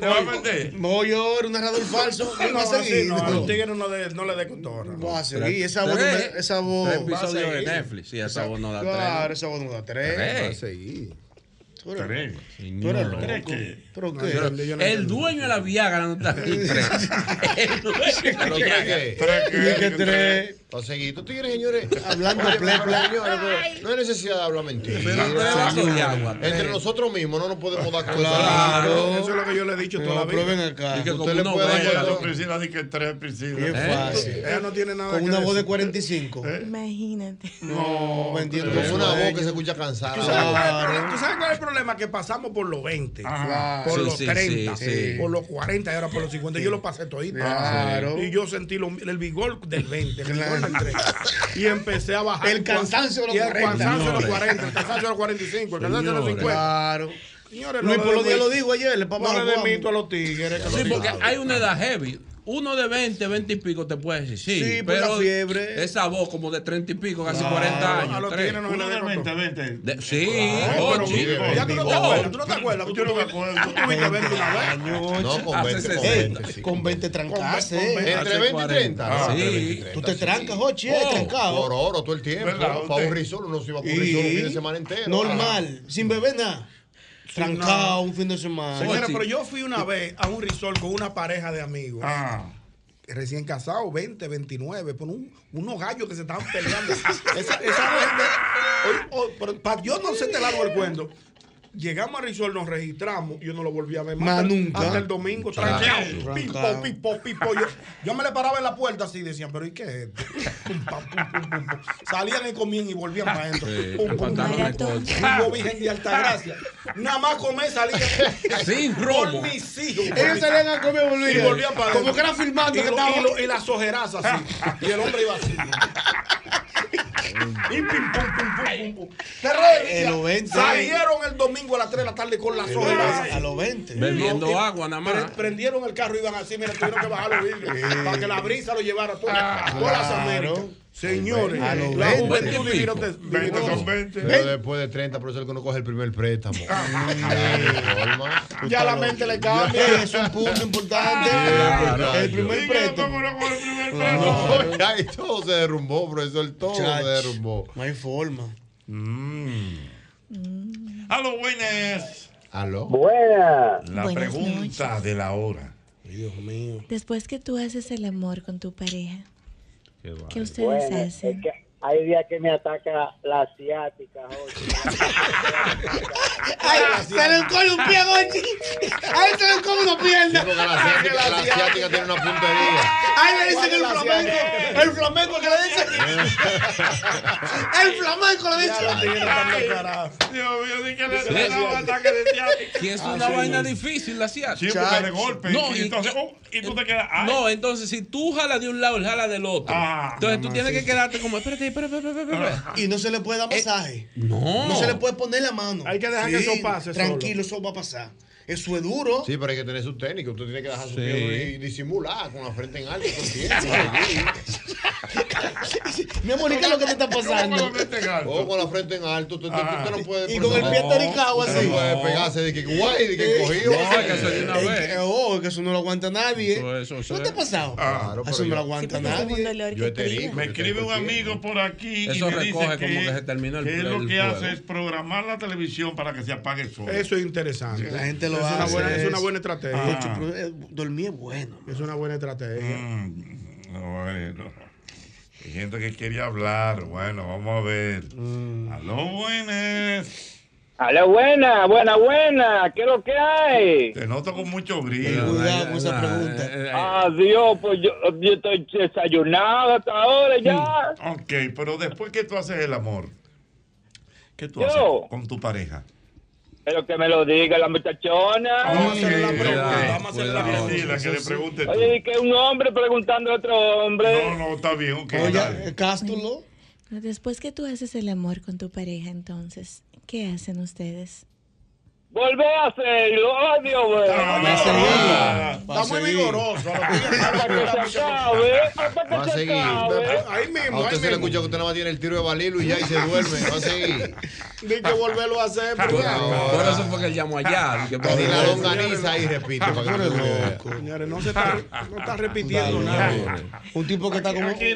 S3: ¿Te va a vender?
S14: No, yo era un narrador falso.
S3: Ah,
S4: No,
S14: va a
S4: así
S14: seguir.
S4: no,
S14: No.
S4: a los tigres no, le- no le dé cotorra.
S14: Va a seguir. Esa voz. no
S4: Tres.
S14: me- Esa voz.
S4: Tres
S14: va a
S4: episodios de
S14: seguir.
S4: Netflix. Sí, esa voz no da
S14: Claro,
S4: tres.
S14: esa voz no da tres.
S4: Tres.
S14: Va a
S19: Ah,
S14: seguir. Tú eres-
S3: Tres.
S14: Tú eres loco.
S19: ¿Tres
S14: ¿Pero
S19: No,
S14: qué?
S19: yo no- el dueño de la Viagra no está aquí. El dueño de la
S6: Pero
S19: Viagra.
S6: tres qué. O seguí, tú tigres, señores.
S14: Hablando
S6: Oye, pero,
S14: plepla.
S6: señores, pero No hay necesidad de hablar mentiras.
S14: vasos de agua,
S6: Entre
S14: tres.
S6: nosotros mismos no nos podemos dar cuenta.
S14: Claro.
S6: Eso es lo que yo le he dicho
S14: Pero, pero ven acá.
S6: Usted le puede dar cuenta.
S3: Priscila, di que tres Priscila.
S14: Bien
S3: ¿Eh?
S14: fácil.
S3: Ella no tiene nada
S14: Con
S3: que
S14: una voz
S3: decir.
S14: de 45.
S6: ¿eh?
S8: Imagínate.
S14: No, vendiendo
S6: Con una voz que se
S14: sueños.
S6: escucha cansada.
S4: ¿Tú sabes, cuál es el
S14: Claro. Ah.
S4: problema? ¿Tú sabes cuál es el problema? Que pasamos por los 20,
S14: Ajá.
S4: por
S14: Sí,
S4: los
S14: sí,
S4: 30,
S14: sí, sí.
S4: por los 40 y ahora por los 50. Yo lo pasé todito.
S14: Claro.
S4: Y yo sentí lo- el vigor del 20, el vigor del 30. Y empecé a bajar.
S14: El cansancio de los
S4: Y el
S14: 40.
S4: cansancio de los
S14: Señores.
S4: 40, el cansancio de los 45, el cansancio de los
S14: Señores.
S4: 50.
S14: Claro.
S4: Señores,
S14: Luis
S4: no le
S14: Polo Díaz
S4: den-
S14: lo dijo ayer, el papá
S4: No
S14: de
S4: le den
S14: Juan.
S4: mito a los tigres. que
S19: Sí,
S4: los
S19: porque
S4: tigres-
S19: hay una edad heavy. Uno de 20, 20 y pico te puede decir. Sí,
S4: Sí, por la fiebre.
S19: Esa voz como de 30 y pico, casi
S3: Claro.
S19: 40 años.
S3: A los
S19: tres.
S3: tigres no se le da Uno de cotorra. 20, 20.
S19: De- sí,
S3: Claro,
S19: oh,
S3: pero
S19: chico.
S3: mira, ya tú no te
S19: Oh,
S3: acuerdas,
S4: ¿Tú no te acuerdas?
S3: Yo no me acuerdo.
S4: tuviste 20 una vez.
S14: No,
S6: con
S14: Hace
S6: 20, con
S14: 60.
S6: 20, sí.
S14: Con 20 trancaste.
S6: Con 20, Entre 20 y 30.
S14: Ah,
S6: Sí. Oh,
S14: entre 20 y 30, Tú te trancas, Jochi, eh, trancado.
S6: Por oro todo el tiempo.
S14: ¿Verdad,
S6: Para
S14: usted?
S6: un risol, uno se iba a un
S14: Y-
S6: risol un fin de semana entero. Ah.
S14: Normal, sin beber nada. Trancado
S4: no.
S14: un fin de semana.
S4: Señora, pero yo fui una vez a un resort con una pareja de amigos.
S14: Ah.
S19: Ah.
S4: Recién casados, 20, 29, por un- unos gallos que se estaban peleando. esa, esa gente- o- o- pero pa- yo no sé te largo el cuento. Llegamos al resort, nos registramos, yo no lo volví a ver
S14: Más
S4: hasta,
S14: nunca.
S4: hasta el domingo,
S14: Claro,
S4: tranqueado. Pipo,
S14: trancado.
S4: pipo, pipo. Yo, yo me le paraba en la puerta así y decían, pero ¿y qué es esto? Pum, pam, pum, pum, pum, pum. Salían y comían y volvían para adentro.
S19: Sí,
S4: Pum, pum,
S19: aguantaron
S4: pum.
S19: el corte.
S4: Y yo, Virgen de Altagracia. Nada más comer salía.
S19: Sin romo.
S4: Por mis hijos.
S14: Ellos salían a comer y volvían.
S4: Y volvían para
S14: Como
S4: adentro.
S14: que era filmando
S4: Y,
S14: que
S4: lo-
S14: estaba-
S4: y lo- y las ojerazas así. Y el hombre iba así. y pim, pum, pum, pum, pum, Eh, pum. Terrible.
S14: En los 20.
S4: Salieron el domingo a las 3 de la tarde con las ojerazas.
S14: A los 20.
S19: Bebiendo
S4: No, eh, y-
S19: agua nada más.
S4: Pre- Prendieron el carro y iban así, mira, tuvieron que bajar los vidrios para que la brisa lo llevara por,
S7: Ah,
S4: por las Américas. Señores,
S6: A los
S4: la
S6: 20.
S4: juventud divina te-
S3: 20 con 20.
S6: Pero después de 30, por eso es que uno coge el primer préstamo.
S14: Ah, Ya la mente le cambia. Es un punto importante. El primer préstamo.
S6: No, ya, y todo se derrumbó, profesor. Todo
S14: Chacho,
S6: se derrumbó.
S14: No hay forma.
S3: A los buenas.
S6: Aló.
S3: Buenas. La
S8: Buenas
S3: pregunta de la hora.
S4: Dios mío.
S8: Después que tú haces el amor con tu pareja, ¿qué ustedes
S26: Bueno, es
S8: hacen?
S26: que hay días que me ataca la asiática,
S14: Ay, se le encoge un pie, Gochi. Ay, se le encoge una pierna.
S6: Porque la asiática, la asiática tiene una puntería.
S14: ahí le dicen el flamenco. El flamenco que le dicen. El flamenco le dicen.
S3: Dios mío, di que le
S19: Sí.
S3: le da un ataque de ciática.
S19: Que es una vaina difícil la ciática.
S3: Sí, porque de golpe.
S19: No,
S3: y, entonces, oh, y tú te quedas. ay.
S19: No, entonces si tú jalas de un lado, él jala del otro.
S3: Ah,
S19: entonces tú tienes que quedarte como, espérate, espérate, espérate, espérate, espérate.
S14: Y no se le puede
S6: Eh,
S14: dar masaje.
S19: no.
S14: No se le puede poner la mano. Hay que
S19: dejar que eso pase solo.
S14: Tranquilo, eso va a pasar. Eso es duro.
S6: Sí, pero hay que tener su técnico. Usted tiene que dejar su
S14: Sí.
S6: pie y disimular con la frente en alto. con tiempo.
S14: Mi amor, ¿y qué es lo que te está pasando?
S6: O con la frente en alto. Usted, usted- usted no puede.
S14: Y con el pie ataricado
S6: usted
S14: así.
S6: No puede pegarse de que guay, de que cogido.
S14: Eh, que- oh, que eso no lo aguanta nadie. ¿No te ha pasado?
S6: Claro,
S14: eso no lo aguanta nadie.
S6: Yo te
S3: Ah. Me escribe un amigo por aquí
S19: Eso
S3: y me dice
S19: recoge
S3: que,
S19: como que se terminó el
S3: que él
S19: play
S3: lo
S19: del
S3: que
S19: juego.
S3: hace es programar la televisión para que se apague solo.
S4: Eso es interesante.
S3: La gente lo
S4: es Una
S3: hace,
S4: buena, es
S3: es-
S4: una buena estrategia.
S3: Ah. Ocho,
S14: dormir es bueno.
S4: Es una buena estrategia.
S3: Mm. Bueno, hay gente que quería hablar. Bueno, vamos a ver.
S14: Mm.
S3: Aló, buenas.
S22: Aló, buena, buena, buena. ¿Qué es lo que hay?
S3: Te noto con mucho brillo.
S14: Cuidado con esa pregunta.
S22: Adiós, pues yo, yo estoy desayunado hasta ahora ya.
S3: Mm. Ok, pero después que tú haces el amor, ¿qué tú
S22: Yo.
S3: haces con tu pareja?
S22: Pero que me lo diga la muchachona.
S3: Vamos a hacerle la pregunta. Vamos a hacerle la pregunta. Que le pregunte tú.
S22: Oye, y que un hombre preguntando a otro hombre.
S3: No, no, está bien, ok. dale.
S14: Cástulo.
S8: No, Después que tú haces el amor con tu pareja, entonces, ¿qué hacen ustedes?
S22: Volvé a hacerlo, odio, güey.
S14: Está muy vigoroso.
S6: Va a seguir.
S14: Ahí mismo,
S6: A usted
S14: ahí
S6: se le
S14: mismo.
S6: escucha que usted nada más tiene el tiro de balilo y ya y se duerme. Va a seguir.
S14: Ni que volverlo a hacer. pero ya.
S19: Por eso fue que él
S3: Ah.
S19: llamó allá. Que
S6: Ni la longaniza ahí, repite. Para que usted vea.
S4: Señores, no se está, no está repitiendo
S14: Dale,
S4: nada.
S14: Un tipo que está como.
S4: Aquí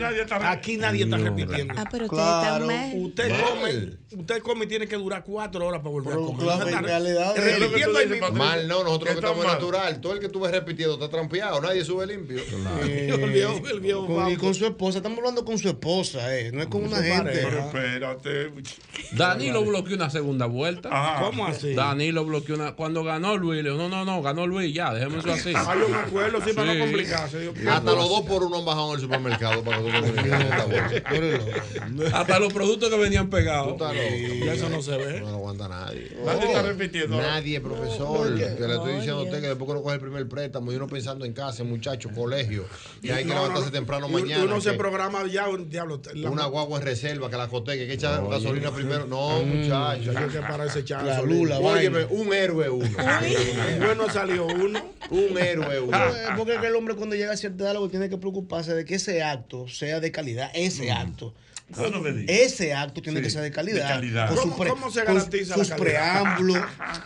S4: nadie está,
S14: repitiendo.
S8: Ah, pero ustedes están
S4: Claro,
S8: mal.
S4: usted
S6: Mal.
S4: come, usted come y tiene que durar cuatro horas para volver a comer.
S6: claro,
S4: No está
S6: en realidad,
S4: re- repitiendo ahí mismo.
S6: Mal no, nosotros que
S4: Está
S6: estamos
S4: mal.
S6: natural. Todo el que tú ves repitiendo está trampeado, nadie sube limpio.
S14: Eh, Con, y con su esposa, estamos hablando con su esposa, eh, no es con una gente.
S3: Pero espérate. Ah.
S19: Danilo bloqueó una segunda vuelta.
S3: Ajá. ¿Cómo así?
S19: Danilo bloqueó una. Cuando ganó Luis, le dijo, no, no, no, ganó Luis, ya, dejemos eso así.
S4: Hay un acuerdo, sí, para no complicarse. Yo-
S6: Hasta los dos por uno han bajado en el supermercado para nosotros que venimos en esta bolsa.
S19: Hasta los productos que venían pegados.
S6: Ya eso no
S4: se ve.
S6: No lo aguanta nadie.
S19: Nadie está repitiendo.
S6: Nadie, profesor. que le estoy diciendo a usted que después que uno coge el primer préstamo y uno pensando en casa, muchachos, colegio. Y hay que
S4: No, no,
S6: levantarse
S4: no.
S6: temprano
S4: Y uno-
S6: mañana.
S4: Uno se
S6: que
S4: programa ya un diablo. la-
S6: una guagua en reserva, que la coteque, que hay que echar gasolina primero. No,
S4: Mm,
S6: muchachos.
S4: hay que parar ese chance,
S6: La lula,
S4: Lula.
S6: Óyeme, un héroe uno.
S4: bueno salió uno.
S6: Un héroe uno.
S14: Eh, Porque es que el hombre cuando llega a cierta edad lo que tiene que preocuparse de que ese acto sea de calidad, ese acto.
S3: Eso no me digas.
S14: Ese acto tiene
S3: Sí,
S14: que ser de
S3: de
S14: calidad.
S3: calidad.
S14: Con su
S3: ¿Cómo-
S4: cómo se
S14: con
S4: garantiza la
S14: Sus
S4: calidad?
S14: preámbulos.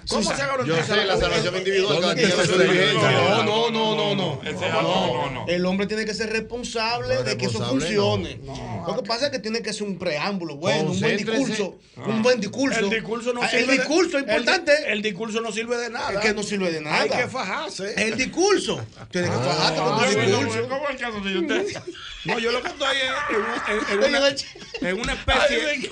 S4: ¿Cómo
S14: sus-
S4: se garantiza Yo sé, la la- salvación individual, cada quien tiene su
S14: No,
S4: diligencia.
S14: no, no, no, no.
S3: Ese acto no, no.
S14: El hombre tiene que ser responsable de que eso
S6: responsable,
S14: funcione. Lo que pasa es que tiene que ser un preámbulo bueno, un buen
S6: Concéntrese.
S14: discurso. Un buen discurso.
S4: El discurso no
S14: Ah,
S4: sirve.
S14: El discurso es
S4: de-
S14: importante.
S4: El, el discurso no sirve de nada.
S14: Es que no sirve de nada.
S4: Hay que fajarse.
S14: El discurso. Tienes que fajarte con tu
S3: Ah, bueno,
S14: discurso.
S3: bueno, ¿Cómo es el caso de usted?
S4: No, yo lo que estoy es en, un- en- en una, en una especie.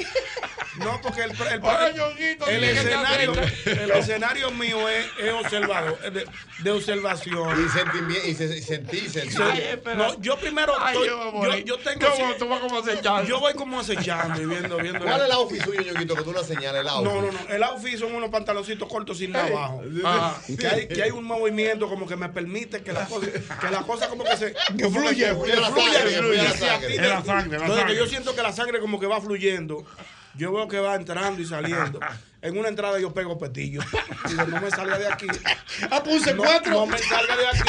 S4: No, porque el, el,
S3: Oye, Ñonguito,
S4: el
S3: dile que te
S4: escenario,
S3: acerque.
S4: el escenario mío es, es observado, es de, de observación.
S6: Y sentí bien, y se- sentí, sentí.
S4: Sí. no, yo primero
S3: Ay,
S4: estoy-
S3: yo me
S4: yo,
S3: morí.
S4: yo tengo
S3: ¿Cómo? ¿Tú vas como acechando?
S4: Yo voy como acechando y viendo viendo
S6: ¿Cuál es el outfit suyo, Ñonguito, que tú la señales? El outfit.
S4: No, no, no. El outfit son unos pantaloncitos cortos sin nada
S14: Eh.
S6: Ey.
S4: abajo.
S6: Ah.
S4: Que hay, que hay un movimiento como que me permite que las cosas, que las cosas como que se.
S14: Que fluya,
S4: como que
S14: fluya la
S4: fluya,
S14: sangre, que fluya la
S4: hacia
S14: sangre.
S4: ti
S14: Es
S4: te-
S14: la sangre, la
S4: Entonces, que yo
S14: sangre.
S4: siento que la sangre como que va fluyendo. Yo veo que va entrando y saliendo. En una entrada yo pego petillo. Digo, no me salga de aquí.
S14: Ah, puse
S4: no,
S14: cuatro.
S4: No me salga de aquí.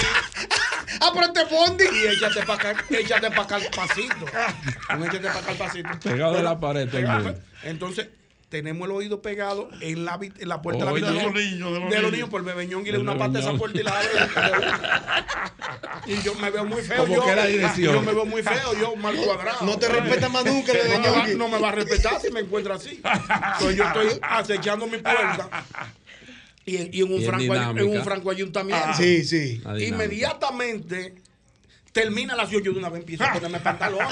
S14: Ah, pero te bondi.
S4: Y échate para acá, échate para acá al pasito. Un échate para acá al pasito.
S19: Pegado de la pared, todo el
S4: Pegado.
S19: mundo.
S4: Entonces, tenemos el oído pegado en la, vit- en la puerta
S19: Oye,
S4: de la
S19: de los
S4: habitación.
S19: niños, de los
S4: De los
S19: niños.
S4: niños, por bebeñón y le
S19: De
S4: doy una
S19: los
S4: parte de esa
S19: niños.
S4: puerta y la abre. y yo me veo muy feo.
S19: Como
S4: yo,
S19: que era dirección.
S4: yo me veo muy feo, yo mal cuadrado.
S14: No te respeta más nunca el de
S4: no, me va,
S14: Ñongui.
S4: no me va a respetar si me encuentra así. Entonces yo estoy acechando mi puerta. Y en, y en un
S19: Bien
S4: franco ayu- en
S19: dinámica.
S4: un franco ayuntamiento.
S14: Ah, sí, sí.
S19: La dinámica.
S4: Inmediatamente termina la acción, yo de una vez empiezo a ponerme pantalones.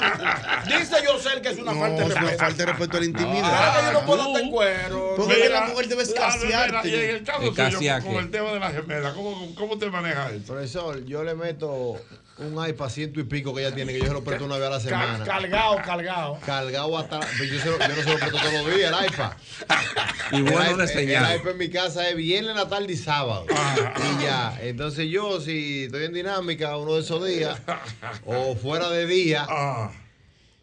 S4: Dice Yosel que es una
S14: No,
S4: falta de
S14: es una
S4: respeto.
S14: falta de respeto a la
S4: Ahora que yo
S14: intimidad.
S4: Ah, no puedo estar en cuero.
S14: Porque
S4: Mira,
S14: que la mujer debe
S3: Mira, y en el
S14: escasearte.
S3: caso
S19: El
S3: suyo,
S19: caciaque.
S3: con el tema de la gemela, ¿cómo, cómo te manejas eso?
S6: Profesor, yo le meto un iPad ciento y pico que ella tiene, que yo se lo presto una vez a la semana.
S4: Cargado, cargado.
S6: Cargado hasta. pero Yo, se lo- yo no se lo presto todos los días, el iPad.
S19: Y bueno
S6: el, iPad-
S19: de señal.
S6: El iPad en mi casa es viernes, la tarde y sábado. y ya. Entonces yo, si estoy en dinámica uno de esos días, o fuera de día.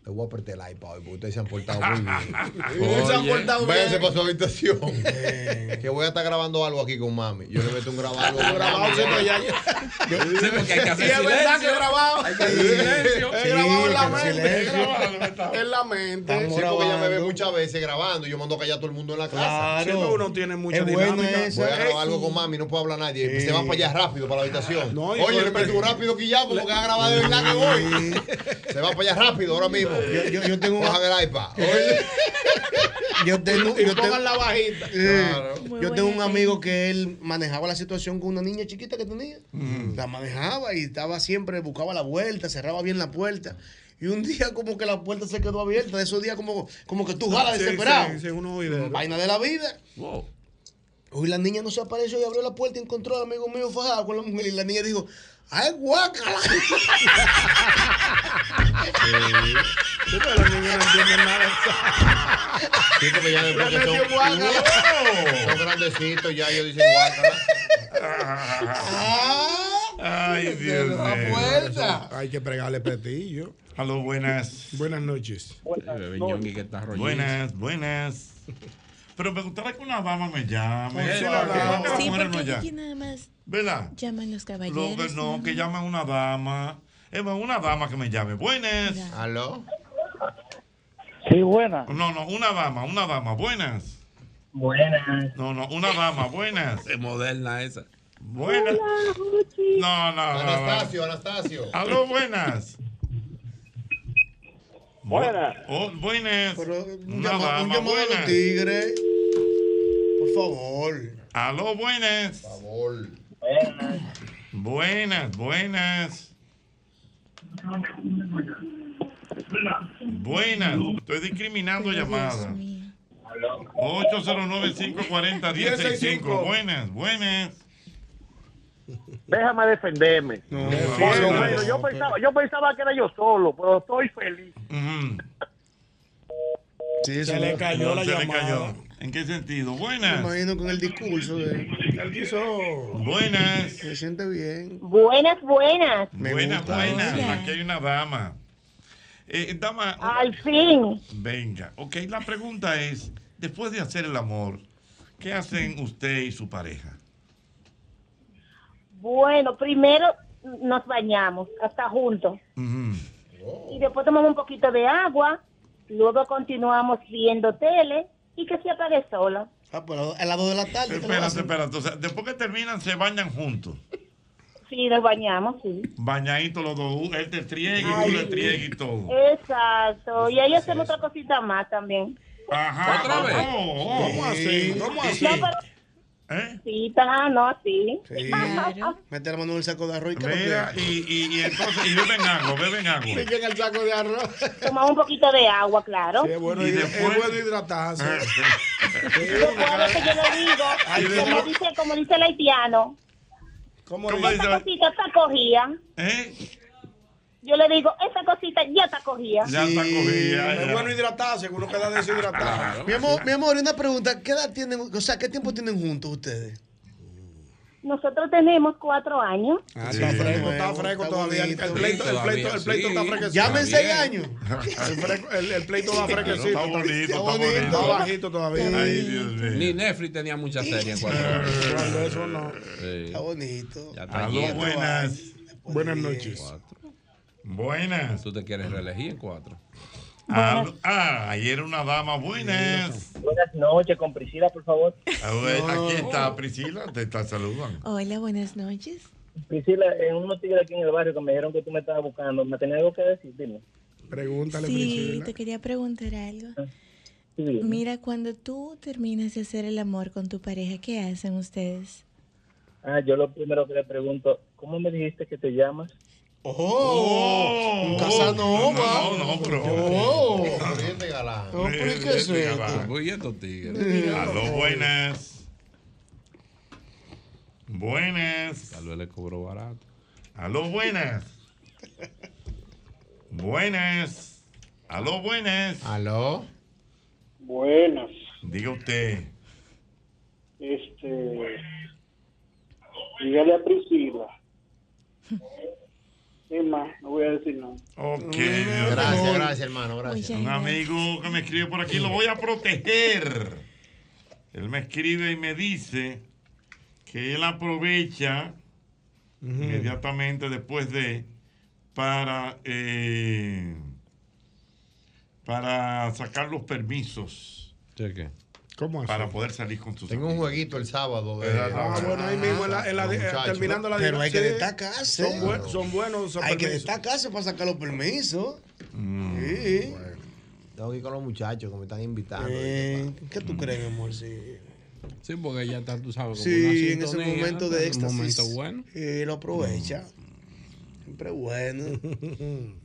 S6: Le voy a apretar el iPad hoy, porque ustedes se han portado muy bien.
S3: Ustedes se han Oye. portado bien.
S6: Váyanse para su habitación. que voy a estar grabando algo aquí con mami. Yo le meto un grabado.
S3: Un grabado, sí, pero ya-
S6: Yo-
S4: Sí, es verdad que he grabado. He grabado en la mente. he grabado En la mente.
S6: Sí, porque ella me ve muchas veces grabando y yo mando a callar a todo el mundo en la casa.
S4: Claro. Sí, pero uno tiene mucha
S6: Es
S4: dinámica.
S6: buena esa. Voy a grabar
S4: Eh,
S6: algo con mami, no puedo hablar a nadie.
S4: Sí.
S6: Se va para allá rápido, para la habitación.
S4: y
S6: Oye,
S4: por-
S6: le meto un rápido que ya, porque va a grabar de verdad que voy. Se va para allá rápido ahora mismo. Yo, tengo el iPad.
S14: Yo tengo,
S6: Y
S14: yo tengo-
S6: pongan la bajita.
S14: Eh,
S6: Claro. Muy
S14: Yo tengo un
S6: buena
S14: amigo que él manejaba la situación con una niña chiquita que tenía. La manejaba y estaba siempre, buscaba la vuelta, cerraba bien la puerta. Y un día como que la puerta se quedó abierta. De esos días como, como que tú jalas
S4: Sí,
S14: desesperado.
S4: sí, sí, uno oye.
S14: Vaina de la vida. Hoy la niña no se apareció y abrió la puerta y encontró al amigo mío fajado con la mujer. Y la niña dijo, ¡ay, guácala!
S4: Sí, pero los niños no entienden nada.
S6: Sí, porque ya después
S4: Le
S6: que son,
S4: metió guácala.
S6: son grandecitos, ya ellos dicen guácala.
S3: Ah. Ay, Dios mío.
S4: Hay que pregarle petillo.
S3: Aló, buenas.
S4: Buenas noches.
S3: Buenas, buenas. Pero me gustaría que una dama me llame.
S8: Pues Sí,
S3: ¿Por qué las
S8: Sí,
S3: mujeres no
S8: porque
S3: llaman?
S8: aquí nada más
S3: ¿Verdad?
S8: llaman los
S3: No,
S8: caballeros.
S3: que no,
S8: ¿no?
S3: que llame una dama. Es más, una dama que me llame. Buenas.
S6: Aló.
S3: Sí, buenas. No, no, una dama, una dama. Buenas.
S19: Buenas.
S3: No, no, una dama. Buenas.
S19: Es moderna esa.
S3: Buenas. No, no,
S4: Ah,
S3: no, no.
S6: Anastasio, Anastasio.
S3: Aló, buenas.
S14: Buenas.
S3: Oh, buenas.
S14: Un
S3: Una
S14: llamado, un
S3: dama,
S14: llamado a los
S3: buenas.
S14: tigres. Por favor.
S3: Aló, buenas. Por
S6: favor.
S3: Buenas, buenas. Buenas. Estoy discriminando llamadas. 809-540-1065. Buenas, buenas.
S22: Déjame defenderme.
S3: no,
S22: bueno,
S3: no,
S22: yo, pensaba, yo pensaba que era yo solo, pero estoy feliz.
S3: Sí,
S4: se le cayó la
S3: se le
S4: llamada.
S3: cayó. ¿En qué sentido?
S14: Me
S3: Buenas.
S14: imagino con el discurso de...
S4: Él quiso...
S3: Buenas.
S14: Se siente bien.
S7: Buenas, buenas.
S3: Buenas, buenas. Aquí hay una dama. Eh, dama.
S7: Al fin.
S3: Venga. Ok, la pregunta es: después de hacer el amor, ¿qué hacen usted y su pareja?
S7: Bueno, primero nos bañamos, hasta juntos. Y después tomamos un poquito de agua. Luego continuamos viendo tele y que se apague solo.
S14: Ah, pero a las 2 de la tarde.
S3: Espérate, espérate. O sea, después que terminan, se bañan juntos.
S7: Sí, nos bañamos, sí.
S3: Bañaditos los dos. Él te triega y tú
S7: Ay.
S3: le triegas y todo.
S7: Exacto. Y ahí hacemos otra cosita más también.
S3: Ajá.
S7: ¿Otra vez?
S3: Oh, oh, ¿Cómo así? ¿Cómo así?
S7: No, pero- Sí, está, no, sí.
S14: Sí. Mete la mano en el saco de arroz y que
S3: Mira, y, y, y entonces, y beben agua, beben agua.
S7: en el saco de arroz. Tomamos un poquito de agua, claro.
S4: Es
S3: Y
S4: bueno, hidra-
S3: después-
S4: es bueno hidratarse.
S7: Por eso yo le digo,
S4: Ay,
S7: como
S4: Dios.
S7: dice, como dice el haitiano,
S4: ¿Cómo
S7: esa cosita está cogida.
S3: ¿Eh?
S7: Yo le digo, esa cosita ya está cogida.
S3: Ya está cogida.
S4: Es
S3: ya.
S4: bueno hidratarse, que uno queda deshidratado.
S14: Mi amor, mi amor, y una pregunta, ¿qué edad tienen, o sea, qué tiempo tienen juntos ustedes?
S7: Nosotros tenemos cuatro años.
S4: Ah, está fresco, está fresco todavía. El pleito, el pleito, el pleito, el pleito está fresquecito.
S14: Llame en
S4: Está
S14: seis
S4: bien.
S14: años.
S4: El, fresco- el- el pleito va fresquecito.
S3: Está bonito, está bonito.
S4: Está bajito todavía.
S3: Ay, Dios mío.
S19: Ni Netflix tenía mucha serie en cuatro
S4: Cuando eso no.
S14: Está bonito.
S19: Ya
S3: Aló,
S19: lleno.
S3: buenas.
S19: Buenas noches.
S3: Buenas.
S19: Tú te quieres reelegir en cuatro.
S3: Aló- Ah, ahí era una dama. Buenas.
S13: Buenas noches, con Priscila, por favor.
S3: Ah, bueno, Aquí está Priscila, te está saludando.
S13: Hola, buenas noches. Priscila, en unos tigres aquí en el barrio que me dijeron que tú me estabas buscando, ¿me tenía algo que decir? Dime.
S4: Pregúntale,
S8: Sí, te quería preguntar algo.
S13: Sí.
S8: Mira, cuando tú terminas de hacer el amor con tu pareja, ¿qué hacen ustedes?
S13: Ah, yo lo primero que le pregunto, ¿cómo me dijiste que te llamas?
S14: Oh, un
S13: Casanova.
S3: No, no, no, pero. Eh,
S14: Oh.
S3: No, pero ¿y qué es esto?
S19: Voy estos tigres.
S3: Aló, buenas. Buenas.
S19: Tal vez le cobró barato.
S3: Aló, buenas. Buenas. Aló, buenas.
S6: Aló.
S7: Buenas.
S3: Diga usted.
S7: Este. Dígale a Priscila. Es más, no voy a decir nada.
S3: Ok.
S7: Gracias,
S6: gracias, hermano, gracias.
S3: Un
S7: Muchas
S3: amigo que me escribe por aquí, lo voy a proteger. Él me escribe y me dice que él aprovecha inmediatamente después de para eh, para sacar los permisos.
S4: ¿Cómo
S3: Para poder salir con sus
S6: Tengo un jueguito el sábado.
S3: Eh,
S6: de-
S4: Ah, bueno, ahí mismo, en la- en la-
S6: los
S4: eh,
S6: muchachos.
S4: terminando la
S14: Pero hay que
S4: Sí.
S14: destacarse.
S4: Son buen- son buenos esos
S14: Hay que
S4: permisos.
S14: destacarse para sacar los permisos. Sí.
S6: Tengo que ir con los muchachos que me están invitando.
S14: Eh, ¿Qué tú crees, mi amor?
S19: Sí, porque ya está, tú sabes, como una
S14: Sí, en ese
S19: sintonía,
S14: momento de
S19: un
S14: éxtasis.
S19: momento bueno.
S14: Y lo aprovecha. Siempre bueno.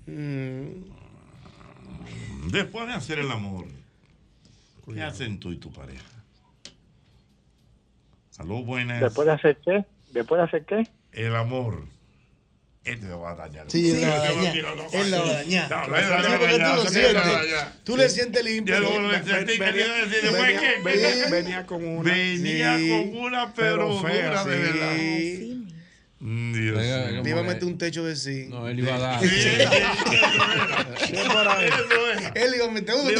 S14: Mm.
S3: Después de hacer el amor, ¿qué hacen tú y tu pareja? Aló, buenas.
S7: Después de hacer qué? Después de hacer qué?
S3: El amor. Él te va a dañar.
S14: Sí, él
S3: Él
S14: la va a
S3: te va a
S14: dañar.
S3: tirar, no,
S14: Él la va a
S3: no,
S14: dañar.
S3: no, no, él la va a
S14: Sí, porque tú
S3: dañar,
S14: lo
S3: sí, él la va a
S14: sientes.
S3: dañar.
S14: Tú le sientes limpio.
S3: Ya luego lo
S14: Ve-
S3: sentí,
S14: venía-
S3: quería decir, después
S14: venía-
S3: que-
S14: venía-
S4: venía con una.
S3: Venía con una, pero, dura, de verdad. Dios
S14: Venga,
S3: mío.
S14: Le iba a meter un techo de sí.
S19: No, él iba a dar.
S14: Él iba a meter un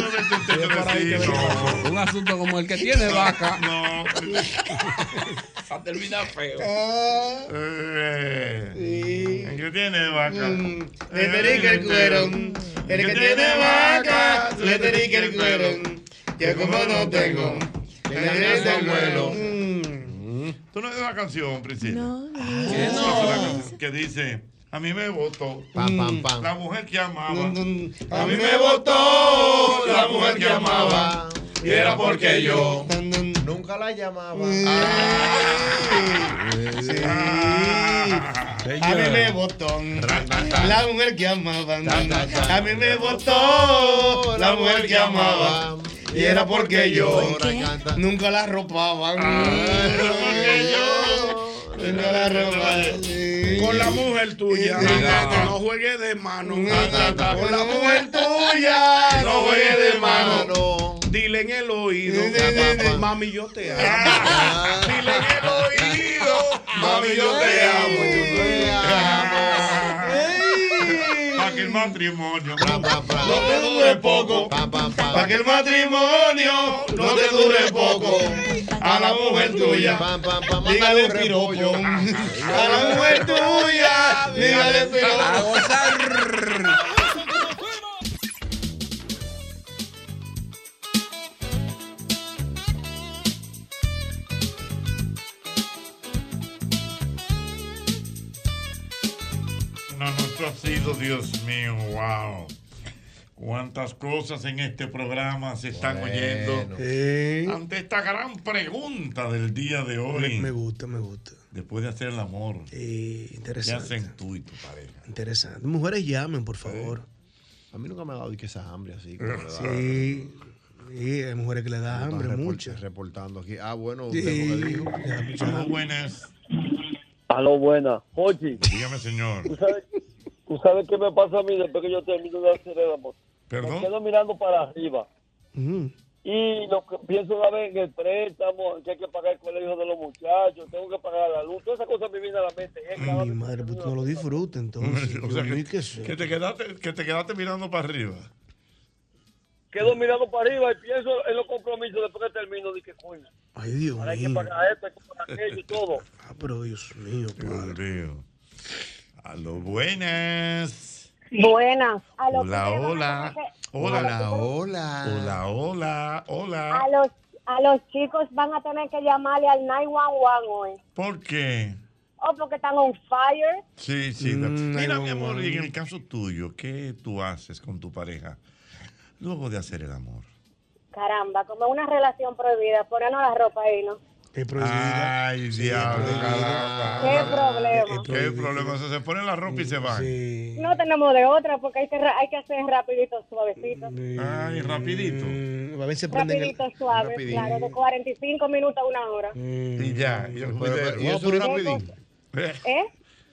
S19: Un asunto como el que tiene vaca.
S3: No.
S19: Va a terminar feo.
S14: Ah.
S3: Eh, El que tiene vaca.
S14: Le terica Mm. el cuero. El que tiene vaca. Le terica el cuero. Yo como no tengo. Le terica el cuero.
S3: Mm. ¿Tú no ves la canción, Priscila?
S30: No,
S3: ¿Qué es la canción que dice? A mí me votó Mm.
S6: Pam, pam, pam.
S3: la mujer que amaba.
S14: A
S3: mí me votó la mujer que amaba. Y era porque yo.
S6: Nunca la llamaba. Ah,
S14: Ah. A mí me votó la mujer que amaba. A mí me votó la mujer que amaba. Y era porque yo nunca la ropaban.
S6: Ah.
S14: Ah. Nunca la ropaban.
S4: Con la mujer tuya,
S14: Ah.
S4: no juegues de mano.
S14: Con
S4: la mujer tuya, no juegues de mano. Dile en el oído, mami, yo te amo. Dile en el oído, mami, yo te
S3: Para que el matrimonio
S6: no
S3: te dure poco.
S14: Para que el matrimonio no te dure poco. A la mujer tuya, dígale piropo. A la mujer tuya, dígale piropo.
S3: No, no, esto ha sido, Dios mío, wow. Cuántas cosas en este programa se están
S14: Bueno.
S3: oyendo
S14: Sí.
S3: ante esta gran pregunta del día de hoy.
S14: Me, me gusta, me gusta.
S3: Después de hacer el amor, ¿qué
S14: interesante.
S3: hacen tú y tu pareja?
S14: Interesante. Mujeres llamen, por favor.
S6: A mí nunca me ha dado que esa hambre así.
S14: Sí. Sí, hay mujeres que le da hambre mucho.
S6: Reportando aquí. Ah, bueno,
S14: Sí.
S6: usted lo que dijo.
S3: Aló, buenas.
S11: Aló, buena. Oye,
S3: Dígame, señor.
S11: ¿tú sabes, tú sabes qué me pasa a mí después que yo termino de hacer el amor?
S3: ¿Perdón?
S11: Me quedo mirando para arriba.
S14: Mm.
S11: Y lo que pienso una vez en el préstamo, que hay que pagar el colegio de los muchachos, tengo que pagar la luz, todas esas cosas me vienen a la mente. ¿eh? Es cada
S14: Mi
S11: vez-
S14: madre, pues tú no lo disfrutas entonces.
S3: O sea,
S14: Dios mío,
S3: que,
S14: ¿qué es eso?
S3: que te quedaste, que te quedaste mirando para arriba.
S11: Quedo mirando para arriba y pienso en los compromisos después que termino. Dije, coño,
S14: Ay, Dios
S11: ahora hay que
S14: mío.
S11: pagar esto, hay que pagar aquello y todo.
S14: Ah, pero Dios mío,
S3: Dios mío. Aló, buenas.
S10: Buenas. A los,
S3: Hola, hola. Hola,
S6: hola.
S3: Hola, hola,
S10: a
S3: hola.
S10: los, a los chicos van a tener que llamarle al 911 hoy.
S3: ¿Por qué?
S10: ¿eh? Oh, porque están on fire.
S3: Sí,
S14: Mm,
S3: sí. Mira, mi amor, y en el caso tuyo, ¿qué tú haces con tu pareja luego de hacer el amor?
S10: Caramba, como una relación prohibida. Ponernos la ropa ahí, ¿no?
S3: Ay, diablo, caramba.
S10: Qué problema.
S3: Qué problema. O sea, se ponen la ropa y se van.
S10: No tenemos de otra porque hay que, ra- hay que hacer rapidito, suavecito.
S3: Mm, Ay, rapidito.
S14: Mm, A veces prenden el...
S10: Rapidito, suave,
S14: rapidito.
S10: claro, de
S6: Mm.
S10: 45 minutos a una hora.
S3: Y ya. Y,
S6: Pero- pero- y eso es rapidito.
S10: ¿Eh?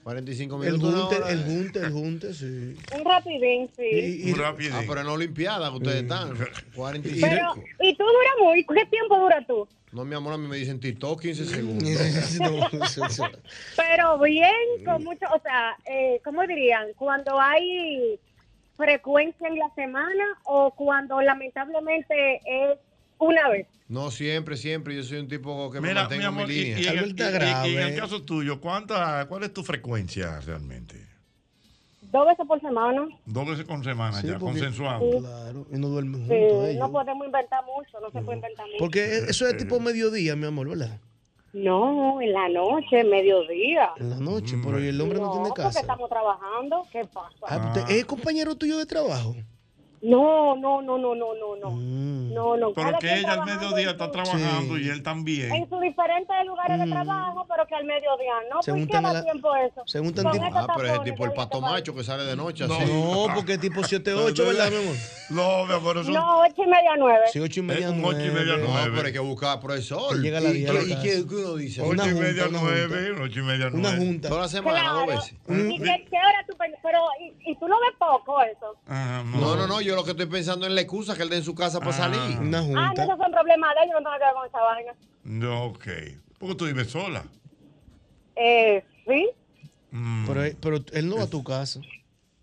S6: 45
S14: El
S6: minutos. una
S14: junte,
S6: hora.
S14: el junte, el junte, sí.
S10: Un rapidín, sí.
S6: Un rapidín. Ah, pero en la Olimpiada que ustedes están. 45.
S10: Pero, ¿y tú duras muy? ¿Qué tiempo dura tú?
S6: No, mi amor, a mí me dicen TikTok 15 segundos.
S10: Pero
S14: Mm.
S10: bien, con mucho, o sea, eh, ¿cómo dirían? Cuando hay frecuencia en la semana o cuando lamentablemente es una vez.
S6: No, siempre, siempre. Yo soy un tipo que me
S3: Mira, mi
S6: mantengo en mi
S3: amor, y,
S6: línea.
S3: y en el, y- y en el caso tuyo, ¿cuánta, Ah, ¿cuál es tu frecuencia realmente?
S10: Dos veces por semana.
S14: Mm,
S3: Dos veces con semana
S14: Sí,
S3: ya,
S14: porque-
S3: consensuado.
S14: Claro, y no duermen
S10: Sí,
S14: juntos ellos.
S10: no podemos inventar mucho, no se puede inventar mucho.
S14: Porque e, eso es tipo mediodía, mi amor, ¿verdad?
S10: No, en la noche, mediodía.
S14: En la noche,
S6: Mm.
S14: pero ¿y el hombre no, tiene
S10: porque
S31: casa.
S10: estamos trabajando. ¿Qué pasa?
S14: Ah, pues, ¿Es compañero tuyo de trabajo? Mm.
S10: No, no, no, no, no, no, no. No, no.
S3: Pero
S10: cada
S3: que
S10: quien
S3: ella al
S10: trabajando
S3: mediodía está trabajando y él
S10: En
S3: también.
S10: sus diferentes lugares de trabajo, pero que al mediodía no.
S6: Se
S10: ¿Por qué
S6: juntan a
S10: da
S6: la-
S10: tiempo eso? Con estos
S6: Ah, pero ese
S10: tapones
S6: tipo el
S10: que hay
S6: pato
S10: en este
S6: macho que sale de noche.
S14: No,
S6: así.
S14: no, porque tipo 7-8, ¿verdad, mi amor?
S3: No, mi amor,
S10: país. No, ocho y media, nueve.
S14: Sí,
S3: Eh,
S14: ocho y media,
S6: un ocho y media, nueve. No, pero hay que buscar profesor.
S14: Llega la
S6: ¿Y
S14: dieta.
S6: qué- ¿Y qué qué uno dice?
S3: Ocho y media, nueve, ocho y media, nueve.
S6: Toda la semana, dos veces.
S10: ¿Y qué, qué hora tú pen- Pero, ¿y, y tú lo ves poco eso? Ah,
S3: ah,
S6: No, no, no, yo lo que estoy pensando es la excusa que él dé en su casa para salir.
S14: Una
S10: Ah, no, esos son problemas de ellos, no tengo que ver con esa vaina.
S3: No, ok. Porque tú vives sola.
S10: Eh, ¿sí?
S6: Mm.
S14: Pero, pero él no va a tu casa.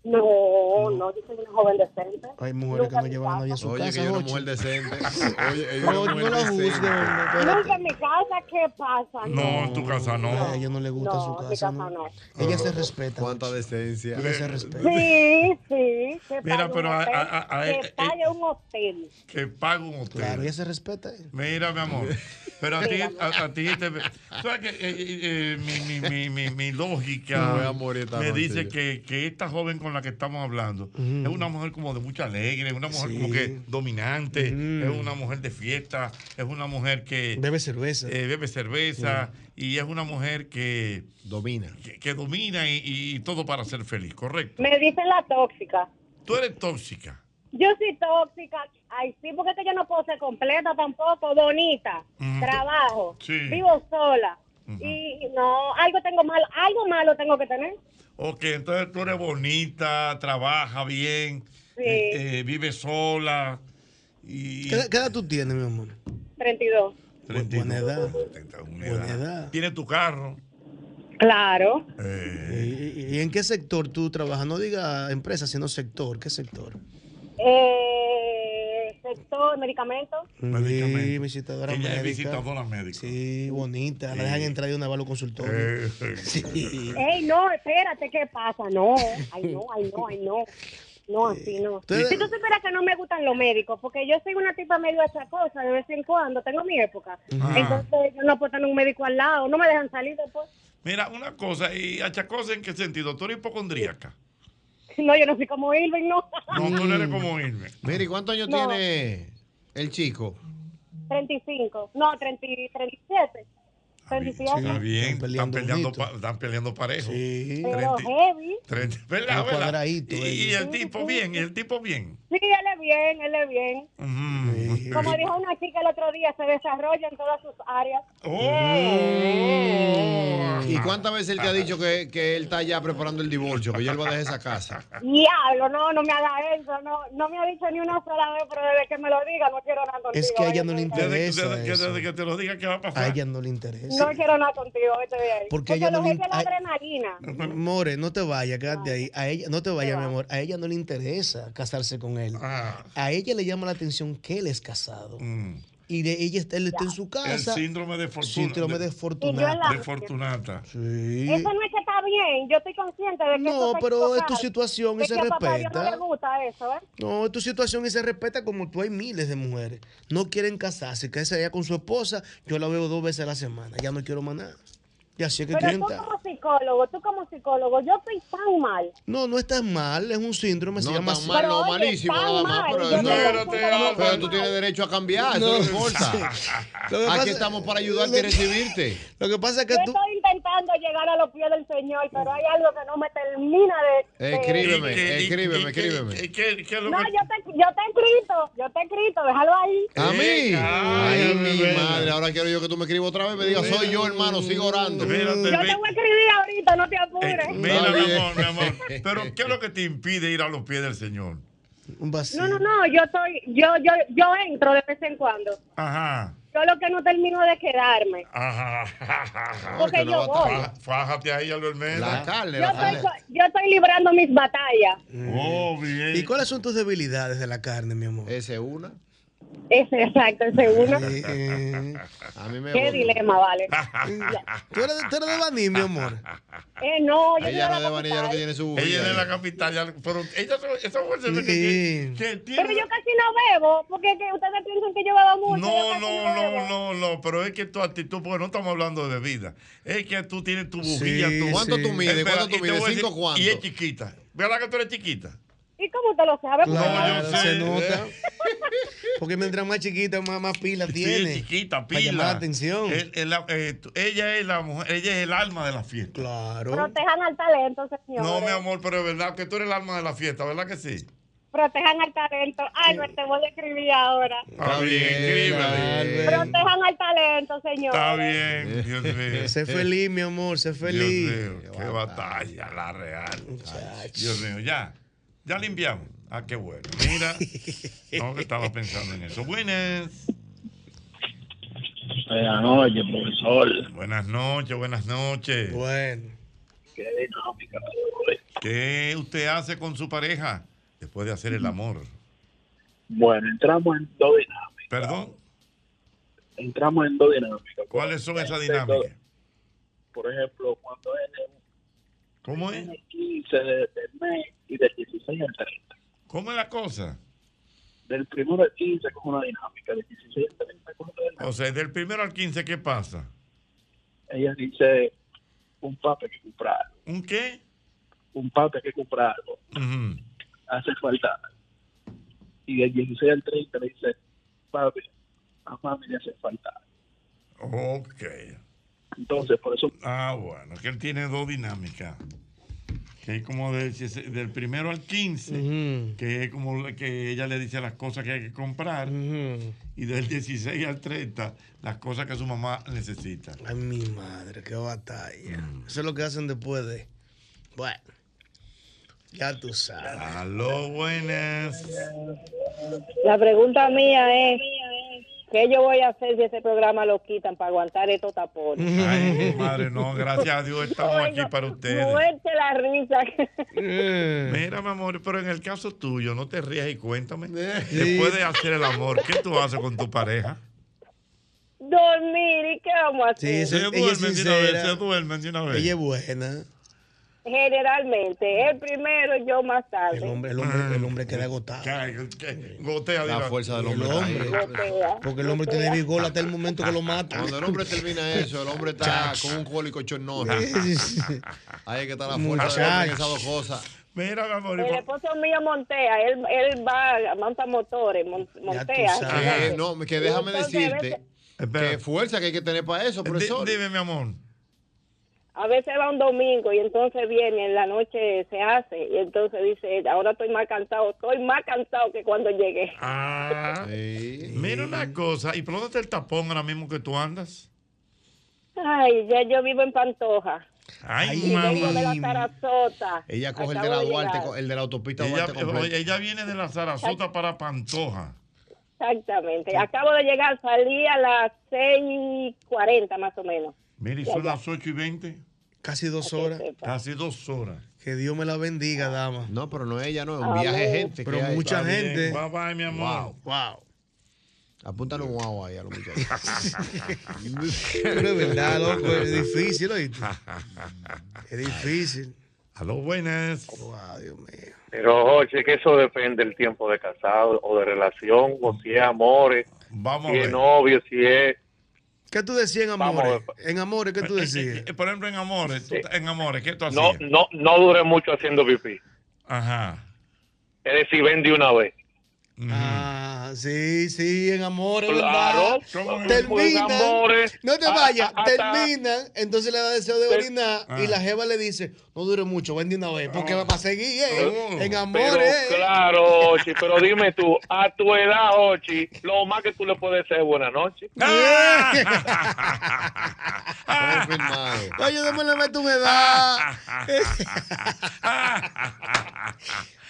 S10: No, no, yo soy una joven decente.
S14: Hay mujeres que
S10: Nunca
S14: no llevan a nadie a su
S6: Oye,
S14: casa.
S6: que yo una
S14: Jochi.
S6: mujer decente. Oye, eh, ella
S14: No,
S6: una
S14: no
S6: mujer
S14: la
S6: decente.
S14: juzgues, hombre, espérate.
S10: Nunca en mi casa, ¿qué pasa?
S3: No, en tu casa no.
S14: A ella no le gusta
S10: No,
S14: su
S10: en mi
S14: casa.
S10: casa no.
S14: Ella se respeta.
S6: Cuánta decencia.
S14: Ella se respeta.
S10: Sí, sí. Que
S3: Mira,
S10: pague
S3: pero
S10: un
S3: a-
S10: hotel,
S3: a- a- a-
S10: que
S3: eh,
S10: pague un hotel.
S3: Que paga un hotel.
S14: Claro, ella se respeta.
S3: Mira, mi amor, pero a ti, a, a ti te... ¿Sabes que eh, eh, eh, mi, mi- mi- mi- mi lógica
S6: Me voy a morir esta
S3: me
S6: noche,
S3: dice
S6: yo.
S3: que, que esta joven con la que estamos hablando
S6: Ujú.
S3: es una mujer como de mucha alegre, una mujer
S14: Sí.
S3: como que dominante,
S14: Mm.
S3: es una mujer de fiesta, es una mujer que...
S14: Bebe cerveza.
S3: eh, bebe cerveza y es una mujer que
S6: domina,
S3: que, que domina y, y todo para ser feliz, correcto.
S10: Me dicen la tóxica.
S3: Tú eres tóxica.
S10: Yo soy tóxica. Ay, sí, porque es que yo no puedo ser completa tampoco, bonita.
S3: Mm.
S10: Trabajo.
S3: Sí.
S10: Vivo sola. Y no, algo tengo malo, algo malo tengo que tener.
S3: Ok, entonces tú eres bonita, trabaja bien,
S10: Sí.
S3: eh, eh, vive sola. Y
S14: ¿Qué, edad- qué edad tú tienes, mi amor?
S10: 32.
S14: Buena edad. Buena edad.
S3: tiene tu carro.
S10: Claro.
S3: Eh.
S14: ¿Y, y- y en qué sector tú trabajas? No diga empresa, sino sector. ¿Qué sector?
S10: Eh, sector, medicamentos.
S14: Sí, visitadora
S3: Mm. Ella
S14: médica.
S3: es visitadora médica. Eh.
S14: Sí, bonita. La dejan entrar de una vez a los consultorios. Sí.
S10: Ey, no, espérate, ¿qué pasa? No, ay, no, ay, no, ay, no. No, así no.
S14: Ustedes-
S10: Si tú supieras que no me gustan los médicos, porque yo soy una tipa medio achacosa de vez en cuando, tengo mi época.
S3: Ah.
S10: Entonces, yo no puedo tener un médico al lado, no me dejan salir después.
S3: Mira, una cosa, ¿y achacosa en qué sentido? ¿Tú eres hipocondríaca?
S10: No, yo no soy como Irving, no.
S3: No, tú no eres como irme.
S6: Mira, ¿y cuántos años
S10: No.
S6: tiene el chico?
S10: 35, no, 30, 37. 37.
S3: Está bien, están peleando, pa- están peleando parejo. Sí.
S10: Pero heavy.
S3: ¿Verdad,
S14: Está
S3: verdad?
S14: cuadradito, eh.
S3: Y, y
S14: ella.
S3: el tipo bien, y el tipo bien.
S10: Sí, él es bien, él es bien.
S3: Ujú.
S10: Como dijo una chica el otro día, se desarrolla en todas sus áreas.
S14: Oh.
S1: Oh.
S6: ¿Y
S3: Ah.
S6: cuántas veces él te ha dicho que, que él está ya preparando el divorcio, que ya él va a dejar esa casa?
S10: Diablo, no, no me haga eso, no, no me ha dicho ni una sola vez, pero desde que me lo diga, no quiero nada contigo.
S14: Es que a ella no le
S3: Desde, que-
S14: interesa.
S3: desde que-
S14: eso.
S3: desde que te lo diga, ¿qué va a pasar?
S14: A ella no le interesa.
S10: No quiero nada contigo, vete de ahí.
S14: Porque a ella no
S10: lo
S14: le
S10: que es la
S14: ay-
S10: adrenalina.
S14: More, no te vayas,
S10: Ah.
S14: quédate ahí. A ella, no te vayas, mi amor. A ella no le interesa casarse con él.
S3: Ah.
S14: A ella le llama la atención que él es casado. Y de, ella está, él está en su
S3: Mm. El
S14: casa.
S3: síndrome de fortuna.
S14: Síndrome de
S10: Y yo en la-
S14: Fortunata.
S3: De Fortunata.
S10: Eso no es que está bien, yo estoy consciente de que
S14: No,
S10: eso está
S14: pero
S10: equivocado.
S14: es tu situación y
S10: De
S14: se
S10: que a papá Dios
S14: respeta.
S10: no le gusta eso, ¿eh?
S14: No, es tu situación y se respeta como tú hay miles de mujeres. No quieren casarse, que allá con su esposa. Yo la veo dos veces a la semana. Ya no quiero más nada. Y así es que
S10: Pero
S14: quieren
S10: tú
S14: estar.
S10: como psicólogo, tú como psicólogo, yo estoy tan mal.
S14: No, no estás mal, es un síndrome, se
S6: No,
S14: llama
S6: tan
S14: así.
S6: mal, no, Pero, oye, malísimo, tan nada más, mal, pero- yo no pero- lo pero encuentro tú mal. tienes derecho a cambiar, eso no importa.
S14: Lo que
S6: Aquí
S14: pasa-
S6: estamos para ayudarte y
S14: lo-
S6: recibirte.
S14: Lo que pasa es que
S10: yo
S14: tú...
S10: estoy intentando tratando de llegar a los pies del Señor, pero hay algo que no me termina de... de-
S6: Escríbeme,
S3: ¿Y qué- y-
S6: escríbeme,
S3: y qué-
S6: escríbeme.
S3: y qué- qué es lo
S10: No,
S3: que-
S10: yo te, yo te he escrito, yo te he escrito, déjalo ahí.
S6: ¿A mí? Ay, mi
S3: bueno.
S6: madre, ahora quiero yo que tú me escribas otra vez y me digas, soy yo, hermano, sigo orando.
S3: Espérate,
S10: Yo te voy a escribir ahorita, no te apures.
S3: Mira, mi amor, mi amor. Pero, ¿qué es lo que te impide ir a los pies del Señor?
S14: Un vacío.
S10: No, no, no, yo estoy, yo, yo, yo entro de vez en cuando.
S3: Ajá.
S10: Yo lo que no termino de quedarme.
S3: Ajá, ajá, ajá.
S10: Porque Porque no yo va a voy.
S3: Fá- Fájate ahí, Aldo Hermeda.
S14: La carne,
S10: Yo estoy, co- yo estoy librando mis batallas.
S14: Mm. ¿Y cuáles son tus debilidades de la carne, mi amor?
S6: Oh,
S14: Eh,
S6: Esa es una.
S10: Es exacto, ese uno.
S6: A mí me
S10: Qué dilema, vale.
S14: ¿Tú eres, tú eres de Baní, mi amor.
S10: Eh, no, yo
S6: Ella
S10: no
S6: no es de Vanilla, lo que tiene su bulla.
S3: Ella es de la capital, ya- pero ella se- esa mujer se ve que, que tiene.
S10: Pero yo casi no bebo, porque que ustedes piensan que yo bebo mucho.
S3: No,
S10: yo casi
S3: no, no, no, no, pero es que tu actitud, porque no estamos hablando de vida, es que tú tienes tu bujía.
S6: Sí,
S3: tu- Eh,
S6: ¿Cuánto tú
S3: Espera,
S6: mides?
S3: y te
S6: ¿Cuánto tú
S3: voy a
S6: mides?
S3: decir-
S6: ¿Cinco cuánto?
S3: Y es chiquita. ¿Verdad que tú eres chiquita?
S10: ¿Y cómo te lo sabes?
S14: Claro,
S10: Porque-
S14: se nota. Porque mientras más chiquita, más, más pila tiene.
S3: Sí, chiquita,
S14: Para
S3: pila.
S14: llamar la atención.
S3: El- el- la- eh, tú- ella es la mujer, ella es el alma de la fiesta.
S14: Claro.
S10: Protejan al talento, señor.
S3: No, mi amor, pero es verdad que tú eres el alma de la fiesta, ¿verdad que sí?
S10: Protejan al talento. Ay, no te voy a escribir ahora.
S3: Está bien, escríbeme.
S10: Protejan al talento, señor.
S3: Eh. Está bien, Dios mío.
S14: Eh, Sé feliz, mi amor, sé feliz.
S3: Eh. Dios mío, qué batalla la real. Dios mío, ya. Ya limpiamos. Ah, qué bueno. Mira, no que estaba pensando en eso. Buenas.
S11: Buenas noches, profesor.
S3: Buenas noches, buenas noches.
S14: Bueno.
S3: ¿Qué usted hace con su pareja después de hacer el amor?
S11: Bueno, entramos en dos dinámicas.
S3: ¿Perdón?
S11: Entramos en dos dinámicas.
S3: ¿Cuáles son esas dinámicas?
S11: Por ejemplo, cuando es el
S3: ¿Cómo es?
S11: 15 de- del mes y del 16 al 30.
S3: ¿Cómo es la cosa?
S11: Del primero al 15 con una dinámica, del 16 al 30 con otra dinámica.
S3: O sea, del primero al 15, ¿qué pasa?
S11: Ella dice un pape que comprar.
S3: ¿Un qué?
S11: Un pape que comprarlo. Hace falta. Y del 16 al 30 le dice, papi, a mami le hace falta.
S3: Ok.
S11: Entonces, por eso.
S3: Ah, bueno, que él tiene dos dinámicas. Que es como de- del primero al 15, que es como la- que ella le dice las cosas que hay que comprar. Y del 16 al 30, las cosas que su mamá necesita.
S14: Ay, mi madre, qué batalla.
S3: Mm.
S14: Eso es lo que hacen después de. Bueno. Ya tú sabes.
S3: Aló, buenas.
S9: La pregunta mía es, ¿qué yo voy a hacer si ese programa lo quitan para aguantar estos tapones?
S3: Ay, mi Oh, madre, no, gracias a Dios estamos aquí para ustedes.
S9: Muerte la risa.
S6: Eh.
S3: Mira, mi amor, pero en el caso tuyo, no te rías y cuéntame.
S6: Eh.
S3: Después de hacer el amor, ¿qué tú haces con tu pareja?
S9: Dormir, ¿y qué vamos a hacer?
S3: se duermen de una vez, se duermen de una vez.
S14: Ella es buena.
S9: Generalmente, el primero, yo más
S14: El
S9: tarde.
S14: hombre, el hombre, el hombre
S3: Ah.
S14: queda agotado.
S3: Gotea
S14: la fuerza del hombre.
S9: Gotea.
S14: Porque el hombre tiene vigor hasta el momento que lo mata.
S6: Cuando el hombre termina eso, el hombre está
S14: Chacho.
S6: con un cólico chornón.
S14: Sí, sí, sí.
S6: Ahí es que está la fuerza del hombre en esas dos cosas.
S3: Mira, mi amor,
S9: El esposo mío montea, él, él va, monta motores, mon- montea.
S6: Que, Eh, no, que déjame decirte que fuerza que hay que tener para eso, profesor.
S3: Dime, mi amor.
S9: A veces va un domingo y entonces viene, en la noche se hace, y entonces dice, ahora estoy más cansado, estoy más cansado que cuando llegué.
S3: Ah, mira una cosa, ¿y por dónde está el tapón ahora mismo que tú andas?
S9: Ay, ya yo vivo en Pantoja.
S3: Ay,
S9: y vengo de la Tarazota.
S6: Ella coge el
S9: Acabo
S6: de la
S9: de
S6: Duarte,
S9: llegar.
S6: co- el de la autopista
S3: Ella,
S6: Duarte completo.
S3: ella viene de la Sarasota para Pantoja.
S9: Exactamente. Acabo de llegar, salí a las 6.40 más o menos.
S3: Mira, y son las 8 y 20.
S14: Casi dos horas.
S3: Casi dos horas.
S14: Que Dios me la bendiga, dama.
S6: No, pero no ella, no.
S14: es
S6: un Amén. viaje de gente que
S14: Pero
S6: hay.
S14: mucha
S6: Está bien.
S14: gente.
S6: Bye,
S3: bye, mi amor.
S14: Wow. wow.
S6: Apúntale un guau ahí a los muchachos.
S14: Pero es verdad, loco. Es difícil, oíste. Es difícil.
S3: A los buenas.
S2: Pero, Jorge, que eso depende del tiempo de casado o de relación, o si es amores,
S3: Vamos
S2: si
S3: a
S2: es
S3: ver.
S2: novio, si es.
S14: ¿Qué tú decías en
S2: Vamos
S14: amores?
S3: eh,
S14: En amores, ¿qué tú decías?
S3: Por ejemplo, en amores, tú- en amores, ¿qué tú haces?
S2: No, no, no dure mucho haciendo pipí.
S3: Ajá.
S2: Es decir, ven de una vez.
S14: Ah, Ah, sí, sí, en amores,
S7: Claro,
S14: ¿verdad?
S7: en
S14: Terminan.
S7: amores.
S14: No te
S7: A-
S14: vayas,
S7: a- hasta-
S14: terminan. Entonces le da deseo de
S7: Ter-
S14: orinar
S3: Ah.
S14: y la jeva le dice, no dure mucho, ven de una vez, porque va a seguir, eh, en amores.
S2: Pero claro, Ochi, pero dime tú, a tu edad, Ochi, lo más que tú le puedes decir es buenas noches.
S14: Ah, Oye, yo me le meto una edad.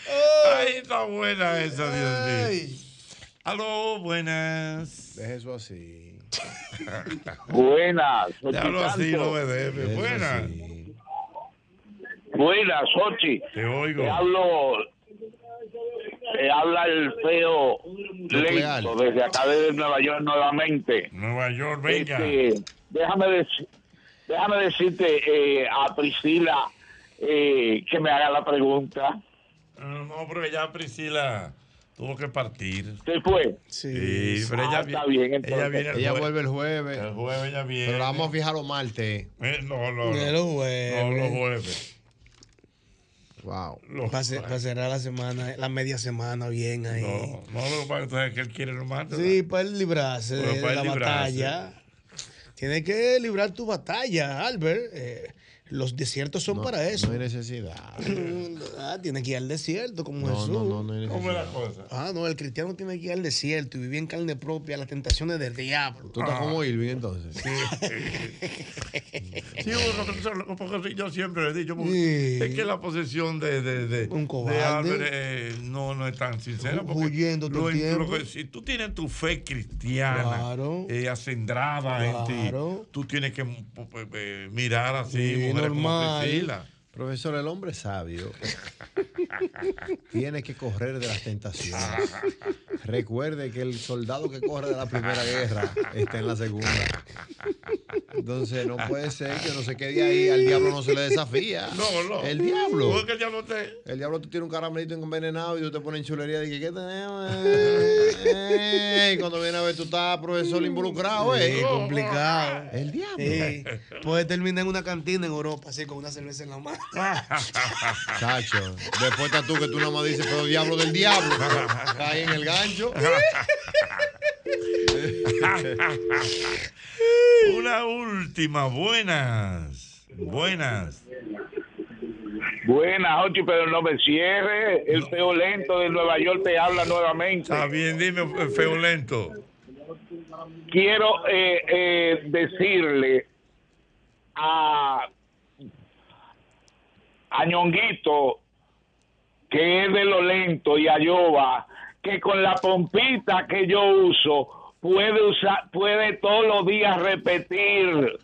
S3: Ay, está buena esa, Dios mío. Aló, buenas.
S6: Deja eso así.
S13: Buenas.
S3: Ya hablo así,
S13: Tanto.
S3: lo BDF. Buenas.
S13: Buenas, Sochi.
S3: Te oigo.
S13: Te hablo. Te habla el feo
S3: Nuclear.
S13: lento desde acá de Nueva York nuevamente.
S3: Nueva York, venga.
S13: Este, déjame, dec- déjame decirte eh, a Priscila eh, que me haga la pregunta.
S3: Ah, No, pero ya Priscila tuvo que partir.
S13: ¿Se fue?
S3: Sí, pero
S6: Ah,
S3: ella,
S6: está
S3: vi-
S6: bien, entonces.
S3: ella viene. el
S6: Ella
S3: jue-
S6: vuelve el jueves.
S3: El jueves ella viene.
S6: Pero la vamos a fijar los martes.
S3: Eh, no, no.
S14: De
S3: no.
S14: los jueves.
S3: No, los jueves.
S6: Wow.
S14: Para cerrar la semana, la media semana bien ahí.
S3: No, no, lo que pasa entonces es que él quiere los martes.
S14: Sí, para él librarse
S3: Pero
S14: de
S3: para él
S14: la
S3: librarse.
S14: batalla. Tienes que librar tu batalla, Albert. Eh, los desiertos son para eso.
S6: No hay necesidad.
S14: Ah, tienes que ir al desierto como
S6: No,
S14: Jesús.
S6: no, no, no hay
S3: ¿Cómo es la cosa?
S14: Ah, no, el cristiano tiene que ir al desierto y vivir en carne propia las tentaciones del diablo.
S6: Tú estás como Irving entonces.
S3: Sí, porque- porque yo siempre le he dicho, porque
S14: Sí.
S3: es que la posesión de, de, de,
S14: Un
S3: de
S14: cobarde.
S3: Albert, eh, no, no es tan sincera. Porque
S14: Huyendo todo el
S3: lo- lo
S14: tiempo.
S3: que- si tú tienes tu fe cristiana eh, acendrada en
S6: Claro.
S3: ti, tú tienes que mm, po- po- eh, mirar así, mujeres como Priscila.
S6: Profesor, el hombre sabio tiene que correr de las tentaciones. Recuerde que el soldado que corre de la primera guerra está en la segunda. Entonces no puede ser que no se quede ahí. Al diablo no se le desafía.
S3: No, no.
S6: El diablo.
S3: No es que el diablo te.
S6: El diablo tú tienes un caramelito envenenado y tú te pones en chulería de que ¿qué tenemos? Eh, eh, y cuando viene a ver tú estás profesor involucrado, eh.
S14: Sí, complicado.
S6: El diablo.
S14: Sí. Puede terminar en una cantina en Europa, así con una cerveza en la mano.
S6: Chacho, después estás tú que tú nada más dices, pero diablo del diablo. Cae en el gancho.
S3: Una última, buenas. Buenas.
S13: Buenas, Ochi, pero no me cierres. El feo lento de Nueva York te habla nuevamente.
S3: Está bien, dime, feo lento.
S13: quiero eh, eh, decirle a, a Ñonguito, que es de lo lento, y a Yoba, que con la pompita que yo uso, puede, usar, puede todos los días repetir.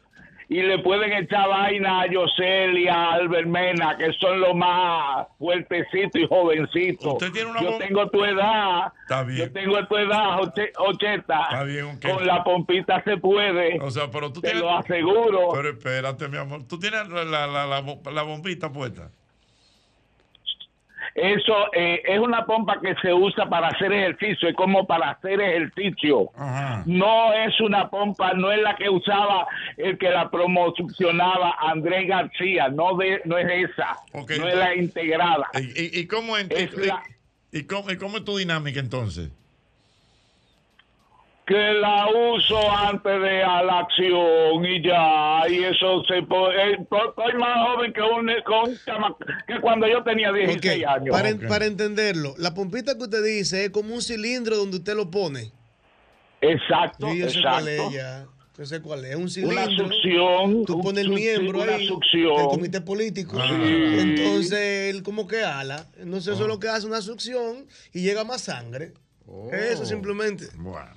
S13: Y le pueden echar vaina a Yosel y a Albert Mena, que son los más fuertecitos y jovencitos. yo tengo tu edad. Yo tengo tu edad, oche- 80. Con la pompita se puede.
S3: O sea, pero tú
S13: Te
S3: tienes-
S13: lo aseguro.
S3: Pero espérate, mi amor. Tú tienes la, la, la, la bo- la bombita puesta.
S13: Eso eh, es una pompa que se usa para hacer ejercicio, es como para hacer ejercicio. No es una pompa, no es la que usaba el que la promocionaba Andrés García, no de, no es esa, no es la integrada.
S3: ¿Y, y, y cómo, en-
S13: Es la-
S3: y cómo- y cómo es tu dinámica entonces?
S13: que la uso antes de a la acción y ya, y eso se eh, puede, estoy más joven que un, que un chama- que cuando yo tenía 16 años.
S14: Para, en- para entenderlo, la pompita que usted dice es como un cilindro donde usted lo pone.
S13: Exacto,
S14: Sí, yo sé cuál es
S13: exacto.
S14: ya. Yo sé cuál es. Un cilindro.
S13: Una succión,
S14: Tú
S13: un
S14: pones el
S13: suc-
S14: miembro
S13: una
S14: ahí.
S13: succión.
S14: Del comité político.
S13: Sí.
S14: Entonces él como que ala. Entonces
S13: Ah.
S14: eso es lo que hace una succión y llega más sangre.
S6: Oh.
S3: Oh.
S14: Eso simplemente.
S3: Bueno.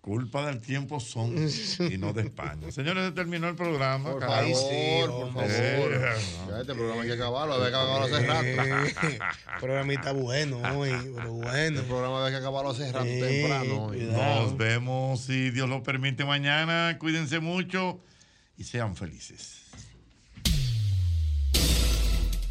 S3: Culpa del tiempo son y no de España. Señores, se terminó el programa.
S6: Por
S3: carajo.
S6: favor, por favor.
S3: Eh,
S6: Ya este programa hay que acabarlo, había que acabarlo hace rato.
S14: Programita bueno hoy, pero bueno.
S6: El programa había que acabarlo hace rato
S14: Sí,
S6: temprano. hoy.
S3: Nos vemos, si Dios lo permite, mañana. Cuídense mucho y sean felices.